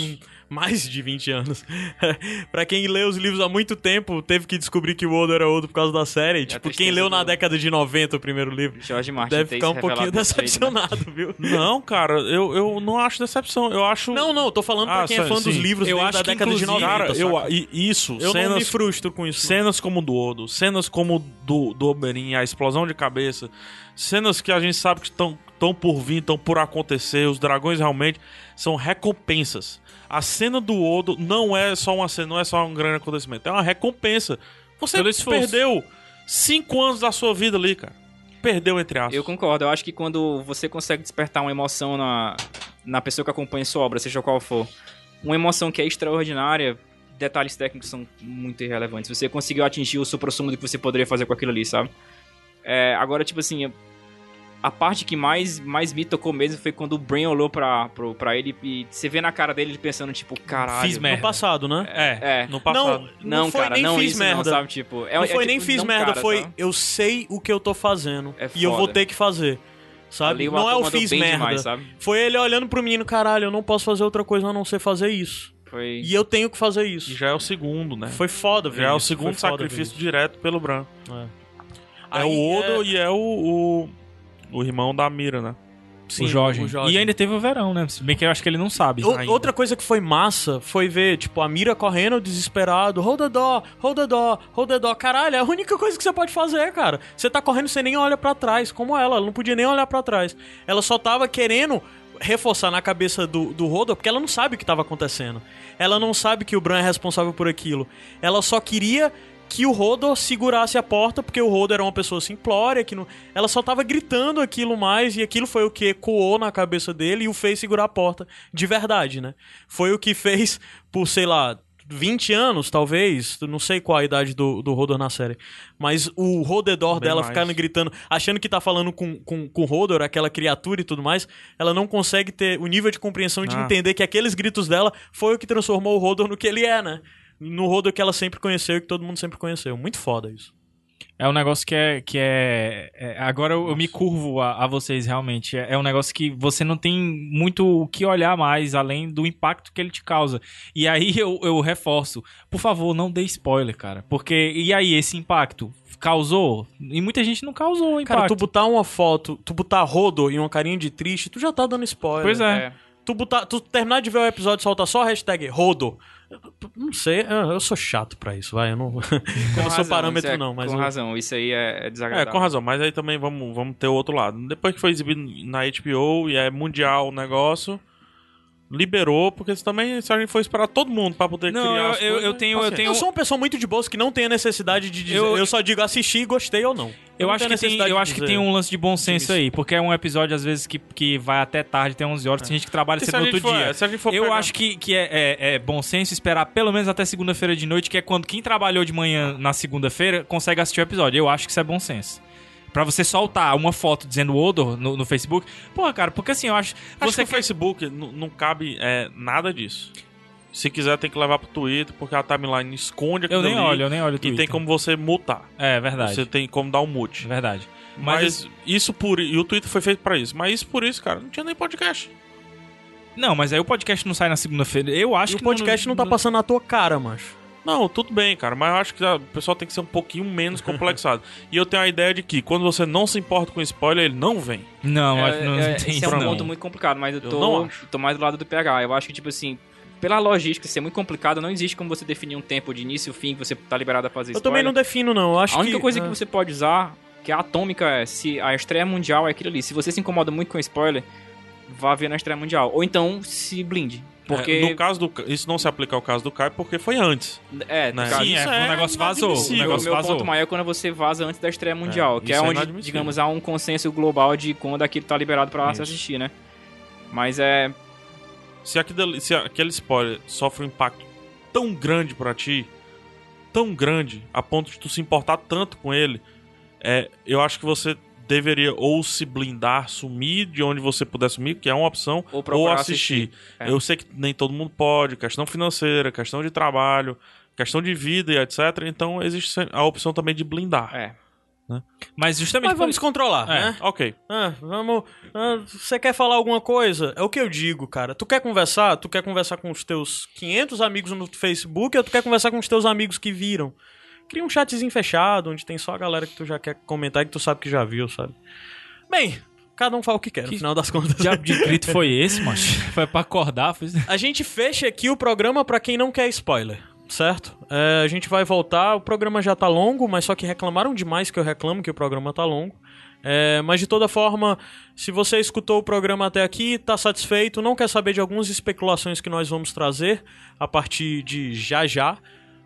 Speaker 1: Mais de 20 anos. pra quem lê os livros há muito tempo, teve que descobrir que o Odo era Odo por causa da série. tipo, quem
Speaker 3: tristeza
Speaker 1: leu na
Speaker 3: do-
Speaker 1: década de 90 o primeiro livro,
Speaker 3: Jorge Martin
Speaker 1: deve
Speaker 3: ter
Speaker 1: ficar
Speaker 3: se
Speaker 1: um pouquinho
Speaker 3: revelado desse jeito, né?
Speaker 1: decepcionado, viu?
Speaker 4: Não, cara, eu, eu não acho decepção. Eu acho.
Speaker 1: Não, não, eu tô falando pra
Speaker 4: Ah,
Speaker 1: quem é
Speaker 4: sim,
Speaker 1: fã dos
Speaker 4: sim.
Speaker 1: livros
Speaker 2: Eu
Speaker 1: desde
Speaker 2: acho
Speaker 1: a
Speaker 2: que,
Speaker 1: década de 90.
Speaker 2: inclusive,
Speaker 4: Cara, eu,
Speaker 1: saca?
Speaker 4: e- isso,
Speaker 1: Eu não me
Speaker 4: cenas,
Speaker 1: frustro com isso. não.
Speaker 4: cenas como do Odo, cenas como do, do Oberyn, a explosão de cabeça, cenas que a gente sabe que estão tão por vir, tão por acontecer, os dragões realmente são recompensas. A cena do Odo não é só uma cena, não é só um grande acontecimento, é uma recompensa. Você
Speaker 2: Pelo esforço.
Speaker 4: perdeu cinco anos da sua vida ali, cara. Perdeu, entre aspas.
Speaker 3: Eu concordo, eu acho que quando você consegue despertar uma emoção na, na pessoa que acompanha sua obra, seja qual for, uma emoção que é extraordinária, detalhes técnicos são muito irrelevantes. Você conseguiu atingir o suprassumo do que você poderia fazer com aquilo ali, sabe? É, agora, tipo assim, a parte que mais, mais me tocou mesmo foi quando o Bran olhou pra, pro, pra ele e você vê na cara dele ele pensando, tipo, caralho.
Speaker 2: Fiz merda.
Speaker 1: No passado, né?
Speaker 3: É.
Speaker 4: No
Speaker 1: Não,
Speaker 4: passado.
Speaker 1: não,
Speaker 3: Não,
Speaker 1: foi
Speaker 3: cara,
Speaker 1: nem
Speaker 3: não
Speaker 1: fiz
Speaker 3: isso,
Speaker 1: merda.
Speaker 3: não, sabe? Tipo, é,
Speaker 1: não
Speaker 3: é
Speaker 1: foi
Speaker 3: tipo,
Speaker 1: nem fiz
Speaker 3: não,
Speaker 1: merda,
Speaker 3: cara,
Speaker 1: foi
Speaker 3: sabe?
Speaker 1: eu sei o que eu tô fazendo
Speaker 3: É
Speaker 1: e eu vou
Speaker 3: foda.
Speaker 1: ter que fazer. Sabe?
Speaker 3: Ali o
Speaker 1: Não é
Speaker 3: ator
Speaker 1: o
Speaker 3: mandou
Speaker 1: fiz
Speaker 3: bem
Speaker 1: merda.
Speaker 3: demais, sabe?
Speaker 1: Foi ele olhando pro menino, caralho, eu não posso fazer outra coisa a não ser fazer isso.
Speaker 3: Foi...
Speaker 1: E eu tenho que fazer
Speaker 4: E
Speaker 1: isso.
Speaker 4: já é o segundo, né?
Speaker 1: Foi foda, velho.
Speaker 4: Já é o
Speaker 3: um
Speaker 4: segundo sacrifício direto pelo Bran. É
Speaker 1: Aí
Speaker 4: o Odo e é o, o, o irmão da Mira, né?
Speaker 1: Sim,
Speaker 2: o, Jorge.
Speaker 1: o Jorge.
Speaker 2: E ainda teve o verão, né? Se bem que eu acho que ele não sabe.
Speaker 1: O-
Speaker 2: ainda.
Speaker 1: outra coisa que foi massa foi ver, tipo, a Mira correndo desesperado, hold the door, hold the door, hold the door. Caralho, é a única coisa que você pode fazer, cara. Você tá correndo, você nem olha pra trás, como ela, ela não podia nem olhar pra trás. Ela só tava querendo reforçar na cabeça do, do Rodo, porque ela não sabe o que tava acontecendo. Ela não sabe que o Bran é responsável por aquilo. Ela só queria que o Rodo segurasse a porta, porque o Rodo era uma pessoa simplória, que não... ela só tava gritando aquilo mais, e aquilo foi o que ecoou na cabeça dele e o fez segurar a porta de verdade, né? Foi o que fez por, sei lá, 20 anos, talvez, não sei qual a idade do, do Rodor na série, mas o Rodedor
Speaker 4: Bem
Speaker 1: dela
Speaker 4: mais.
Speaker 1: ficando gritando, achando que tá falando com, com, com o Rodor, aquela criatura e tudo mais, ela não consegue ter o nível de compreensão de
Speaker 4: Ah.
Speaker 1: entender que aqueles gritos dela foi o que transformou o Rodor no que ele é, né? No Rodor que ela sempre conheceu e que todo mundo sempre conheceu. Muito foda isso.
Speaker 2: É um negócio que é. Que é, é- agora eu, eu me curvo a, a vocês, realmente. É, é um negócio que você não tem muito o que olhar mais, além do impacto que ele te causa. E aí eu, eu reforço. Por favor, não dê spoiler, cara. Porque. E aí, esse impacto? Causou? E muita gente não causou o impacto.
Speaker 1: Cara, tu botar uma foto, tu botar Rodo e uma carinha de triste, tu já tá dando spoiler.
Speaker 2: Pois é.
Speaker 3: é.
Speaker 1: Tu, botar, tu terminar de ver o episódio e soltar só a hashtag Rodo. Não sei, eu eu sou chato pra isso, vai. Eu não, eu não sou parâmetro,
Speaker 3: isso é-
Speaker 1: não, mas.
Speaker 3: Com
Speaker 1: eu-
Speaker 3: razão, isso aí é, é
Speaker 4: É,
Speaker 3: desagradável.
Speaker 4: com razão, mas aí também vamos, vamos ter o outro lado. Depois que foi exibido na HBO e é mundial o negócio, liberou, porque isso também se a gente for esperar todo mundo pra poder
Speaker 2: Não,
Speaker 4: criar.
Speaker 2: eu- eu-
Speaker 4: as coisas, assim,
Speaker 2: eu tenho- eu
Speaker 4: paciência.
Speaker 2: tenho-
Speaker 1: Eu sou uma pessoa muito de bolsa que não tem a necessidade de dizer. Eu,
Speaker 2: Eu-
Speaker 1: só digo assisti, gostei ou não.
Speaker 2: Eu
Speaker 1: não
Speaker 2: acho,
Speaker 1: tenho
Speaker 2: que tem,
Speaker 1: necessidade
Speaker 2: eu
Speaker 1: de
Speaker 2: acho que
Speaker 1: dizer.
Speaker 2: tem um lance de bom senso
Speaker 1: Isso.
Speaker 2: aí, porque é um episódio, às vezes, que, que vai até tarde, tem 11 horas, tem gente que trabalha
Speaker 4: Se
Speaker 2: cedo
Speaker 4: a
Speaker 2: no
Speaker 4: gente
Speaker 2: outro
Speaker 4: for-
Speaker 2: dia.
Speaker 4: é, se a gente for
Speaker 2: eu
Speaker 4: pegar-
Speaker 2: acho que, que é, é- é bom senso esperar pelo menos até segunda-feira de noite, que é quando quem trabalhou de manhã na segunda-feira consegue assistir o episódio. Eu acho que isso é bom senso. Pra você soltar uma foto dizendo odor no, no Facebook, porra, cara, porque assim, eu acho.
Speaker 4: Acho
Speaker 2: você
Speaker 4: que o Facebook n- não cabe é, nada disso. Se quiser, tem que levar pro Twitter, porque a timeline esconde aquilo
Speaker 2: Eu nem
Speaker 4: ali
Speaker 2: olho, eu nem olho o
Speaker 4: E tem
Speaker 2: Twitter.
Speaker 4: como você multar.
Speaker 2: É, verdade.
Speaker 4: Você tem como dar um mute.
Speaker 2: Verdade. Mas,
Speaker 4: Mas, isso por. E o Twitter foi feito pra isso. Mas isso por isso, cara, não tinha nem podcast.
Speaker 2: Não, mas aí o podcast não sai na segunda-feira. Eu
Speaker 1: E
Speaker 2: acho
Speaker 1: o
Speaker 2: que
Speaker 1: podcast não, tá passando na tua cara, macho.
Speaker 4: Não, tudo bem, cara, mas eu acho que ah, o pessoal tem que ser um pouquinho menos complexado. e eu tenho a ideia de que quando você não se importa com spoiler, ele não vem.
Speaker 2: Não,
Speaker 3: É,
Speaker 2: acho que não,
Speaker 3: é,
Speaker 2: não tem
Speaker 3: esse
Speaker 2: isso.
Speaker 3: é um
Speaker 2: não.
Speaker 3: ponto muito complicado, mas eu
Speaker 4: Eu
Speaker 3: tô,
Speaker 4: não
Speaker 3: tô mais do lado do PH. Eu acho que, tipo assim, pela logística ser muito complicado, não existe como você definir um tempo de início e fim que você tá liberado a fazer
Speaker 1: Eu também não
Speaker 3: spoiler.
Speaker 1: defino, não. Eu acho
Speaker 3: A única
Speaker 1: que,
Speaker 3: coisa
Speaker 1: é.
Speaker 3: que você pode usar, que é atômica, é se a estreia mundial é aquilo ali. Se você se incomoda muito com spoiler, vá ver na estreia mundial. Ou então se blinde.
Speaker 4: É,
Speaker 3: Porque.
Speaker 4: no caso do. Ca- Isso não se aplica ao caso do Caio, porque foi antes.
Speaker 3: É, no
Speaker 4: né?
Speaker 3: caso,
Speaker 2: Sim, é,
Speaker 4: Isso
Speaker 2: o
Speaker 4: é
Speaker 2: negócio vazou. O
Speaker 4: inadmissível.
Speaker 3: o
Speaker 2: negócio
Speaker 3: meu
Speaker 2: vazou.
Speaker 3: ponto maior é quando você vaza antes da estreia mundial,
Speaker 4: É,
Speaker 3: que é
Speaker 4: isso é
Speaker 3: onde,
Speaker 4: inadmissível.
Speaker 3: digamos, há um consenso global de quando aquilo tá liberado pra se assistir, né? Mas é.
Speaker 4: Se aquele, se aquele spoiler sofre um impacto tão grande pra ti, tão grande, a ponto de tu se importar tanto com ele, é, eu acho que você deveria ou se blindar, sumir de onde você puder sumir, que é uma opção,
Speaker 3: Ou
Speaker 4: ou,
Speaker 3: procurar
Speaker 4: assistir.
Speaker 3: É.
Speaker 4: Eu sei que nem todo mundo pode, questão financeira, questão de trabalho, questão de vida e etc. Então existe a opção também de blindar.
Speaker 3: É.
Speaker 2: Mas justamente.
Speaker 1: Mas vamos
Speaker 2: por-
Speaker 1: controlar,
Speaker 2: É.
Speaker 1: né?
Speaker 4: Ok.
Speaker 1: Ah, vamos. ah, Você quer falar alguma coisa? É o que eu digo, cara. Tu quer conversar? Tu quer conversar com os teus 500 amigos no Facebook ou tu quer conversar com os teus amigos que viram? Cria um chatzinho fechado, onde tem só a galera que tu já quer comentar e que tu sabe que já viu, sabe? Bem, cada um fala o que quer, no final das contas.
Speaker 2: Que diabo de grito foi esse, macho? Foi pra acordar, foi.
Speaker 1: A gente fecha aqui o programa pra quem não quer spoiler, certo? É, a gente vai voltar. O programa já tá longo, mas só que reclamaram demais que eu reclamo que o programa tá longo. É, mas de toda forma, se você escutou o programa até aqui, está satisfeito, não quer saber de algumas especulações que nós vamos trazer a partir de já já,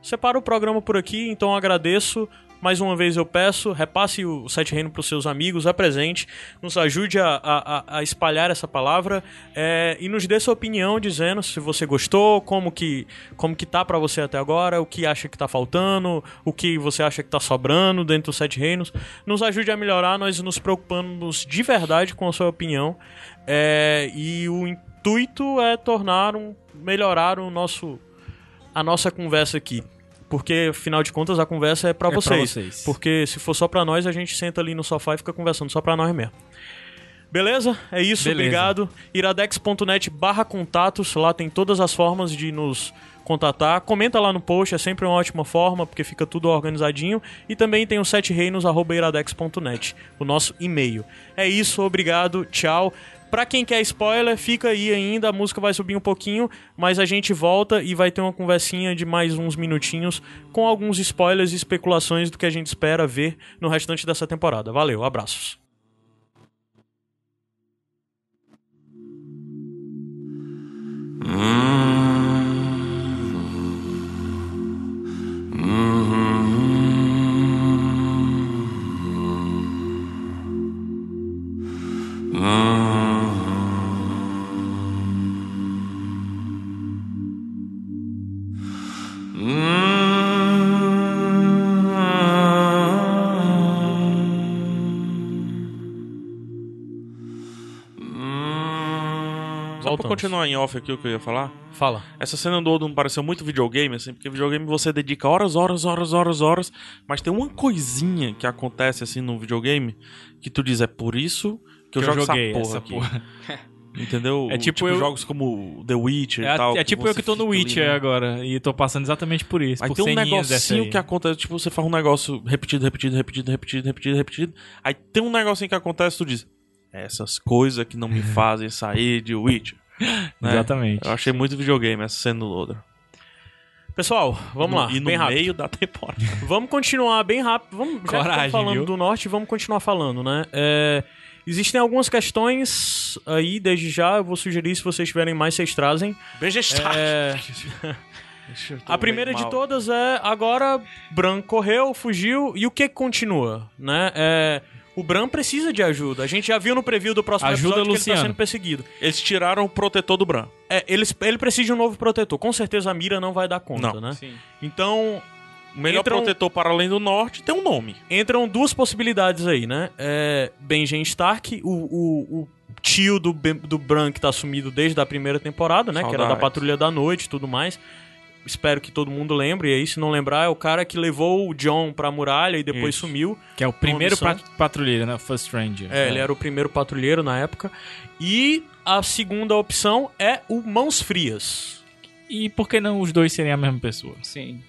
Speaker 1: separa o programa por aqui, então eu agradeço. Mais uma vez eu peço, repasse o Sete Reino para os seus amigos, apresente, nos ajude a, a- a espalhar essa palavra é, e nos dê sua opinião dizendo se você gostou, como que, como que tá para você até agora, o que acha que tá faltando, o que você acha que tá sobrando dentro dos Sete Reinos. Nos ajude a melhorar, nós nos preocupamos de verdade com a sua opinião é, e o intuito é tornar um, melhorar o nosso, a nossa conversa aqui. Porque, afinal de contas, a conversa é para
Speaker 2: pra
Speaker 1: vocês.
Speaker 2: vocês.
Speaker 1: Porque se for só pra nós, a gente senta ali no sofá e fica conversando só pra nós mesmo. Beleza? É isso,
Speaker 2: Beleza.
Speaker 1: obrigado. iradex.net barra contatos, lá tem todas as formas de nos contatar. Comenta lá no post, é sempre uma ótima forma, porque fica tudo organizadinho. E também tem o sete reinos, arroba iradex.net, o nosso e-mail. É isso, obrigado, tchau. Pra quem quer spoiler, fica aí ainda, a música vai subir um pouquinho, mas a gente volta e vai ter uma conversinha de mais uns minutinhos com alguns spoilers e especulações do que a gente espera ver no restante dessa temporada. Valeu, abraços.
Speaker 4: Só pra
Speaker 1: Voltamos.
Speaker 4: continuar em off aqui o que eu ia falar.
Speaker 1: Fala.
Speaker 4: Essa cena do Odom pareceu muito videogame, assim, porque videogame você dedica horas, horas, horas, horas, horas, mas tem uma coisinha que acontece, assim, no videogame que tu diz, é por isso que eu, jogo essa porra aqui. Entendeu?
Speaker 2: É tipo eu-
Speaker 4: jogos como The Witcher
Speaker 2: É,
Speaker 4: e tal.
Speaker 2: é tipo eu
Speaker 4: você
Speaker 2: que tô no
Speaker 4: fica ali,
Speaker 2: Witcher
Speaker 4: né?
Speaker 2: agora e tô passando exatamente por isso.
Speaker 4: Aí
Speaker 2: por
Speaker 4: tem um
Speaker 2: ceninhas dessa
Speaker 4: negocinho
Speaker 2: aí.
Speaker 4: que acontece, tipo, você faz um negócio repetido, repetido, repetido, repetido, repetido, repetido. Aí tem um negocinho que acontece, tu diz, essas coisas que não me fazem sair de Witcher. né?
Speaker 2: Exatamente.
Speaker 4: Eu achei muito videogame essa cena do Loder.
Speaker 1: Pessoal, vamos lá,
Speaker 4: E no
Speaker 1: bem rápido.
Speaker 4: meio da temporada.
Speaker 1: Vamos continuar bem rápido. Vamos, já que
Speaker 2: Coragem,
Speaker 1: estamos falando
Speaker 2: viu?
Speaker 1: do norte, vamos continuar falando, né? É, existem algumas questões aí, desde já. Eu vou sugerir, se vocês tiverem mais, vocês trazem.
Speaker 4: Beijo
Speaker 1: É, a primeira de todas é agora Bran correu, fugiu e o que continua, né? É, o Bran precisa de ajuda. A gente já viu no preview do próximo
Speaker 2: Ajuda,
Speaker 1: episódio que ele
Speaker 2: Luciano.
Speaker 1: está sendo perseguido.
Speaker 4: Eles tiraram o protetor do Bran.
Speaker 1: É, ele, ele precisa de um novo protetor. Com certeza a Mira não vai dar conta,
Speaker 4: Não.
Speaker 1: né?
Speaker 3: Sim.
Speaker 1: Então,
Speaker 4: O melhor
Speaker 1: Entram-
Speaker 4: protetor para além do norte tem um nome.
Speaker 1: entram duas possibilidades aí, né? É, Benjen Stark, o, o- o tio do, Ben- do Bran que tá sumido desde a primeira temporada, né? Que era da
Speaker 4: Saudades.
Speaker 1: Patrulha da Noite e tudo mais. Espero que todo mundo lembre. E aí, se não lembrar, é o cara que levou o John pra muralha e depois
Speaker 4: Isso.
Speaker 1: sumiu.
Speaker 2: Que é o primeiro
Speaker 1: Condução.
Speaker 2: pat- patrulheiro, né? First Ranger.
Speaker 1: É, ele era o primeiro patrulheiro na época. E a segunda opção é o Mãos Frias.
Speaker 2: E por que não os dois serem a mesma pessoa?
Speaker 3: Sim.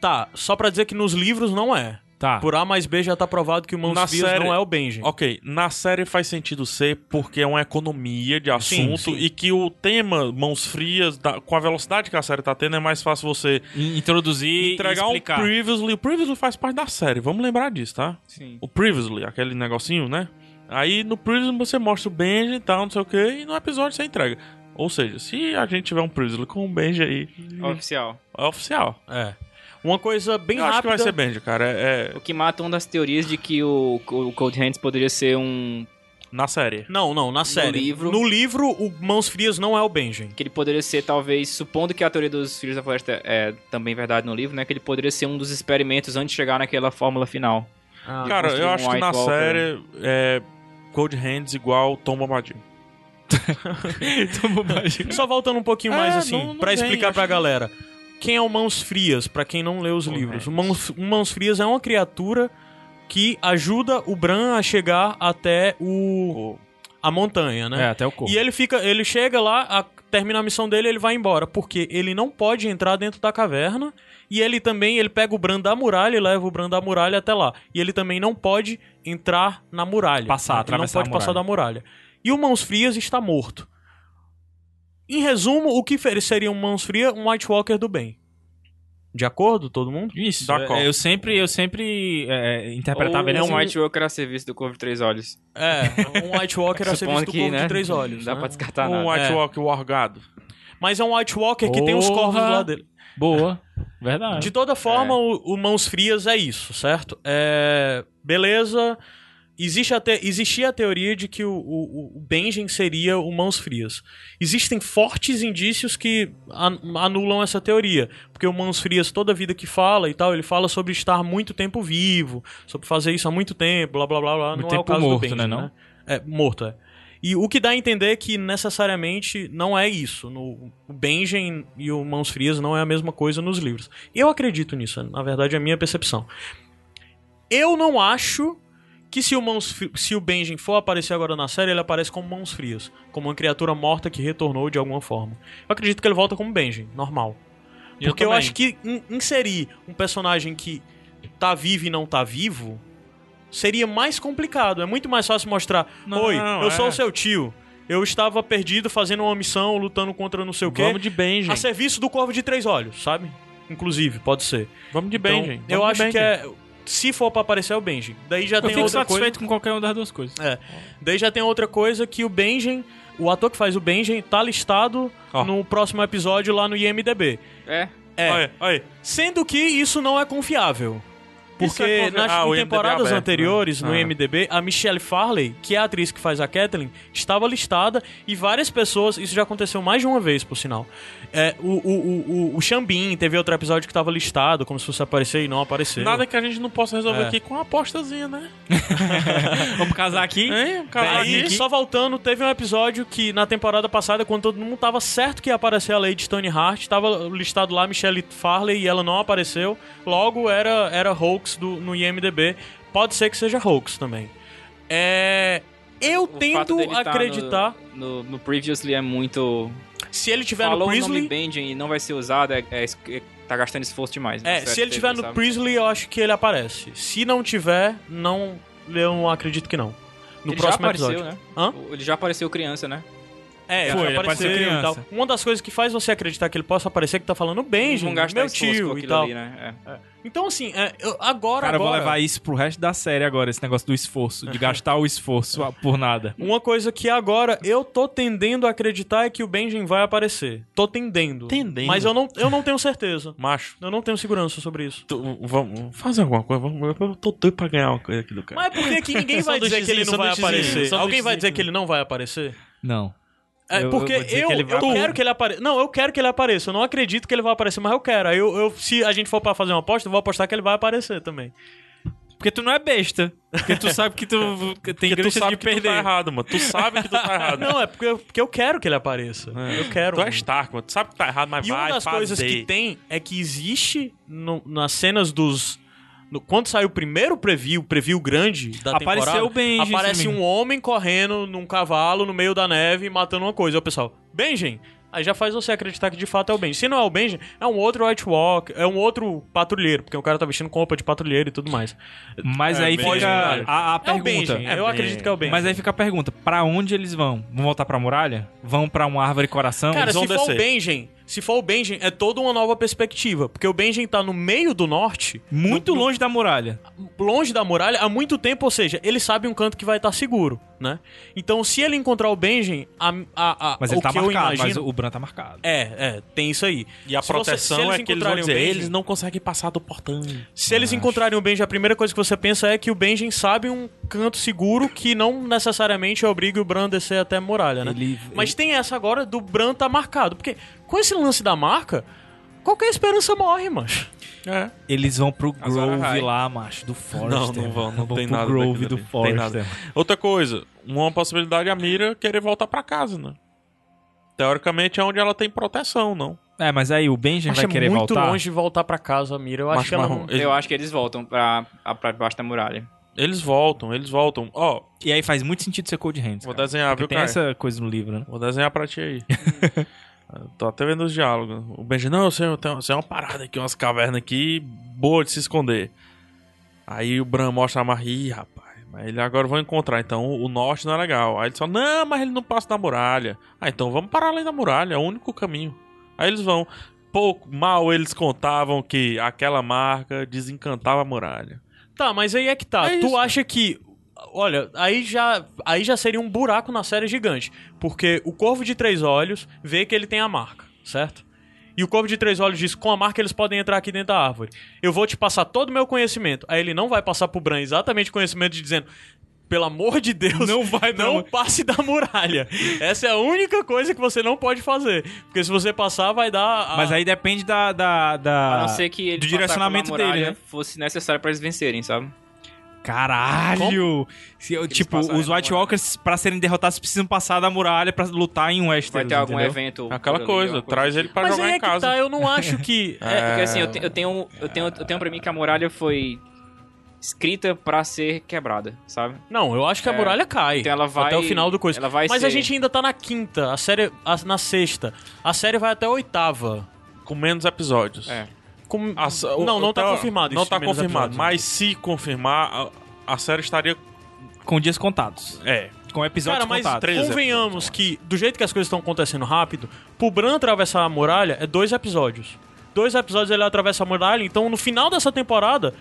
Speaker 1: Tá, só pra dizer que nos livros não é.
Speaker 2: Tá.
Speaker 1: Por A mais B já tá provado que o Mãos
Speaker 4: Ah. Na
Speaker 1: Frias
Speaker 4: série-
Speaker 1: não é o Benjen.
Speaker 4: Ok, na série faz sentido ser porque é uma economia de assunto
Speaker 1: sim.
Speaker 4: e que o tema mãos frias, da- com a velocidade que a série tá tendo, é mais fácil você
Speaker 2: In- Introduzir
Speaker 4: entregar
Speaker 2: e
Speaker 4: um
Speaker 2: explicar.
Speaker 4: previously. O previously faz parte da série, vamos lembrar disso, tá?
Speaker 3: Sim.
Speaker 4: O previously, aquele negocinho, né? Aí no previously você mostra o Benji e tal, não sei o que, e no episódio você entrega. Ou seja, se a gente tiver um previously com o Benji aí,
Speaker 3: Oficial.
Speaker 4: é oficial.
Speaker 1: É. Uma coisa bem
Speaker 4: Eu
Speaker 1: rápida.
Speaker 4: acho que vai ser Benji, cara. É, é-
Speaker 3: O que mata uma das teorias de que o, o Cold Hands poderia ser um.
Speaker 4: na série.
Speaker 1: Não, não, na série.
Speaker 3: livro.
Speaker 1: No livro, o Mãos Frias não é o Benjen.
Speaker 3: Que ele poderia ser, talvez, supondo que a teoria dos Filhos da Floresta é também verdade no livro, né? Que ele poderia ser um dos experimentos antes de chegar naquela fórmula final.
Speaker 4: Cara,
Speaker 3: construir
Speaker 4: eu
Speaker 3: um
Speaker 4: acho que
Speaker 3: White
Speaker 4: na
Speaker 3: Walker.
Speaker 1: né?
Speaker 4: série é Cold Hands igual Tom Bombadil.
Speaker 1: Só voltando um pouquinho mais
Speaker 4: É,
Speaker 1: assim,
Speaker 4: não- não
Speaker 1: pra
Speaker 4: tem,
Speaker 1: explicar
Speaker 4: acho
Speaker 1: pra
Speaker 4: que-
Speaker 1: galera. Quem é o Mãos Frias, pra quem não lê os
Speaker 4: Tom
Speaker 1: livros? O
Speaker 4: Hanks.
Speaker 1: Mãos, o Mãos Frias é uma criatura que ajuda o Bran a chegar até o
Speaker 4: O-
Speaker 1: a montanha,
Speaker 2: É,
Speaker 1: né?
Speaker 2: até o corpo.
Speaker 1: E ele fica, ele chega lá, a- termina a missão dele, ele vai embora, porque ele não pode entrar dentro da caverna. E ele também, ele pega o Bran da muralha e leva o Bran da muralha até lá. E ele também não pode entrar na muralha.
Speaker 2: Passar,
Speaker 1: ele não
Speaker 2: atravessar
Speaker 1: pode
Speaker 2: a
Speaker 1: passar da muralha. E o Mãos Frias está morto. Em resumo, o que fe- seria um Mãos Frias? Um White Walker do bem. De acordo, todo mundo?
Speaker 2: Isso.
Speaker 1: Da
Speaker 2: é,
Speaker 1: Copa.
Speaker 2: Eu sempre, eu sempre é, interpretava
Speaker 1: Ou
Speaker 2: ele
Speaker 3: Ele é
Speaker 2: assim.
Speaker 3: um White Walker a serviço do Corvo de Três Olhos.
Speaker 1: É, um White Walker a
Speaker 3: Supondo
Speaker 1: serviço do
Speaker 3: que,
Speaker 1: corvo
Speaker 3: né,
Speaker 1: de três olhos.
Speaker 3: Não dá
Speaker 1: né?
Speaker 3: pra descartar
Speaker 4: um
Speaker 3: nada.
Speaker 4: White
Speaker 1: É.
Speaker 4: Walk wargado.
Speaker 1: Mas é um White Walker que tem os
Speaker 2: Porra!
Speaker 1: corvos lá dele.
Speaker 2: Boa. Verdade.
Speaker 1: De toda
Speaker 2: É.
Speaker 1: forma, o, o Mãos Frias é isso, certo? É, beleza. Existe a te- existia a teoria de que o, o, o Benjen seria o Mãos Frias. Existem fortes indícios que an- anulam essa teoria. Porque o Mãos Frias, toda vida que fala e tal, ele fala sobre estar muito tempo vivo, sobre fazer isso há muito tempo, blá blá blá blá.
Speaker 2: Muito
Speaker 1: não é o
Speaker 2: tempo
Speaker 1: caso
Speaker 2: morto,
Speaker 1: do Benjen,
Speaker 2: né, não?
Speaker 1: É, morto, é. E o que dá a entender é que necessariamente não é isso. No, o Benjen e o Mãos Frias não é a mesma coisa nos livros. Eu acredito nisso, na verdade é a minha percepção. Eu não acho que se o, Mãos, Fri- se o Benjen for aparecer agora na série, ele aparece como Mãos Frias, como uma criatura morta que retornou de alguma forma. Eu acredito que ele volta como Benjen, normal.
Speaker 4: Eu
Speaker 1: Porque eu,
Speaker 4: também.
Speaker 1: acho que in- inserir um personagem que tá vivo e não tá vivo seria mais complicado. É muito mais fácil mostrar:
Speaker 4: Não,
Speaker 1: Oi,
Speaker 4: não,
Speaker 1: eu
Speaker 4: é.
Speaker 1: sou o seu tio. Eu estava perdido fazendo uma missão, lutando contra não sei o quê.
Speaker 4: Vamos de Benjen.
Speaker 1: A serviço do Corvo de Três Olhos, sabe? Inclusive, pode ser.
Speaker 4: Vamos de
Speaker 1: Então,
Speaker 4: Benjen.
Speaker 1: eu
Speaker 4: Vamos de
Speaker 1: acho que
Speaker 4: Benjen.
Speaker 1: é. Se for pra aparecer, é o Benjen. Daí já
Speaker 2: Eu
Speaker 1: tem
Speaker 2: fico
Speaker 1: outra coisa.
Speaker 2: satisfeito com qualquer uma das duas coisas.
Speaker 1: É. Daí já tem outra coisa que o Benjen, o ator que faz o Benjen, tá listado
Speaker 4: Ó.
Speaker 1: no próximo episódio lá no IMDB.
Speaker 3: É.
Speaker 1: É.
Speaker 4: Olha, olha.
Speaker 1: Sendo que isso não é confiável.
Speaker 4: Isso é
Speaker 1: Porque
Speaker 4: confi-
Speaker 1: nas
Speaker 4: Ah, o
Speaker 1: em
Speaker 4: IMDb
Speaker 1: temporadas
Speaker 4: aberto, né?
Speaker 1: anteriores, no
Speaker 4: Ah.
Speaker 1: IMDB, a Michelle Farley, que é a atriz que faz a Kathleen, estava listada e várias pessoas, isso já aconteceu mais de uma vez, por sinal. É, o, o, o, o, o Xambin teve outro episódio que estava listado, como se fosse aparecer e não apareceu.
Speaker 4: Nada que a gente não possa resolver
Speaker 1: É.
Speaker 4: aqui com uma apostazinha, né?
Speaker 2: Vamos casar aqui?
Speaker 4: Hein? Casar
Speaker 1: Aí,
Speaker 4: aqui.
Speaker 1: só voltando, teve um episódio que na temporada passada, quando todo mundo tava certo que ia aparecer a Lady Stone Hart, tava listado lá Michelle Farley e ela não apareceu. Logo, era, era hoax do, no IMDB. Pode ser que seja hoax também. É. Eu
Speaker 3: O fato
Speaker 1: tendo
Speaker 3: dele
Speaker 1: a
Speaker 3: tá
Speaker 1: acreditar,
Speaker 3: No, no, no Previously é muito.
Speaker 1: se ele tiver
Speaker 3: Falou
Speaker 1: no
Speaker 3: o nome
Speaker 1: Priestley.
Speaker 3: Benjen e não vai ser usado, é, é, é- tá gastando esforço demais. né?
Speaker 1: É,
Speaker 3: Certo,
Speaker 1: se ele tiver no
Speaker 3: sabe?
Speaker 1: Priestley, eu acho que ele aparece. Se não tiver, não. Eu não acredito que não. No
Speaker 3: Ele já
Speaker 1: próximo
Speaker 3: apareceu,
Speaker 1: episódio.
Speaker 3: né?
Speaker 1: Hã?
Speaker 3: Ele já apareceu criança, né?
Speaker 1: É,
Speaker 2: Foi,
Speaker 1: foi,
Speaker 2: ele
Speaker 1: apareceu,
Speaker 2: apareceu
Speaker 1: e tal.
Speaker 2: criança.
Speaker 1: Uma das coisas que faz você acreditar que ele possa aparecer é que tá falando bem,
Speaker 3: Não
Speaker 1: gente,
Speaker 3: gastar
Speaker 1: meu
Speaker 3: esforço com
Speaker 1: tio e
Speaker 3: aquilo
Speaker 1: tal.
Speaker 3: ali, né? É.
Speaker 1: Então, assim, é, eu- agora,
Speaker 2: Cara, eu vou
Speaker 1: agora,
Speaker 2: levar isso pro resto da série agora, esse negócio do esforço, de gastar o esforço ah, por nada.
Speaker 1: uma coisa que agora eu tô tendendo a acreditar é que o Benjen vai aparecer. Tô tendendo.
Speaker 4: Tendendo.
Speaker 1: Mas eu não, eu não tenho certeza.
Speaker 4: Macho.
Speaker 1: Eu não tenho segurança sobre isso.
Speaker 4: tu- vamos fazer alguma coisa. Vamos, eu tô doido pra ganhar uma coisa aqui do cara.
Speaker 1: Mas por que, que ninguém vai dizer que ele não vai
Speaker 4: Sanduíchezinho,
Speaker 1: aparecer?
Speaker 4: sanduíchezinho.
Speaker 1: Alguém vai dizer que ele não vai aparecer?
Speaker 2: Não.
Speaker 1: É,
Speaker 2: Eu- eu
Speaker 1: porque
Speaker 2: vou
Speaker 1: eu,
Speaker 2: dizer que ele
Speaker 1: eu,
Speaker 2: vai aparecer.
Speaker 1: quero que ele apareça. Não, eu quero que ele apareça. Eu não acredito que ele vai aparecer, mas eu quero. Aí eu, eu- se a gente for pra fazer uma aposta, eu vou apostar que ele vai aparecer também.
Speaker 2: Porque tu não é besta. Porque tu sabe que tu que tem
Speaker 4: Porque tu
Speaker 2: grande chance
Speaker 4: sabe
Speaker 2: de
Speaker 4: que tu tá
Speaker 2: perder.
Speaker 4: errado, mano. Tu sabe que tu tá errado.
Speaker 1: Não, é porque eu, porque eu quero que ele apareça. Eu quero.
Speaker 4: tu é Stark, mano. Tu sabe que tá errado, mas
Speaker 1: E
Speaker 4: vai
Speaker 1: uma das
Speaker 4: fazer.
Speaker 1: coisas que tem é que existe no- nas cenas dos. no- quando saiu o primeiro preview, o preview grande da
Speaker 2: Apareceu
Speaker 1: temporada,
Speaker 2: o Benjen,
Speaker 1: aparece
Speaker 2: sim,
Speaker 1: um homem correndo num cavalo no meio da neve matando uma coisa. Aí o pessoal, Benjen! Aí já faz você acreditar que de fato é o Benjen. Se não é o Benjen, é um outro White Walk, é um outro patrulheiro, porque o cara tá vestindo roupa de patrulheiro e tudo mais.
Speaker 2: Mas
Speaker 4: É
Speaker 2: aí
Speaker 4: bem
Speaker 2: fica
Speaker 4: verdade.
Speaker 2: a, a
Speaker 1: É o
Speaker 2: pergunta.
Speaker 1: Benjen,
Speaker 4: É
Speaker 1: eu
Speaker 4: bem-
Speaker 1: acredito que é o Benjen.
Speaker 2: Mas aí fica a pergunta, pra onde eles vão? Vão voltar pra muralha? Vão pra uma árvore coração?
Speaker 1: Cara,
Speaker 4: Eles vão
Speaker 1: se for o
Speaker 4: descer.
Speaker 1: Benjen, se for o Benjen, é toda uma nova perspectiva. Porque o Benjen tá no meio do norte,
Speaker 2: muito longe da muralha.
Speaker 1: longe da muralha, há muito tempo, ou seja, ele sabe um canto que vai estar seguro, né? Então, se ele encontrar o Benjen, a, a, a,
Speaker 2: Mas
Speaker 1: o
Speaker 2: ele tá
Speaker 1: que eu
Speaker 2: marcado,
Speaker 1: imagino...
Speaker 2: mas o Bran tá marcado.
Speaker 1: É, é, tem isso aí.
Speaker 4: E a
Speaker 1: Se você-
Speaker 4: proteção
Speaker 1: se eles
Speaker 4: é que eles vão
Speaker 1: encontrarem o
Speaker 4: dizer,
Speaker 1: Benjen-
Speaker 4: eles não conseguem passar do portão.
Speaker 1: Se eles encontrarem o Benjen, a primeira coisa que você pensa é que o Benjen sabe um canto seguro que não necessariamente obriga o Bran a descer até a muralha, né?
Speaker 2: Ele-
Speaker 1: Mas tem essa agora do Bran tá marcado, porque com esse lance da marca, qualquer esperança morre, macho.
Speaker 4: É.
Speaker 2: Eles vão pro
Speaker 3: Azor
Speaker 2: Grove
Speaker 3: Ahai.
Speaker 2: lá, macho, do Forrester.
Speaker 4: Não, não vão, não
Speaker 2: vão
Speaker 4: tem
Speaker 2: pro
Speaker 4: nada
Speaker 2: Grove
Speaker 4: daquilo
Speaker 2: do
Speaker 4: ali, não tem
Speaker 2: Forrester.
Speaker 4: Outra coisa, uma possibilidade é a Mira querer voltar pra casa, né? Teoricamente é onde ela tem proteção, não?
Speaker 2: É, mas aí o Benjen
Speaker 1: Acho é
Speaker 2: vai querer
Speaker 1: muito
Speaker 2: voltar.
Speaker 1: longe voltar pra casa, Mira. Eu
Speaker 4: Macho
Speaker 1: acho que ela
Speaker 4: marrom.
Speaker 1: não...
Speaker 4: Eles-
Speaker 3: Eu acho que eles voltam pra, a- pra baixo da muralha.
Speaker 4: Eles voltam, eles voltam. Ó,
Speaker 2: E aí faz muito sentido ser Cold Hands.
Speaker 4: vou
Speaker 2: cara.
Speaker 1: é
Speaker 4: desenhar,
Speaker 2: Porque
Speaker 4: viu,
Speaker 2: tem
Speaker 4: cara?
Speaker 2: essa coisa no livro, né?
Speaker 4: Vou desenhar pra ti aí. Eu Tô até vendo os diálogos. O Benji, não, eu sei, eu tenho, eu sei uma parada aqui, umas cavernas aqui, boa de se esconder. Aí o Bran mostra a Marie, Ih, rapaz, mas ele agora vão encontrar, então o norte não é legal. Aí ele só, não, mas ele não passa da muralha. Ah, então vamos parar além da muralha, é o único caminho. Aí eles vão. pouco mal eles contavam que aquela marca desencantava a muralha.
Speaker 1: Tá, mas aí é que tá.
Speaker 4: É
Speaker 1: tu
Speaker 4: isso.
Speaker 1: acha que. Olha, aí já, aí já seria um buraco na série gigante. Porque o Corvo de Três Olhos vê que ele tem a marca, certo? E o Corvo de Três Olhos diz: com a marca eles podem entrar aqui dentro da árvore. Eu vou te passar todo o meu conhecimento. Aí ele não vai passar pro Bran exatamente o conhecimento de dizendo. Pelo amor de Deus,
Speaker 2: Não vai,
Speaker 1: não
Speaker 2: não.
Speaker 1: passe da muralha. Essa é a única coisa que você não pode fazer. Porque se você passar, vai dar.
Speaker 4: Ah.
Speaker 1: a-
Speaker 2: Mas
Speaker 4: é
Speaker 2: aí depende da. da, da-
Speaker 3: A não ser que ele
Speaker 2: Ah, do
Speaker 3: passar
Speaker 2: direcionamento
Speaker 3: pela muralha
Speaker 2: dele, né?
Speaker 3: fosse necessário pra eles vencerem, sabe?
Speaker 2: Caralho! Se eu-
Speaker 3: Eles
Speaker 2: tipo,
Speaker 3: passarem
Speaker 2: os
Speaker 3: da
Speaker 2: White
Speaker 3: muralha.
Speaker 2: Walkers, pra serem derrotados, precisam passar da muralha pra lutar em Westeros.
Speaker 3: Vai ter algum
Speaker 2: entendeu?
Speaker 3: evento. por
Speaker 4: Aquela
Speaker 3: ali,
Speaker 4: coisa,
Speaker 3: alguma tipo.
Speaker 4: traz ele pra
Speaker 1: Mas
Speaker 4: jogar
Speaker 1: aí
Speaker 4: em
Speaker 1: é que
Speaker 4: casa.
Speaker 1: tá, eu não acho que.
Speaker 3: É, porque assim, eu, te- eu tenho, eu tenho, eu tenho pra mim que a muralha foi escrita pra ser quebrada, sabe?
Speaker 1: Não, eu acho que a
Speaker 3: É.
Speaker 1: muralha cai.
Speaker 3: Então ela vai-
Speaker 1: até o final do coisa.
Speaker 3: ela vai
Speaker 1: Mas
Speaker 3: ser-
Speaker 1: a gente ainda tá na quinta, a série a- na sexta. A série vai até a oitava.
Speaker 4: Com menos episódios.
Speaker 3: É.
Speaker 1: Com-
Speaker 4: A s- o-
Speaker 1: não, não
Speaker 4: o
Speaker 1: tá
Speaker 4: teo-
Speaker 1: confirmado isso.
Speaker 4: Não tá
Speaker 1: menos
Speaker 4: confirmado,
Speaker 1: episódios.
Speaker 4: mas se confirmar, a, a série estaria...
Speaker 2: Com dias contados.
Speaker 4: É,
Speaker 2: Com episódios
Speaker 1: Cara, mas
Speaker 2: contados.
Speaker 4: três
Speaker 1: convenhamos que, do jeito que as coisas estão acontecendo rápido, pro Bran atravessar a muralha é dois episódios. Dois episódios ele atravessa a muralha, então no final dessa temporada,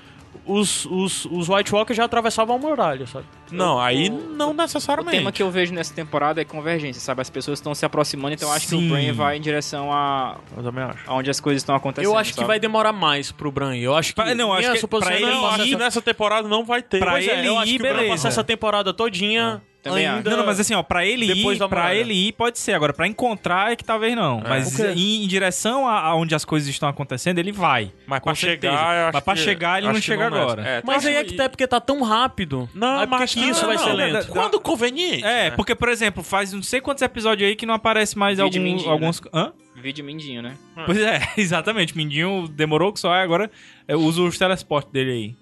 Speaker 1: os, os, os White Walkers já atravessavam a muralha, sabe?
Speaker 4: Não, aí não
Speaker 3: O
Speaker 4: necessariamente.
Speaker 3: tema que eu vejo nessa temporada é convergência, sabe? As pessoas estão se aproximando, então eu acho que
Speaker 2: Sim.
Speaker 3: o Brain vai em direção a
Speaker 4: Eu também acho.
Speaker 3: aonde as coisas estão acontecendo.
Speaker 1: Eu acho que
Speaker 3: sabe?
Speaker 1: vai demorar mais pro Bran. Eu acho que.
Speaker 2: Pra- não, acho
Speaker 1: minha
Speaker 2: que
Speaker 1: suposição
Speaker 2: pra
Speaker 1: é
Speaker 2: ele
Speaker 1: que
Speaker 4: Não,
Speaker 1: passa
Speaker 4: acho que
Speaker 1: essa-
Speaker 4: nessa temporada não vai ter.
Speaker 2: Pra
Speaker 4: Pois é,
Speaker 2: ele
Speaker 4: eu acho
Speaker 2: ir,
Speaker 4: que o Bran
Speaker 1: Pra
Speaker 2: beleza.
Speaker 1: passar essa temporada todinha.
Speaker 3: Também
Speaker 1: ainda...
Speaker 2: Não, não, mas assim, ó, pra ele
Speaker 1: Depois da
Speaker 2: ir, pra
Speaker 1: muralha.
Speaker 2: ele ir pode ser. Agora, pra encontrar é que talvez não. Mas
Speaker 1: O quê?
Speaker 2: em, em direção a, a onde as coisas estão acontecendo, ele vai.
Speaker 4: Mas
Speaker 2: com
Speaker 4: pra
Speaker 2: certeza.
Speaker 4: chegar, eu acho
Speaker 2: Mas pra
Speaker 4: que-
Speaker 2: chegar, ele
Speaker 4: acho
Speaker 2: não
Speaker 4: que
Speaker 2: chega
Speaker 4: não nessa.
Speaker 2: agora.
Speaker 4: É,
Speaker 1: Mas
Speaker 4: acho
Speaker 1: aí é
Speaker 4: que-
Speaker 1: que tá, é porque tá tão rápido.
Speaker 4: Não,
Speaker 1: aí por que
Speaker 4: mas
Speaker 1: que isso
Speaker 4: não,
Speaker 1: vai
Speaker 4: não,
Speaker 1: ser
Speaker 4: não,
Speaker 1: lento.
Speaker 2: não,
Speaker 4: Quando conveniente. né?
Speaker 2: É, porque, por exemplo, faz não sei quantos episódios aí que não aparece mais
Speaker 3: Vídeo
Speaker 2: algum,
Speaker 3: Mindinho,
Speaker 2: alguns.
Speaker 4: né?
Speaker 2: Hã?
Speaker 3: Vídeo Mindinho, né?
Speaker 4: Hum.
Speaker 2: Pois é, exatamente. Mindinho demorou que só é, agora eu uso os telesportes dele aí.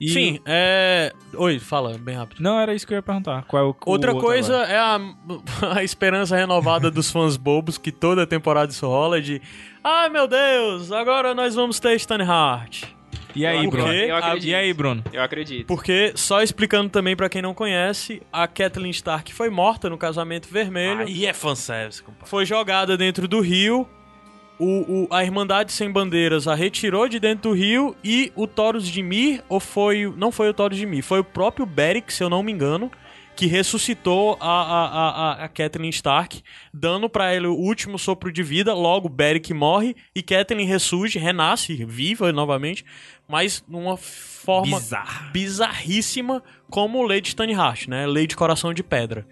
Speaker 2: E-
Speaker 1: Sim, é. Oi, fala bem rápido.
Speaker 2: Não, era isso que eu ia perguntar. Qual é o, o
Speaker 1: Outra
Speaker 2: outro
Speaker 1: coisa
Speaker 2: agora?
Speaker 1: é a, a esperança renovada dos fãs bobos, que toda temporada isso rola é de. Ai meu Deus, agora nós vamos ter Stan Hart.
Speaker 2: E aí,
Speaker 3: Eu
Speaker 2: Bruno?
Speaker 3: acredito.
Speaker 2: Ah, E aí, Bruno?
Speaker 3: Eu acredito.
Speaker 1: Porque, só explicando também pra quem não conhece, a Kathleen Stark foi morta no casamento vermelho.
Speaker 4: Aí é fanservice, compadre.
Speaker 1: foi jogada dentro do rio. O, o- a Irmandade Sem Bandeiras a retirou de dentro do rio e o Taurus de Mir, ou foi. o- Não foi o Taurus de Mir, foi o próprio Beric, se eu não me engano, que ressuscitou a, a, a, a- a Catelyn Stark, dando pra ele o último sopro de vida. Logo, Beric morre e Catelyn ressurge, renasce, viva novamente, mas numa forma
Speaker 2: Bizarro.
Speaker 1: bizarríssima como Lady Hart, né? Lady Coração de Pedra.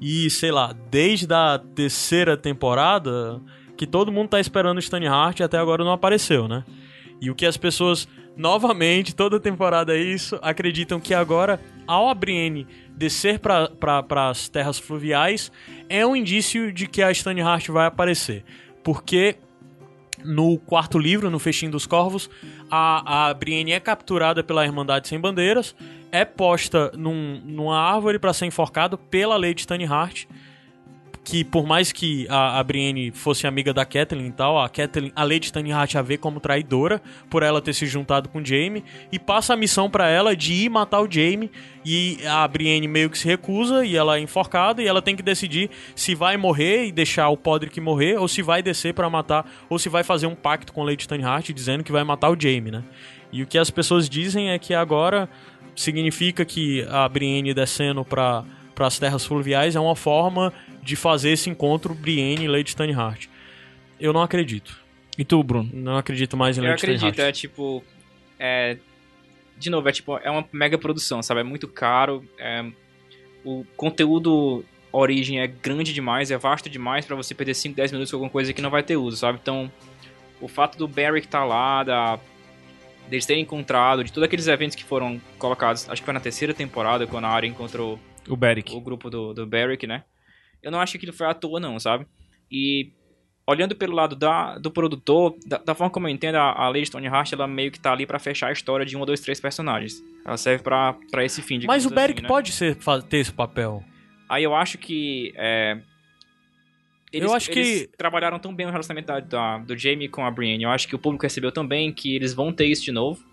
Speaker 1: E, sei lá, desde a terceira temporada, que todo mundo tá esperando o Hart e até agora não apareceu, né? E o que as pessoas, novamente, toda temporada é isso, acreditam que agora, ao a Brienne descer para as terras fluviais, é um indício de que a Hart vai aparecer. Porque no quarto livro, no Festim dos Corvos, a, a Brienne é capturada pela Irmandade Sem Bandeiras, é posta num- numa árvore para ser enforcada pela Lady Hart, que por mais que a, a Brienne fosse amiga da Catelyn e tal, a Catelyn, a Lady Hart a vê como traidora por ela ter se juntado com o Jaime e passa a missão pra ela de ir matar o Jaime e a Brienne meio que se recusa e ela é enforcada e ela tem que decidir se vai morrer e deixar o Podrick morrer ou se vai descer pra matar ou se vai fazer um pacto com a Lady Hart dizendo que vai matar o Jaime, né? E o que as pessoas dizem é que agora significa que a Brienne descendo para as terras fluviais é uma forma de fazer esse encontro Brienne e Lady Hart. Eu não acredito.
Speaker 2: E tu, Bruno?
Speaker 1: Não acredito mais em
Speaker 3: Eu
Speaker 1: Lady
Speaker 3: acredito, é
Speaker 1: Hart.
Speaker 3: tipo. É, de novo, é tipo, é uma mega produção, sabe? É muito caro. é, o conteúdo origem é grande demais, é vasto demais pra você perder 5, 10 minutos com alguma coisa que não vai ter uso, sabe? Então, o fato do Barrick tá lá, da, deles terem encontrado, de todos aqueles eventos que foram colocados, acho que foi na terceira temporada, quando a área encontrou
Speaker 2: O Beric.
Speaker 3: o grupo do, do Barrick, né? Eu não acho que aquilo foi à toa, não, sabe? E olhando pelo lado da, do produtor, da, da forma como eu entendo, a, a Lady Stonehart, ela meio que tá ali pra fechar a história de um, dois, três personagens. Ela serve pra, pra esse fim, digamos
Speaker 1: Mas o
Speaker 3: assim,
Speaker 1: Beric
Speaker 3: né?
Speaker 1: pode ser, fa- ter esse papel.
Speaker 3: Aí eu acho que... é,
Speaker 1: Eu acho que-
Speaker 3: eles trabalharam tão bem o relacionamento da, da- do Jamie com a Brienne. Eu acho que o público recebeu tão bem que eles vão ter isso de novo.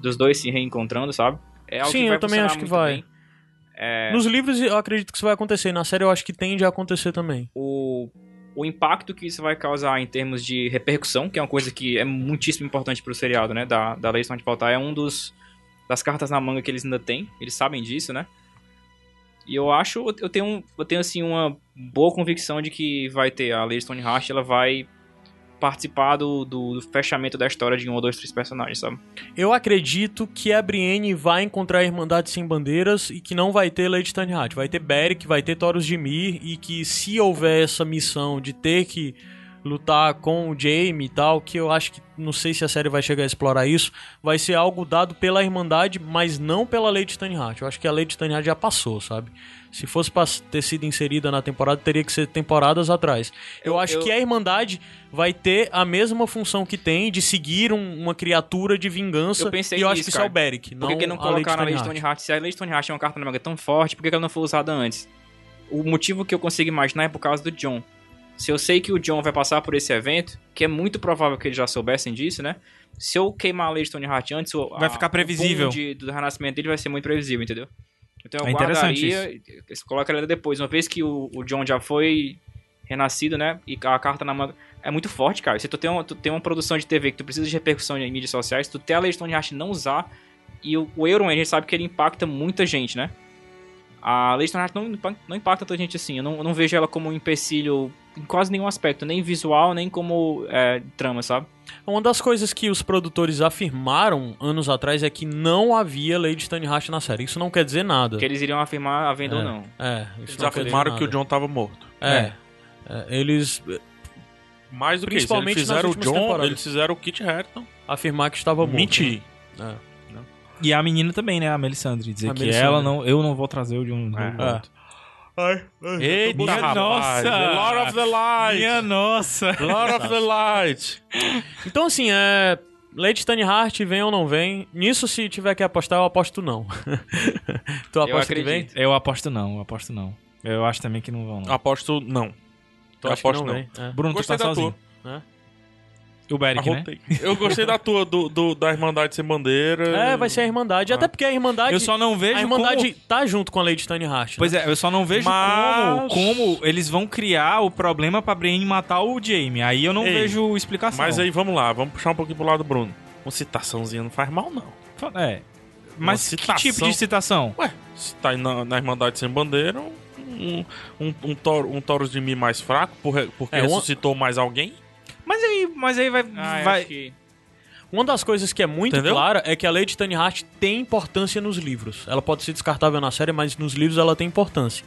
Speaker 3: Dos dois se reencontrando, sabe? É algo
Speaker 1: Sim,
Speaker 3: que vai
Speaker 1: eu também
Speaker 3: funcionar
Speaker 1: acho que
Speaker 3: muito
Speaker 1: vai.
Speaker 3: bem. É.
Speaker 1: Nos livros eu acredito que isso vai acontecer, na série eu acho que tende a acontecer também.
Speaker 3: o o impacto que isso vai causar em termos de repercussão, que é uma coisa que é muitíssimo importante pro seriado, né? Da, da Lei São de Faltar. É um dos das cartas na manga que eles ainda têm. Eles sabem disso, né? E eu acho, eu tenho, eu tenho assim uma boa convicção de que vai ter a Lady Stoneheart, ela vai participar do, do, do fechamento da história de um ou dois, três personagens, sabe?
Speaker 1: Eu acredito que a Brienne vai encontrar a Irmandade Sem Bandeiras e que não vai ter Lady Stoneheart. Vai ter Beric, vai ter Taurus de Mir e que se houver essa missão de ter que lutar com o Jaime e tal, que eu acho que não sei se a série vai chegar a explorar isso, vai ser algo dado pela Irmandade, mas não pela Lady Stoneheart. Eu acho que a Lady Stoneheart já passou, sabe? Se fosse pra ter sido inserida na temporada, teria que ser temporadas atrás. Eu,
Speaker 3: Eu-
Speaker 1: acho
Speaker 3: eu-
Speaker 1: que a Irmandade vai ter a mesma função que tem de seguir um- uma criatura de vingança.
Speaker 3: Eu pensei
Speaker 1: e eu acho
Speaker 3: nisso,
Speaker 1: que isso é
Speaker 3: cara.
Speaker 1: o Beric, não,
Speaker 3: Por que, que não
Speaker 1: a Lady
Speaker 3: colocaram a Lady
Speaker 1: Stoneheart.
Speaker 3: Stoneheart? Se a Lady Stoneheart é uma carta na manga tão forte, por que que ela não foi usada antes? O motivo que eu consigo imaginar é por causa do John. Se eu sei que o John vai passar por esse evento, que é muito provável que eles já soubessem disso, né? Se eu queimar a Lady Stoneheart antes, o-
Speaker 2: Vai
Speaker 3: a-
Speaker 2: ficar
Speaker 3: o boom
Speaker 2: previsível.
Speaker 3: de- do renascimento dele vai ser muito previsível, entendeu? Então eu
Speaker 2: É interessante
Speaker 3: guardaria, isso. coloca ela depois. Uma vez que o, o John já foi renascido, né? E a carta na manga. É muito forte, cara. Se tu tem, uma, tu tem uma produção de TV que tu precisa de repercussão em mídias sociais, tu tem a Lady Stoneheart e não usar. E o, o Euron, a gente sabe que ele impacta muita gente, né? A Lady Stoneheart não, impa- não impacta tanta gente assim. Eu não, eu não vejo ela como um empecilho em quase nenhum aspecto, nem visual, nem como é, trama, sabe?
Speaker 1: Uma das coisas que os produtores afirmaram anos atrás é que não havia Lady Stoneheart na série. Isso não quer dizer nada.
Speaker 3: Que eles iriam afirmar a venda ou não.
Speaker 1: É, isso
Speaker 4: Eles
Speaker 1: não quer dizer
Speaker 4: afirmaram
Speaker 1: nada.
Speaker 4: que o John tava morto.
Speaker 1: É. É, Eles
Speaker 4: Mais do que isso,
Speaker 1: Principalmente
Speaker 4: eles
Speaker 1: nas
Speaker 4: fizeram o
Speaker 1: últimas
Speaker 4: John,
Speaker 1: temporadas.
Speaker 4: eles fizeram o Kit Harington.
Speaker 1: afirmar que estava morto.
Speaker 4: Mentir.
Speaker 1: né?
Speaker 2: E a menina também, né? A Melisandre. Dizer
Speaker 1: A
Speaker 2: que
Speaker 1: Melisandre.
Speaker 2: ela não. Eu não vou trazer o de um.
Speaker 4: É.
Speaker 2: do outro.
Speaker 4: Eita,
Speaker 2: Minha
Speaker 4: rapaz.
Speaker 2: nossa!
Speaker 4: The Lord of the Light!
Speaker 2: Minha nossa!
Speaker 4: Lord of the Light!
Speaker 1: Então, assim, é. Lady Stoneheart, vem ou não vem? Nisso, se tiver que apostar, eu aposto não. tu aposta que vem?
Speaker 3: acredito.
Speaker 2: Eu aposto não, eu aposto não. Eu acho também que não vão. Não.
Speaker 4: Aposto não.
Speaker 1: Tu acha que
Speaker 4: aposto não.
Speaker 1: vem? É.
Speaker 2: Bruno, tu
Speaker 4: Ah, Gostei
Speaker 2: tá
Speaker 4: da
Speaker 2: sozinho.
Speaker 1: tua. É.
Speaker 2: E o Beric, né?
Speaker 4: Arrotei. Eu gostei da tua, do, do- da Irmandade Sem Bandeira.
Speaker 1: É, vai ser a
Speaker 4: Ah.
Speaker 1: Irmandade. Até porque a Irmandade.
Speaker 2: Eu só não vejo
Speaker 1: a Irmandade
Speaker 2: como...
Speaker 1: tá junto com a Lady Stoneheart.
Speaker 2: Pois é, eu só não vejo
Speaker 4: Mas-
Speaker 2: como, como eles vão criar o problema pra Brienne matar o Jaime. Aí eu não
Speaker 4: Ei,
Speaker 2: vejo explicação.
Speaker 4: Mas aí vamos lá, vamos puxar um pouquinho pro lado do Bruno. Uma citaçãozinha não faz mal, não.
Speaker 2: É. Mas
Speaker 4: Uma
Speaker 2: que tipo
Speaker 4: citação.
Speaker 2: de citação?
Speaker 4: Ué, se tá aí na, na Irmandade Sem Bandeira, um, um, um, um toro, um Taurus de mim mais fraco, por re- porque
Speaker 1: É, uma-
Speaker 4: ressuscitou mais alguém.
Speaker 2: Mas aí, mas aí vai.
Speaker 3: Ah,
Speaker 2: vai...
Speaker 1: Uma das coisas que é muito
Speaker 4: Entendeu?
Speaker 1: clara é que a Lady Tanihart tem importância nos livros. Ela pode ser descartável na série, mas nos livros ela tem importância.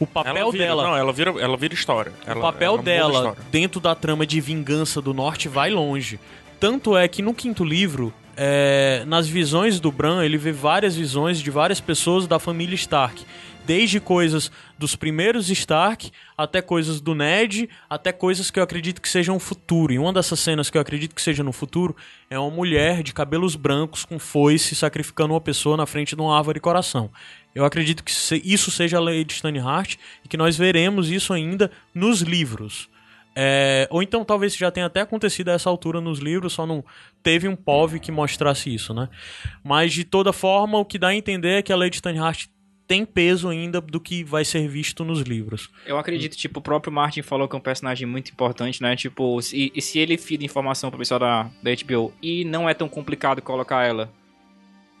Speaker 1: O papel
Speaker 4: ela vira,
Speaker 1: dela,
Speaker 4: Não, ela vira, ela vira história.
Speaker 1: o
Speaker 4: Ela-
Speaker 1: papel
Speaker 4: ela muda a
Speaker 1: dela
Speaker 4: história.
Speaker 1: dentro da trama de vingança do norte vai longe. Tanto é que no quinto livro, é, nas visões do Bran, ele vê várias visões de várias pessoas da família Stark. Desde coisas dos primeiros Stark, até coisas do Ned, até coisas que eu acredito que sejam o futuro. E uma dessas cenas que eu acredito que seja no futuro é uma mulher de cabelos brancos com foice sacrificando uma pessoa na frente de uma árvore coração. Eu acredito que se- isso seja a Lady Stoneheart e que nós veremos isso ainda nos livros. É, ou então talvez já tenha até acontecido a essa altura nos livros, só não teve um POV que mostrasse isso, né? Mas de toda forma, o que dá a entender é que a Lady Stoneheart tem peso ainda do que vai ser visto nos livros.
Speaker 3: Eu acredito, tipo, o próprio Martin falou que é um personagem muito importante, né? Tipo, se- e, e se ele fida informação pro pessoal da, da HBO e não é tão complicado colocar ela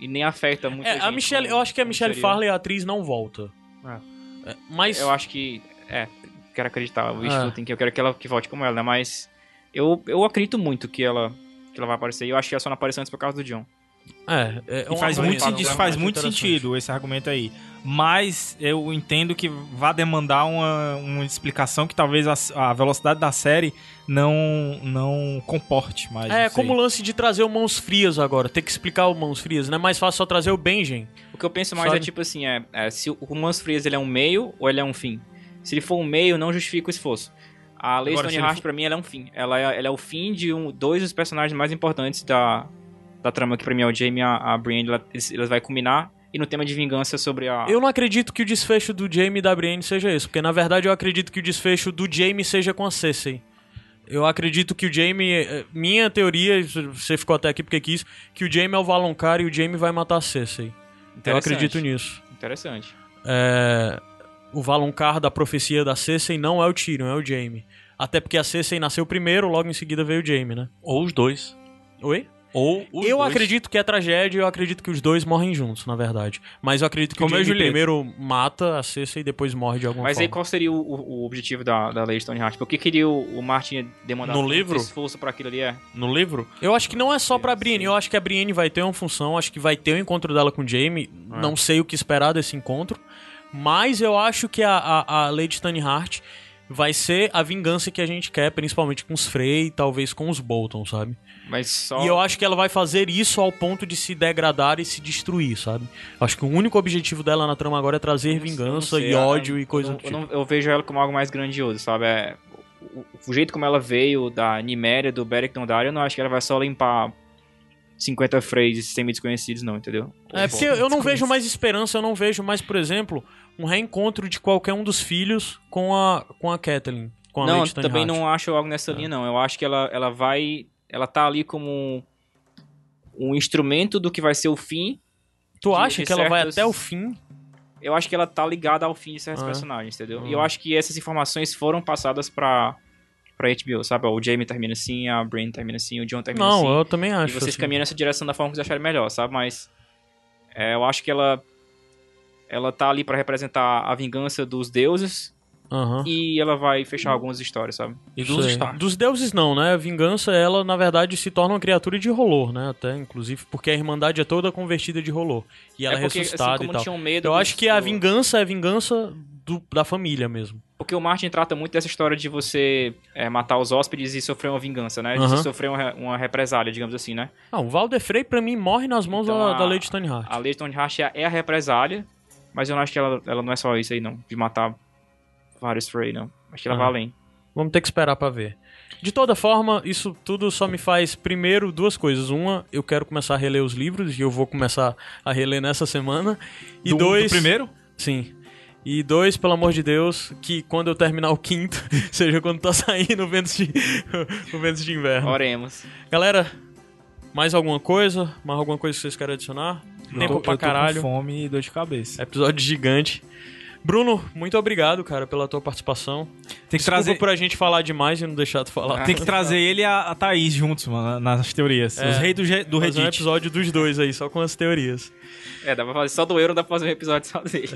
Speaker 3: e nem afeta muito
Speaker 1: É, a Michelle, eu acho que a Michelle Farley, a atriz, não volta. É, mas
Speaker 3: Eu acho que. É, quero acreditar. O
Speaker 1: Ah.
Speaker 3: Wishful que eu quero que ela que volte como ela, né? Mas eu, eu acredito muito que ela, que ela vai aparecer. E eu acho que ela só não apareceu antes por causa do John.
Speaker 1: é, é
Speaker 2: E
Speaker 1: uma
Speaker 2: faz
Speaker 1: coisa-
Speaker 2: muito,
Speaker 1: um
Speaker 2: sentido,
Speaker 1: argumento
Speaker 2: faz muito
Speaker 1: interessante.
Speaker 2: sentido esse argumento aí. Mas eu entendo que vai demandar uma, uma explicação que talvez a, a velocidade da série não, não comporte mais.
Speaker 1: É,
Speaker 2: isso
Speaker 1: como o
Speaker 2: aí.
Speaker 1: lance de trazer o Mãos Frias agora, ter que explicar o Mãos Frias, não é mais fácil só trazer o Benjen.
Speaker 3: O que eu penso mais
Speaker 1: Sabe?
Speaker 3: é tipo assim, é, é, se o romance Frias ele é um meio ou ele é um fim. Se ele for um meio, não justifica o esforço. A Lei
Speaker 2: Agora, se ele
Speaker 3: Stoneheart,
Speaker 2: for-
Speaker 3: pra mim, ela é um fim. Ela é, ela é o fim de um, dois dos personagens mais importantes da, da trama, que pra mim é o Jamie e a, a Brienne. Ela, eles, elas vai culminar. E no tema de vingança sobre a...
Speaker 1: Eu não acredito que o desfecho do Jamie e da Brienne seja esse, porque na verdade eu acredito que o desfecho do Jamie seja com a Cersei. Eu acredito que o Jamie, eh, minha teoria, você ficou até aqui porque quis, que o Jamie é o Valonqar e o Jamie vai matar a Cersei. Eu
Speaker 3: Interessante.
Speaker 1: acredito nisso.
Speaker 3: Interessante.
Speaker 1: É, o Valonqar da profecia da Cersei não é o Tyrion, é o Jamie. Até porque a Cersei nasceu primeiro, logo em seguida veio o Jaime, né?
Speaker 4: Ou os dois.
Speaker 1: Oi?
Speaker 4: Ou os
Speaker 1: eu
Speaker 4: dois.
Speaker 1: acredito que é tragédia, eu acredito que os dois morrem juntos, na verdade. Mas eu acredito que
Speaker 2: Como
Speaker 1: o
Speaker 2: eu e
Speaker 1: Jaime
Speaker 2: Julieta.
Speaker 1: primeiro mata a Cersei e depois morre de alguma
Speaker 3: Mas aí
Speaker 1: forma.
Speaker 3: qual seria o, o- o objetivo da, da Lei Stoneheart? Por que queria Tipo, o, o Martin demandar
Speaker 4: No
Speaker 3: tanto
Speaker 4: livro?
Speaker 3: esforço pra aquilo ali? É.
Speaker 4: No livro?
Speaker 1: Eu acho que não é só pra
Speaker 3: Eu
Speaker 1: Brienne,
Speaker 3: sei.
Speaker 1: eu acho que a Brienne vai ter uma função, acho que vai ter o encontro dela com o Jaime,
Speaker 4: É.
Speaker 1: não sei o que esperar desse encontro, mas eu acho que a, a, a Lady Stoneheart vai ser a vingança que a gente quer, principalmente com os Frey e talvez com os Bolton, sabe?
Speaker 3: Mas só.
Speaker 1: E eu acho que ela vai fazer isso ao ponto de se degradar e se destruir, sabe? Eu acho que o único objetivo dela na trama agora é trazer
Speaker 3: Eu não sei, eu não
Speaker 1: vingança
Speaker 3: sei,
Speaker 1: e
Speaker 3: eu não-
Speaker 1: ódio e coisa
Speaker 3: eu,
Speaker 1: do tipo.
Speaker 3: não- eu vejo ela como algo mais grandioso, sabe? É, o, o jeito como ela veio da Niméria, do Beric Dondarrion, eu não acho que ela vai só limpar 50 frases semi desconhecidos, não, entendeu?
Speaker 1: É, porque eu não vejo mais esperança, eu não vejo mais, por exemplo, um reencontro de qualquer um dos filhos com a, com a Kathleen, com a
Speaker 3: não,
Speaker 1: Lady
Speaker 3: também
Speaker 1: Stoneheart.
Speaker 3: não acho algo
Speaker 1: É.
Speaker 3: nessa linha, não. Eu acho que ela, ela vai. Ela tá ali como um instrumento do que vai ser o fim.
Speaker 1: Tu
Speaker 3: de-
Speaker 1: acha
Speaker 3: de
Speaker 1: que ela vai
Speaker 3: certas-
Speaker 1: até o fim?
Speaker 3: Eu acho que ela tá ligada ao fim de certos
Speaker 1: Ah, é?
Speaker 3: personagens, entendeu?
Speaker 1: Hum.
Speaker 3: E eu acho que essas informações foram passadas pra, pra HBO, sabe? Ó, O Jamie termina assim, a Brain termina assim, o John termina assim.
Speaker 1: Não, eu também
Speaker 3: E
Speaker 1: acho.
Speaker 3: vocês
Speaker 1: assim.
Speaker 3: caminham nessa direção da forma que vocês acharem melhor, sabe? Mas é, eu acho que ela ela tá ali pra representar a vingança dos deuses
Speaker 1: Aham.
Speaker 3: e ela vai fechar algumas histórias, sabe?
Speaker 4: E dos
Speaker 1: Sei.
Speaker 4: Stark.
Speaker 1: Dos deuses não, né? A vingança, ela, na verdade, se torna uma criatura de rolor, né? Até, inclusive, porque a Irmandade é toda convertida de rolor. E ela é,
Speaker 3: é porque,
Speaker 1: ressuscitada
Speaker 3: assim, como
Speaker 1: e tal.
Speaker 3: tinham medo
Speaker 1: Eu
Speaker 3: dos-
Speaker 1: acho que a
Speaker 3: do-
Speaker 1: vingança é a vingança do- da família mesmo.
Speaker 3: Porque o Martin trata muito dessa história de você é, matar os hóspedes e sofrer uma vingança, né? De
Speaker 1: Aham.
Speaker 3: você sofrer uma, uma represália, digamos assim, né?
Speaker 1: Ah, o Valder Frey, pra mim, morre nas mãos
Speaker 3: Então,
Speaker 1: da,
Speaker 3: a-
Speaker 1: da Lady Stoneheart.
Speaker 3: A Lei Stoneheart é a represália, mas eu não acho que ela, ela não é só isso aí, não. De matar vários Frey, não. Acho que ela
Speaker 1: Ah.
Speaker 3: vai além.
Speaker 1: Vamos ter que esperar pra ver. De toda forma, isso tudo só me faz, primeiro, duas coisas. Uma, eu quero começar a reler os livros, e eu vou começar a reler nessa semana. E
Speaker 2: do,
Speaker 1: dois.
Speaker 2: do primeiro?
Speaker 1: Sim. E dois, pelo amor de Deus, que quando eu terminar o quinto, seja quando tá saindo o Ventos de, o Ventos de Inverno.
Speaker 3: Oremos.
Speaker 1: Galera, mais alguma coisa? Mais alguma coisa que vocês querem adicionar?
Speaker 2: Eu tô-
Speaker 1: Tempo pra
Speaker 2: eu tô
Speaker 1: caralho. É,
Speaker 2: Com fome e dor de cabeça.
Speaker 1: Episódio gigante. Bruno, muito obrigado, cara, pela tua participação.
Speaker 2: Tem que
Speaker 1: Desculpa
Speaker 2: trazer.
Speaker 1: por a gente falar demais e não deixar tu falar.
Speaker 2: Tem que trazer ele e a, a Thaís juntos, mano, nas teorias. Os reis do, ge- do
Speaker 1: Fazer um
Speaker 2: Reddit.
Speaker 1: episódio dos dois aí, só com as teorias.
Speaker 3: É, dá pra fazer só do Euro, dá pra fazer um episódio só dele.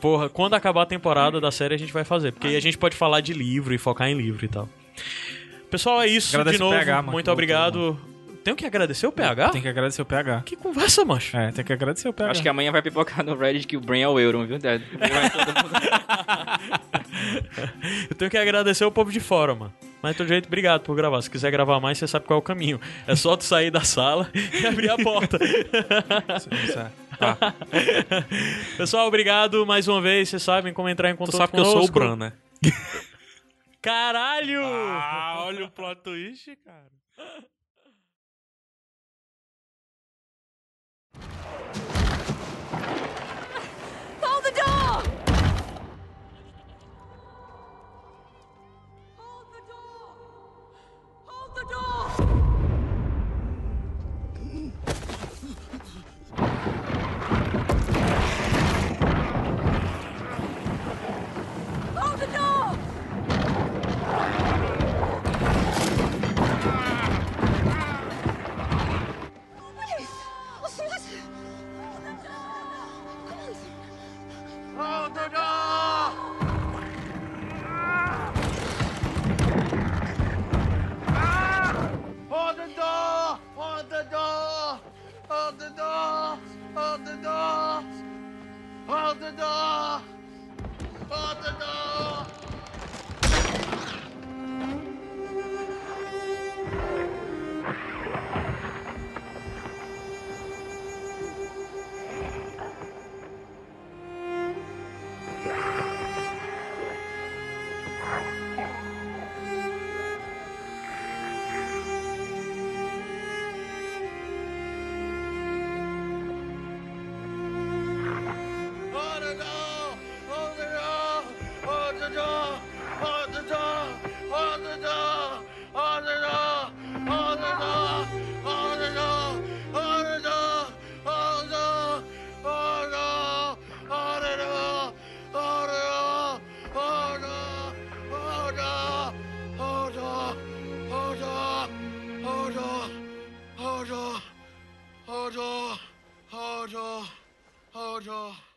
Speaker 1: Porra, quando acabar a temporada da série a gente vai fazer, porque aí a gente pode falar de livro e focar em livro e tal. Pessoal, é isso.
Speaker 2: Agradeço
Speaker 1: de novo,
Speaker 2: o PH, mano, que
Speaker 1: muito
Speaker 2: voltou,
Speaker 1: obrigado. Tenho que agradecer o PH?
Speaker 2: Tem que agradecer o PH.
Speaker 1: Que conversa, macho.
Speaker 2: É, tem que agradecer o PH.
Speaker 3: Acho que amanhã vai pipocar no Reddit que o Brain é o Euron, viu? Dad? Vai todo mundo-
Speaker 1: Eu tenho que agradecer o povo de fora, mano. Mas, de todo jeito, obrigado por gravar. Se quiser gravar mais, você sabe qual é o caminho. É só tu sair da sala e abrir a porta. é.
Speaker 2: é.
Speaker 1: Pessoal, obrigado mais uma vez. Vocês sabem como entrar em
Speaker 4: Tu
Speaker 1: contato
Speaker 4: sabe que eu sou o
Speaker 1: conosco.
Speaker 4: Bran, né?
Speaker 1: Caralho!
Speaker 4: Ah, olha o plot twist, cara.
Speaker 5: Hold the door! Hold the door! Hold the door! Hold the door! What is... What?
Speaker 6: Hodor! Hodor! Hodor!